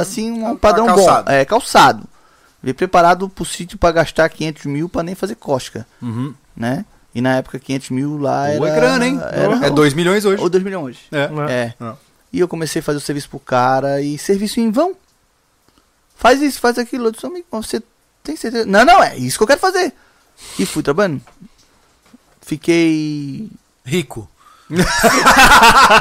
[SPEAKER 4] assim, um
[SPEAKER 2] Cara
[SPEAKER 4] padrão
[SPEAKER 2] calçado.
[SPEAKER 4] bom. É, calçado. Veio preparado pro sítio pra gastar 500 mil pra nem fazer cosca,
[SPEAKER 1] Uhum.
[SPEAKER 4] né? E na época 500 mil lá
[SPEAKER 1] Ou
[SPEAKER 4] era...
[SPEAKER 1] é grana, hein?
[SPEAKER 4] Era,
[SPEAKER 1] É 2 milhões hoje.
[SPEAKER 4] ou 2 milhões.
[SPEAKER 1] É.
[SPEAKER 4] É.
[SPEAKER 1] Não.
[SPEAKER 4] E eu comecei a fazer o serviço pro cara e serviço em vão. Faz isso, faz aquilo. Eu disse, "Amigo, mas você tem certeza? Não, não, é isso que eu quero fazer. E fui trabalhando. Fiquei
[SPEAKER 2] Rico.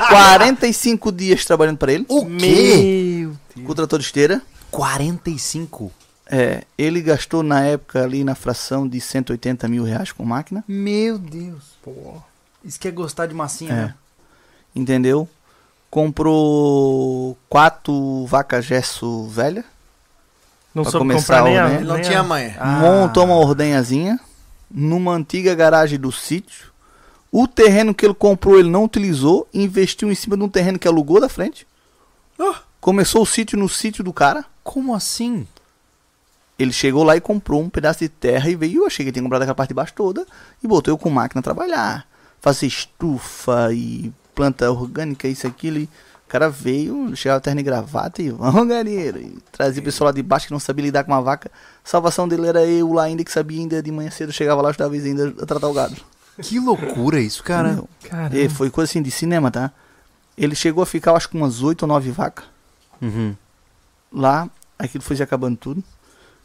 [SPEAKER 4] 45 dias trabalhando pra ele,
[SPEAKER 1] O
[SPEAKER 3] Meu...
[SPEAKER 4] com o trator de esteira.
[SPEAKER 1] 45?
[SPEAKER 4] É, ele gastou na época ali na fração de 180 mil reais com máquina.
[SPEAKER 1] Meu Deus. Pô. Isso que é gostar de massinha,
[SPEAKER 4] É.
[SPEAKER 1] né?
[SPEAKER 4] Entendeu? Comprou quatro vacas gesso velha.
[SPEAKER 3] Não
[SPEAKER 4] Pra
[SPEAKER 3] soube
[SPEAKER 4] começar
[SPEAKER 3] comprar nem
[SPEAKER 4] o,
[SPEAKER 3] a,
[SPEAKER 4] né?
[SPEAKER 2] Ele não
[SPEAKER 3] nem
[SPEAKER 2] tinha
[SPEAKER 3] a-
[SPEAKER 2] manha.
[SPEAKER 1] Ah,
[SPEAKER 4] montou uma ordenhazinha numa antiga garagem do sítio. O terreno que ele comprou, ele não utilizou, investiu em cima de um terreno que alugou da frente. Começou o sítio no sítio do cara.
[SPEAKER 1] Como assim?
[SPEAKER 4] Ele chegou lá e comprou um pedaço de terra e veio. Eu achei que ele tinha comprado aquela parte de baixo toda e botou eu com máquina a trabalhar. Fazer estufa e planta orgânica, isso e aquilo. E o cara veio, chegava terno e gravata e vamos, [LAUGHS] galera. E trazia o pessoal lá de baixo que não sabia lidar com uma vaca. Salvação dele era eu lá ainda que sabia ainda de manhã cedo. Chegava lá, ajudava eles ainda a tratar o gado.
[SPEAKER 1] Que loucura isso, cara.
[SPEAKER 4] Entendeu?
[SPEAKER 3] Caramba.
[SPEAKER 4] E foi coisa assim de cinema, tá? Ele chegou a ficar, eu acho que umas 8 ou 9 vacas
[SPEAKER 1] Uhum.
[SPEAKER 4] lá, aquilo foi se acabando tudo.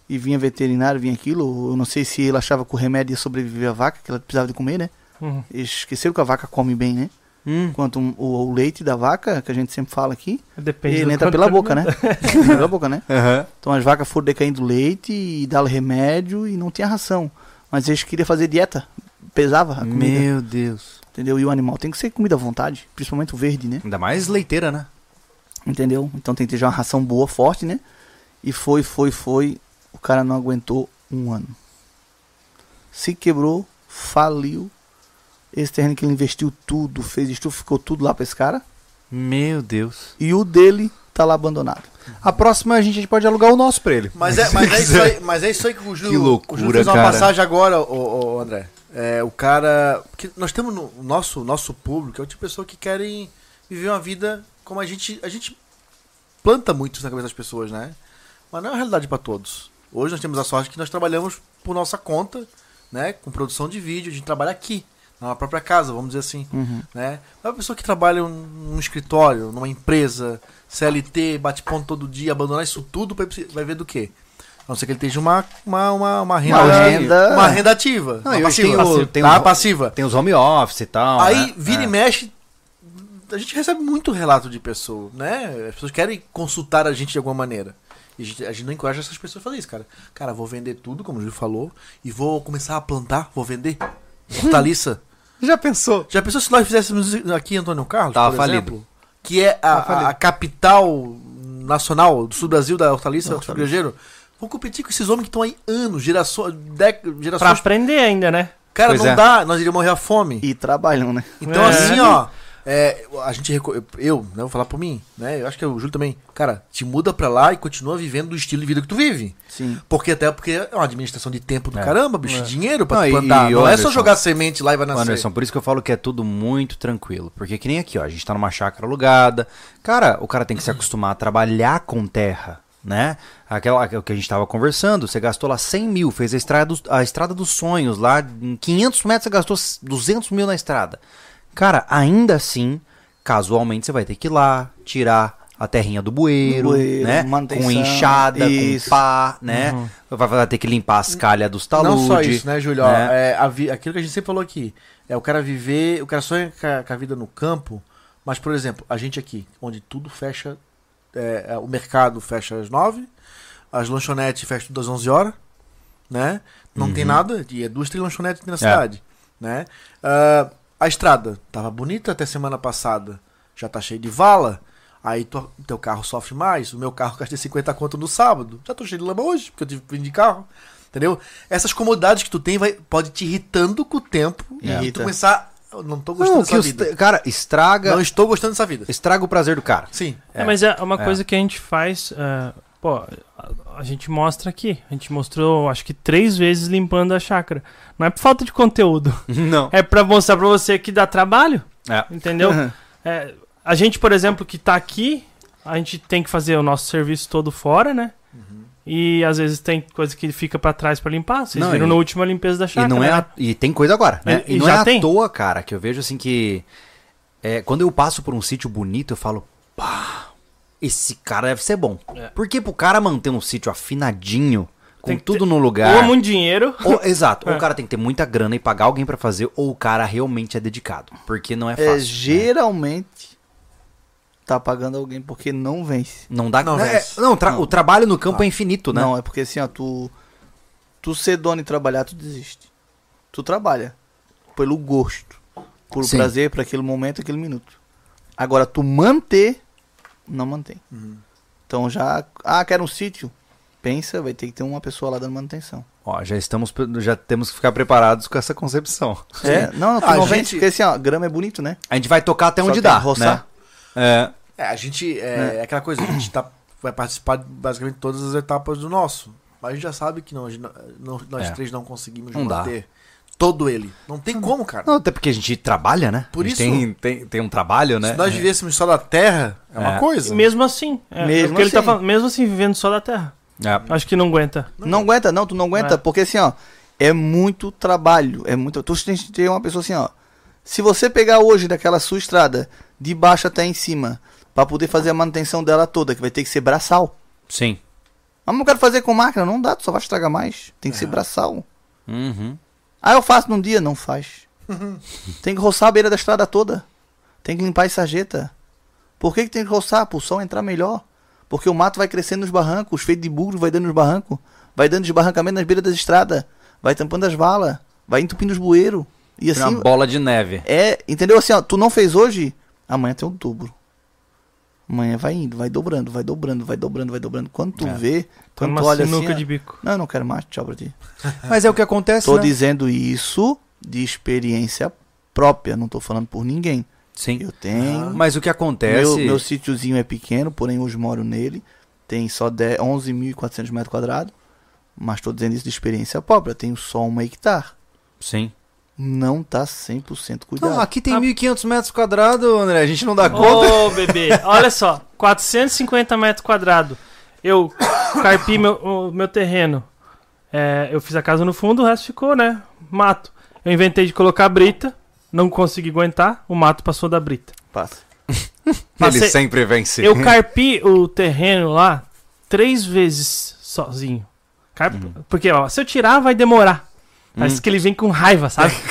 [SPEAKER 4] E vinha veterinário, vinha aquilo. ou Eu não sei se ele achava que o remédio ia sobreviver à vaca, que ela precisava de comer, né?
[SPEAKER 3] Uhum.
[SPEAKER 4] Eles esqueceram que a vaca come bem, né?
[SPEAKER 1] Hum.
[SPEAKER 4] Enquanto um- o, o leite da vaca, que a gente sempre fala aqui,
[SPEAKER 3] Depende do
[SPEAKER 4] ele entra
[SPEAKER 3] quanto tá
[SPEAKER 4] pela
[SPEAKER 3] ele-
[SPEAKER 4] boca, né? [LAUGHS] Ele entra pela boca, né?
[SPEAKER 1] Aham.
[SPEAKER 4] Então as vacas foram decaindo leite e dava remédio e não tinha ração. Mas eles queriam fazer dieta, pesava a comida,
[SPEAKER 1] Meu Deus.
[SPEAKER 4] entendeu? E o animal tem que ser comida à vontade, principalmente o verde, né?
[SPEAKER 1] Ainda mais leiteira, né?
[SPEAKER 4] Entendeu? Então tem que ter já uma ração boa, forte, né? E foi, foi, foi. O cara não aguentou um ano. Se quebrou, faliu. Esse terreno que ele investiu tudo, fez estufa, ficou tudo lá pra esse cara.
[SPEAKER 1] Meu Deus.
[SPEAKER 4] E o dele tá lá abandonado.
[SPEAKER 1] A próxima a gente pode alugar o nosso pra ele.
[SPEAKER 2] Mas é, mas, é isso aí, mas é isso aí que o Júlio,
[SPEAKER 1] Que loucura,
[SPEAKER 2] o Júlio fez uma
[SPEAKER 1] cara.
[SPEAKER 2] passagem agora, ô, ô, André. É, o cara. Porque nós temos no o nosso, nosso público, é o tipo de pessoa que querem viver uma vida como a gente. A gente planta muito isso na cabeça das pessoas, né? Mas não é uma realidade para todos. Hoje nós temos a sorte que nós trabalhamos por nossa conta, né? Com produção de vídeo, a gente trabalha aqui, na própria casa, vamos dizer assim. Né? É uma pessoa que trabalha num num escritório, numa empresa, CLT, bate ponto todo dia, abandonar isso tudo pra ir pro- vai ver do quê? A não ser que ele esteja uma, uma, uma, uma renda,
[SPEAKER 4] Uma renda-
[SPEAKER 2] uma renda ativa.
[SPEAKER 1] Não,
[SPEAKER 2] uma
[SPEAKER 1] e hoje
[SPEAKER 2] passiva.
[SPEAKER 1] tem o- tem
[SPEAKER 2] tá?
[SPEAKER 1] o-
[SPEAKER 2] passiva.
[SPEAKER 1] Ah, Tem os home office e tal.
[SPEAKER 2] Aí
[SPEAKER 1] né?
[SPEAKER 2] vira
[SPEAKER 1] É.
[SPEAKER 2] e mexe. A gente recebe muito relato de pessoa, né? As pessoas querem consultar a gente de alguma maneira. E a gente, a gente não encoraja essas pessoas a fazer isso, cara. Cara, vou vender tudo, como o Júlio falou, e vou começar a plantar, vou vender.
[SPEAKER 1] [LAUGHS]
[SPEAKER 2] Hortaliça.
[SPEAKER 1] Já pensou?
[SPEAKER 2] Já pensou se nós fizéssemos isso aqui, Antônio Carlos?
[SPEAKER 1] Tava
[SPEAKER 2] por
[SPEAKER 1] falido.
[SPEAKER 2] exemplo, que é a, a- a capital nacional do sul do Brasil da hortaliça, do brejeiro. Vou competir com esses homens que estão aí anos, gerações. dec-
[SPEAKER 3] Pra
[SPEAKER 2] gerações
[SPEAKER 3] aprender ainda, né?
[SPEAKER 2] cara,
[SPEAKER 1] Pois
[SPEAKER 2] não
[SPEAKER 1] é.
[SPEAKER 2] dá, nós iríamos morrer à fome.
[SPEAKER 4] E trabalham, né?
[SPEAKER 2] Então,
[SPEAKER 3] É.
[SPEAKER 2] assim, ó. é, a gente. reco- Eu, né, vou falar por mim, né? Eu acho que o Júlio também. Cara, te muda pra lá e continua vivendo do estilo de vida que tu vive.
[SPEAKER 4] Sim.
[SPEAKER 2] Porque até porque é uma administração de tempo do
[SPEAKER 1] É.
[SPEAKER 2] caramba, bicho. Dinheiro pra
[SPEAKER 1] Não,
[SPEAKER 2] tu
[SPEAKER 1] e-
[SPEAKER 2] plantar.
[SPEAKER 1] e,
[SPEAKER 2] não é só
[SPEAKER 1] Anderson,
[SPEAKER 2] jogar semente lá e vai nascer.
[SPEAKER 1] Anderson, por isso que eu falo que é tudo muito tranquilo. Porque
[SPEAKER 2] [CLEARS THROAT]
[SPEAKER 1] que nem aqui, ó, a gente tá numa chácara alugada. Cara, o cara tem que se acostumar a trabalhar com terra. né? Aquela o que a gente estava conversando, você gastou lá 100 mil, fez a estrada, dos- a estrada dos sonhos lá, em 500 metros você gastou 200 mil na estrada. Cara, ainda assim, casualmente você vai ter que ir lá, tirar a terrinha do bueiro,
[SPEAKER 4] Do bueiro,
[SPEAKER 1] né?
[SPEAKER 4] manutenção,
[SPEAKER 1] com enxada,
[SPEAKER 4] isso.
[SPEAKER 1] com pá, né? Vai, vai ter que limpar as calhas dos
[SPEAKER 2] Uhum. Não
[SPEAKER 1] taludes.
[SPEAKER 2] só isso, né, Júlio? Ó,
[SPEAKER 1] né?
[SPEAKER 2] é, a vi- aquilo que a gente sempre falou aqui. É o cara viver. O cara sonha com a, com a vida no campo. Mas, por exemplo, a gente aqui, onde tudo fecha. é, é, o mercado fecha às nove As lanchonetes fecham tudo às 11 horas. Né? Não tem nada. E é duas, três lanchonetes que tem na cidade. Né? Ah, a estrada tava bonita até semana passada. Já tá cheio de vala. Aí tu, teu carro sofre mais. O meu carro [LAUGHS] gastei 50 conto no sábado. Já tô cheio de lama hoje, porque eu tive que vir de carro. Entendeu? Essas comodidades que tu tem vai, pode te irritando com o tempo. E tu
[SPEAKER 4] Irrita.
[SPEAKER 2] começar. "Eu É. Não tô gostando
[SPEAKER 1] Não, que
[SPEAKER 2] dessa
[SPEAKER 1] os-
[SPEAKER 2] vida.
[SPEAKER 1] cara, estraga,
[SPEAKER 2] Não estou gostando dessa vida.
[SPEAKER 1] estraga o prazer do
[SPEAKER 2] [LAUGHS]
[SPEAKER 1] cara.
[SPEAKER 2] Sim.
[SPEAKER 3] É, mas é uma
[SPEAKER 1] é.
[SPEAKER 3] coisa que a gente faz. ah, pô, a, a gente mostra aqui. A gente mostrou, acho que três vezes limpando a chácara. Não é por falta de conteúdo.
[SPEAKER 1] Não.
[SPEAKER 3] É pra mostrar pra você que dá trabalho,
[SPEAKER 1] É.
[SPEAKER 4] [LAUGHS]
[SPEAKER 3] entendeu? É, a gente, por exemplo, que tá aqui, a gente tem que fazer o nosso serviço todo fora, né? E às vezes tem coisa que fica pra trás pra limpar. Vocês
[SPEAKER 1] Não,
[SPEAKER 3] viram
[SPEAKER 1] e-
[SPEAKER 3] na última limpeza da
[SPEAKER 1] E
[SPEAKER 3] chácara.
[SPEAKER 1] não é à- e tem coisa agora, né?
[SPEAKER 3] né? E-
[SPEAKER 1] E,
[SPEAKER 3] e
[SPEAKER 1] não
[SPEAKER 3] já
[SPEAKER 1] é à
[SPEAKER 3] tem.
[SPEAKER 1] toa, cara, que eu vejo assim que é, quando eu passo por um sítio bonito, eu falo, pá, esse cara deve ser bom. Porque pro cara manter um sítio afinadinho, com
[SPEAKER 3] É. Tem que
[SPEAKER 1] tudo no
[SPEAKER 3] Ou
[SPEAKER 1] lugar.
[SPEAKER 3] é muito dinheiro.
[SPEAKER 1] ou- exato, ou
[SPEAKER 3] É.
[SPEAKER 1] o cara tem que ter muita grana e pagar alguém pra fazer, ou o cara realmente é dedicado, porque não é
[SPEAKER 4] É,
[SPEAKER 1] fácil. né?
[SPEAKER 4] geralmente tá pagando alguém porque não vence.
[SPEAKER 1] Não dá,
[SPEAKER 2] Não,
[SPEAKER 1] né?
[SPEAKER 2] velho.
[SPEAKER 1] não, tra- o trabalho no campo é infinito, né?
[SPEAKER 4] Não, é porque assim, ó, tu tu ser dono e trabalhar, tu desiste. Tu trabalha pelo gosto, por
[SPEAKER 1] Sim.
[SPEAKER 4] prazer, por aquele momento, aquele minuto. Agora tu manter não mantém.
[SPEAKER 2] Uhum.
[SPEAKER 4] Então já, ah, quero um sítio. Pensa, vai ter que ter uma pessoa lá dando manutenção.
[SPEAKER 1] Ó, já estamos já temos que ficar preparados com essa concepção.
[SPEAKER 4] É, não, não, tu
[SPEAKER 2] A
[SPEAKER 4] não
[SPEAKER 2] gente-
[SPEAKER 4] vence, porque assim, ó, grama é bonito, né?
[SPEAKER 1] A gente vai tocar até
[SPEAKER 4] Só
[SPEAKER 1] onde
[SPEAKER 4] tem
[SPEAKER 1] dá,
[SPEAKER 4] que roçar.
[SPEAKER 1] né? É.
[SPEAKER 2] É, a gente. É, é aquela coisa, a gente tá, vai participar de basicamente todas as etapas do nosso. Mas a gente já sabe que não, a gente não- não- nós
[SPEAKER 1] É.
[SPEAKER 2] três não conseguimos
[SPEAKER 1] Não dá.
[SPEAKER 2] manter todo ele. Não tem como, cara.
[SPEAKER 1] Não, até porque a gente trabalha, né?
[SPEAKER 2] Por
[SPEAKER 1] a gente
[SPEAKER 2] isso-
[SPEAKER 1] Tem, tem, tem um trabalho, né?
[SPEAKER 2] Se nós vivêssemos só da terra, é uma
[SPEAKER 1] É.
[SPEAKER 2] coisa.
[SPEAKER 3] Mesmo assim. É, é
[SPEAKER 4] Mesmo
[SPEAKER 3] o que ele tá
[SPEAKER 4] assim.
[SPEAKER 3] falando, mesmo assim, vivendo só da terra.
[SPEAKER 1] É.
[SPEAKER 3] Acho que não aguenta. Tá
[SPEAKER 4] Não, aguenta, não, tu não aguenta,
[SPEAKER 3] É.
[SPEAKER 4] porque assim, ó, é muito trabalho, é muito. Tu tem que ter uma pessoa assim, ó. Se você pegar hoje daquela sua estrada, de baixo até em cima, pra poder fazer a manutenção dela toda, que vai ter que ser braçal.
[SPEAKER 1] Sim.
[SPEAKER 4] Ah, mas eu quero fazer com máquina, não dá, tu só vai estragar mais. Tem que ser braçal.
[SPEAKER 1] Uhum.
[SPEAKER 4] Ah, eu faço num dia, não faz. tem que roçar a beira da estrada toda. Tem que limpar as sarjeta. Por que, que tem que roçar? Pro sol entrar melhor. Porque o mato vai crescendo nos barrancos, os feitos de burro vai dando nos barrancos, vai dando desbarrancamento nas beiras das estradas, vai tampando as valas, vai entupindo os bueiros. E
[SPEAKER 1] Tem
[SPEAKER 4] assim,
[SPEAKER 1] uma bola de neve.
[SPEAKER 4] é, entendeu? Assim, ó, tu não fez hoje, amanhã tem o dobro. Amanhã vai indo, vai dobrando, vai dobrando, vai dobrando, vai dobrando. Quando tu
[SPEAKER 1] É.
[SPEAKER 4] vê,
[SPEAKER 3] Tá
[SPEAKER 4] quando
[SPEAKER 3] numa
[SPEAKER 4] tu olha assim,
[SPEAKER 3] sinuca
[SPEAKER 4] ó,
[SPEAKER 3] de bico.
[SPEAKER 4] não, não quero mais, tchau pra ti.
[SPEAKER 1] Mas é o que acontece,
[SPEAKER 4] Tô
[SPEAKER 1] né?
[SPEAKER 4] dizendo isso de experiência própria, não tô falando por ninguém.
[SPEAKER 1] Sim.
[SPEAKER 4] Eu tenho.
[SPEAKER 1] Mas o que Ah. acontece...
[SPEAKER 4] Meu, meu sítiozinho é pequeno, porém hoje moro nele. Tem só 10 11.400 metros quadrados. Mas tô dizendo isso de experiência própria. Tenho só uma hectare.
[SPEAKER 1] Sim.
[SPEAKER 4] Não tá 100% cuidado.
[SPEAKER 1] Não, aqui tem
[SPEAKER 3] Ah.
[SPEAKER 1] 1.500 metros quadrados, André. A gente não dá conta.
[SPEAKER 3] Ô, bebê, olha só, 450 metros quadrados. Eu carpi meu, o meu terreno. É, eu fiz a casa no fundo, o resto ficou, né? Mato. Eu inventei de colocar brita, não consegui aguentar, o mato passou da brita.
[SPEAKER 4] Passa.
[SPEAKER 1] Ele
[SPEAKER 3] Passei-
[SPEAKER 1] sempre vence.
[SPEAKER 3] Eu carpi o terreno lá três vezes sozinho. Carp-
[SPEAKER 1] Uhum.
[SPEAKER 3] Porque, ó, se eu tirar, vai demorar. Parece
[SPEAKER 1] Hum.
[SPEAKER 3] que ele vem com raiva,
[SPEAKER 1] [LAUGHS]
[SPEAKER 3] sabe?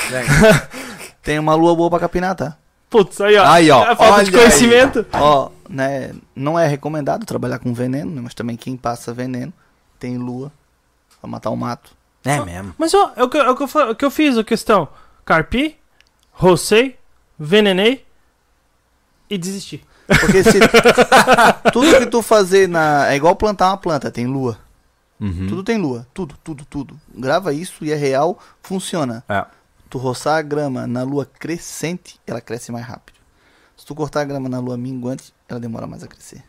[SPEAKER 4] Tem uma lua boa pra capinar, tá?
[SPEAKER 3] Putz, aí ó.
[SPEAKER 1] Aí, ó,
[SPEAKER 3] a falta de
[SPEAKER 1] olha aí.
[SPEAKER 3] conhecimento.
[SPEAKER 4] Ó, né? Não é recomendado trabalhar com veneno, né, mas também quem passa veneno tem lua pra matar o mato.
[SPEAKER 1] É mesmo.
[SPEAKER 3] Mas ó, é o que, eu- é o que eu, fa- é o que eu fiz, a questão. Carpi, rocei, venenei e desisti.
[SPEAKER 4] Porque se [LAUGHS] tudo que tu fazer na é igual plantar uma planta, tem lua.
[SPEAKER 1] Hum. Uhum.
[SPEAKER 4] Tudo tem lua, tudo, tudo, tudo. Grava isso e é real, funciona.
[SPEAKER 1] É.
[SPEAKER 4] Tu roçar a grama na lua crescente, ela cresce mais rápido. Se tu cortar a grama na lua minguante, ela demora mais a crescer.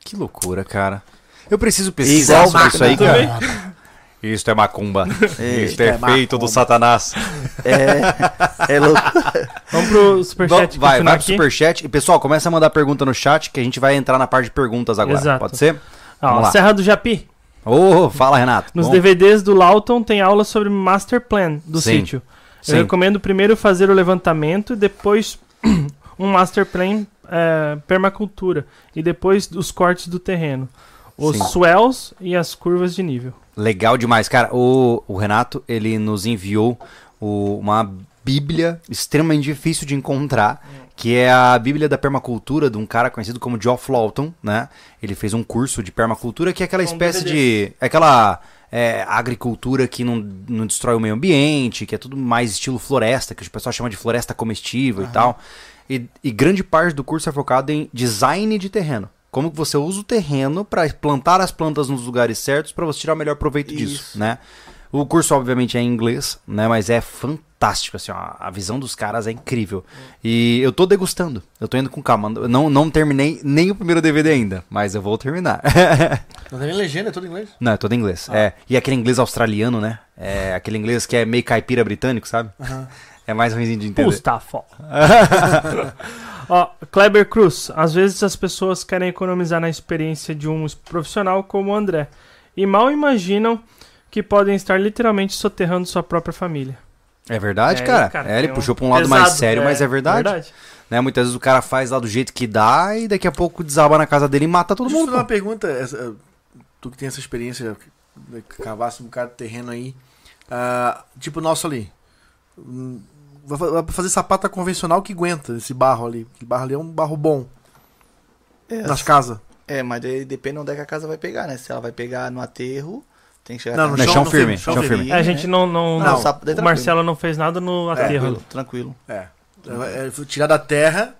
[SPEAKER 1] Que loucura, cara. Eu preciso pesquisar
[SPEAKER 4] Igual
[SPEAKER 1] sobre isso aí,
[SPEAKER 3] máquina
[SPEAKER 1] cara. Isto é
[SPEAKER 4] [LAUGHS]
[SPEAKER 1] macumba. Isto é,
[SPEAKER 2] é
[SPEAKER 1] feito
[SPEAKER 2] macumba.
[SPEAKER 1] do satanás.
[SPEAKER 4] É, [LAUGHS] é louco.
[SPEAKER 3] Vamos pro superchat.
[SPEAKER 1] Vamos- vai,
[SPEAKER 3] continuar
[SPEAKER 1] vai pro
[SPEAKER 3] aqui.
[SPEAKER 1] superchat. E pessoal, começa a mandar pergunta no chat que a gente vai entrar na parte de perguntas agora.
[SPEAKER 3] Exato.
[SPEAKER 1] Pode ser?
[SPEAKER 3] Ó,
[SPEAKER 1] Vamos lá.
[SPEAKER 3] Serra do Japi.
[SPEAKER 1] Ô, fala, Renato.
[SPEAKER 3] Nos
[SPEAKER 1] Bom,
[SPEAKER 3] DVDs do Lauton tem aula sobre master plan do
[SPEAKER 1] Sim,
[SPEAKER 3] sítio.
[SPEAKER 1] sim.
[SPEAKER 3] Eu recomendo primeiro fazer o levantamento, depois [CLEARS THROAT] um master plan eh, permacultura e depois os cortes do terreno. Os
[SPEAKER 1] Sim.
[SPEAKER 3] swells e as curvas de nível.
[SPEAKER 1] Legal demais, cara. O, o Renato, ele nos enviou o- uma bíblia extremamente difícil de encontrar, que é a bíblia da permacultura de um cara conhecido como Geoff Lawton, né? Ele fez um curso de permacultura, que é aquela
[SPEAKER 3] Um
[SPEAKER 1] espécie
[SPEAKER 3] DVD.
[SPEAKER 1] de... é aquela é, agricultura que não, não destrói o meio ambiente, que é tudo mais estilo floresta, que o pessoal chama de floresta comestível e tal. E, e grande parte do curso é focado em design de terreno. Como que você usa o terreno para plantar as plantas nos lugares certos para você tirar o melhor proveito disso,
[SPEAKER 4] Isso.
[SPEAKER 1] né? O curso obviamente é em inglês, né, mas é fantástico assim, ó, a visão dos caras é incrível. E eu tô degustando. Eu tô indo com calma. Não não terminei nem o primeiro DVD ainda, mas eu vou terminar. [LAUGHS]
[SPEAKER 2] Não tem nem legenda, é tudo em inglês.
[SPEAKER 1] Não, é todo em inglês. É, e aquele inglês australiano, né? É aquele inglês que é meio caipira britânico, sabe? É mais ruimzinho de entender.
[SPEAKER 3] Mustafa. [LAUGHS] Ó, Kleber Cruz. Às vezes as pessoas querem economizar na experiência de um profissional como o André e mal imaginam que podem estar literalmente soterrando sua própria família.
[SPEAKER 1] É verdade,
[SPEAKER 3] É,
[SPEAKER 1] cara. É, ele
[SPEAKER 3] tem
[SPEAKER 1] puxou pra um lado mais
[SPEAKER 3] pesado,
[SPEAKER 1] sério, mas é verdade. Né? Muitas vezes o cara faz lá do jeito que dá e daqui a pouco desaba na casa dele e mata todo
[SPEAKER 2] Deixa eu
[SPEAKER 1] mundo.
[SPEAKER 2] fazer uma
[SPEAKER 1] pô.
[SPEAKER 2] pergunta. essa- eh, Tu que tem essa experiência, de cavasse um bocado de terreno aí. ah, tipo o nosso ali. Hum, Vai fa- vai fazer sapata convencional que aguenta esse barro ali. Que barro ali é um barro bom
[SPEAKER 4] É,
[SPEAKER 2] nas casas.
[SPEAKER 4] é, mas daí depende onde é que a casa vai pegar, né? Se ela vai pegar no aterro, tem que chegar
[SPEAKER 2] Não,
[SPEAKER 4] até
[SPEAKER 1] Não,
[SPEAKER 2] no
[SPEAKER 4] na-
[SPEAKER 2] chão-
[SPEAKER 1] chão
[SPEAKER 2] no
[SPEAKER 1] firme,
[SPEAKER 2] firme,
[SPEAKER 1] chão
[SPEAKER 2] chão
[SPEAKER 1] firme.
[SPEAKER 4] É. firme.
[SPEAKER 3] É, a gente não. não,
[SPEAKER 4] né? Não,
[SPEAKER 3] não-
[SPEAKER 4] sapo- daí
[SPEAKER 3] o
[SPEAKER 4] tranquilo.
[SPEAKER 3] Marcelo não fez nada no aterro.
[SPEAKER 4] Tranquilo, tranquilo.
[SPEAKER 2] É. É, é, tirar da terra,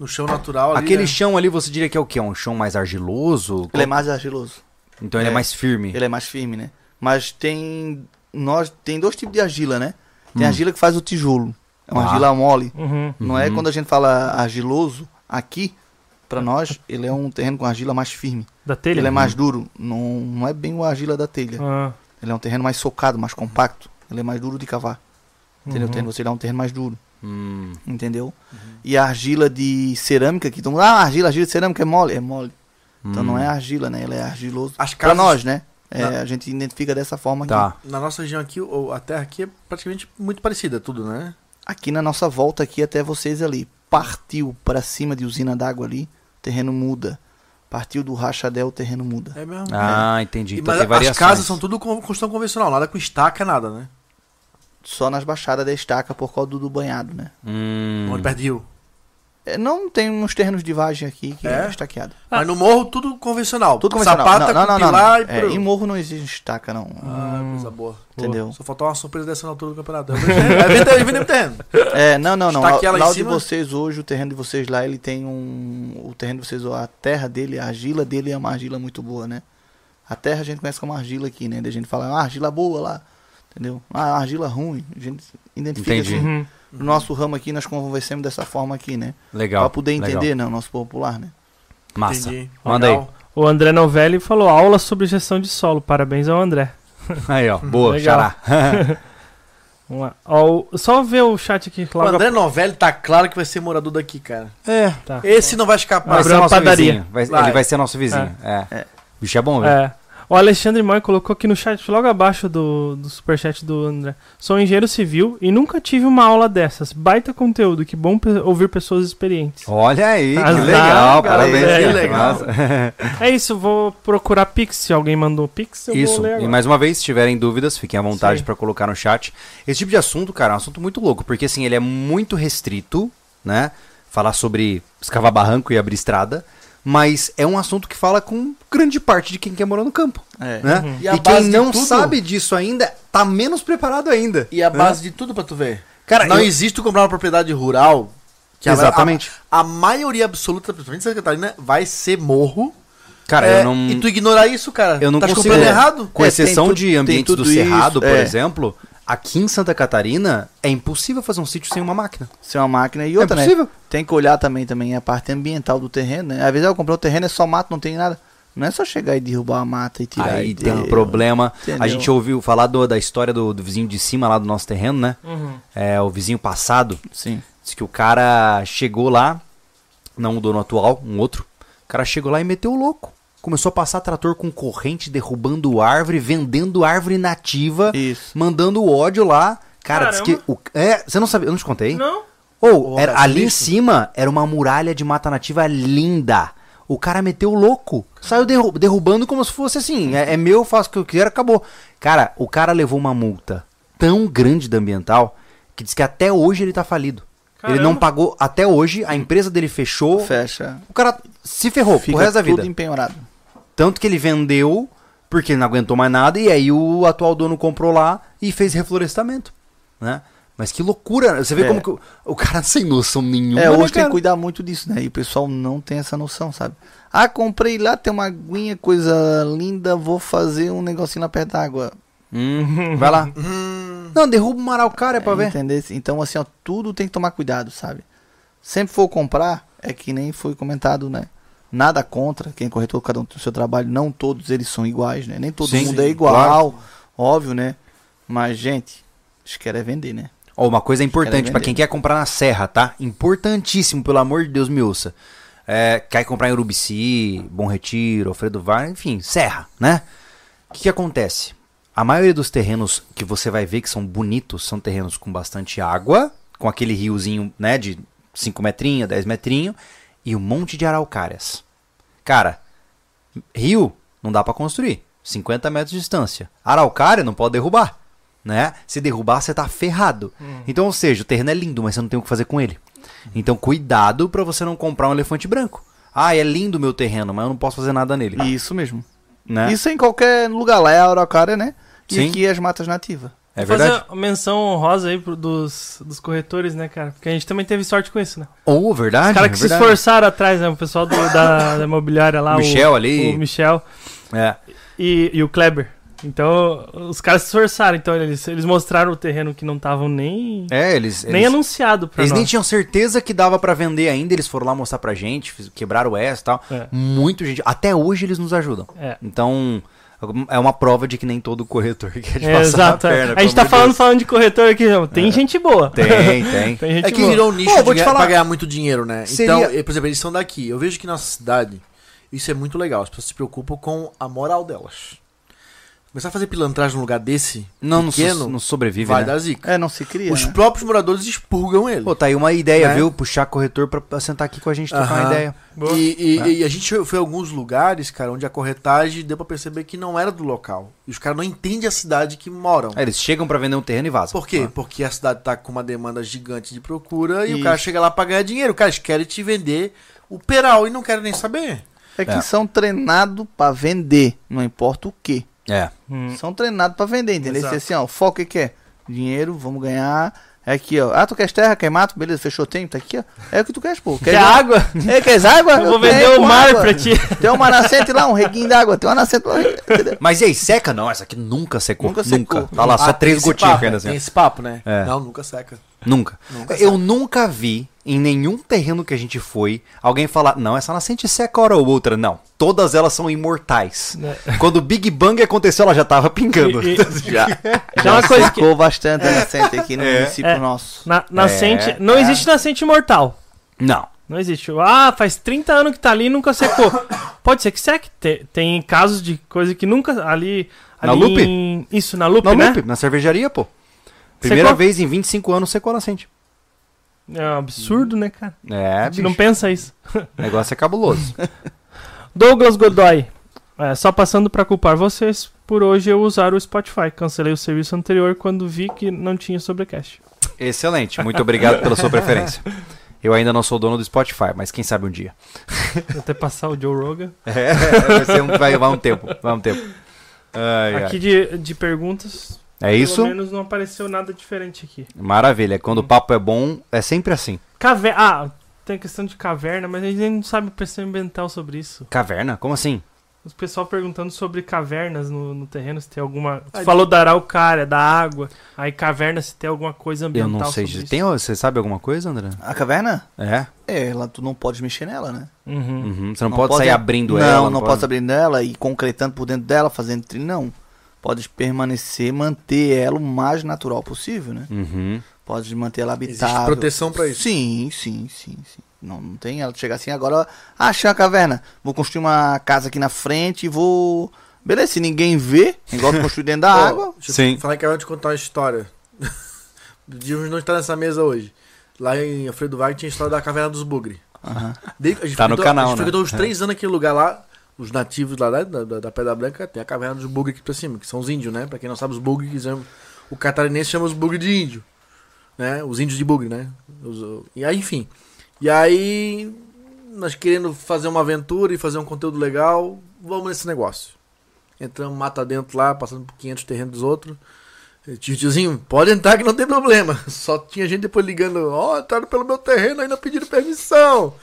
[SPEAKER 2] no chão natural ali.
[SPEAKER 1] Aquele
[SPEAKER 2] né?
[SPEAKER 1] chão ali, você diria que é o quê? Um chão mais argiloso?
[SPEAKER 4] Ele é mais argiloso.
[SPEAKER 1] Então ele é,
[SPEAKER 4] é.
[SPEAKER 1] mais firme.
[SPEAKER 4] Ele é mais firme, né? Mas tem. Nós tem dois tipos de argila, né? Tem
[SPEAKER 1] Hum.
[SPEAKER 4] argila que faz o tijolo. É uma
[SPEAKER 1] Ah.
[SPEAKER 4] argila mole.
[SPEAKER 3] Uhum.
[SPEAKER 4] Não é quando a gente fala argiloso, aqui, pra nós, ele é um terreno com argila mais firme.
[SPEAKER 3] Da telha?
[SPEAKER 4] Ele é mais duro. Não, não é bem o argila da telha.
[SPEAKER 3] Ah,
[SPEAKER 4] Ele é um terreno mais socado, mais compacto. Ele é mais duro de cavar. Entendeu?
[SPEAKER 3] Uhum.
[SPEAKER 4] O terreno- Você dá um terreno mais duro.
[SPEAKER 1] Hum,
[SPEAKER 4] Entendeu? E a argila de cerâmica, que todo mundo. Ah, argila, argila de cerâmica é mole. É mole.
[SPEAKER 1] hum.
[SPEAKER 4] Então não é argila, né? Ele é argiloso.
[SPEAKER 2] As
[SPEAKER 4] Pra
[SPEAKER 2] casas-
[SPEAKER 4] nós, né? É,
[SPEAKER 2] Na-
[SPEAKER 4] a gente identifica dessa forma aqui.
[SPEAKER 1] tá.
[SPEAKER 2] Na nossa região aqui, o- a terra aqui é praticamente muito parecida, tudo, né?
[SPEAKER 4] Aqui na nossa volta aqui até vocês ali. Partiu pra cima de usina d'água ali, terreno muda. Partiu do rachadel, o terreno muda.
[SPEAKER 2] É mesmo.
[SPEAKER 1] Ah, entendi.
[SPEAKER 2] E-
[SPEAKER 1] Então
[SPEAKER 2] mas
[SPEAKER 1] tem variações.
[SPEAKER 2] as casas são tudo com construção convencional, nada com estaca, nada, né?
[SPEAKER 4] Só nas baixadas da estaca por causa do, do banhado, né?
[SPEAKER 1] Hum,
[SPEAKER 2] Onde perto de rio.
[SPEAKER 4] É, não tem uns terrenos de vagem aqui que é,
[SPEAKER 2] É?
[SPEAKER 4] estaqueado.
[SPEAKER 2] Mas no morro, tudo convencional.
[SPEAKER 4] Tudo convencional.
[SPEAKER 2] Sapata,
[SPEAKER 4] não, não,
[SPEAKER 2] com
[SPEAKER 4] não, não.
[SPEAKER 2] pilar e
[SPEAKER 4] É,
[SPEAKER 2] peru.
[SPEAKER 4] em morro não existe estaca, não.
[SPEAKER 2] Ah, coisa boa.
[SPEAKER 4] Entendeu?
[SPEAKER 2] Só faltou uma surpresa dessa na altura
[SPEAKER 1] [LAUGHS]
[SPEAKER 2] do campeonato. Aí vem aí vem o terreno.
[SPEAKER 4] É, não, não, não.
[SPEAKER 2] Estaque
[SPEAKER 4] Lá,
[SPEAKER 2] Tá ela em
[SPEAKER 4] lá o de
[SPEAKER 2] cima?
[SPEAKER 4] vocês hoje, o terreno de vocês lá, ele tem um. O terreno de vocês, a terra dele, a argila dele é uma argila muito boa, né? A terra a gente conhece como argila aqui, né? Daí A gente fala, ah, argila boa lá, entendeu? Ah, argila ruim. A gente identifica
[SPEAKER 1] Entendi.
[SPEAKER 4] assim.
[SPEAKER 3] uhum.
[SPEAKER 4] No nosso ramo aqui, nós conversamos dessa forma aqui, né?
[SPEAKER 1] Legal.
[SPEAKER 4] pra poder
[SPEAKER 1] legal.
[SPEAKER 4] entender, né? O nosso popular, né?
[SPEAKER 1] Massa.
[SPEAKER 2] Entendi.
[SPEAKER 1] Manda aí.
[SPEAKER 2] Legal.
[SPEAKER 3] O André Novelli falou aula sobre gestão de solo. Parabéns ao André.
[SPEAKER 1] Aí, ó. Boa,
[SPEAKER 3] Legal.
[SPEAKER 1] xará.
[SPEAKER 3] Vamos lá. Ó, o- só ver o chat aqui.
[SPEAKER 2] O
[SPEAKER 3] Laura-
[SPEAKER 2] André Novelli tá claro que vai ser morador daqui, cara.
[SPEAKER 1] É.
[SPEAKER 3] Tá.
[SPEAKER 2] Esse não vai escapar.
[SPEAKER 1] Vai ser
[SPEAKER 3] uma
[SPEAKER 1] nosso
[SPEAKER 3] padaria.
[SPEAKER 1] vizinho. Vai-
[SPEAKER 2] Vai.
[SPEAKER 1] Ele vai ser nosso vizinho. É. O bicho é bom, velho.
[SPEAKER 3] É. O Alexandre Moy colocou aqui no chat, logo abaixo do, do superchat do André. Sou engenheiro civil e nunca tive uma aula dessas. Baita conteúdo, que bom pe- ouvir pessoas experientes.
[SPEAKER 1] Olha aí, que
[SPEAKER 3] Azar,
[SPEAKER 1] legal.
[SPEAKER 3] cara,
[SPEAKER 1] Parabéns.
[SPEAKER 2] que
[SPEAKER 1] cara.
[SPEAKER 2] legal.
[SPEAKER 1] Massa.
[SPEAKER 3] É isso, vou procurar Pix. Se alguém mandou Pix,
[SPEAKER 2] né,
[SPEAKER 1] [LAUGHS]
[SPEAKER 3] eu
[SPEAKER 1] Isso,
[SPEAKER 3] vou ler agora.
[SPEAKER 1] e mais uma vez, se tiverem dúvidas, fiquem à vontade
[SPEAKER 3] Sim.
[SPEAKER 1] para colocar no chat. Esse tipo de assunto, cara, é um assunto muito louco, porque assim, ele é muito restrito, né? Falar sobre escavar barranco e abrir estrada, mas é um assunto que fala com grande parte de quem quer morar no campo,
[SPEAKER 4] É.
[SPEAKER 1] né?
[SPEAKER 2] Uhum. E
[SPEAKER 1] E,
[SPEAKER 2] a
[SPEAKER 1] quem
[SPEAKER 2] base de
[SPEAKER 1] não
[SPEAKER 2] tudo-
[SPEAKER 1] sabe disso ainda, tá menos preparado ainda. né?
[SPEAKER 2] E a base de tudo pra tu ver.
[SPEAKER 1] Cara,
[SPEAKER 2] não
[SPEAKER 1] eu-
[SPEAKER 2] existe tu comprar uma propriedade rural. Que a-
[SPEAKER 1] Exatamente.
[SPEAKER 2] A, a maioria absoluta, principalmente em Santa Catarina, vai ser morro.
[SPEAKER 1] Cara,
[SPEAKER 2] É,
[SPEAKER 1] eu não...
[SPEAKER 2] E tu ignorar isso, cara.
[SPEAKER 1] Eu não
[SPEAKER 2] Tá
[SPEAKER 1] consigo-
[SPEAKER 2] comprando errado?
[SPEAKER 1] Com
[SPEAKER 4] É,
[SPEAKER 1] exceção
[SPEAKER 4] tem tu-
[SPEAKER 1] de
[SPEAKER 4] tem
[SPEAKER 1] ambientes do
[SPEAKER 4] tudo
[SPEAKER 1] cerrado,
[SPEAKER 4] isso,
[SPEAKER 1] por
[SPEAKER 4] é.
[SPEAKER 1] exemplo, aqui em Santa Catarina é impossível fazer um sítio sem uma máquina.
[SPEAKER 4] Ser uma máquina
[SPEAKER 2] É
[SPEAKER 4] e outra, né?
[SPEAKER 1] possível.
[SPEAKER 4] Tem que olhar também, também a parte ambiental do terreno, né? Às vezes eu comprei o terreno, é só mato, não tem nada. Não é só chegar e derrubar a mata e tirar.
[SPEAKER 1] Aí
[SPEAKER 4] e
[SPEAKER 1] tem um
[SPEAKER 4] ter-
[SPEAKER 1] problema. A
[SPEAKER 4] Entendeu?
[SPEAKER 1] gente ouviu falar do- da história do, do vizinho de cima lá do nosso terreno, né?
[SPEAKER 3] Uhum.
[SPEAKER 1] É, o vizinho passado.
[SPEAKER 4] Sim.
[SPEAKER 1] Diz que o cara chegou lá, não o dono atual, um outro. O cara chegou lá e meteu o louco. Começou a passar trator com corrente, derrubando árvore, vendendo árvore nativa,
[SPEAKER 4] Isso.
[SPEAKER 1] mandando ódio lá. Cara, diz que
[SPEAKER 3] Caramba.
[SPEAKER 1] o é, você não sabia, eu não te contei?
[SPEAKER 3] Não?
[SPEAKER 1] Ou
[SPEAKER 2] Olha,
[SPEAKER 1] era ali em
[SPEAKER 2] isso.
[SPEAKER 1] cima era uma muralha de mata nativa linda. O cara meteu o louco, saiu derru- derrubando como se fosse assim, é, é meu, faço o que eu quiser, acabou. Cara, o cara levou uma multa tão grande da ambiental que diz que até hoje ele tá falido. Ele não
[SPEAKER 3] Caramba.
[SPEAKER 1] pagou até hoje, a empresa dele fechou.
[SPEAKER 4] Fecha.
[SPEAKER 1] O cara se ferrou pro resto da vida.
[SPEAKER 4] tudo empenhorado.
[SPEAKER 1] Tanto que ele vendeu porque ele não aguentou mais nada e aí o atual dono comprou lá e fez reflorestamento, né? Mas que loucura, né? você vê
[SPEAKER 4] É.
[SPEAKER 1] como que o, o cara [LAUGHS] sem noção nenhuma,
[SPEAKER 4] é,
[SPEAKER 1] né,
[SPEAKER 4] hoje tem
[SPEAKER 1] cara?
[SPEAKER 4] que cuidar muito disso, né? E o pessoal não tem essa noção, sabe? Ah, comprei lá, tem uma aguinha, coisa linda, vou fazer um negocinho lá perto da água.
[SPEAKER 1] Hum, vai lá.
[SPEAKER 4] Hum.
[SPEAKER 1] Não, derruba o maraucária pra ver.
[SPEAKER 4] Entender? Então, assim, ó, tudo tem que tomar cuidado, sabe? Sempre for comprar, é que nem foi comentado, né? Nada contra quem é corretor, cada um tem o seu trabalho. Não todos eles são iguais, né? Nem todo
[SPEAKER 1] Sim,
[SPEAKER 4] mundo
[SPEAKER 1] sim,
[SPEAKER 4] é igual, óbvio, né? Mas, gente, isso quer é vender, né?
[SPEAKER 1] Ó, uma coisa importante
[SPEAKER 4] Quero
[SPEAKER 1] pra
[SPEAKER 4] vender.
[SPEAKER 1] quem quer comprar na Serra, tá? Importantíssimo, pelo amor de Deus, me ouça. É, quer comprar em Urubici, Bom Retiro, Alfredo Var, enfim, Serra, né? O que, que acontece? A maioria dos terrenos que você vai ver que são bonitos são terrenos com bastante água, com aquele riozinho, né, de 5 metrinho, 10 metrinho, e um monte de araucárias. Cara, Rio não dá pra construir, 50 metros de distância. Araucária não pode derrubar, né? Se derrubar, você tá ferrado.
[SPEAKER 3] Uhum.
[SPEAKER 1] Então, ou seja, o terreno é lindo, mas você não tem o que fazer com ele. Então, cuidado pra você não comprar um elefante branco. Ah, é lindo o meu terreno, mas eu não posso fazer nada nele,
[SPEAKER 4] Isso mesmo.
[SPEAKER 1] né?
[SPEAKER 4] Isso em qualquer lugar. Lá é a Araucária, né? E
[SPEAKER 1] Sim.
[SPEAKER 4] aqui é as matas nativas.
[SPEAKER 1] É
[SPEAKER 3] Vou
[SPEAKER 1] verdade.
[SPEAKER 3] Fazer uma menção honrosa aí pro- dos, dos corretores, né, cara? Porque a gente também teve sorte com isso, né?
[SPEAKER 1] Ou verdade.
[SPEAKER 3] Os caras que
[SPEAKER 1] é
[SPEAKER 3] se
[SPEAKER 1] verdade.
[SPEAKER 3] esforçaram atrás, né? O pessoal do- da, da imobiliária lá. o-
[SPEAKER 1] Michel ali.
[SPEAKER 3] O Michel
[SPEAKER 1] É.
[SPEAKER 3] e, e o Kleber. Então, os caras se esforçaram. Então, eles, eles mostraram o terreno que não estavam nem,
[SPEAKER 1] É, eles.
[SPEAKER 3] nem
[SPEAKER 1] eles...
[SPEAKER 3] anunciado pra
[SPEAKER 1] Eles
[SPEAKER 3] nós.
[SPEAKER 1] nem tinham certeza que dava pra vender ainda, eles foram lá mostrar pra gente, fiz- quebraram o S e tal.
[SPEAKER 3] É.
[SPEAKER 1] Muito gente. Até hoje eles nos ajudam.
[SPEAKER 3] É.
[SPEAKER 1] Então, é uma prova de que nem todo corretor [LAUGHS] quer te
[SPEAKER 3] É,
[SPEAKER 1] passar
[SPEAKER 3] exato.
[SPEAKER 1] a
[SPEAKER 3] é.
[SPEAKER 1] perna.
[SPEAKER 3] a
[SPEAKER 1] pelo
[SPEAKER 3] gente tá
[SPEAKER 1] amor de
[SPEAKER 3] falando, falando de corretor aqui, não. Tem gente boa.
[SPEAKER 1] Deus. Tem, tem.
[SPEAKER 3] [LAUGHS] Tem gente
[SPEAKER 2] É que
[SPEAKER 3] boa.
[SPEAKER 2] virou um nicho
[SPEAKER 1] Pô,
[SPEAKER 2] de
[SPEAKER 1] vou te
[SPEAKER 2] ganhar-
[SPEAKER 1] falar.
[SPEAKER 2] pra ganhar muito dinheiro, né?
[SPEAKER 1] Seria-
[SPEAKER 2] Então, eh, por exemplo, eles são daqui. Eu vejo que na nossa cidade, isso é muito legal. As pessoas se preocupam com a moral delas. Começar a fazer pilantragem num lugar desse,
[SPEAKER 1] Não, não,
[SPEAKER 2] pequeno,
[SPEAKER 1] so- não sobrevive,
[SPEAKER 2] vai
[SPEAKER 1] né?
[SPEAKER 2] dar zica.
[SPEAKER 4] É, não se cria,
[SPEAKER 2] Os
[SPEAKER 4] né?
[SPEAKER 2] próprios moradores expurgam ele.
[SPEAKER 1] Pô, tá aí uma ideia,
[SPEAKER 2] Né?
[SPEAKER 1] viu? Puxar corretor pra, pra sentar aqui com a gente, trocar
[SPEAKER 2] Aham.
[SPEAKER 1] uma ideia. Tá.
[SPEAKER 3] Boa.
[SPEAKER 2] E, e- e a gente foi a alguns lugares, cara, onde a corretagem deu pra perceber que não era do local. E os caras não entendem a cidade que moram.
[SPEAKER 1] Aí eles chegam pra vender um terreno e vazam.
[SPEAKER 2] Por quê? Porque a cidade tá com uma demanda gigante de procura e
[SPEAKER 4] Isso.
[SPEAKER 2] o cara chega lá pra ganhar dinheiro. O cara quer te vender o peral e não querem nem saber.
[SPEAKER 4] É que
[SPEAKER 1] É.
[SPEAKER 4] são treinados pra vender, não importa o que.
[SPEAKER 1] É.
[SPEAKER 3] Hum.
[SPEAKER 4] São treinados pra vender, entendeu?
[SPEAKER 2] Exato.
[SPEAKER 4] Se assim, ó, foca o que quer? Dinheiro, vamos ganhar. É aqui, ó. Ah, tu queres terra, quer mato? Beleza, fechou o tempo, tá aqui, ó. É o que tu queres, pô.
[SPEAKER 3] Quer
[SPEAKER 4] Queres água?
[SPEAKER 3] água?
[SPEAKER 4] É, queres água?
[SPEAKER 3] Eu vou
[SPEAKER 4] tenho
[SPEAKER 3] vender o
[SPEAKER 4] com
[SPEAKER 3] mar
[SPEAKER 4] água.
[SPEAKER 3] pra ti.
[SPEAKER 4] Tem uma nascente lá, um reguinho d'água. Tem uma nascente lá. entendeu?
[SPEAKER 1] Mas e aí, seca? Não, essa aqui nunca secou. Nunca
[SPEAKER 4] Nunca secou.
[SPEAKER 1] Tá lá, só
[SPEAKER 2] Ah, tem
[SPEAKER 1] três
[SPEAKER 2] esse
[SPEAKER 1] gotinhas
[SPEAKER 2] papo,
[SPEAKER 1] caindo
[SPEAKER 2] né?
[SPEAKER 1] assim. ó.
[SPEAKER 2] Tem esse papo, né?
[SPEAKER 1] É.
[SPEAKER 2] Não, nunca seca.
[SPEAKER 1] Nunca.
[SPEAKER 2] Nunca
[SPEAKER 1] Eu nunca vi em nenhum terreno que a gente foi alguém falar, não, essa nascente seca hora ou outra. Não. Todas elas são imortais. [LAUGHS] Quando o Big Bang aconteceu, ela já tava pingando.
[SPEAKER 3] Né. E-
[SPEAKER 1] [LAUGHS]
[SPEAKER 3] e-
[SPEAKER 4] Já.
[SPEAKER 3] Já Então, é
[SPEAKER 1] um
[SPEAKER 3] uma coisa que-
[SPEAKER 4] secou bastante a nascente aqui no
[SPEAKER 1] É.
[SPEAKER 4] município
[SPEAKER 3] É.
[SPEAKER 4] nosso.
[SPEAKER 3] na- nascente.
[SPEAKER 1] É,
[SPEAKER 3] não
[SPEAKER 1] é.
[SPEAKER 3] existe nascente imortal.
[SPEAKER 1] Não.
[SPEAKER 3] Não existe. Ah, faz 30 anos que tá ali e nunca secou. [COUGHS] Pode ser que seque. Te- Tem casos de coisa que nunca. Ali.
[SPEAKER 1] Na
[SPEAKER 3] ali
[SPEAKER 1] Lupe?
[SPEAKER 3] em- Isso, na Lupe,
[SPEAKER 1] Na
[SPEAKER 3] né?
[SPEAKER 1] Lupe, na cervejaria, pô. Primeira
[SPEAKER 3] Secou?
[SPEAKER 1] vez em 25 anos secou a nascente.
[SPEAKER 3] É um absurdo, né, cara?
[SPEAKER 1] É,
[SPEAKER 3] A gente não
[SPEAKER 1] bicho.
[SPEAKER 3] pensa isso.
[SPEAKER 1] O negócio é cabuloso.
[SPEAKER 3] [LAUGHS] Douglas Godoy. É, só passando pra culpar vocês, por hoje eu usar o Spotify. Cancelei o serviço anterior quando vi que não tinha sobrecast.
[SPEAKER 1] Excelente, muito obrigado pela sua preferência. Eu ainda não sou dono do Spotify, mas quem sabe um
[SPEAKER 3] [LAUGHS]
[SPEAKER 1] dia.
[SPEAKER 3] Até passar o Joe Rogan.
[SPEAKER 1] É, vai, ser um, vai, vai um tempo, vai um tempo. Ai, ai.
[SPEAKER 3] Aqui de, de perguntas,
[SPEAKER 1] É isso?
[SPEAKER 3] pelo menos não apareceu nada diferente aqui.
[SPEAKER 1] Maravilha. Quando o papo é bom, é sempre assim.
[SPEAKER 3] Caverna. Ah, tem a questão de caverna, mas a gente nem sabe pressão ambiental sobre isso.
[SPEAKER 1] Caverna? Como assim?
[SPEAKER 3] Os pessoal perguntando sobre cavernas no, no terreno, se tem alguma. Tu falou da araucária, da água. Aí caverna, se tem alguma coisa
[SPEAKER 1] Eu
[SPEAKER 3] ambiental.
[SPEAKER 1] não sei.
[SPEAKER 3] sobre
[SPEAKER 1] dizer.
[SPEAKER 3] isso.
[SPEAKER 1] Tem, um você sabe alguma coisa, André?
[SPEAKER 4] A caverna?
[SPEAKER 1] É?
[SPEAKER 4] É, lá tu não pode mexer nela, né?
[SPEAKER 3] Uhum.
[SPEAKER 1] Uhum, Você não, pode, sair abrindo
[SPEAKER 4] não,
[SPEAKER 1] ela.
[SPEAKER 4] Não, não posso abrir nela e concretando por dentro dela, fazendo trilho, não. Pode permanecer, manter ela o mais natural possível, né?
[SPEAKER 1] Uhum.
[SPEAKER 4] Pode manter ela
[SPEAKER 2] Existe
[SPEAKER 4] habitável.
[SPEAKER 2] proteção pra isso.
[SPEAKER 4] Sim, sim, sim, sim. Não, não tem ela chegar assim agora, ah, achei uma caverna, vou construir uma casa aqui na frente e vou. Beleza, se ninguém vê, é igual que
[SPEAKER 2] [LAUGHS]
[SPEAKER 4] construir dentro da
[SPEAKER 2] Ó,
[SPEAKER 4] água.
[SPEAKER 2] deixa eu
[SPEAKER 1] Sim.
[SPEAKER 2] Falar que eu vou te contar uma história. [LAUGHS] O Dilma não está nessa mesa hoje. Lá em Alfredo Wagner tinha a história da Caverna dos Bugre.
[SPEAKER 4] Aham.
[SPEAKER 2] Desde- a gente
[SPEAKER 1] Tá no
[SPEAKER 2] frequentou-
[SPEAKER 1] canal,
[SPEAKER 2] A gente
[SPEAKER 1] né?
[SPEAKER 2] frequentou uns três anos naquele lugar lá. Os nativos lá né, da, da, da Pedra Branca tem a Caverna dos Bugre aqui pra cima, que são os índios, né? Pra quem não sabe, os Bugre, que são- o catarinense chama os Bugre de índio. Né? Os índios de Bugre, né? Os- e aí, enfim. E aí, nós querendo fazer uma aventura e fazer um conteúdo legal, vamos nesse negócio. Entramos mata dentro lá, passando por 500 terrenos dos outros. E Tio tiozinho, pode entrar que não tem problema. [LAUGHS] Só tinha gente depois ligando, ó, entraram pelo meu terreno, ainda pediram permissão.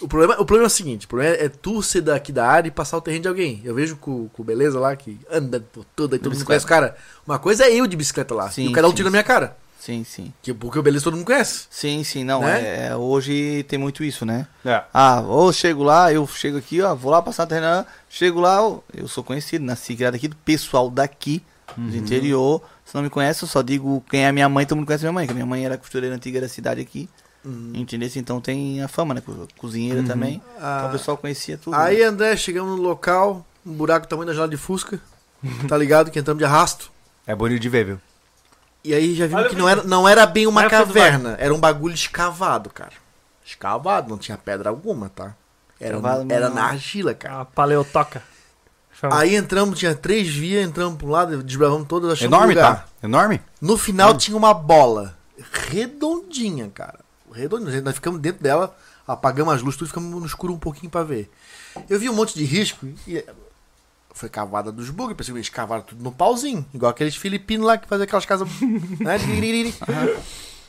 [SPEAKER 2] O problema, o problema é o seguinte, o problema é, é tu ser daqui da área e passar o terreno de alguém. Eu vejo com o Beleza lá, que anda por tudo, aí todo mundo
[SPEAKER 4] bicicleta.
[SPEAKER 2] conhece o cara. Uma coisa é eu de bicicleta lá,
[SPEAKER 4] Sim,
[SPEAKER 2] e o cara um
[SPEAKER 4] sim,
[SPEAKER 2] tiro na minha cara.
[SPEAKER 4] Sim, sim.
[SPEAKER 2] Que, porque o Beleza todo mundo conhece.
[SPEAKER 4] Sim, sim, não.
[SPEAKER 2] Né?
[SPEAKER 4] é- hoje tem muito isso, né?
[SPEAKER 1] É.
[SPEAKER 4] Ah, ou chego lá, eu chego aqui, ó, vou lá passar a terra, chego lá, ó, eu sou conhecido, nasci criado aqui, do pessoal daqui, do interior. Se não me conhece, eu só digo quem é minha mãe, todo mundo conhece minha mãe, que minha mãe era costureira antiga da cidade aqui.
[SPEAKER 2] Uhum.
[SPEAKER 4] Entendeu? Então tem a fama, né? co- Cozinheira também. Então o
[SPEAKER 2] Ah,
[SPEAKER 4] pessoal conhecia tudo.
[SPEAKER 2] Aí,
[SPEAKER 4] né?
[SPEAKER 2] André, chegamos no local, um buraco do tamanho da janela de Fusca, tá ligado? Que entramos de arrasto.
[SPEAKER 1] É bonito de ver, viu?
[SPEAKER 2] E aí já vimos
[SPEAKER 3] Olha
[SPEAKER 2] que
[SPEAKER 3] o
[SPEAKER 2] não era, não era bem uma
[SPEAKER 3] Olha a foto do
[SPEAKER 2] caverna, era um bagulho escavado, cara. Escavado, não tinha pedra alguma, tá? Era, um-
[SPEAKER 4] Escavado,
[SPEAKER 2] era
[SPEAKER 4] não.
[SPEAKER 2] na argila, cara.
[SPEAKER 3] A paleotoca. Chama.
[SPEAKER 2] Aí entramos, tinha três vias, entramos pra um lado, desbravamos todas, achamos
[SPEAKER 1] Enorme,
[SPEAKER 2] um lugar.
[SPEAKER 1] tá? Enorme? [LAUGHS]
[SPEAKER 2] No final tinha uma bola redondinha, cara. Redondinha. Nós ficamos dentro dela, apagamos as luzes, tudo ficamos no escuro um pouquinho pra ver. Eu vi um monte de risco e foi cavada dos bugs, pensei que eles cavaram tudo no pauzinho, igual aqueles filipinos lá que fazem aquelas casas. né? Tiririri.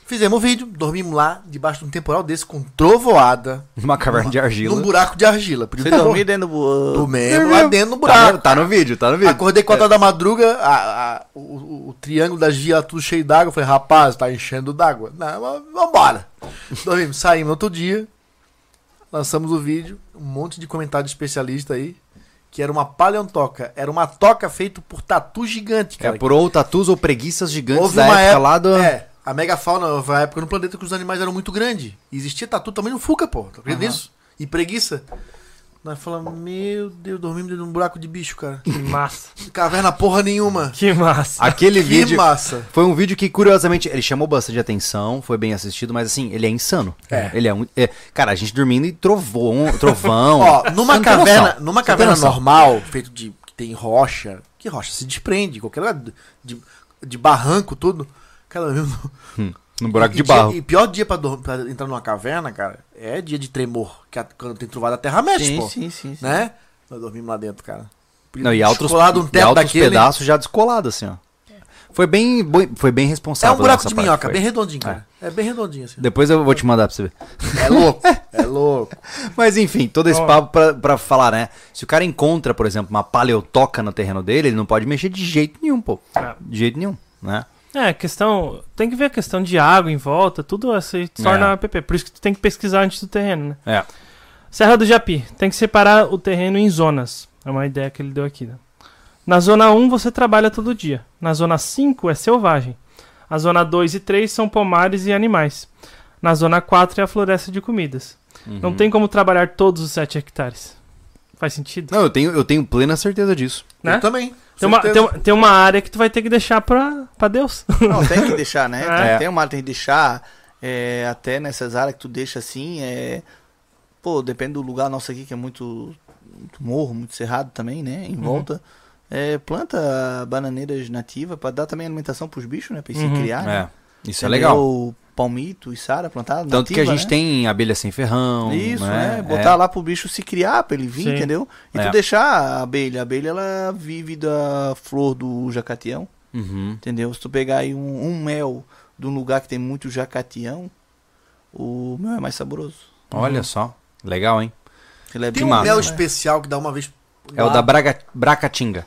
[SPEAKER 2] Fizemos um vídeo, dormimos lá, debaixo de um temporal desse, com trovoada,
[SPEAKER 1] Uma caverna de
[SPEAKER 2] num
[SPEAKER 1] argila.
[SPEAKER 2] buraco de argila. Por isso
[SPEAKER 4] Você
[SPEAKER 2] que eu
[SPEAKER 4] dormiu dentro do.
[SPEAKER 2] Dormimos lá dentro no
[SPEAKER 1] Tá no,
[SPEAKER 2] buraco.
[SPEAKER 1] tá no vídeo, tá no vídeo.
[SPEAKER 2] Acordei 4 horas da madruga, a- a- o, o- o triângulo das vias lá tudo cheio d'água. Eu Falei, rapaz, tá enchendo d'água. Não, mas vambora. Dormimos, saímos no outro dia, lançamos o vídeo, um monte de comentário de especialista aí, que era uma paleontoca. Era uma toca feita por tatu gigante, cara.
[SPEAKER 1] É por ou tatus ou preguiças gigantes
[SPEAKER 2] Houve
[SPEAKER 1] da
[SPEAKER 2] uma
[SPEAKER 1] época
[SPEAKER 2] época-
[SPEAKER 1] lá do.
[SPEAKER 2] É, a megafauna, houve uma época no planeta que os animais eram muito grandes. E existia tatu também no Fuca, pô. Tá acredita nisso? E preguiça. Nós falamos, meu Deus, dormimos dentro de um buraco de bicho, cara.
[SPEAKER 3] Que massa.
[SPEAKER 2] Caverna porra nenhuma.
[SPEAKER 3] Que massa.
[SPEAKER 1] Aquele
[SPEAKER 2] que
[SPEAKER 1] vídeo.
[SPEAKER 2] massa.
[SPEAKER 1] Foi um vídeo que, curiosamente, ele chamou bastante atenção, foi bem assistido, mas assim, ele é insano.
[SPEAKER 2] É.
[SPEAKER 1] Ele é um. é- cara, a gente dormindo e trovão. trovão.
[SPEAKER 2] [LAUGHS] Ó, numa
[SPEAKER 1] Você não tem
[SPEAKER 2] caverna,
[SPEAKER 1] noção. Você
[SPEAKER 2] numa
[SPEAKER 1] não tem
[SPEAKER 2] caverna
[SPEAKER 1] noção.
[SPEAKER 2] normal, feito de que tem rocha, que rocha se desprende, qualquer lugar de, de, de barranco tudo. Cara, eu-
[SPEAKER 1] Num buraco
[SPEAKER 2] e
[SPEAKER 1] de
[SPEAKER 2] dia-
[SPEAKER 1] barro.
[SPEAKER 2] e pior dia pra, dor- pra entrar numa caverna, cara, é dia de tremor, que a- quando tem trovada a terra mexe,
[SPEAKER 4] Sim,
[SPEAKER 2] pô.
[SPEAKER 4] sim, sim. sim.
[SPEAKER 2] Né? Nós dormimos lá dentro, cara.
[SPEAKER 1] Não, e altos,
[SPEAKER 2] Descolado um
[SPEAKER 1] e
[SPEAKER 2] teto
[SPEAKER 1] altos
[SPEAKER 2] daquele.
[SPEAKER 1] pedaços já descolado, assim, ó. Foi bem, boi- foi bem
[SPEAKER 2] É
[SPEAKER 1] responsável.
[SPEAKER 2] um buraco
[SPEAKER 1] dessa
[SPEAKER 2] de
[SPEAKER 1] parte,
[SPEAKER 2] minhoca,
[SPEAKER 1] foi.
[SPEAKER 2] bem redondinho, cara. É, bem redondinho, assim.
[SPEAKER 1] Depois eu vou te mandar pra você ver.
[SPEAKER 2] É louco, é louco.
[SPEAKER 1] Mas enfim, todo esse papo pra, pra falar, né? Se o cara encontra, por exemplo, uma paleotoca no terreno dele, ele não pode mexer de jeito nenhum, pô.
[SPEAKER 3] É.
[SPEAKER 1] De jeito nenhum, né?
[SPEAKER 3] É, questão. Tem que ver a questão de água em volta, tudo isso aí torna
[SPEAKER 1] É.
[SPEAKER 3] app. Por isso que tu tem que pesquisar antes do terreno, né?
[SPEAKER 1] É.
[SPEAKER 3] Serra do Japi, tem que separar o terreno em zonas. É uma ideia que ele deu aqui. né? Na zona 1 você trabalha todo dia. Na zona 5 é selvagem. A zona 2 e 3 são pomares e animais. Na zona 4 é a floresta de comidas.
[SPEAKER 1] Uhum.
[SPEAKER 3] Não tem como trabalhar todos os 7 hectares. Faz sentido?
[SPEAKER 1] Não, eu tenho, eu tenho plena certeza disso.
[SPEAKER 3] Né?
[SPEAKER 2] Eu também.
[SPEAKER 3] Tem uma,
[SPEAKER 2] certeza.
[SPEAKER 3] tem, um- uma- tem uma área que tu vai ter que deixar pra, pra Deus.
[SPEAKER 4] Não, tem que deixar,
[SPEAKER 3] [LAUGHS]
[SPEAKER 4] né?
[SPEAKER 1] É.
[SPEAKER 4] Tem, tem uma área que tem que deixar. é, até nessas áreas que tu deixa assim, é. Pô, depende do lugar nosso aqui, que é muito, muito morro, muito cerrado também, né?
[SPEAKER 3] Uhum.
[SPEAKER 4] Em volta. É, planta bananeiras nativas pra dar também alimentação pros bichos, né? Pra eles
[SPEAKER 3] Uhum.
[SPEAKER 4] se criar. né?
[SPEAKER 1] É. Isso é
[SPEAKER 4] Entendeu?
[SPEAKER 1] legal.
[SPEAKER 4] Palmito e sara plantada.
[SPEAKER 1] Tanto que a
[SPEAKER 4] nativa,
[SPEAKER 1] gente
[SPEAKER 4] né?
[SPEAKER 1] tem abelha sem ferrão.
[SPEAKER 4] Isso,
[SPEAKER 1] né?
[SPEAKER 4] né? Botar lá pro bicho se criar, pra ele vir,
[SPEAKER 3] Sim.
[SPEAKER 4] entendeu? E
[SPEAKER 1] É.
[SPEAKER 4] tu deixar a abelha. A abelha, ela vive da flor do jacatião.
[SPEAKER 1] Uhum.
[SPEAKER 4] Entendeu? Se tu pegar aí um, um mel de um lugar que tem muito jacatião, o mel é mais saboroso.
[SPEAKER 1] Olha só. Legal, hein?
[SPEAKER 4] Ele é
[SPEAKER 2] Tem
[SPEAKER 4] bem
[SPEAKER 2] um
[SPEAKER 1] massa,
[SPEAKER 2] mel
[SPEAKER 4] né?
[SPEAKER 2] especial que dá uma vez.
[SPEAKER 1] É o
[SPEAKER 2] lá.
[SPEAKER 1] da Braga, Bracatinga.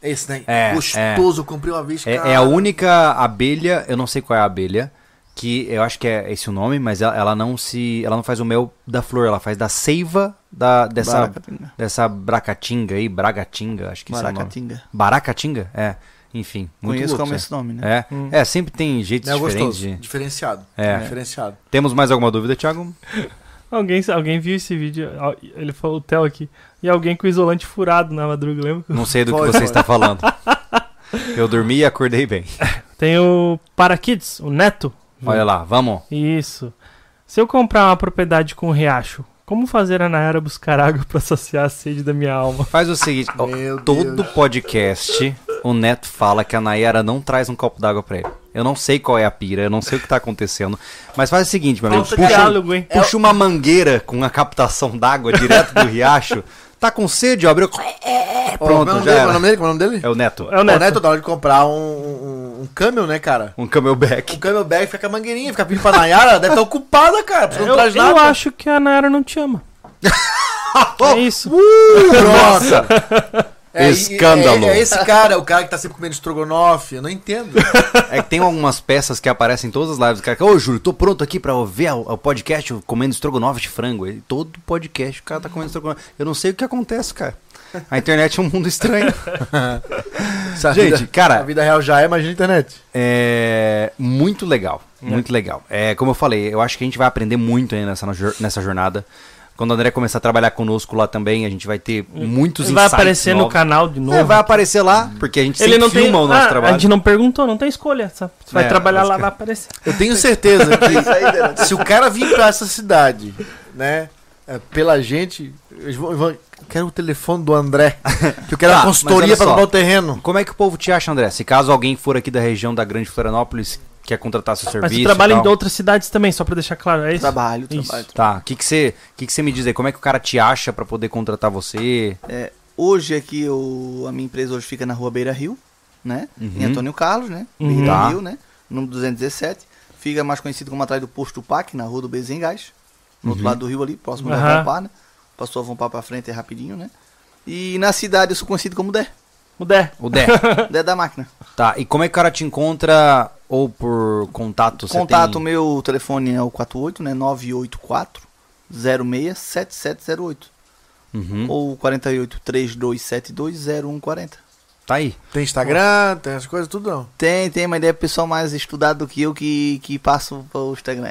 [SPEAKER 2] É Esse, né?
[SPEAKER 1] É,
[SPEAKER 2] Gostoso, eu comprei uma vez.
[SPEAKER 1] É,
[SPEAKER 2] cara.
[SPEAKER 1] é a única abelha, eu não sei qual é a abelha, que eu acho que é esse o nome, mas ela, ela não se. Ela não faz o mel da flor, ela faz da seiva da, dessa,
[SPEAKER 4] Baracatinga.
[SPEAKER 1] dessa bracatinga aí, bragatinga, acho que esse é o nome.
[SPEAKER 4] Baracatinga.
[SPEAKER 1] Baracatinga? É. Enfim, muito
[SPEAKER 4] Conheço
[SPEAKER 1] louco,
[SPEAKER 4] como é
[SPEAKER 1] isso
[SPEAKER 4] esse nome, né?
[SPEAKER 1] É. é, sempre tem jeitos
[SPEAKER 2] Mel
[SPEAKER 1] diferentes.
[SPEAKER 2] gostoso.
[SPEAKER 1] de-
[SPEAKER 2] Diferenciado.
[SPEAKER 1] É.
[SPEAKER 2] Diferenciado.
[SPEAKER 1] Temos mais alguma dúvida, Thiago?
[SPEAKER 3] Alguém, alguém viu esse vídeo, ó, ele falou o Theo aqui, e alguém com isolante furado na madruga, lembra?
[SPEAKER 1] Não sei do que
[SPEAKER 2] Foi,
[SPEAKER 1] você
[SPEAKER 2] foi.
[SPEAKER 1] está falando. Eu dormi e acordei bem.
[SPEAKER 3] Tem o Parakids, o Neto.
[SPEAKER 1] Olha lá, vamos.
[SPEAKER 3] Isso. Se eu comprar uma propriedade com riacho, como fazer a Nayara buscar água pra saciar a sede da minha alma?
[SPEAKER 1] Faz o seguinte, ó,
[SPEAKER 2] Meu
[SPEAKER 1] todo
[SPEAKER 2] Deus.
[SPEAKER 1] podcast o Neto fala que a Nayara não traz um copo d'água pra ele. Eu não sei qual é a pira, eu não sei o que tá acontecendo. Mas faz o seguinte, meu amigo,
[SPEAKER 3] Falta
[SPEAKER 1] puxa, um-
[SPEAKER 3] diálogo, hein?
[SPEAKER 1] puxa uma mangueira com a captação d'água direto do riacho. Tá com sede, ó, abriu...
[SPEAKER 2] Pronto,
[SPEAKER 1] Pronto, já
[SPEAKER 2] Qual é o
[SPEAKER 1] era.
[SPEAKER 2] nome dele? Qual é o nome dele?
[SPEAKER 1] É o Neto.
[SPEAKER 3] É o
[SPEAKER 2] Ô, Neto.
[SPEAKER 3] Neto.
[SPEAKER 2] da hora de comprar um, um, um camel, né, cara?
[SPEAKER 1] Um camelback.
[SPEAKER 2] Um camelback fica com a mangueirinha, fica pedindo pra Nayara, deve estar ocupada, cara. Porque
[SPEAKER 1] É
[SPEAKER 3] Eu,
[SPEAKER 2] não traz
[SPEAKER 3] eu
[SPEAKER 2] nada.
[SPEAKER 3] acho que a Nayara não te ama. é isso.
[SPEAKER 2] Nossa! É, e-
[SPEAKER 1] Escândalo.
[SPEAKER 2] É, é esse cara, o cara que tá sempre comendo estrogonofe, eu não entendo.
[SPEAKER 1] [LAUGHS] É que tem algumas peças que aparecem em todas as lives. O cara, fala, ô Júlio, tô pronto aqui pra ouvir o o podcast eu comendo estrogonofe de frango. Ele, todo podcast o cara tá comendo estrogonofe. Eu não sei o que acontece, cara. A internet é um mundo
[SPEAKER 3] [LAUGHS]
[SPEAKER 1] estranho.
[SPEAKER 2] Essa
[SPEAKER 1] Gente,
[SPEAKER 3] né?
[SPEAKER 2] vida-
[SPEAKER 1] cara-
[SPEAKER 2] A vida real já é, imagina a internet.
[SPEAKER 1] É muito legal, muito legal. É, como eu falei, eu acho que a gente vai aprender muito aí nessa, nor- nessa jornada. Quando o André começar a trabalhar conosco lá também, a gente vai ter muitos
[SPEAKER 3] Ele vai
[SPEAKER 1] insights
[SPEAKER 3] aparecer no
[SPEAKER 1] novos.
[SPEAKER 3] canal de novo.
[SPEAKER 1] É, vai aparecer lá, porque a gente
[SPEAKER 3] Ele
[SPEAKER 1] sempre
[SPEAKER 3] não
[SPEAKER 1] filma
[SPEAKER 3] tem...
[SPEAKER 1] o nosso
[SPEAKER 3] Ah,
[SPEAKER 1] trabalho.
[SPEAKER 3] A gente não perguntou, não tem escolha. sabe? Você vai
[SPEAKER 1] É,
[SPEAKER 3] trabalhar lá,
[SPEAKER 1] basicamente.
[SPEAKER 3] vai aparecer.
[SPEAKER 2] Eu tenho certeza
[SPEAKER 4] Isso aí, Daniel.
[SPEAKER 2] que se o cara vir pra essa cidade, né, é, pela gente, eles vão, vão- eu quero o telefone do André, que eu quero
[SPEAKER 1] Tá,
[SPEAKER 2] a
[SPEAKER 1] mas
[SPEAKER 2] consultoria
[SPEAKER 1] olha
[SPEAKER 2] pra
[SPEAKER 1] só.
[SPEAKER 2] comprar o terreno.
[SPEAKER 1] Como é que o povo te acha, André? Se caso alguém for aqui da região da Grande Florianópolis, quer contratar seu
[SPEAKER 3] Mas
[SPEAKER 1] serviço.
[SPEAKER 3] você
[SPEAKER 1] e
[SPEAKER 3] trabalha
[SPEAKER 1] tal.
[SPEAKER 3] em outras cidades também, só pra deixar claro. É isso?
[SPEAKER 4] Trabalho,
[SPEAKER 3] Isso.
[SPEAKER 4] trabalho.
[SPEAKER 1] Tá, o que que você que que você me diz aí? Como é que o cara te acha pra poder contratar você?
[SPEAKER 4] É, hoje aqui eu, a minha empresa hoje fica na rua Beira Rio, né? Em
[SPEAKER 1] Uhum.
[SPEAKER 4] Antônio Carlos, né?
[SPEAKER 3] Uhum.
[SPEAKER 4] Beira
[SPEAKER 1] Tá.
[SPEAKER 4] Rio, né? Número 217. Fica mais conhecido como atrás do posto PAC, na rua do Bezengás. No outro lado do rio ali, próximo
[SPEAKER 3] Aham.
[SPEAKER 4] da Vampar, né? Passou a Vampar pra frente é rapidinho, né? E na cidade eu sou conhecido como Dé.
[SPEAKER 3] O Dé.
[SPEAKER 1] O Dé.
[SPEAKER 4] Dé da máquina.
[SPEAKER 1] tá, e como é que o cara te encontra ou por contato? Você
[SPEAKER 4] Contato
[SPEAKER 1] tem...
[SPEAKER 4] meu telefone é o 48, né? 984 06 7708.
[SPEAKER 1] Uhum.
[SPEAKER 4] Ou 48 3272 0140.
[SPEAKER 1] Tá aí.
[SPEAKER 2] Tem Instagram, tem as coisas, tudo não.
[SPEAKER 4] Tem, tem, mas é pessoal mais estudado do que eu que, que passo pro Instagram.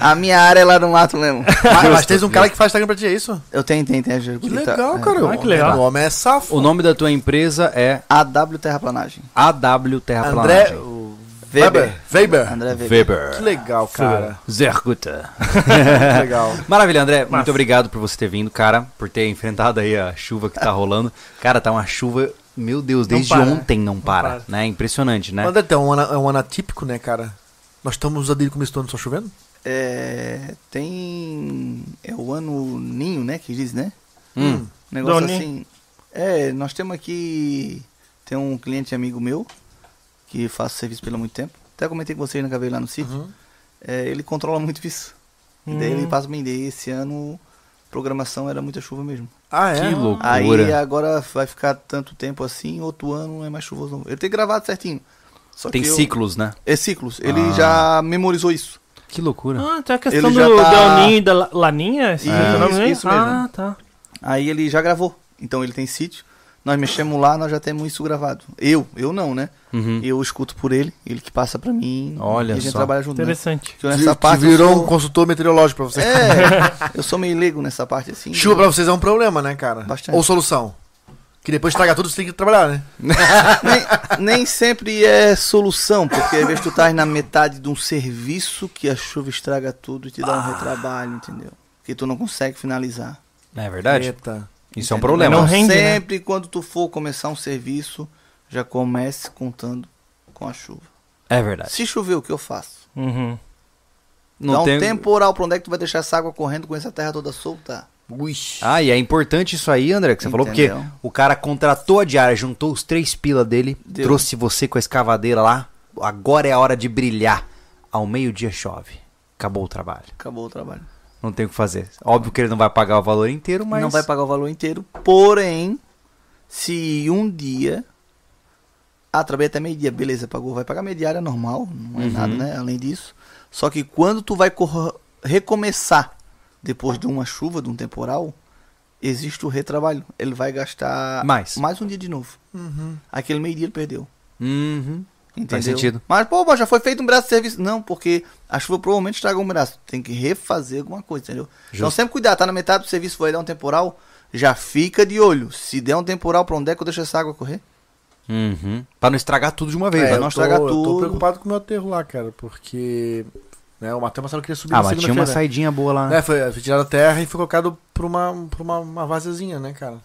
[SPEAKER 4] a minha área é lá no mato mesmo.
[SPEAKER 2] Mas, mas tens um cara que faz Instagram pra ti, é isso?
[SPEAKER 4] Eu tenho, tenho, É. tenho.
[SPEAKER 2] Que legal, cara.
[SPEAKER 3] Ah, que legal.
[SPEAKER 2] O homem tá, é safo.
[SPEAKER 1] O nome da tua empresa é
[SPEAKER 4] AW Terraplanagem.
[SPEAKER 1] AW
[SPEAKER 2] é
[SPEAKER 1] Terraplanagem.
[SPEAKER 2] André o
[SPEAKER 4] Weber.
[SPEAKER 2] Weber. Weber.
[SPEAKER 4] André Weber.
[SPEAKER 2] Que
[SPEAKER 1] Weber.
[SPEAKER 2] legal, cara. Né?
[SPEAKER 1] Zerkuta.
[SPEAKER 2] [LAUGHS]
[SPEAKER 1] [LAUGHS]
[SPEAKER 2] Que legal.
[SPEAKER 1] Maravilha, André. Muito
[SPEAKER 3] Massa.
[SPEAKER 1] obrigado por você ter vindo, cara. Por ter enfrentado aí a chuva que tá rolando. Cara, tá uma chuva, meu Deus,
[SPEAKER 3] Não
[SPEAKER 1] desde
[SPEAKER 3] para, né?
[SPEAKER 1] ontem não para,
[SPEAKER 3] para.
[SPEAKER 1] né? Impressionante, né?
[SPEAKER 2] André, tem um ano, é um ano atípico, né, cara? Nós estamos ali no começo do ano só chovendo?
[SPEAKER 4] É, tem. É o ano ninho, né? Que diz, né?
[SPEAKER 1] Hum.
[SPEAKER 4] Um negócio
[SPEAKER 3] Doni.
[SPEAKER 4] assim. É, nós temos aqui. Tem um cliente amigo meu que faço serviço pelo muito tempo. Até comentei com vocês na caveira lá no sítio.
[SPEAKER 1] Uhum.
[SPEAKER 4] É, ele controla muito isso. E daí
[SPEAKER 3] Hum.
[SPEAKER 4] ele passa bem. Daí esse ano programação era muita chuva mesmo.
[SPEAKER 2] Ah, é?
[SPEAKER 1] Que
[SPEAKER 4] Aí
[SPEAKER 1] loucura.
[SPEAKER 4] agora vai ficar tanto tempo assim, outro ano não é mais chuvoso. não. Ele tem gravado certinho. Só
[SPEAKER 1] Tem
[SPEAKER 4] que eu-
[SPEAKER 1] ciclos, né?
[SPEAKER 4] É ciclos. Ele
[SPEAKER 1] Ah.
[SPEAKER 4] já memorizou isso.
[SPEAKER 1] Que loucura.
[SPEAKER 3] Ah, tem a questão
[SPEAKER 4] Ele já
[SPEAKER 3] do
[SPEAKER 4] tá-
[SPEAKER 3] Delninho e da La- Laninha? esse
[SPEAKER 4] Isso,
[SPEAKER 3] é o nome dele?
[SPEAKER 4] isso mesmo.
[SPEAKER 3] Ah, tá.
[SPEAKER 4] Aí ele já gravou. Então ele tem sítio. Nós mexemos lá, nós já temos isso gravado. Eu, eu não, né?
[SPEAKER 1] Uhum.
[SPEAKER 4] Eu escuto por ele, ele que passa pra mim.
[SPEAKER 1] Olha
[SPEAKER 4] e a gente
[SPEAKER 1] só.
[SPEAKER 4] trabalha junto. né?
[SPEAKER 3] Interessante.
[SPEAKER 4] Então,
[SPEAKER 2] Te-
[SPEAKER 4] nessa
[SPEAKER 2] te
[SPEAKER 4] parte eu
[SPEAKER 2] virou
[SPEAKER 4] sou-
[SPEAKER 2] um consultor meteorológico pra você.
[SPEAKER 4] [LAUGHS] É, eu sou meio leigo nessa parte assim.
[SPEAKER 2] Chuva pra vocês é um problema, né, cara?
[SPEAKER 4] Bastante.
[SPEAKER 2] Ou solução? Que depois de estragar tudo, você tem que trabalhar, né?
[SPEAKER 4] [LAUGHS] nem, nem sempre é solução, porque às vezes tu tá na metade de um serviço que a chuva estraga tudo e te dá um
[SPEAKER 1] Ah.
[SPEAKER 4] retrabalho, entendeu? Que tu não consegue finalizar.
[SPEAKER 1] É verdade?
[SPEAKER 2] Eita.
[SPEAKER 1] Isso é um
[SPEAKER 4] entendeu?
[SPEAKER 1] problema.
[SPEAKER 3] Não
[SPEAKER 4] Então,
[SPEAKER 3] rende, né?
[SPEAKER 4] sempre quando tu for começar um serviço, já comece contando com a chuva.
[SPEAKER 1] É verdade.
[SPEAKER 4] Se chover, o que eu faço?
[SPEAKER 3] Uhum.
[SPEAKER 1] Não
[SPEAKER 4] Dá um
[SPEAKER 1] tem-
[SPEAKER 4] temporal pra onde é que tu vai deixar essa água correndo com essa terra toda solta?
[SPEAKER 2] Ui.
[SPEAKER 1] Ah, e é importante isso aí, André, que você falou, porque
[SPEAKER 4] Entendeu.
[SPEAKER 1] o cara contratou a diária, juntou os três pila dele,
[SPEAKER 4] Deu.
[SPEAKER 1] trouxe você com a escavadeira lá. Agora é a hora de brilhar. Ao meio-dia chove. Acabou o trabalho.
[SPEAKER 4] Acabou o trabalho.
[SPEAKER 1] Não tem o que fazer. Óbvio que ele não vai pagar o valor inteiro, mas.
[SPEAKER 4] Não vai pagar o valor inteiro, porém, se um dia. Ah, trabalhei até meio-dia, beleza, pagou. Vai pagar mediária normal, não
[SPEAKER 1] Uhum.
[SPEAKER 4] é nada, né? Além disso. Só que quando tu vai corro- recomeçar depois de uma chuva, de um temporal, existe o retrabalho. Ele vai gastar
[SPEAKER 1] Mais.
[SPEAKER 4] um dia de novo. Aquele meio-dia ele perdeu.
[SPEAKER 1] Uhum.
[SPEAKER 4] Entendeu?
[SPEAKER 1] sentido.
[SPEAKER 4] Mas, pô, mas já foi feito um braço de serviço. Não, porque a chuva provavelmente estragou um braço. Tem que refazer alguma coisa, entendeu? Então sempre cuidar, tá na metade do serviço, vai dar um temporal, já fica de olho. Se der um temporal, pra onde é que eu deixo essa água correr?
[SPEAKER 1] Uhum. Pra não estragar tudo de uma vez,
[SPEAKER 2] É,
[SPEAKER 1] né?
[SPEAKER 2] eu
[SPEAKER 4] não estragar
[SPEAKER 2] tô, Eu tô
[SPEAKER 4] tudo.
[SPEAKER 2] preocupado com o meu aterro lá, cara, porque né, o Matheus Marcelo queria subir
[SPEAKER 1] Ah,
[SPEAKER 2] na
[SPEAKER 1] mas tinha uma
[SPEAKER 2] segunda-feira.
[SPEAKER 1] saidinha boa lá, né?
[SPEAKER 2] É, foi, foi tirado da terra e foi colocado pra uma, pra uma, uma vaziazinha, né, cara?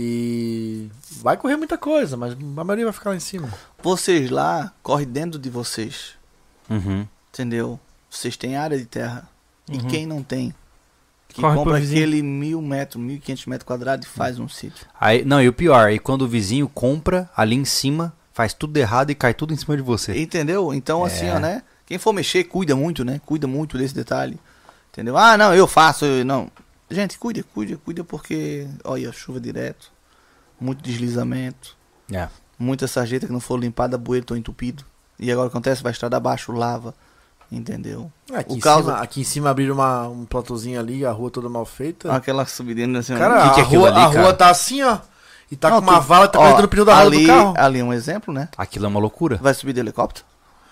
[SPEAKER 2] E vai correr muita coisa, mas a maioria vai ficar lá em cima.
[SPEAKER 4] Vocês lá, corre dentro de vocês,
[SPEAKER 2] É.
[SPEAKER 1] Uhum.
[SPEAKER 4] entendeu? Vocês têm área de terra. E quem não tem? Que
[SPEAKER 3] Uhum. Corre pro
[SPEAKER 4] compra
[SPEAKER 3] vizinho.
[SPEAKER 4] aquele mil metros, mil e quinhentos metros quadrados e faz um sítio.
[SPEAKER 1] Aí, não, e o pior, aí quando o vizinho compra ali em cima, faz tudo errado e cai tudo em cima de você.
[SPEAKER 4] Entendeu? Então, assim, ó, né? Quem for mexer, cuida muito, né? Cuida muito desse detalhe. Entendeu? Ah, não, eu faço, eu- não. Gente, cuida, cuida, cuida, porque, olha, chuva direto, muito deslizamento,
[SPEAKER 1] É.
[SPEAKER 4] muita sarjeta que não for limpada, bueiro tão entupido. E agora acontece, vai estrada abaixo, lava. Entendeu?
[SPEAKER 2] Aqui,
[SPEAKER 4] O
[SPEAKER 2] em,
[SPEAKER 4] caos-
[SPEAKER 2] cima, aqui em cima abriram uma, um platôzinho ali, a rua toda mal feita.
[SPEAKER 4] Aquela subidinha assim, ó.
[SPEAKER 2] Tá. cara,
[SPEAKER 1] Ah, que que é
[SPEAKER 2] a,
[SPEAKER 1] aquilo
[SPEAKER 2] rua,
[SPEAKER 1] ali,
[SPEAKER 2] a
[SPEAKER 1] cara?
[SPEAKER 2] rua tá assim, ó. E tá
[SPEAKER 4] Não,
[SPEAKER 2] com uma
[SPEAKER 4] tu-
[SPEAKER 2] vala, tá
[SPEAKER 4] ó,
[SPEAKER 2] cortando o pneu da roda do
[SPEAKER 4] ali-
[SPEAKER 2] carro.
[SPEAKER 4] Ali é um exemplo, né?
[SPEAKER 1] Aquilo é uma loucura.
[SPEAKER 4] Vai subir de helicóptero?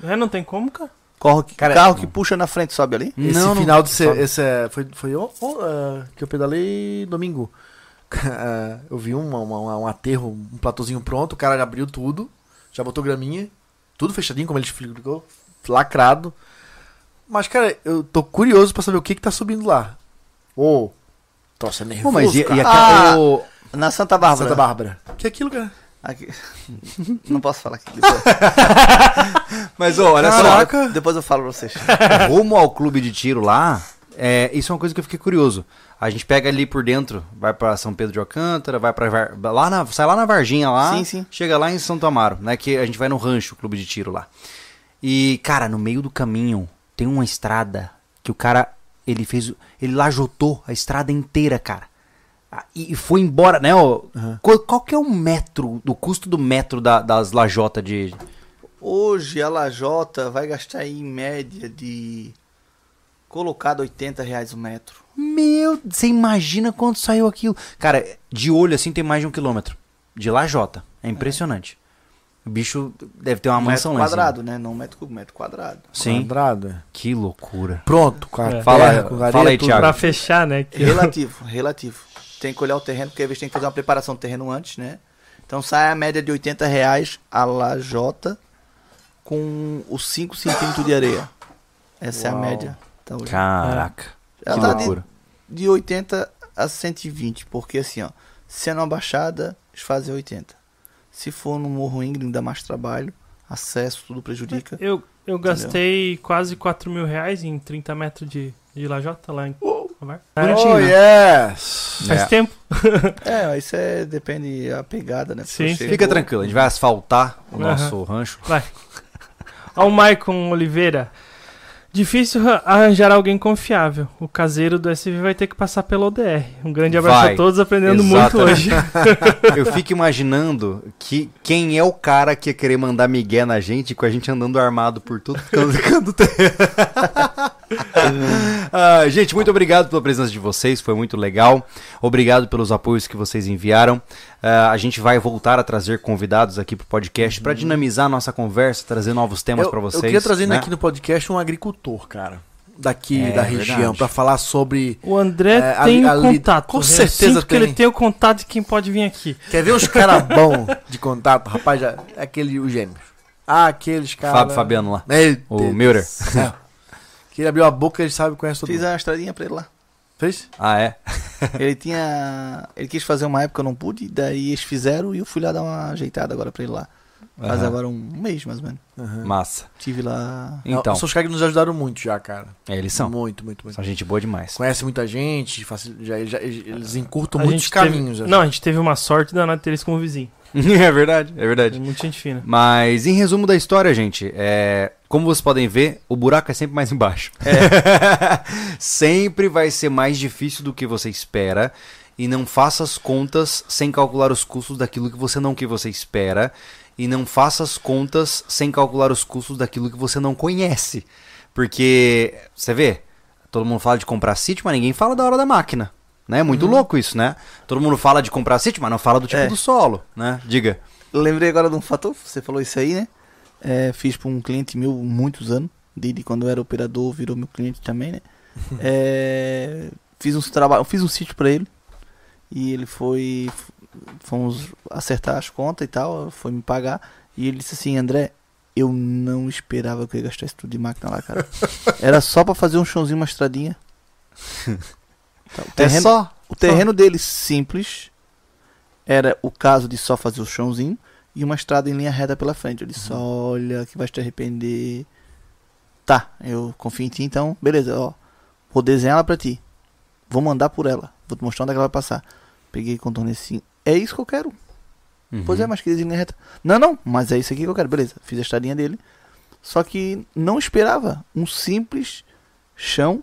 [SPEAKER 3] É, não tem como, cara.
[SPEAKER 4] Corre,
[SPEAKER 1] Cara,
[SPEAKER 4] carro que puxa na frente sobe ali?
[SPEAKER 2] Esse
[SPEAKER 1] Não, não-
[SPEAKER 2] final de se,
[SPEAKER 1] sabe?
[SPEAKER 2] esse é, foi foi on- on- ah, que eu pedalei domingo. [LAUGHS] Ah, eu vi uma, uma- uma- um aterro, um platôzinho pronto, o cara já abriu tudo, já botou graminha, tudo fechadinho como ele explicou, lacrado. Mas cara, eu tô curioso pra saber o que que tá subindo lá. Ô, tô sendo nervoso,
[SPEAKER 1] Pô, mas e, e
[SPEAKER 2] cara.
[SPEAKER 1] aquela-
[SPEAKER 4] Ah,
[SPEAKER 1] o-
[SPEAKER 4] Na Santa Bárbara.
[SPEAKER 2] Santa Bárbara. Que é aquilo, cara?
[SPEAKER 4] Aqui. [LAUGHS] Não posso falar aqui. Depois,
[SPEAKER 1] [LAUGHS] Mas ô, olha só,
[SPEAKER 2] Caraca.
[SPEAKER 4] depois eu falo pra vocês.
[SPEAKER 1] [LAUGHS] rumo ao clube de tiro lá, é, isso é uma coisa que eu fiquei curioso. A gente pega ali por dentro, vai pra São Pedro de Alcântara, vai para lá na, sai lá na Varginha lá,
[SPEAKER 4] Sim, sim.
[SPEAKER 1] chega lá em Santo Amaro, né, que a gente vai no rancho, o clube de tiro lá. E cara, no meio do caminho tem uma estrada que o cara ele fez, o- ele lajotou a estrada inteira, cara. Ah, E e foi embora, né? Ó, Qual, qual que é o metro, do custo do metro da- das lajotas de.
[SPEAKER 4] Hoje a Lajota vai gastar aí em média de. Colocado 80 reais o metro.
[SPEAKER 1] Meu, você imagina quanto saiu aquilo. Cara, de olho assim tem mais de um quilômetro. De lajota. É impressionante. O bicho deve ter uma
[SPEAKER 4] Um metro
[SPEAKER 1] mansão lá em cima.
[SPEAKER 4] quadrado, né? Não metro cubo, metro quadrado.
[SPEAKER 1] [LAUGHS] Sim.
[SPEAKER 2] Quadrado.
[SPEAKER 1] Que loucura.
[SPEAKER 2] Pronto, cara.
[SPEAKER 3] É.
[SPEAKER 1] Fala-
[SPEAKER 2] com
[SPEAKER 1] fala
[SPEAKER 2] areia,
[SPEAKER 1] aí,
[SPEAKER 2] tudo.
[SPEAKER 1] Thiago.
[SPEAKER 3] Pra fechar, né? que-
[SPEAKER 4] Relativo, relativo. Tem que olhar o terreno, porque às vezes tem que fazer uma preparação do terreno antes, né? Então sai a média de 80 reais a Lajota com os 5 centímetros de areia. Essa é a média. Então, hoje.
[SPEAKER 1] Caraca.
[SPEAKER 4] Ela
[SPEAKER 1] Que
[SPEAKER 4] tá de-
[SPEAKER 1] loucura.
[SPEAKER 4] de 80 a 120, porque assim, ó, sendo uma baixada, eles fazem 80. Se for no morro íngreme, dá mais trabalho, acesso, tudo prejudica.
[SPEAKER 3] Eu, eu gastei quase 4 mil reais em 30 metros de, de lajota lá em Covar. né?
[SPEAKER 2] Oh, yes.
[SPEAKER 3] Faz
[SPEAKER 1] É.
[SPEAKER 3] tempo.
[SPEAKER 4] É, isso é, depende da pegada, né?
[SPEAKER 3] Sim,
[SPEAKER 4] Porque
[SPEAKER 3] sim.
[SPEAKER 1] Fica tranquilo, a gente vai asfaltar o
[SPEAKER 3] Aham.
[SPEAKER 1] nosso rancho.
[SPEAKER 3] Vai. Ao Maicon Oliveira. Difícil ra- arranjar alguém confiável. O caseiro do SV vai ter que passar pelo ODR. Um grande abraço
[SPEAKER 1] Vai.
[SPEAKER 3] a todos, aprendendo
[SPEAKER 1] Exatamente.
[SPEAKER 3] muito hoje.
[SPEAKER 1] [LAUGHS] Eu fico imaginando que quem é o cara que ia querer mandar migué na gente com a gente andando armado por tudo, ficando, ficando terreno. Ah, gente, muito obrigado pela presença de vocês, foi muito legal. Obrigado pelos apoios que vocês enviaram. Ah, a gente vai voltar a trazer convidados aqui pro podcast pra dinamizar a nossa conversa, trazer novos temas
[SPEAKER 2] eu,
[SPEAKER 1] pra vocês.
[SPEAKER 2] Eu queria trazer
[SPEAKER 1] né?
[SPEAKER 2] aqui no podcast um agricultor, cara. Daqui
[SPEAKER 1] É,
[SPEAKER 2] da região,
[SPEAKER 1] verdade.
[SPEAKER 2] pra falar sobre.
[SPEAKER 3] O André
[SPEAKER 2] É, a-
[SPEAKER 3] tem
[SPEAKER 2] a
[SPEAKER 3] o
[SPEAKER 2] li-
[SPEAKER 3] contato.
[SPEAKER 2] com
[SPEAKER 3] Eu
[SPEAKER 2] certeza
[SPEAKER 3] sinto que ele
[SPEAKER 2] tem.
[SPEAKER 3] tem o contato de quem pode vir aqui.
[SPEAKER 2] Quer ver os caras bons de contato, rapaz? Já, é aquele, os gêmeos. Ah, aqueles caras.
[SPEAKER 1] Fábio Fabiano lá.
[SPEAKER 2] Meu
[SPEAKER 1] O
[SPEAKER 2] Deus
[SPEAKER 1] Müller.
[SPEAKER 2] [LAUGHS] do céu. É. Que ele abriu a boca, ele sabe, conhece todo
[SPEAKER 4] Fiz
[SPEAKER 2] mundo.
[SPEAKER 4] uma estradinha
[SPEAKER 1] [LAUGHS]
[SPEAKER 4] pra ele lá.
[SPEAKER 2] Fez?
[SPEAKER 1] Ah, é?
[SPEAKER 4] Ele tinha. Ele quis fazer uma época, eu não pude, daí eles fizeram e eu fui lá dar uma ajeitada agora pra ele lá. Faz
[SPEAKER 1] Aham.
[SPEAKER 4] agora um mês mais ou menos.
[SPEAKER 1] Massa.
[SPEAKER 4] Tive lá.
[SPEAKER 1] Então,
[SPEAKER 2] São os caras que nos ajudaram muito já, cara.
[SPEAKER 1] é, eles são.
[SPEAKER 2] Muito, muito, muito.
[SPEAKER 1] São gente boa
[SPEAKER 2] [LAUGHS]
[SPEAKER 1] demais.
[SPEAKER 2] Conhece muita gente, facil- já, já- eles encurtam
[SPEAKER 3] A
[SPEAKER 2] muitos
[SPEAKER 3] gente teve-
[SPEAKER 2] caminhos. assim.
[SPEAKER 3] Não, a gente teve uma sorte danada de ter eles como vizinho.
[SPEAKER 1] é verdade, é verdade.
[SPEAKER 3] Tem muita gente fina.
[SPEAKER 1] Mas em resumo da história, gente, é, como vocês podem ver, o buraco é sempre mais [LAUGHS] embaixo.
[SPEAKER 4] É.
[SPEAKER 1] [LAUGHS] sempre vai ser mais difícil do que você espera. E não faça as contas sem calcular os custos daquilo que você não que você espera. E não faça as contas sem calcular os custos daquilo que você não conhece. Porque, você vê, todo mundo fala de comprar sítio, mas ninguém fala da hora da máquina. Né? É muito louco isso, né? Todo mundo fala de comprar sítio, mas não fala do tipo
[SPEAKER 4] Uhum. É.
[SPEAKER 1] do solo, né? Diga.
[SPEAKER 4] Lembrei agora de um fator, você falou isso aí, né? É, fiz para um cliente meu muitos anos, desde quando eu era operador, virou meu cliente
[SPEAKER 1] [LAUGHS]
[SPEAKER 4] também, né? É, fiz um trabalho, fiz um sítio para ele e ele foi fomos acertar as contas e tal, foi me pagar e ele disse assim, André, eu não esperava que eu ia gastar isso tudo de máquina
[SPEAKER 1] [LAUGHS]
[SPEAKER 4] lá, cara. Era só para fazer um chãozinho, uma estradinha. Tá, o terreno,
[SPEAKER 1] é só.
[SPEAKER 4] o terreno dele simples era o caso de só fazer o chãozinho e uma estrada em linha reta pela frente. Eu disse, olha, que vai te arrepender. Tá, eu confio em ti, então, beleza, ó. Vou desenhar ela pra ti. Vou mandar por ela. Vou te mostrar onde é que ela vai passar. Peguei e contornei assim. É isso que eu quero.
[SPEAKER 1] Uhum.
[SPEAKER 4] Pois é, mas queria em linha reta. Não, não, mas é isso aqui que eu quero. Beleza, fiz a estradinha dele. Só que não esperava um simples chão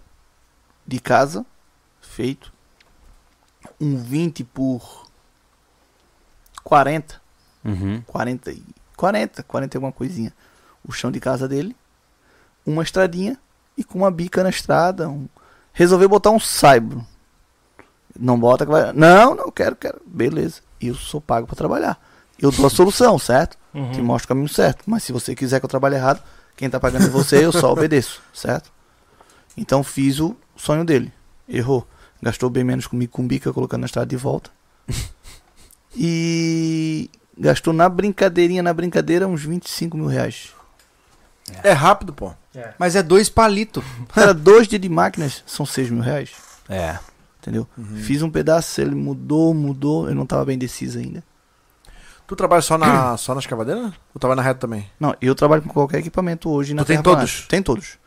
[SPEAKER 4] de casa feito. Um 20 por 40.
[SPEAKER 1] Uhum.
[SPEAKER 4] 40, e- 40, 40 e alguma coisinha. O chão de casa dele, uma estradinha e com uma bica na estrada. Um... Resolveu botar um saibro. Não bota que vai. Não, não, quero, quero. Beleza. Eu sou pago para trabalhar. Eu dou a solução, certo?
[SPEAKER 3] Uhum.
[SPEAKER 4] Te mostro o caminho certo. Mas se você quiser que eu trabalhe errado, quem tá pagando é você, eu só obedeço, certo? Então fiz o sonho dele. Errou. Gastou bem menos comigo com bica, colocando na estrada de volta. E gastou na brincadeirinha, na brincadeira, uns 25 mil reais.
[SPEAKER 2] É rápido, pô.
[SPEAKER 3] É.
[SPEAKER 1] Mas é dois palitos.
[SPEAKER 4] Cara, Então, dois dias de máquinas são 6 mil reais.
[SPEAKER 1] É.
[SPEAKER 4] Entendeu?
[SPEAKER 2] Uhum.
[SPEAKER 1] Uhum.
[SPEAKER 4] Fiz um pedaço, ele mudou, mudou. Eu não tava bem deciso ainda.
[SPEAKER 2] Tu trabalha só na, só na escavadeira? Ou trabalha na reta também?
[SPEAKER 4] Não, eu trabalho com qualquer equipamento hoje na
[SPEAKER 2] Tu tem
[SPEAKER 4] terraplanagem.
[SPEAKER 2] todos?
[SPEAKER 4] Tem todos.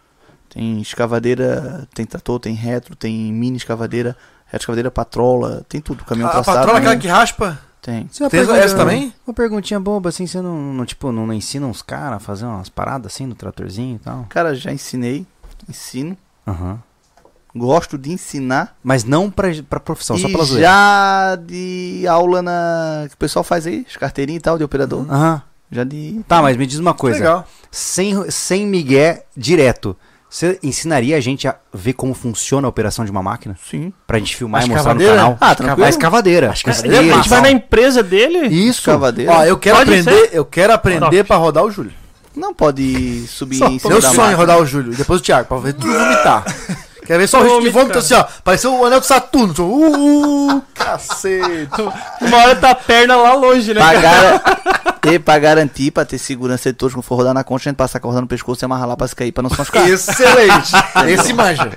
[SPEAKER 4] Tem escavadeira, tem trator, tem retro, tem mini escavadeira, retro escavadeira, patrola, tem tudo. Caminhão
[SPEAKER 2] A, a
[SPEAKER 4] traçado.
[SPEAKER 2] patrola é aquela
[SPEAKER 4] né?
[SPEAKER 2] que raspa?
[SPEAKER 4] Tem.
[SPEAKER 1] Você
[SPEAKER 2] Tem essa também?
[SPEAKER 1] Uma perguntinha boba, assim, você não, não, tipo, não ensina uns caras a fazer umas paradas assim no tratorzinho e tal?
[SPEAKER 4] Cara, já ensinei, ensino.
[SPEAKER 1] Aham.
[SPEAKER 4] Gosto de ensinar.
[SPEAKER 1] Mas não pra, pra profissão, só
[SPEAKER 4] e
[SPEAKER 1] pela zoeira.
[SPEAKER 4] já de aula na que o pessoal faz aí, as carteirinhas e tal de operador.
[SPEAKER 2] Ah.
[SPEAKER 1] Aham.
[SPEAKER 4] Já de
[SPEAKER 1] Tá, mas me diz uma coisa.
[SPEAKER 2] Legal.
[SPEAKER 1] Sem, sem migué direto, você ensinaria a gente a ver como funciona a operação de uma máquina?
[SPEAKER 4] sim.
[SPEAKER 1] Pra gente filmar
[SPEAKER 2] A
[SPEAKER 1] e mostrar no
[SPEAKER 2] escavadeira?
[SPEAKER 1] canal?
[SPEAKER 4] Ah, tranquilo.
[SPEAKER 1] A escavadeira. A
[SPEAKER 3] É, A
[SPEAKER 1] escavadeira.
[SPEAKER 3] gente vai na empresa dele?
[SPEAKER 1] Isso.
[SPEAKER 4] Cavadeira.
[SPEAKER 2] Ó, eu quero
[SPEAKER 3] Pode
[SPEAKER 2] aprender, eu quero aprender pra rodar o Júlio.
[SPEAKER 4] Não pode subir
[SPEAKER 3] Só
[SPEAKER 4] em cima
[SPEAKER 2] Meu
[SPEAKER 4] da
[SPEAKER 2] sonho é
[SPEAKER 4] máquina.
[SPEAKER 2] rodar o Júlio. E depois o Thiago, pra ver tudo
[SPEAKER 3] [LAUGHS]
[SPEAKER 2] vomitar. Quero ver só o risco de
[SPEAKER 3] Vomitar.
[SPEAKER 2] vômito assim, ó. Pareceu o anel do Saturno. só, Uh, uh, cacete.
[SPEAKER 3] [LAUGHS] Uma hora tá a perna lá longe, né? [LAUGHS]
[SPEAKER 4] Pra gar- ter pra garantir, pra ter segurança de todos, quando for rodar na concha, a gente passa a corda no pescoço e amarra lá pra se cair, pra não se
[SPEAKER 3] [LAUGHS]
[SPEAKER 4] machucar.
[SPEAKER 2] Excelente.
[SPEAKER 1] [LAUGHS]
[SPEAKER 2] Esse manja.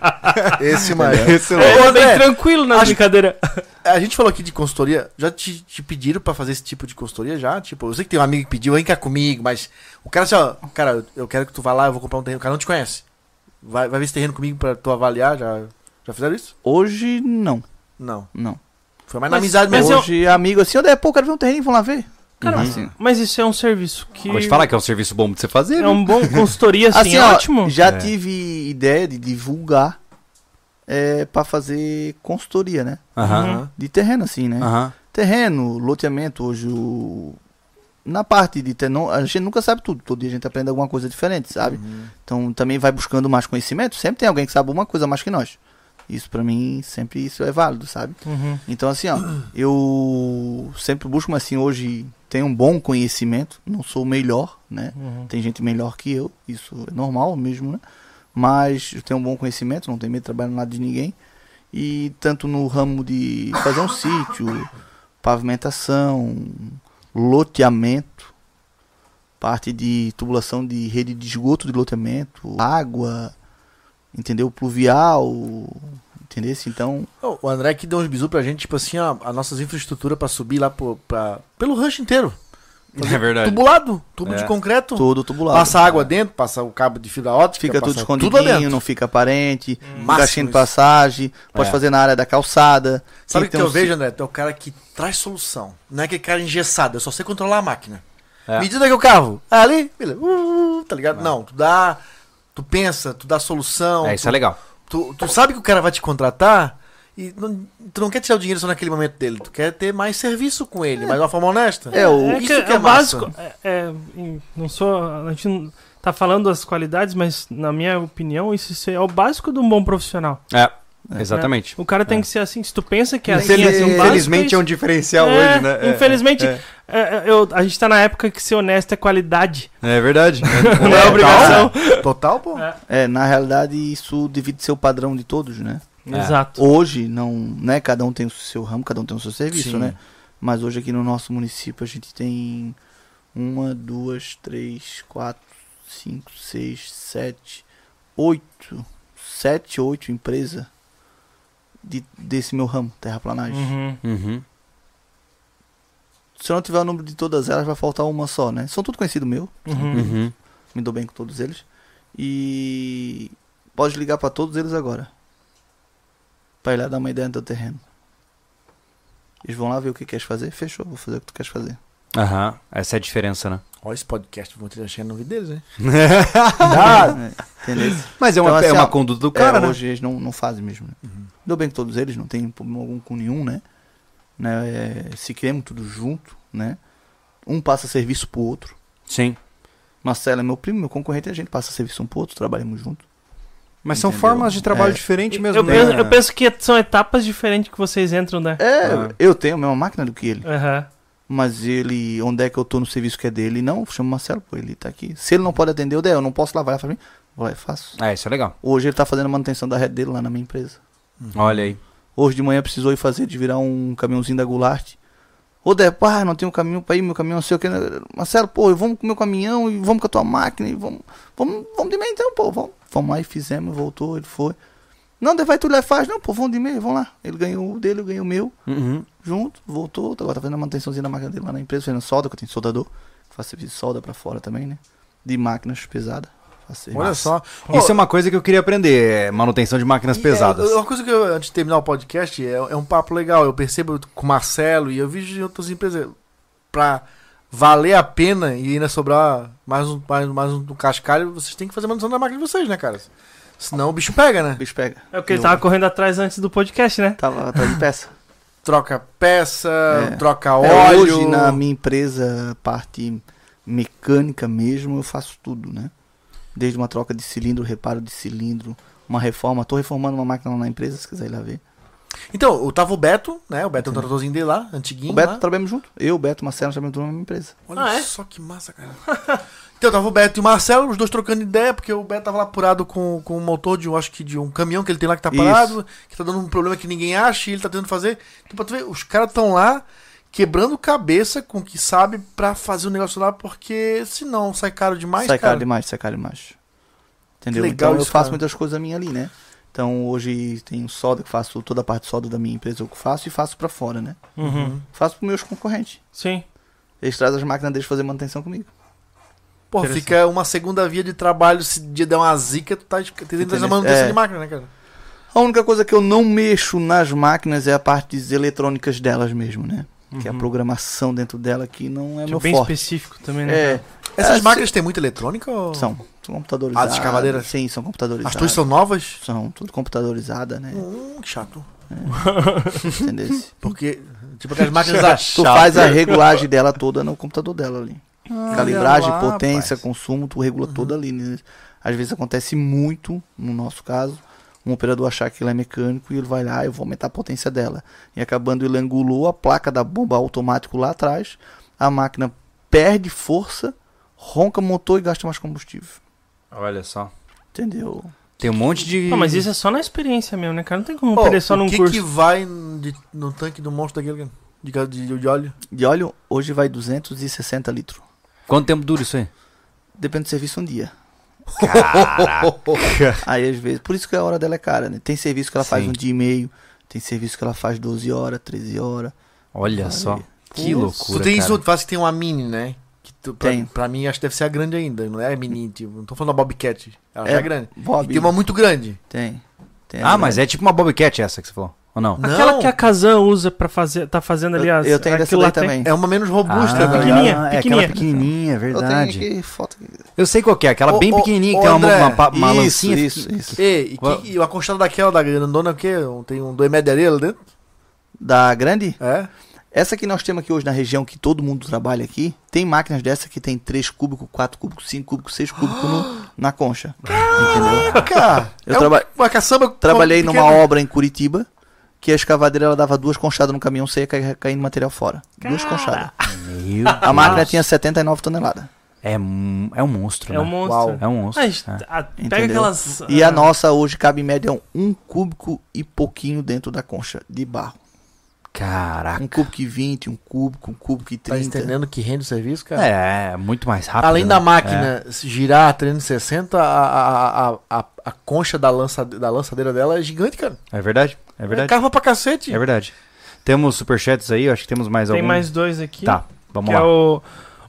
[SPEAKER 2] Esse manja.
[SPEAKER 3] Ele
[SPEAKER 2] Ô,
[SPEAKER 3] é bem
[SPEAKER 2] André,
[SPEAKER 3] tranquilo na brincadeira.
[SPEAKER 2] A gente falou aqui de consultoria. Já te, te pediram pra fazer esse tipo de consultoria já? Tipo, eu sei que tem um amigo que pediu, vem cá comigo, mas o cara assim, ó, cara, eu- eu quero que tu vá lá, eu vou comprar um terreno. O cara não te conhece. Vai, vai ver esse terreno comigo pra tu avaliar. Já, já fizeram isso?
[SPEAKER 4] Hoje, não.
[SPEAKER 2] Não.
[SPEAKER 4] Não.
[SPEAKER 2] Foi mais na
[SPEAKER 3] Mas-
[SPEAKER 2] amizade
[SPEAKER 3] mas
[SPEAKER 2] mesmo.
[SPEAKER 3] eu-
[SPEAKER 4] Hoje, amigo assim, onde é pô, quero ver um terreno, vamos lá ver.
[SPEAKER 3] Cara,
[SPEAKER 4] Uhum.
[SPEAKER 3] mas isso é um serviço que.
[SPEAKER 1] Vou te falar que é um serviço bom de você fazer,
[SPEAKER 3] É
[SPEAKER 1] viu?
[SPEAKER 2] né?
[SPEAKER 3] um bom consultoria, assim,
[SPEAKER 4] Assim,
[SPEAKER 3] é
[SPEAKER 4] ó,
[SPEAKER 3] ótimo.
[SPEAKER 4] já
[SPEAKER 1] É.
[SPEAKER 4] tive ideia de divulgar é, pra fazer consultoria, né?
[SPEAKER 3] Uhum.
[SPEAKER 1] Aham.
[SPEAKER 4] De terreno, assim,
[SPEAKER 3] Ah,
[SPEAKER 4] né?
[SPEAKER 1] Aham.
[SPEAKER 4] terreno, loteamento, hoje o... na parte de terreno, a gente nunca sabe tudo, todo dia a gente aprende alguma coisa diferente, sabe? Então também vai buscando mais conhecimento, sempre tem alguém que sabe uma coisa mais que nós. Isso pra mim sempre isso é válido, sabe?
[SPEAKER 3] Uhum.
[SPEAKER 4] Então assim, ó, eu sempre busco, mas assim hoje tenho um bom conhecimento, não sou o melhor, né?
[SPEAKER 3] Uhum.
[SPEAKER 4] Tem gente melhor que eu, isso é normal mesmo, né? Mas eu tenho um bom conhecimento, não tenho medo de trabalhar no lado de ninguém. E tanto no ramo de fazer um sítio, pavimentação, loteamento, parte de tubulação de rede de esgoto de loteamento, água, entendeu? Pluvial, entendeu? Então,
[SPEAKER 2] Ô, O André que deu uns bisu pra gente, tipo assim, ó, as nossas infraestruturas pra subir lá pro, pra, pelo rancho inteiro.
[SPEAKER 1] É verdade.
[SPEAKER 2] Tubulado, tubo
[SPEAKER 1] É.
[SPEAKER 2] de concreto.
[SPEAKER 4] todo tubulado.
[SPEAKER 2] Passa água dentro, passa o cabo de fibra ótica.
[SPEAKER 4] Fica tudo
[SPEAKER 2] passa Hum.
[SPEAKER 4] escondidinho,
[SPEAKER 2] lá dentro.
[SPEAKER 4] não fica aparente, um
[SPEAKER 2] Máximo
[SPEAKER 4] caixinho de
[SPEAKER 2] isso.
[SPEAKER 4] passagem, pode
[SPEAKER 1] É.
[SPEAKER 4] fazer na área da calçada.
[SPEAKER 2] Sabe o
[SPEAKER 4] Quem
[SPEAKER 2] que,
[SPEAKER 4] tem
[SPEAKER 2] eu
[SPEAKER 4] um
[SPEAKER 2] vejo, André? Tu é o cara que traz solução. Não é aquele cara engessado, eu só sei controlar a máquina.
[SPEAKER 1] É.
[SPEAKER 2] Medida que o carro, Ah, ali, beleza, uh, tá ligado? Não, tu dá, tu pensa, tu dá solução.
[SPEAKER 1] É, isso
[SPEAKER 2] tu,
[SPEAKER 1] é legal.
[SPEAKER 2] tu, tu sabe que o cara vai te contratar e não- tu não quer tirar o dinheiro só naquele momento dele. Tu quer ter mais serviço com ele, mas de uma forma honesta.
[SPEAKER 4] É, o-
[SPEAKER 2] isso que é,
[SPEAKER 3] o
[SPEAKER 2] massa.
[SPEAKER 3] básico. é- é, em- não sou. A gente não tá falando das qualidades, mas na minha opinião, isso é o básico de um bom profissional.
[SPEAKER 1] É. Exatamente.
[SPEAKER 3] O cara tem que ser assim. Se tu pensa que é assim,
[SPEAKER 1] Infeliz-
[SPEAKER 3] assim, o básico,
[SPEAKER 1] Infelizmente é um diferencial
[SPEAKER 3] É,
[SPEAKER 1] hoje, né? É,
[SPEAKER 3] Infelizmente,
[SPEAKER 1] É,
[SPEAKER 3] é, é, eu- a gente tá na época que ser honesto é qualidade,
[SPEAKER 1] é verdade.
[SPEAKER 3] [LAUGHS] não é obrigação.
[SPEAKER 2] Total, pô.
[SPEAKER 4] É, na realidade, isso devido ser o padrão de todos, né?
[SPEAKER 1] É.
[SPEAKER 3] Exato.
[SPEAKER 4] Hoje, não, né? Cada um tem o seu ramo, cada um tem o seu serviço,
[SPEAKER 2] Sim.
[SPEAKER 4] né? Mas hoje aqui no nosso município a gente tem uma, duas, três, quatro, cinco, seis, sete, oito, sete, oito empresas de, desse meu ramo, terraplanagem.
[SPEAKER 3] Uhum.
[SPEAKER 1] Uhum.
[SPEAKER 4] Se eu não tiver o número de todas elas, vai faltar uma só, né? São tudo conhecido meu,
[SPEAKER 3] Uhum.
[SPEAKER 1] Uhum.
[SPEAKER 4] me dou bem com todos eles. E pode ligar pra todos eles agora. Pra ir lá dar uma ideia no teu terreno. Eles vão lá ver o que queres fazer. Fechou, vou fazer o que tu queres fazer.
[SPEAKER 1] Aham. Essa é a diferença, [LAUGHS] né?
[SPEAKER 2] Olha esse podcast, vão ter achando no vídeo deles, hein?
[SPEAKER 1] [LAUGHS]
[SPEAKER 4] É, entendeu?
[SPEAKER 1] Ah, Mas é uma,
[SPEAKER 4] Então, assim,
[SPEAKER 1] é uma
[SPEAKER 4] ó,
[SPEAKER 1] conduta do cara,
[SPEAKER 4] É,
[SPEAKER 1] né?
[SPEAKER 4] Hoje eles não, não fazem mesmo. Né?
[SPEAKER 2] Uhum.
[SPEAKER 4] Deu bem com todos eles, não tem problema algum com nenhum, né? né? é, Se criamos tudo junto, né? Um passa serviço pro outro.
[SPEAKER 1] Sim.
[SPEAKER 4] Marcelo é meu primo, meu concorrente, a gente passa serviço um pro outro, trabalhamos junto.
[SPEAKER 1] Mas são
[SPEAKER 4] Entendeu?
[SPEAKER 1] formas de trabalho
[SPEAKER 4] É.
[SPEAKER 1] diferentes mesmo,
[SPEAKER 3] Eu,
[SPEAKER 1] né?
[SPEAKER 3] penso, eu penso que são etapas diferentes que vocês entram, né?
[SPEAKER 4] É,
[SPEAKER 1] Ah.
[SPEAKER 4] eu tenho a mesma máquina do que ele.
[SPEAKER 3] Aham.
[SPEAKER 4] Mas ele, onde é que eu tô no serviço que é dele? Não, chama o Marcelo, pô, ele tá aqui. Se ele não pode atender, eu der, eu não posso lavar, pra mim. Vou lá e faço.
[SPEAKER 1] É, isso é legal.
[SPEAKER 4] Hoje ele tá fazendo a manutenção da rede dele lá na minha empresa.
[SPEAKER 1] Olha aí.
[SPEAKER 4] Hoje de manhã precisou ir fazer de virar um caminhãozinho da Goulart. Ô, Dé, pá, não tenho caminho pra ir, meu caminhão não sei o que. Marcelo, pô, vamos com meu caminhão e vamos com a tua máquina e vamos, vamos, vamos de meia então, pô, vamos. Vamos lá e fizemos, voltou, ele foi. Não, Dé, vai tu lá e faz, não, pô, vamos de meia, vamos lá. Ele ganhou o dele, eu ganhei o meu
[SPEAKER 1] Uhum.
[SPEAKER 4] junto, voltou, agora tá fazendo a manutençãozinha da máquina dele lá na empresa, fazendo solda, que eu tenho soldador, que faço serviço de solda pra fora também, né? De máquinas pesadas. Faço serviço.
[SPEAKER 2] Olha só.
[SPEAKER 1] Isso é uma coisa que eu queria aprender, é manutenção de máquinas
[SPEAKER 2] E,
[SPEAKER 1] pesadas. [LAUGHS]
[SPEAKER 2] é, uma coisa que eu, antes de terminar o podcast, é, é um papo legal. Eu percebo com o Marcelo e eu vejo de outras empresas. Pra valer a pena e ainda sobrar mais um, mais, mais um do cascalho, vocês têm que fazer manutenção da máquina de vocês, né, cara? Senão o bicho pega, né?
[SPEAKER 4] O bicho pega.
[SPEAKER 3] É o que ele
[SPEAKER 4] Eu
[SPEAKER 3] tava correndo atrás antes do podcast, né?
[SPEAKER 4] Tava atrás de
[SPEAKER 2] [LAUGHS]
[SPEAKER 4] peça.
[SPEAKER 2] Troca peça,
[SPEAKER 4] É.
[SPEAKER 2] troca óleo.
[SPEAKER 4] É, hoje, na minha empresa, parte mecânica mesmo, eu faço tudo, né? Desde uma troca de cilindro, reparo de cilindro, uma reforma. Tô reformando uma máquina lá na empresa, se quiser ir lá ver.
[SPEAKER 2] Então, eu tava o Beto, né? O Beto é um tratorzinho dele lá, antiguinho.
[SPEAKER 4] Uhum. O Beto tá-
[SPEAKER 2] lá.
[SPEAKER 4] trabalhamos junto. Eu, o Beto, o Marcelo, nós trabalhamos junto na minha empresa.
[SPEAKER 2] Olha
[SPEAKER 3] Ah, é?
[SPEAKER 2] só que massa, cara. [LAUGHS] então tava o Beto e o Marcelo, os dois trocando ideia, porque o Beto tava lá apurado com, com o motor de um, acho que de um caminhão que ele tem lá que tá
[SPEAKER 4] Isso.
[SPEAKER 2] parado, que tá dando um problema que ninguém acha e ele tá tentando fazer. Então, pra tu ver, os caras tão lá quebrando cabeça com o que sabe pra fazer o negócio lá, porque senão sai caro demais,
[SPEAKER 4] sai
[SPEAKER 2] cara.
[SPEAKER 4] caro demais, sai caro demais. Entendeu?
[SPEAKER 2] Que legal
[SPEAKER 4] então eu
[SPEAKER 2] isso,
[SPEAKER 4] faço
[SPEAKER 2] cara.
[SPEAKER 4] muitas coisas minhas ali, né? Então hoje tem solda que faço toda a parte de solda da minha empresa eu que faço e faço pra fora, né?
[SPEAKER 3] Uhum.
[SPEAKER 4] Faço pros meus concorrentes.
[SPEAKER 3] Sim.
[SPEAKER 4] Eles trazem as máquinas deles fazer manutenção comigo.
[SPEAKER 2] Pô,
[SPEAKER 3] Interessante.
[SPEAKER 2] fica uma segunda via de trabalho, se dia der uma zica, tu tá tentando fazer
[SPEAKER 4] Entendeu?
[SPEAKER 2] manutenção
[SPEAKER 4] É.
[SPEAKER 2] de máquina, né, cara?
[SPEAKER 4] A única coisa que eu não mexo nas máquinas é a parte de eletrônicas delas mesmo, né? Que é a programação dentro dela que não é
[SPEAKER 3] Tipo,
[SPEAKER 4] meu
[SPEAKER 3] bem
[SPEAKER 4] forte.
[SPEAKER 3] específico também, né?
[SPEAKER 4] É,
[SPEAKER 2] Essas
[SPEAKER 4] se-
[SPEAKER 2] máquinas têm muita eletrônica ou...
[SPEAKER 4] são, são computadores.
[SPEAKER 2] Ah, das cavadeiras?
[SPEAKER 4] Sim, são computadorizadas.
[SPEAKER 2] As tuas são novas?
[SPEAKER 4] São tudo computadorizadas,
[SPEAKER 2] [LAUGHS]
[SPEAKER 4] né?
[SPEAKER 2] Hum, que chato.
[SPEAKER 4] Entendeu?
[SPEAKER 2] Porque, tipo, aquelas máquinas da
[SPEAKER 4] Tu faz a regulagem dela toda no computador dela ali. Calibragem, potência, consumo, tu regula toda ali. né? Às vezes acontece muito, no nosso caso, um operador achar que ele é mecânico e ele vai lá, "Ah, eu vou aumentar a potência dela. E acabando, ele angulou a placa da bomba automático lá atrás, a máquina perde força, ronca o motor e gasta mais combustível.
[SPEAKER 1] Olha só.
[SPEAKER 4] Entendeu?
[SPEAKER 1] Tem um monte de.
[SPEAKER 3] Ah, mas isso é só na experiência mesmo, né, cara? Não tem como
[SPEAKER 2] Pô,
[SPEAKER 3] perder só num
[SPEAKER 2] o que
[SPEAKER 3] curso.
[SPEAKER 2] que vai de- no tanque do monstro daquele cara? de, ca- de, de óleo?
[SPEAKER 4] E olha, hoje vai 260 litros.
[SPEAKER 1] Quanto tempo dura isso aí?
[SPEAKER 4] Depende do serviço um dia.
[SPEAKER 1] [LAUGHS]
[SPEAKER 4] Aí às vezes, por isso que a hora dela é cara, né? Tem serviço que ela faz
[SPEAKER 1] Sim.
[SPEAKER 4] um dia e meio, tem serviço que ela faz 12 horas, 13 horas.
[SPEAKER 1] Olha
[SPEAKER 4] Olha
[SPEAKER 1] só.
[SPEAKER 4] aí.
[SPEAKER 1] Que loucura.
[SPEAKER 2] tu tem
[SPEAKER 1] cara.
[SPEAKER 2] isso, tu faz que tem uma mini, né? Que tu, pra,
[SPEAKER 4] Tem.
[SPEAKER 2] pra mim acho que deve ser a grande ainda, não é a mini, tipo, não tô falando da Bobcat, ela já é grande.
[SPEAKER 4] Bob,
[SPEAKER 2] E tem uma muito grande.
[SPEAKER 4] tem. Tem
[SPEAKER 1] Ah, mas é tipo uma Bobcat essa que você falou. Ou não?
[SPEAKER 3] Aquela
[SPEAKER 2] Não.
[SPEAKER 3] que a Kazan usa pra fazer, tá fazendo ali
[SPEAKER 4] Eu,
[SPEAKER 3] as...
[SPEAKER 4] eu tenho dessa
[SPEAKER 3] aquilo
[SPEAKER 4] daí
[SPEAKER 3] lá tem-
[SPEAKER 4] também.
[SPEAKER 2] É uma menos robusta,
[SPEAKER 1] Ah,
[SPEAKER 2] tá ligado?
[SPEAKER 3] pequenininha,
[SPEAKER 1] É aquela
[SPEAKER 3] pequenininha.
[SPEAKER 1] pequenininha, é
[SPEAKER 4] Eu
[SPEAKER 1] verdade.
[SPEAKER 4] tenho aqui foto. aqui.
[SPEAKER 1] Eu sei qual que é, aquela
[SPEAKER 2] Ô,
[SPEAKER 1] bem
[SPEAKER 2] ô,
[SPEAKER 1] pequenininha
[SPEAKER 2] ô,
[SPEAKER 1] que tem uma,
[SPEAKER 2] André.
[SPEAKER 1] uma, pa- uma
[SPEAKER 4] Isso,
[SPEAKER 1] lancinha. assim.
[SPEAKER 4] Isso, isso.
[SPEAKER 2] Ei, e,
[SPEAKER 1] Qual-
[SPEAKER 2] que, e a conchada daquela da grandona, o quê? Um- Tem um do Emedia dentro?
[SPEAKER 4] Da grande?
[SPEAKER 2] É?
[SPEAKER 4] Essa que nós temos aqui hoje na região que todo mundo trabalha aqui, tem máquinas dessa que tem 3 cúbico, 4 cúbico, 5 cúbico, 6 cúbico [GASPS] no- na concha. Entendeu?
[SPEAKER 2] Cara,
[SPEAKER 4] Eu
[SPEAKER 2] é
[SPEAKER 4] traba-
[SPEAKER 2] uma caçamba.
[SPEAKER 4] Trabalhei
[SPEAKER 2] pequena.
[SPEAKER 4] numa obra em Curitiba que a escavadeira ela dava duas conchadas no caminhão seca e caindo material fora. Duas conchadas.
[SPEAKER 1] Meu
[SPEAKER 4] A máquina
[SPEAKER 1] Deus.
[SPEAKER 4] tinha 79 toneladas.
[SPEAKER 1] É, um- é um monstro,
[SPEAKER 3] É um
[SPEAKER 1] né?
[SPEAKER 3] monstro.
[SPEAKER 1] É um monstro.
[SPEAKER 3] Mas,
[SPEAKER 1] é.
[SPEAKER 3] ah, pega
[SPEAKER 4] Entendeu?
[SPEAKER 3] aquelas.
[SPEAKER 4] E
[SPEAKER 3] ah,
[SPEAKER 4] a nossa hoje cabe em média um cúbico e pouquinho dentro da concha de barro.
[SPEAKER 1] Caraca.
[SPEAKER 4] Um cúbico e 20, um cúbico, um cúbico e
[SPEAKER 2] Tá
[SPEAKER 4] 30.
[SPEAKER 2] entendendo que rende o serviço, cara?
[SPEAKER 1] É, é muito mais rápido.
[SPEAKER 2] Então. Além
[SPEAKER 1] né?
[SPEAKER 2] da máquina se girar a 360, a, a, a, a, a concha da, lança, da lançadeira dela é gigante, cara.
[SPEAKER 1] É, é verdade, é
[SPEAKER 2] É
[SPEAKER 1] verdade.
[SPEAKER 2] carva pra cacete.
[SPEAKER 1] É verdade. Temos superchats aí, eu acho que temos mais
[SPEAKER 3] Tem
[SPEAKER 1] algum.
[SPEAKER 3] mais dois aqui.
[SPEAKER 1] Tá, vamos
[SPEAKER 3] que
[SPEAKER 1] lá.
[SPEAKER 3] é o,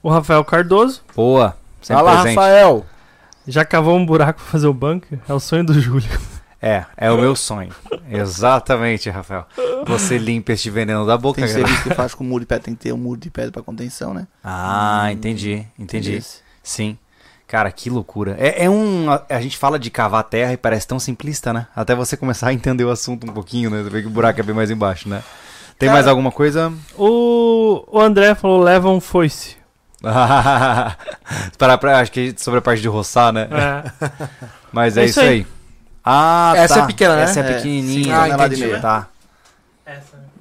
[SPEAKER 3] o Rafael Cardoso.
[SPEAKER 1] Boa, sempre
[SPEAKER 2] Fala,
[SPEAKER 1] presente.
[SPEAKER 2] Rafael.
[SPEAKER 3] Já cavou um buraco pra fazer o bunker? É o sonho do [LAUGHS] Júlio.
[SPEAKER 1] É, é o meu sonho. Exatamente, Rafael. Você limpa este veneno da boca.
[SPEAKER 4] Tem
[SPEAKER 1] cara.
[SPEAKER 4] serviço que faz com muro de pedra, tem que ter um muro de pedra para contenção, né?
[SPEAKER 1] Ah, entendi, entendi.
[SPEAKER 4] Esse.
[SPEAKER 1] Sim. Cara, que loucura. É, é um. A, a gente fala de cavar terra e parece tão simplista, né? Até você começar a entender o assunto um pouquinho, né? Você vê que o buraco é bem mais embaixo, né? Tem mais alguma coisa? [LAUGHS]
[SPEAKER 3] O, o André falou: leva um foice.
[SPEAKER 1] para, para, acho que sobre a parte de roçar, né?
[SPEAKER 3] É.
[SPEAKER 1] Mas é
[SPEAKER 3] É
[SPEAKER 1] isso
[SPEAKER 3] isso
[SPEAKER 1] aí. Ah,
[SPEAKER 2] Essa
[SPEAKER 1] tá.
[SPEAKER 2] é pequena, né?
[SPEAKER 1] Essa é
[SPEAKER 4] É,
[SPEAKER 1] pequenininha.
[SPEAKER 4] sim,
[SPEAKER 1] Ah,
[SPEAKER 4] tonelada e
[SPEAKER 1] entendi.
[SPEAKER 4] meia.
[SPEAKER 1] Tá,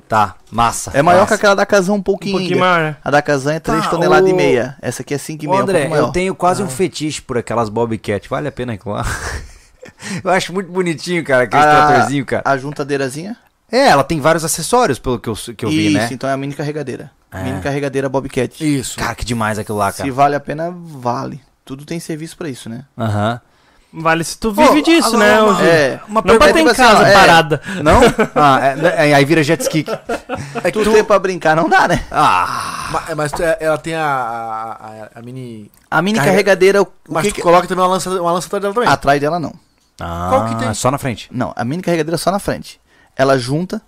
[SPEAKER 1] tá. Massa.
[SPEAKER 4] É maior
[SPEAKER 1] massa.
[SPEAKER 4] que aquela da Kazan um
[SPEAKER 3] Um
[SPEAKER 4] pouquinho,
[SPEAKER 3] pouquinho
[SPEAKER 4] ainda.
[SPEAKER 3] mais, né?
[SPEAKER 4] A da Kazan é 3
[SPEAKER 1] Tá,
[SPEAKER 4] toneladas
[SPEAKER 1] o-
[SPEAKER 4] e meia. Essa aqui é 5,5,
[SPEAKER 1] Ô,
[SPEAKER 4] um
[SPEAKER 1] André,
[SPEAKER 4] pouco
[SPEAKER 1] eu
[SPEAKER 4] maior.
[SPEAKER 1] tenho quase um fetiche por aquelas Bobcat. Vale a pena reclamar? [LAUGHS] eu acho muito bonitinho, cara, aquele
[SPEAKER 4] Ah.
[SPEAKER 1] tratorzinho, cara.
[SPEAKER 4] A juntadeirazinha?
[SPEAKER 1] É, ela tem vários acessórios, pelo que eu, que eu vi,
[SPEAKER 4] Isso,
[SPEAKER 1] né?
[SPEAKER 4] então é a mini carregadeira.
[SPEAKER 1] É.
[SPEAKER 4] Mini carregadeira Bobcat.
[SPEAKER 2] Isso.
[SPEAKER 1] Cara, que demais aquilo lá,
[SPEAKER 4] Se
[SPEAKER 1] cara.
[SPEAKER 4] vale a pena, vale. Tudo tem serviço para isso, né?
[SPEAKER 1] Aham.
[SPEAKER 3] Vale se tu vive
[SPEAKER 1] Ô,
[SPEAKER 3] disso,
[SPEAKER 1] agora
[SPEAKER 3] né?
[SPEAKER 1] uma-
[SPEAKER 3] ô Júlio?
[SPEAKER 4] É.
[SPEAKER 1] Ah, Uma
[SPEAKER 3] Não
[SPEAKER 1] pergunta
[SPEAKER 3] pra ter em
[SPEAKER 4] tipo assim, ó,
[SPEAKER 3] casa
[SPEAKER 4] é.
[SPEAKER 3] parada.
[SPEAKER 1] [LAUGHS] Não? Ah, é- é- aí vira jet [LAUGHS] ski.
[SPEAKER 2] É que
[SPEAKER 4] Tu
[SPEAKER 2] tu-
[SPEAKER 4] tem pra brincar, não dá, né?
[SPEAKER 1] Ah,
[SPEAKER 2] ma- mas tu- é- ela tem a, a, a- a mini.
[SPEAKER 1] Ah,
[SPEAKER 4] A mini
[SPEAKER 2] Carrega-
[SPEAKER 4] carregadeira, o o
[SPEAKER 2] Mas
[SPEAKER 4] que
[SPEAKER 2] tu
[SPEAKER 4] que-
[SPEAKER 2] coloca também uma lança, uma lançadeira dela também.
[SPEAKER 4] atrás dela não.
[SPEAKER 2] Qual que tem?
[SPEAKER 1] Ah, Só na frente.
[SPEAKER 4] Não, a mini carregadeira é só na frente. Ela junta,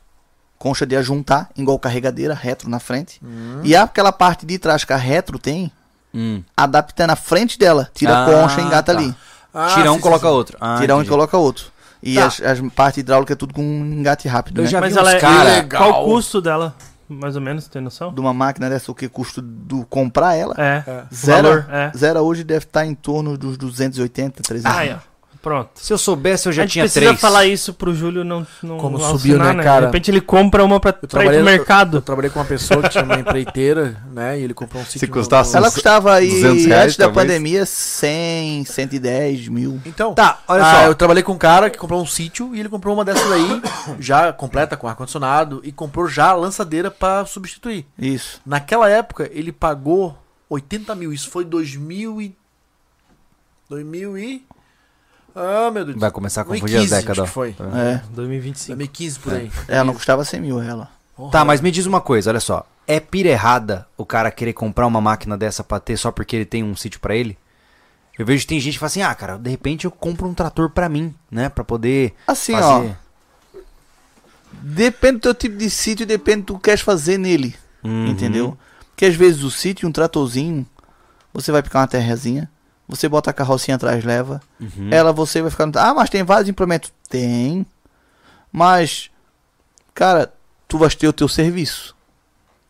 [SPEAKER 4] concha de ajuntar, igual carregadeira, retro na frente. E aquela parte de trás que a retro tem,
[SPEAKER 1] Hum.
[SPEAKER 4] adapta na frente dela. Tira
[SPEAKER 1] Ah,
[SPEAKER 4] a concha, engata
[SPEAKER 1] tá.
[SPEAKER 4] ali.
[SPEAKER 2] Ah,
[SPEAKER 1] Tira um,
[SPEAKER 2] sim, sim,
[SPEAKER 1] coloca
[SPEAKER 2] sim.
[SPEAKER 1] outro. Ah,
[SPEAKER 4] tira um e
[SPEAKER 1] entendi.
[SPEAKER 4] coloca outro. E
[SPEAKER 1] Tá.
[SPEAKER 4] as, as partes hidráulicas é tudo com um engate rápido,
[SPEAKER 1] Eu
[SPEAKER 4] né?
[SPEAKER 1] já
[SPEAKER 3] Mas
[SPEAKER 1] vi
[SPEAKER 3] ela
[SPEAKER 1] uns
[SPEAKER 3] é.
[SPEAKER 1] cara...
[SPEAKER 2] Legal.
[SPEAKER 3] Qual o custo dela? Mais ou menos, tem noção?
[SPEAKER 4] De uma máquina dessa, o que custa do comprar ela?
[SPEAKER 3] É.
[SPEAKER 2] É.
[SPEAKER 4] Zero,
[SPEAKER 3] valor, é.
[SPEAKER 4] zero hoje deve estar em torno dos 280, 300.
[SPEAKER 3] Aí, ó. Pronto.
[SPEAKER 1] Se eu soubesse, eu já
[SPEAKER 3] a gente
[SPEAKER 1] tinha
[SPEAKER 3] precisa
[SPEAKER 1] três.
[SPEAKER 3] falar isso pro Júlio não, não
[SPEAKER 2] Como
[SPEAKER 3] alucinar,
[SPEAKER 2] subiu, né, cara?
[SPEAKER 3] De repente ele compra uma pra, pra ir
[SPEAKER 2] trabalhei
[SPEAKER 3] pro
[SPEAKER 2] no-
[SPEAKER 3] mercado.
[SPEAKER 2] Eu trabalhei com uma pessoa que tinha uma empreiteira, né? E ele comprou um sítio. no-
[SPEAKER 1] custasse
[SPEAKER 2] no-
[SPEAKER 4] Ela custava aí,
[SPEAKER 1] 200 reais,
[SPEAKER 4] antes da
[SPEAKER 1] talvez.
[SPEAKER 4] pandemia, 100, 110 mil.
[SPEAKER 2] Então.
[SPEAKER 1] Tá, olha
[SPEAKER 2] ah,
[SPEAKER 1] só.
[SPEAKER 2] eu trabalhei com um cara que comprou um sítio e ele comprou uma dessas aí, [COUGHS] já completa com ar-condicionado, e comprou já a lançadeira pra substituir.
[SPEAKER 4] Isso.
[SPEAKER 2] Naquela época, ele pagou 80 mil. Isso foi 2000 e... 2000 e... Ah, meu Deus.
[SPEAKER 1] Vai começar a É. confundir as
[SPEAKER 2] 2015,
[SPEAKER 1] décadas.
[SPEAKER 2] acho
[SPEAKER 1] ó.
[SPEAKER 2] que foi.
[SPEAKER 1] Tá vendo?
[SPEAKER 4] É,
[SPEAKER 3] 2025.
[SPEAKER 2] 2015, por aí.
[SPEAKER 4] ela não custava 100 mil, ela.
[SPEAKER 1] Tá, mas me diz uma coisa, olha só. É pira errada o cara querer comprar uma máquina dessa pra ter só porque ele tem um sítio pra ele? Eu vejo que tem gente que fala assim, ah, cara, de repente eu compro um trator pra mim, né? Pra poder
[SPEAKER 4] Assim,
[SPEAKER 1] fazer...
[SPEAKER 4] ó, depende do teu tipo de sítio e depende do que tu queres fazer nele,
[SPEAKER 1] Uhum.
[SPEAKER 4] entendeu? Porque às vezes o sítio, um tratorzinho, você vai picar uma terrazinha, você bota a carrocinha atrás, leva,
[SPEAKER 1] Uhum.
[SPEAKER 4] ela você vai ficar... no- Ah, mas tem vários implementos. Tem, mas, cara, tu vai ter o teu serviço.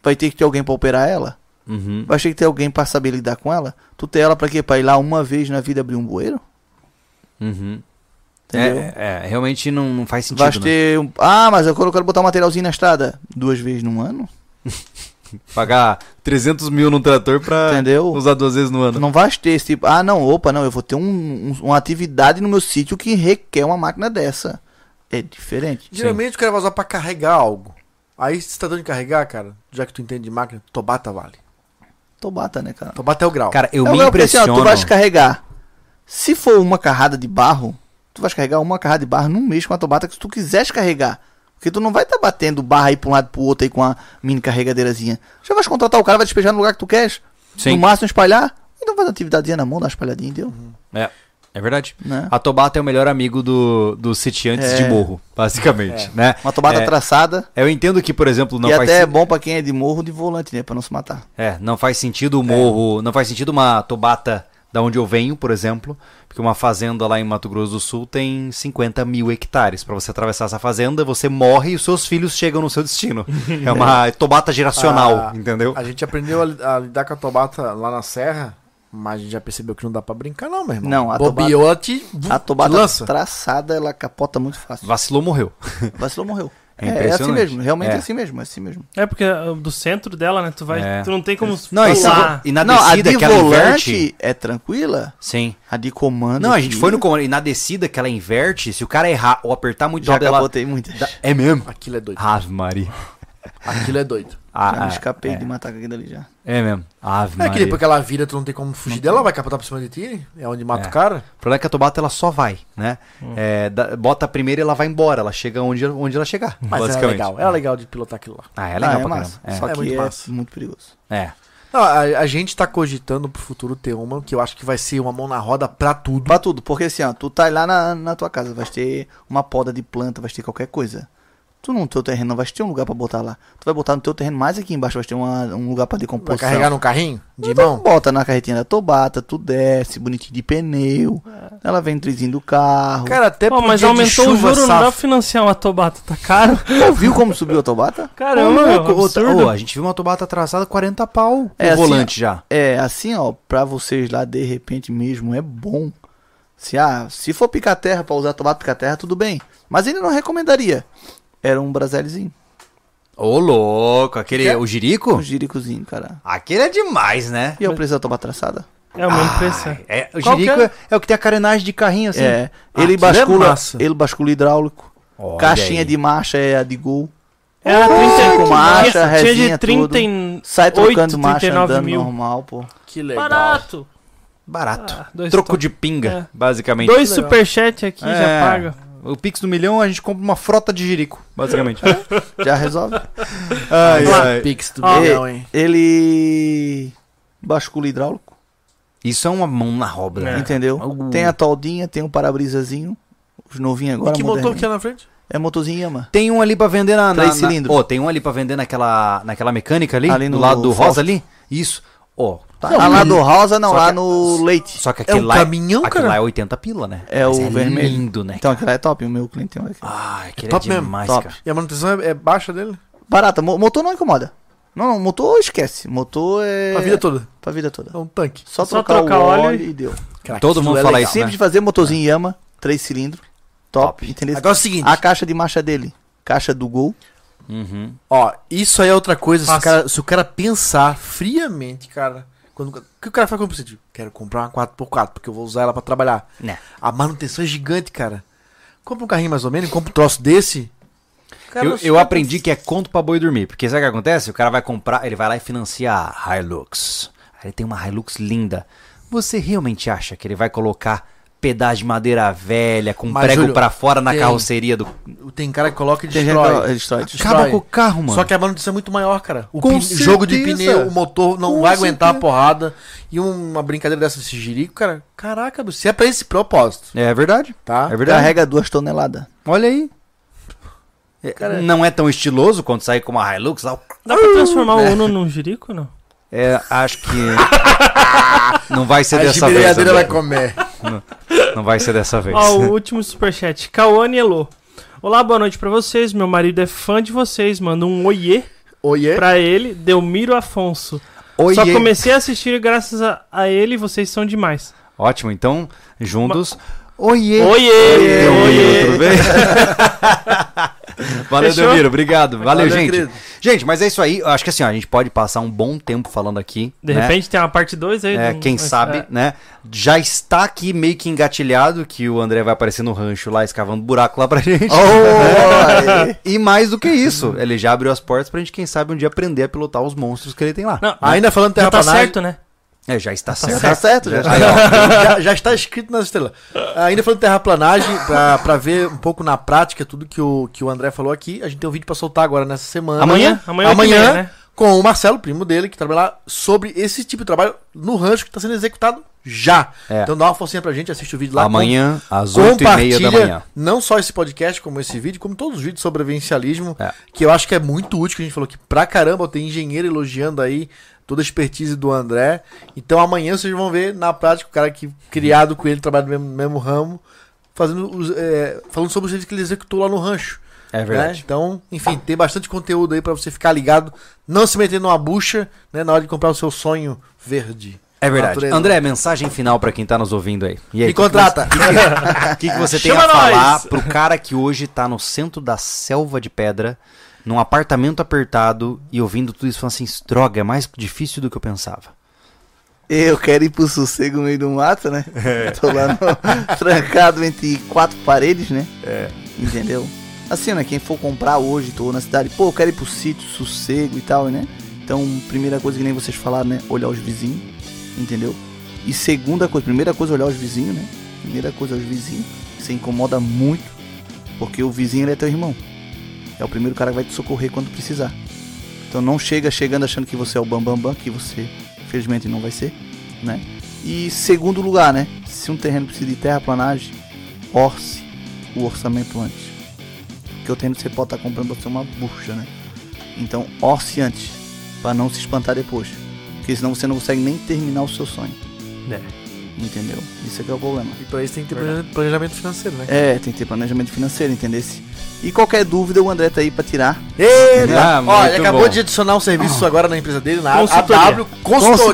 [SPEAKER 4] Vai ter que ter alguém pra operar ela?
[SPEAKER 1] Uhum.
[SPEAKER 4] Vai ter que ter alguém pra saber lidar com ela? Tu ter ela pra quê? Pra ir lá uma vez na vida abrir um bueiro?
[SPEAKER 1] Uhum.
[SPEAKER 4] Entendeu?
[SPEAKER 1] É, é, realmente não, não faz sentido,
[SPEAKER 4] Vai
[SPEAKER 1] né?
[SPEAKER 4] ter um... Ah, mas eu quero eu quero botar um materialzinho na estrada. Duas vezes no ano?
[SPEAKER 1] Pagar 300 mil num trator pra
[SPEAKER 4] Entendeu?
[SPEAKER 1] usar duas vezes no
[SPEAKER 4] Tu
[SPEAKER 1] ano.
[SPEAKER 4] não vai ter esse tipo. Ah, não, opa, não. Eu vou ter um, um- uma atividade no meu sítio que requer uma máquina dessa. É diferente.
[SPEAKER 2] Geralmente o cara vai usar pra carregar algo. Aí se tá dando de carregar, cara, já que tu entende de máquina, Tobata vale.
[SPEAKER 4] Tobata, né, cara?
[SPEAKER 2] Tobata é o grau.
[SPEAKER 1] Cara, eu
[SPEAKER 4] É o
[SPEAKER 1] me
[SPEAKER 4] meu, porque assim, ó,
[SPEAKER 1] impressiono...
[SPEAKER 4] tu vai descarregar. Se for uma carrada de barro, tu vai carregar uma carrada de barro num mês com a tobata que tu quiseres carregar. Porque tu não vai estar batendo barra aí pra um lado e pro outro aí com a mini carregadeirazinha. Já vais contratar o cara, vai despejar no lugar que tu queres.
[SPEAKER 1] Sim.
[SPEAKER 4] No máximo espalhar. Então faz uma atividadezinha na mão, dá uma espalhadinha, entendeu?
[SPEAKER 1] É, é verdade.
[SPEAKER 4] Né?
[SPEAKER 1] A Tobata é o melhor amigo do, do sitiantes
[SPEAKER 4] É.
[SPEAKER 1] de morro, basicamente, né?
[SPEAKER 4] Uma tomada
[SPEAKER 1] É,
[SPEAKER 4] traçada.
[SPEAKER 1] Eu entendo que, por exemplo, não
[SPEAKER 4] e
[SPEAKER 1] faz
[SPEAKER 4] até é
[SPEAKER 1] sen-
[SPEAKER 4] bom pra quem é de morro de volante, né? Pra não se matar.
[SPEAKER 1] É, não faz sentido o morro, não faz sentido uma tobata da onde eu venho, por exemplo, porque uma fazenda lá em Mato Grosso do Sul tem 50 mil hectares. Para você atravessar essa fazenda, você morre e os seus filhos chegam no seu destino. É uma tobata geracional,
[SPEAKER 2] Ah,
[SPEAKER 1] entendeu?
[SPEAKER 2] A gente aprendeu a, li- a lidar com a Tobata lá na Serra, mas a gente já percebeu que não dá pra brincar, não, meu irmão.
[SPEAKER 4] Não, a
[SPEAKER 2] Bobeou, ela te,
[SPEAKER 1] Hum,
[SPEAKER 4] A
[SPEAKER 2] te
[SPEAKER 4] tobata
[SPEAKER 2] lança.
[SPEAKER 1] tá-
[SPEAKER 4] traçada, ela capota muito fácil.
[SPEAKER 1] Vacilou, morreu.
[SPEAKER 4] Vacilou, morreu.
[SPEAKER 1] É
[SPEAKER 4] É, é assim
[SPEAKER 1] impressionante.
[SPEAKER 4] mesmo, realmente é.
[SPEAKER 1] É.
[SPEAKER 4] assim mesmo, é assim mesmo.
[SPEAKER 3] É porque ah, do centro dela, né? Tu vai.
[SPEAKER 1] É.
[SPEAKER 3] Tu não tem como.
[SPEAKER 1] Não, é e,
[SPEAKER 3] pular.
[SPEAKER 1] sabe- e na
[SPEAKER 4] Então, não, a
[SPEAKER 1] descida
[SPEAKER 4] de
[SPEAKER 1] que ela
[SPEAKER 4] volante
[SPEAKER 1] inverte.
[SPEAKER 4] é tranquila,
[SPEAKER 1] Sim.
[SPEAKER 4] a de comando...
[SPEAKER 1] Não, a gente
[SPEAKER 4] aqui,
[SPEAKER 1] foi no comando. E na descida que ela inverte, se o cara errar ou apertar muito
[SPEAKER 4] Já
[SPEAKER 1] rápido, ela-
[SPEAKER 4] capotei muitas.
[SPEAKER 1] Da- É mesmo?
[SPEAKER 2] Aquilo é doido.
[SPEAKER 1] Ave Maria.
[SPEAKER 2] Aquilo é doido.
[SPEAKER 1] Ah,
[SPEAKER 4] Não,
[SPEAKER 1] ah,
[SPEAKER 4] eu escapei
[SPEAKER 1] é.
[SPEAKER 4] de matar aquele ali já.
[SPEAKER 1] É mesmo. Ave
[SPEAKER 2] É que
[SPEAKER 1] Maria.
[SPEAKER 2] depois que ela vira, tu não tem como fugir dela, ela vai capotar por cima de ti, é onde mata
[SPEAKER 1] É.
[SPEAKER 2] o cara.
[SPEAKER 1] O problema é que a Tobata ela só vai, né? É, da- bota a primeira e ela vai embora. Ela chega onde, onde ela chegar.
[SPEAKER 2] Mas é
[SPEAKER 1] basicamente.
[SPEAKER 2] legal, é legal de pilotar aquilo lá.
[SPEAKER 1] Ah, é
[SPEAKER 4] Ah,
[SPEAKER 1] legal pra
[SPEAKER 4] massa.
[SPEAKER 1] caramba.
[SPEAKER 4] Só
[SPEAKER 2] É
[SPEAKER 4] que
[SPEAKER 2] muito
[SPEAKER 4] é
[SPEAKER 2] massa.
[SPEAKER 4] muito perigoso.
[SPEAKER 1] É. É.
[SPEAKER 2] Não, a, a gente tá cogitando pro futuro ter uma, que eu acho que vai ser uma mão na roda pra tudo.
[SPEAKER 4] Pra tudo, porque assim, ó, tu tá lá na, na tua casa, vai ter uma poda de planta, vai ter qualquer coisa. Tu no teu terreno não vai ter um lugar pra botar lá. Tu vai botar no teu terreno mais aqui embaixo, vai ter uma- um lugar pra
[SPEAKER 2] Vai
[SPEAKER 4] decomposição.
[SPEAKER 2] carregar num carrinho? De
[SPEAKER 4] Então
[SPEAKER 2] mão?
[SPEAKER 4] bota na carretinha da Tobata, tu desce, bonitinho de pneu. Ela vem trizinho do carro.
[SPEAKER 2] Cara,
[SPEAKER 1] é
[SPEAKER 2] até
[SPEAKER 3] Pô,
[SPEAKER 2] pro
[SPEAKER 3] mas
[SPEAKER 2] dia de
[SPEAKER 3] aumentou o
[SPEAKER 2] chuva,
[SPEAKER 3] juro, não dá pra
[SPEAKER 2] safo.
[SPEAKER 3] financiar uma tobata, tá caro.
[SPEAKER 4] Pô, viu como subiu a Tobata?
[SPEAKER 3] Caramba, meu,
[SPEAKER 1] Ô, tá-
[SPEAKER 3] absurdo.
[SPEAKER 1] ô, a gente viu uma Tobata atrasada 40 pau
[SPEAKER 4] É
[SPEAKER 1] o
[SPEAKER 4] assim,
[SPEAKER 1] volante já.
[SPEAKER 4] É, assim, ó, pra vocês lá de repente mesmo é bom. Se, ah, se for picar terra pra usar Tobata picar terra, tudo bem. Mas ele não recomendaria. Era um braselizinho,
[SPEAKER 1] Ô, louco. Aquele. O
[SPEAKER 4] um
[SPEAKER 1] Jirico?
[SPEAKER 4] jiricozinho, cara.
[SPEAKER 1] Aquele é demais, né?
[SPEAKER 4] E eu preciso da Tobata traçada?
[SPEAKER 3] É uma impressão.
[SPEAKER 1] Ai, é, o
[SPEAKER 3] Qual
[SPEAKER 1] Jirico
[SPEAKER 3] que é?
[SPEAKER 1] é? é o que tem a carenagem de carrinho assim.
[SPEAKER 4] É,
[SPEAKER 2] Ah, aquilo
[SPEAKER 4] ele
[SPEAKER 2] é
[SPEAKER 4] bascula,
[SPEAKER 2] massa.
[SPEAKER 4] ele bascula hidráulico.
[SPEAKER 1] Olha
[SPEAKER 4] caixinha
[SPEAKER 1] aí.
[SPEAKER 4] de marcha é a de gol.
[SPEAKER 3] Era
[SPEAKER 4] cinco
[SPEAKER 3] 30 tinha-
[SPEAKER 4] marcha,
[SPEAKER 3] Tinha
[SPEAKER 4] resinha,
[SPEAKER 3] de 30
[SPEAKER 4] tudo.
[SPEAKER 3] em
[SPEAKER 4] Sai trocando
[SPEAKER 3] 8,
[SPEAKER 4] marcha
[SPEAKER 3] 39
[SPEAKER 4] andando
[SPEAKER 3] mil.
[SPEAKER 4] normal, pô.
[SPEAKER 2] Que legal.
[SPEAKER 3] Barato.
[SPEAKER 1] Barato.
[SPEAKER 3] Ah, dois
[SPEAKER 1] Troco
[SPEAKER 3] to-
[SPEAKER 1] de pinga,
[SPEAKER 3] É.
[SPEAKER 1] basicamente.
[SPEAKER 3] Dois superchat aqui
[SPEAKER 1] É.
[SPEAKER 3] já paga.
[SPEAKER 1] O Pix do milhão a gente compra uma frota de Jirico, basicamente.
[SPEAKER 4] Já resolve.
[SPEAKER 1] ai,
[SPEAKER 2] Vamos lá,
[SPEAKER 1] ai.
[SPEAKER 2] Pix do
[SPEAKER 3] Ó.
[SPEAKER 2] milhão, hein?
[SPEAKER 4] Ele bascula hidráulico,
[SPEAKER 1] Isso é uma mão na roda.
[SPEAKER 3] É.
[SPEAKER 1] né?
[SPEAKER 4] entendeu?
[SPEAKER 1] Uh.
[SPEAKER 4] Tem a toldinha, tem um parabrisazinho. Os novinhos agora.
[SPEAKER 2] E que motor
[SPEAKER 4] moderninho.
[SPEAKER 2] que é na frente?
[SPEAKER 4] É motorzinho Yamaha.
[SPEAKER 1] Tem um ali pra vender na. na,
[SPEAKER 4] Três
[SPEAKER 1] na-
[SPEAKER 4] cilindros.
[SPEAKER 1] Ó, tem um ali pra vender naquela, naquela mecânica ali,
[SPEAKER 4] Ali
[SPEAKER 1] do
[SPEAKER 4] no
[SPEAKER 1] lado do
[SPEAKER 4] Ford.
[SPEAKER 1] rosa ali. Isso. Ó.
[SPEAKER 4] Tá,
[SPEAKER 1] Não,
[SPEAKER 4] ah, lá
[SPEAKER 1] mas-
[SPEAKER 4] do Rosa, não,
[SPEAKER 1] só
[SPEAKER 4] lá
[SPEAKER 1] que-
[SPEAKER 4] no Leite.
[SPEAKER 1] Só que aquele
[SPEAKER 2] um
[SPEAKER 1] lá.
[SPEAKER 2] caminhão,
[SPEAKER 1] aquele
[SPEAKER 2] cara?
[SPEAKER 1] lá é 80 pila, né?
[SPEAKER 4] É o
[SPEAKER 1] Mas
[SPEAKER 4] vermelho.
[SPEAKER 1] lindo, né?
[SPEAKER 4] Então, aquilo lá é top, o meu cliente tem um aqui.
[SPEAKER 1] Ah, aquele é,
[SPEAKER 2] top mesmo,
[SPEAKER 1] demais,
[SPEAKER 4] top.
[SPEAKER 1] cara.
[SPEAKER 2] E a manutenção é, é baixa dele?
[SPEAKER 4] Barata, mo- motor não incomoda. Não, não, motor esquece. Motor é.
[SPEAKER 2] A vida toda.
[SPEAKER 4] Pra vida toda.
[SPEAKER 2] É um tanque.
[SPEAKER 4] Só
[SPEAKER 3] Só
[SPEAKER 4] trocar,
[SPEAKER 3] trocar
[SPEAKER 4] o óleo,
[SPEAKER 3] óleo
[SPEAKER 4] e deu.
[SPEAKER 2] Caraca,
[SPEAKER 1] Todo
[SPEAKER 2] aquilo
[SPEAKER 1] mundo
[SPEAKER 2] é
[SPEAKER 1] fala
[SPEAKER 2] legal.
[SPEAKER 1] isso, né?
[SPEAKER 4] Simples de fazer, motorzinho Yama, três cilindros, top, entendeu?
[SPEAKER 2] Agora é o seguinte,
[SPEAKER 4] A caixa de marcha dele, caixa do Gol,
[SPEAKER 1] Uhum.
[SPEAKER 2] ó, isso aí é outra coisa, se o,
[SPEAKER 3] Fácil.
[SPEAKER 2] cara, se o cara pensar friamente, cara, quando, o que o cara faz quando precisa? Tipo, Quero comprar uma 4x4, porque eu vou usar ela pra trabalhar.
[SPEAKER 1] Né.
[SPEAKER 2] A manutenção é gigante, cara. Compra um carrinho mais ou menos, compra um troço desse. Cara,
[SPEAKER 1] Eu,
[SPEAKER 2] os
[SPEAKER 1] eu
[SPEAKER 2] caras-
[SPEAKER 1] aprendi que é conto pra boi dormir. Porque sabe o que acontece? O cara vai comprar, ele vai lá e financia a Hilux. Aí ele tem uma Hilux linda. Você realmente acha que ele vai colocar pedaço de madeira velha com
[SPEAKER 2] Mas,
[SPEAKER 1] prego
[SPEAKER 2] Júlio,
[SPEAKER 1] pra fora na
[SPEAKER 2] tem-
[SPEAKER 1] carroceria do.
[SPEAKER 2] Tem cara que coloca e
[SPEAKER 4] Tem gente que
[SPEAKER 2] destrói.
[SPEAKER 4] coloca- destrói.
[SPEAKER 1] Acaba com o carro, mano.
[SPEAKER 2] Só que a manutenção é muito maior, cara. O
[SPEAKER 1] Com
[SPEAKER 2] pin- jogo de
[SPEAKER 1] certeza.
[SPEAKER 2] pneu, o motor não
[SPEAKER 1] Com
[SPEAKER 2] vai aguentar a
[SPEAKER 1] certeza.
[SPEAKER 2] porrada. E uma brincadeira dessa desse jirico, cara. Caraca, bicho, se é pra esse propósito,
[SPEAKER 1] É verdade.
[SPEAKER 2] tá?
[SPEAKER 1] É verdade.
[SPEAKER 4] carrega duas toneladas.
[SPEAKER 1] Olha aí. É,
[SPEAKER 2] Cara-
[SPEAKER 1] não é tão estiloso quanto sair com uma Hilux lá.
[SPEAKER 3] Dá pra transformar o Uno num jirico, não?
[SPEAKER 1] É, acho que. [LAUGHS] não vai ser dessa
[SPEAKER 2] A
[SPEAKER 1] vez. né?
[SPEAKER 2] gibriadeira vai
[SPEAKER 1] amigo.
[SPEAKER 2] comer.
[SPEAKER 1] Não vai ser dessa vez.
[SPEAKER 3] Ó, Ah, o último superchat. Cauane Elô. Olá, boa noite pra vocês. Meu marido é fã de vocês. Manda um oiê
[SPEAKER 1] Oh,
[SPEAKER 2] Oiê.
[SPEAKER 3] pra ele, Delmiro Afonso.
[SPEAKER 1] Oiê.
[SPEAKER 3] Só comecei a assistir e graças a, a ele vocês são demais.
[SPEAKER 1] Ótimo, então, juntos. Oiê!
[SPEAKER 3] Oiê!
[SPEAKER 1] Oiê, Delmiro,
[SPEAKER 3] Oiê!
[SPEAKER 1] tudo [LAUGHS] bem? Valeu,
[SPEAKER 3] Fechou?
[SPEAKER 1] Delmiro, obrigado. Valeu,
[SPEAKER 2] Valeu,
[SPEAKER 1] gente.
[SPEAKER 2] querido.
[SPEAKER 1] Gente, mas é isso aí. Eu acho que assim, ó, a gente pode passar um bom tempo falando aqui.
[SPEAKER 3] De
[SPEAKER 1] né?
[SPEAKER 3] repente tem uma parte 2 aí.
[SPEAKER 1] É,
[SPEAKER 3] do-
[SPEAKER 1] quem sabe,
[SPEAKER 3] É.
[SPEAKER 1] né? Já está aqui meio que engatilhado que o André vai aparecer no rancho lá, escavando buraco lá pra [LAUGHS] gente.
[SPEAKER 4] Oh,
[SPEAKER 1] [LAUGHS] E mais do que isso, ele já abriu as portas pra gente, quem sabe, um dia aprender a pilotar os monstros que ele tem lá.
[SPEAKER 3] Não,
[SPEAKER 2] [LAUGHS] Ainda falando
[SPEAKER 3] já tá
[SPEAKER 2] terraplanagem,
[SPEAKER 3] certo, né?
[SPEAKER 1] É, já está certo.
[SPEAKER 4] tá certo, já.
[SPEAKER 1] Aí, ó,
[SPEAKER 2] já, já está escrito nas estrelas. Ainda falando terraplanagem, pra, pra ver um pouco na prática tudo que o, que o André falou aqui, a gente tem um vídeo pra soltar agora nessa semana.
[SPEAKER 3] Amanhã? Amanhã,
[SPEAKER 2] Amanhã,
[SPEAKER 3] oito e meia, né?
[SPEAKER 2] com o Marcelo, primo dele, que trabalha lá, sobre esse tipo de trabalho no rancho que está sendo executado já.
[SPEAKER 1] É.
[SPEAKER 2] Então dá uma forcinha pra gente, assiste o vídeo lá.
[SPEAKER 1] amanhã, às
[SPEAKER 2] Com,
[SPEAKER 1] oito e meia
[SPEAKER 2] compartilha
[SPEAKER 1] da manhã.
[SPEAKER 2] não só esse podcast, como esse vídeo, como todos os vídeos sobre vivencialismo,
[SPEAKER 1] É.
[SPEAKER 2] que eu acho que é muito útil, que a gente falou que pra caramba, tem engenheiro elogiando aí toda a expertise do André. Então amanhã vocês vão ver na prática o cara que criado com ele, trabalha no mesmo, mesmo ramo, fazendo os, é, falando sobre os serviços que ele executou lá no rancho.
[SPEAKER 1] É
[SPEAKER 2] né? Então, enfim, tem bastante conteúdo aí pra você ficar ligado, não se meter numa bucha, né, na hora de comprar o seu sonho verde.
[SPEAKER 1] É verdade.
[SPEAKER 2] Natureza.
[SPEAKER 1] André, mensagem final pra quem tá nos ouvindo aí. E aí,
[SPEAKER 2] Me
[SPEAKER 1] o que que
[SPEAKER 2] contrata.
[SPEAKER 1] [LAUGHS]
[SPEAKER 2] [LAUGHS]
[SPEAKER 1] O que, que você tem
[SPEAKER 3] Chama
[SPEAKER 1] a falar
[SPEAKER 3] nós!
[SPEAKER 1] pro cara que hoje tá no centro da selva de pedra, num apartamento apertado e ouvindo tudo isso falando assim, droga, é mais difícil do que eu pensava.
[SPEAKER 4] Eu quero ir pro sossego no meio do mato, né? Tô lá no, trancado entre quatro paredes, né? Entendeu? Assim, né? Quem for comprar hoje, tô na cidade, pô, eu quero ir pro sítio, sossego e tal, né? Então, primeira coisa que nem vocês falaram, né? Olhar os vizinhos, entendeu? E segunda coisa, primeira coisa, olhar os vizinhos, né? Primeira coisa, os vizinhos. Você incomoda muito, porque o vizinho ele é teu irmão. É o primeiro cara que vai te socorrer quando precisar. Então não chega chegando achando que você é o bambambam, bam, bam, que você infelizmente não vai ser, né? E segundo lugar, né? Se um terreno precisa de terraplanagem, orce o orçamento antes. Porque o terreno que você pode estar comprando pode ser uma bucha, né? Então orce antes, para não se espantar depois. Porque senão você não consegue nem terminar o seu sonho,
[SPEAKER 3] É.
[SPEAKER 4] entendeu? Isso é que é o problema.
[SPEAKER 2] E pra isso tem que ter plane- planejamento financeiro, né?
[SPEAKER 4] É, tem que ter planejamento financeiro, entendesse? E qualquer dúvida, o André tá aí para tirar.
[SPEAKER 2] Ei,
[SPEAKER 1] Ah,
[SPEAKER 2] ó, ele
[SPEAKER 1] muito
[SPEAKER 2] acabou
[SPEAKER 1] bom.
[SPEAKER 2] de adicionar um serviço agora na empresa dele, na
[SPEAKER 3] Consultoria.
[SPEAKER 2] AW Consultoria,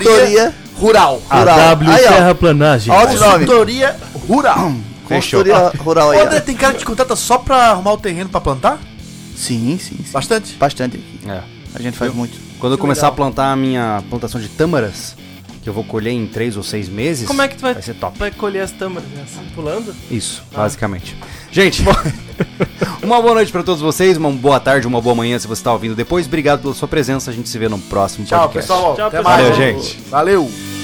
[SPEAKER 4] Consultoria
[SPEAKER 2] Rural.
[SPEAKER 4] Rural. Aí, ó.
[SPEAKER 3] Terraplanagem.
[SPEAKER 4] Ó, de nome.
[SPEAKER 2] Consultoria Rural.
[SPEAKER 1] Fechou.
[SPEAKER 4] Consultoria [LAUGHS] rural aí. ó.
[SPEAKER 2] André, tem cara que te contrata só pra arrumar o terreno pra plantar?
[SPEAKER 4] Sim, sim, sim.
[SPEAKER 2] Bastante.
[SPEAKER 4] Bastante aqui.
[SPEAKER 1] É.
[SPEAKER 4] A gente faz muito.
[SPEAKER 1] Quando eu
[SPEAKER 2] Que
[SPEAKER 1] começar
[SPEAKER 2] legal.
[SPEAKER 1] a plantar a minha plantação de tâmaras, que eu vou colher em três ou seis meses,
[SPEAKER 3] Como é que tu vai,
[SPEAKER 1] vai ser top.
[SPEAKER 3] vai colher as tâmaras? né? Assim, pulando?
[SPEAKER 1] Isso, basicamente. Gente, [LAUGHS] uma boa noite pra todos vocês, uma boa tarde, uma boa manhã se você tá ouvindo depois. Obrigado pela sua presença, a gente se vê no próximo
[SPEAKER 2] Tchau,
[SPEAKER 1] podcast.
[SPEAKER 2] pessoal.
[SPEAKER 3] Tchau,
[SPEAKER 2] Até
[SPEAKER 3] pessoal.
[SPEAKER 2] mais.
[SPEAKER 1] Valeu, gente.
[SPEAKER 2] Valeu.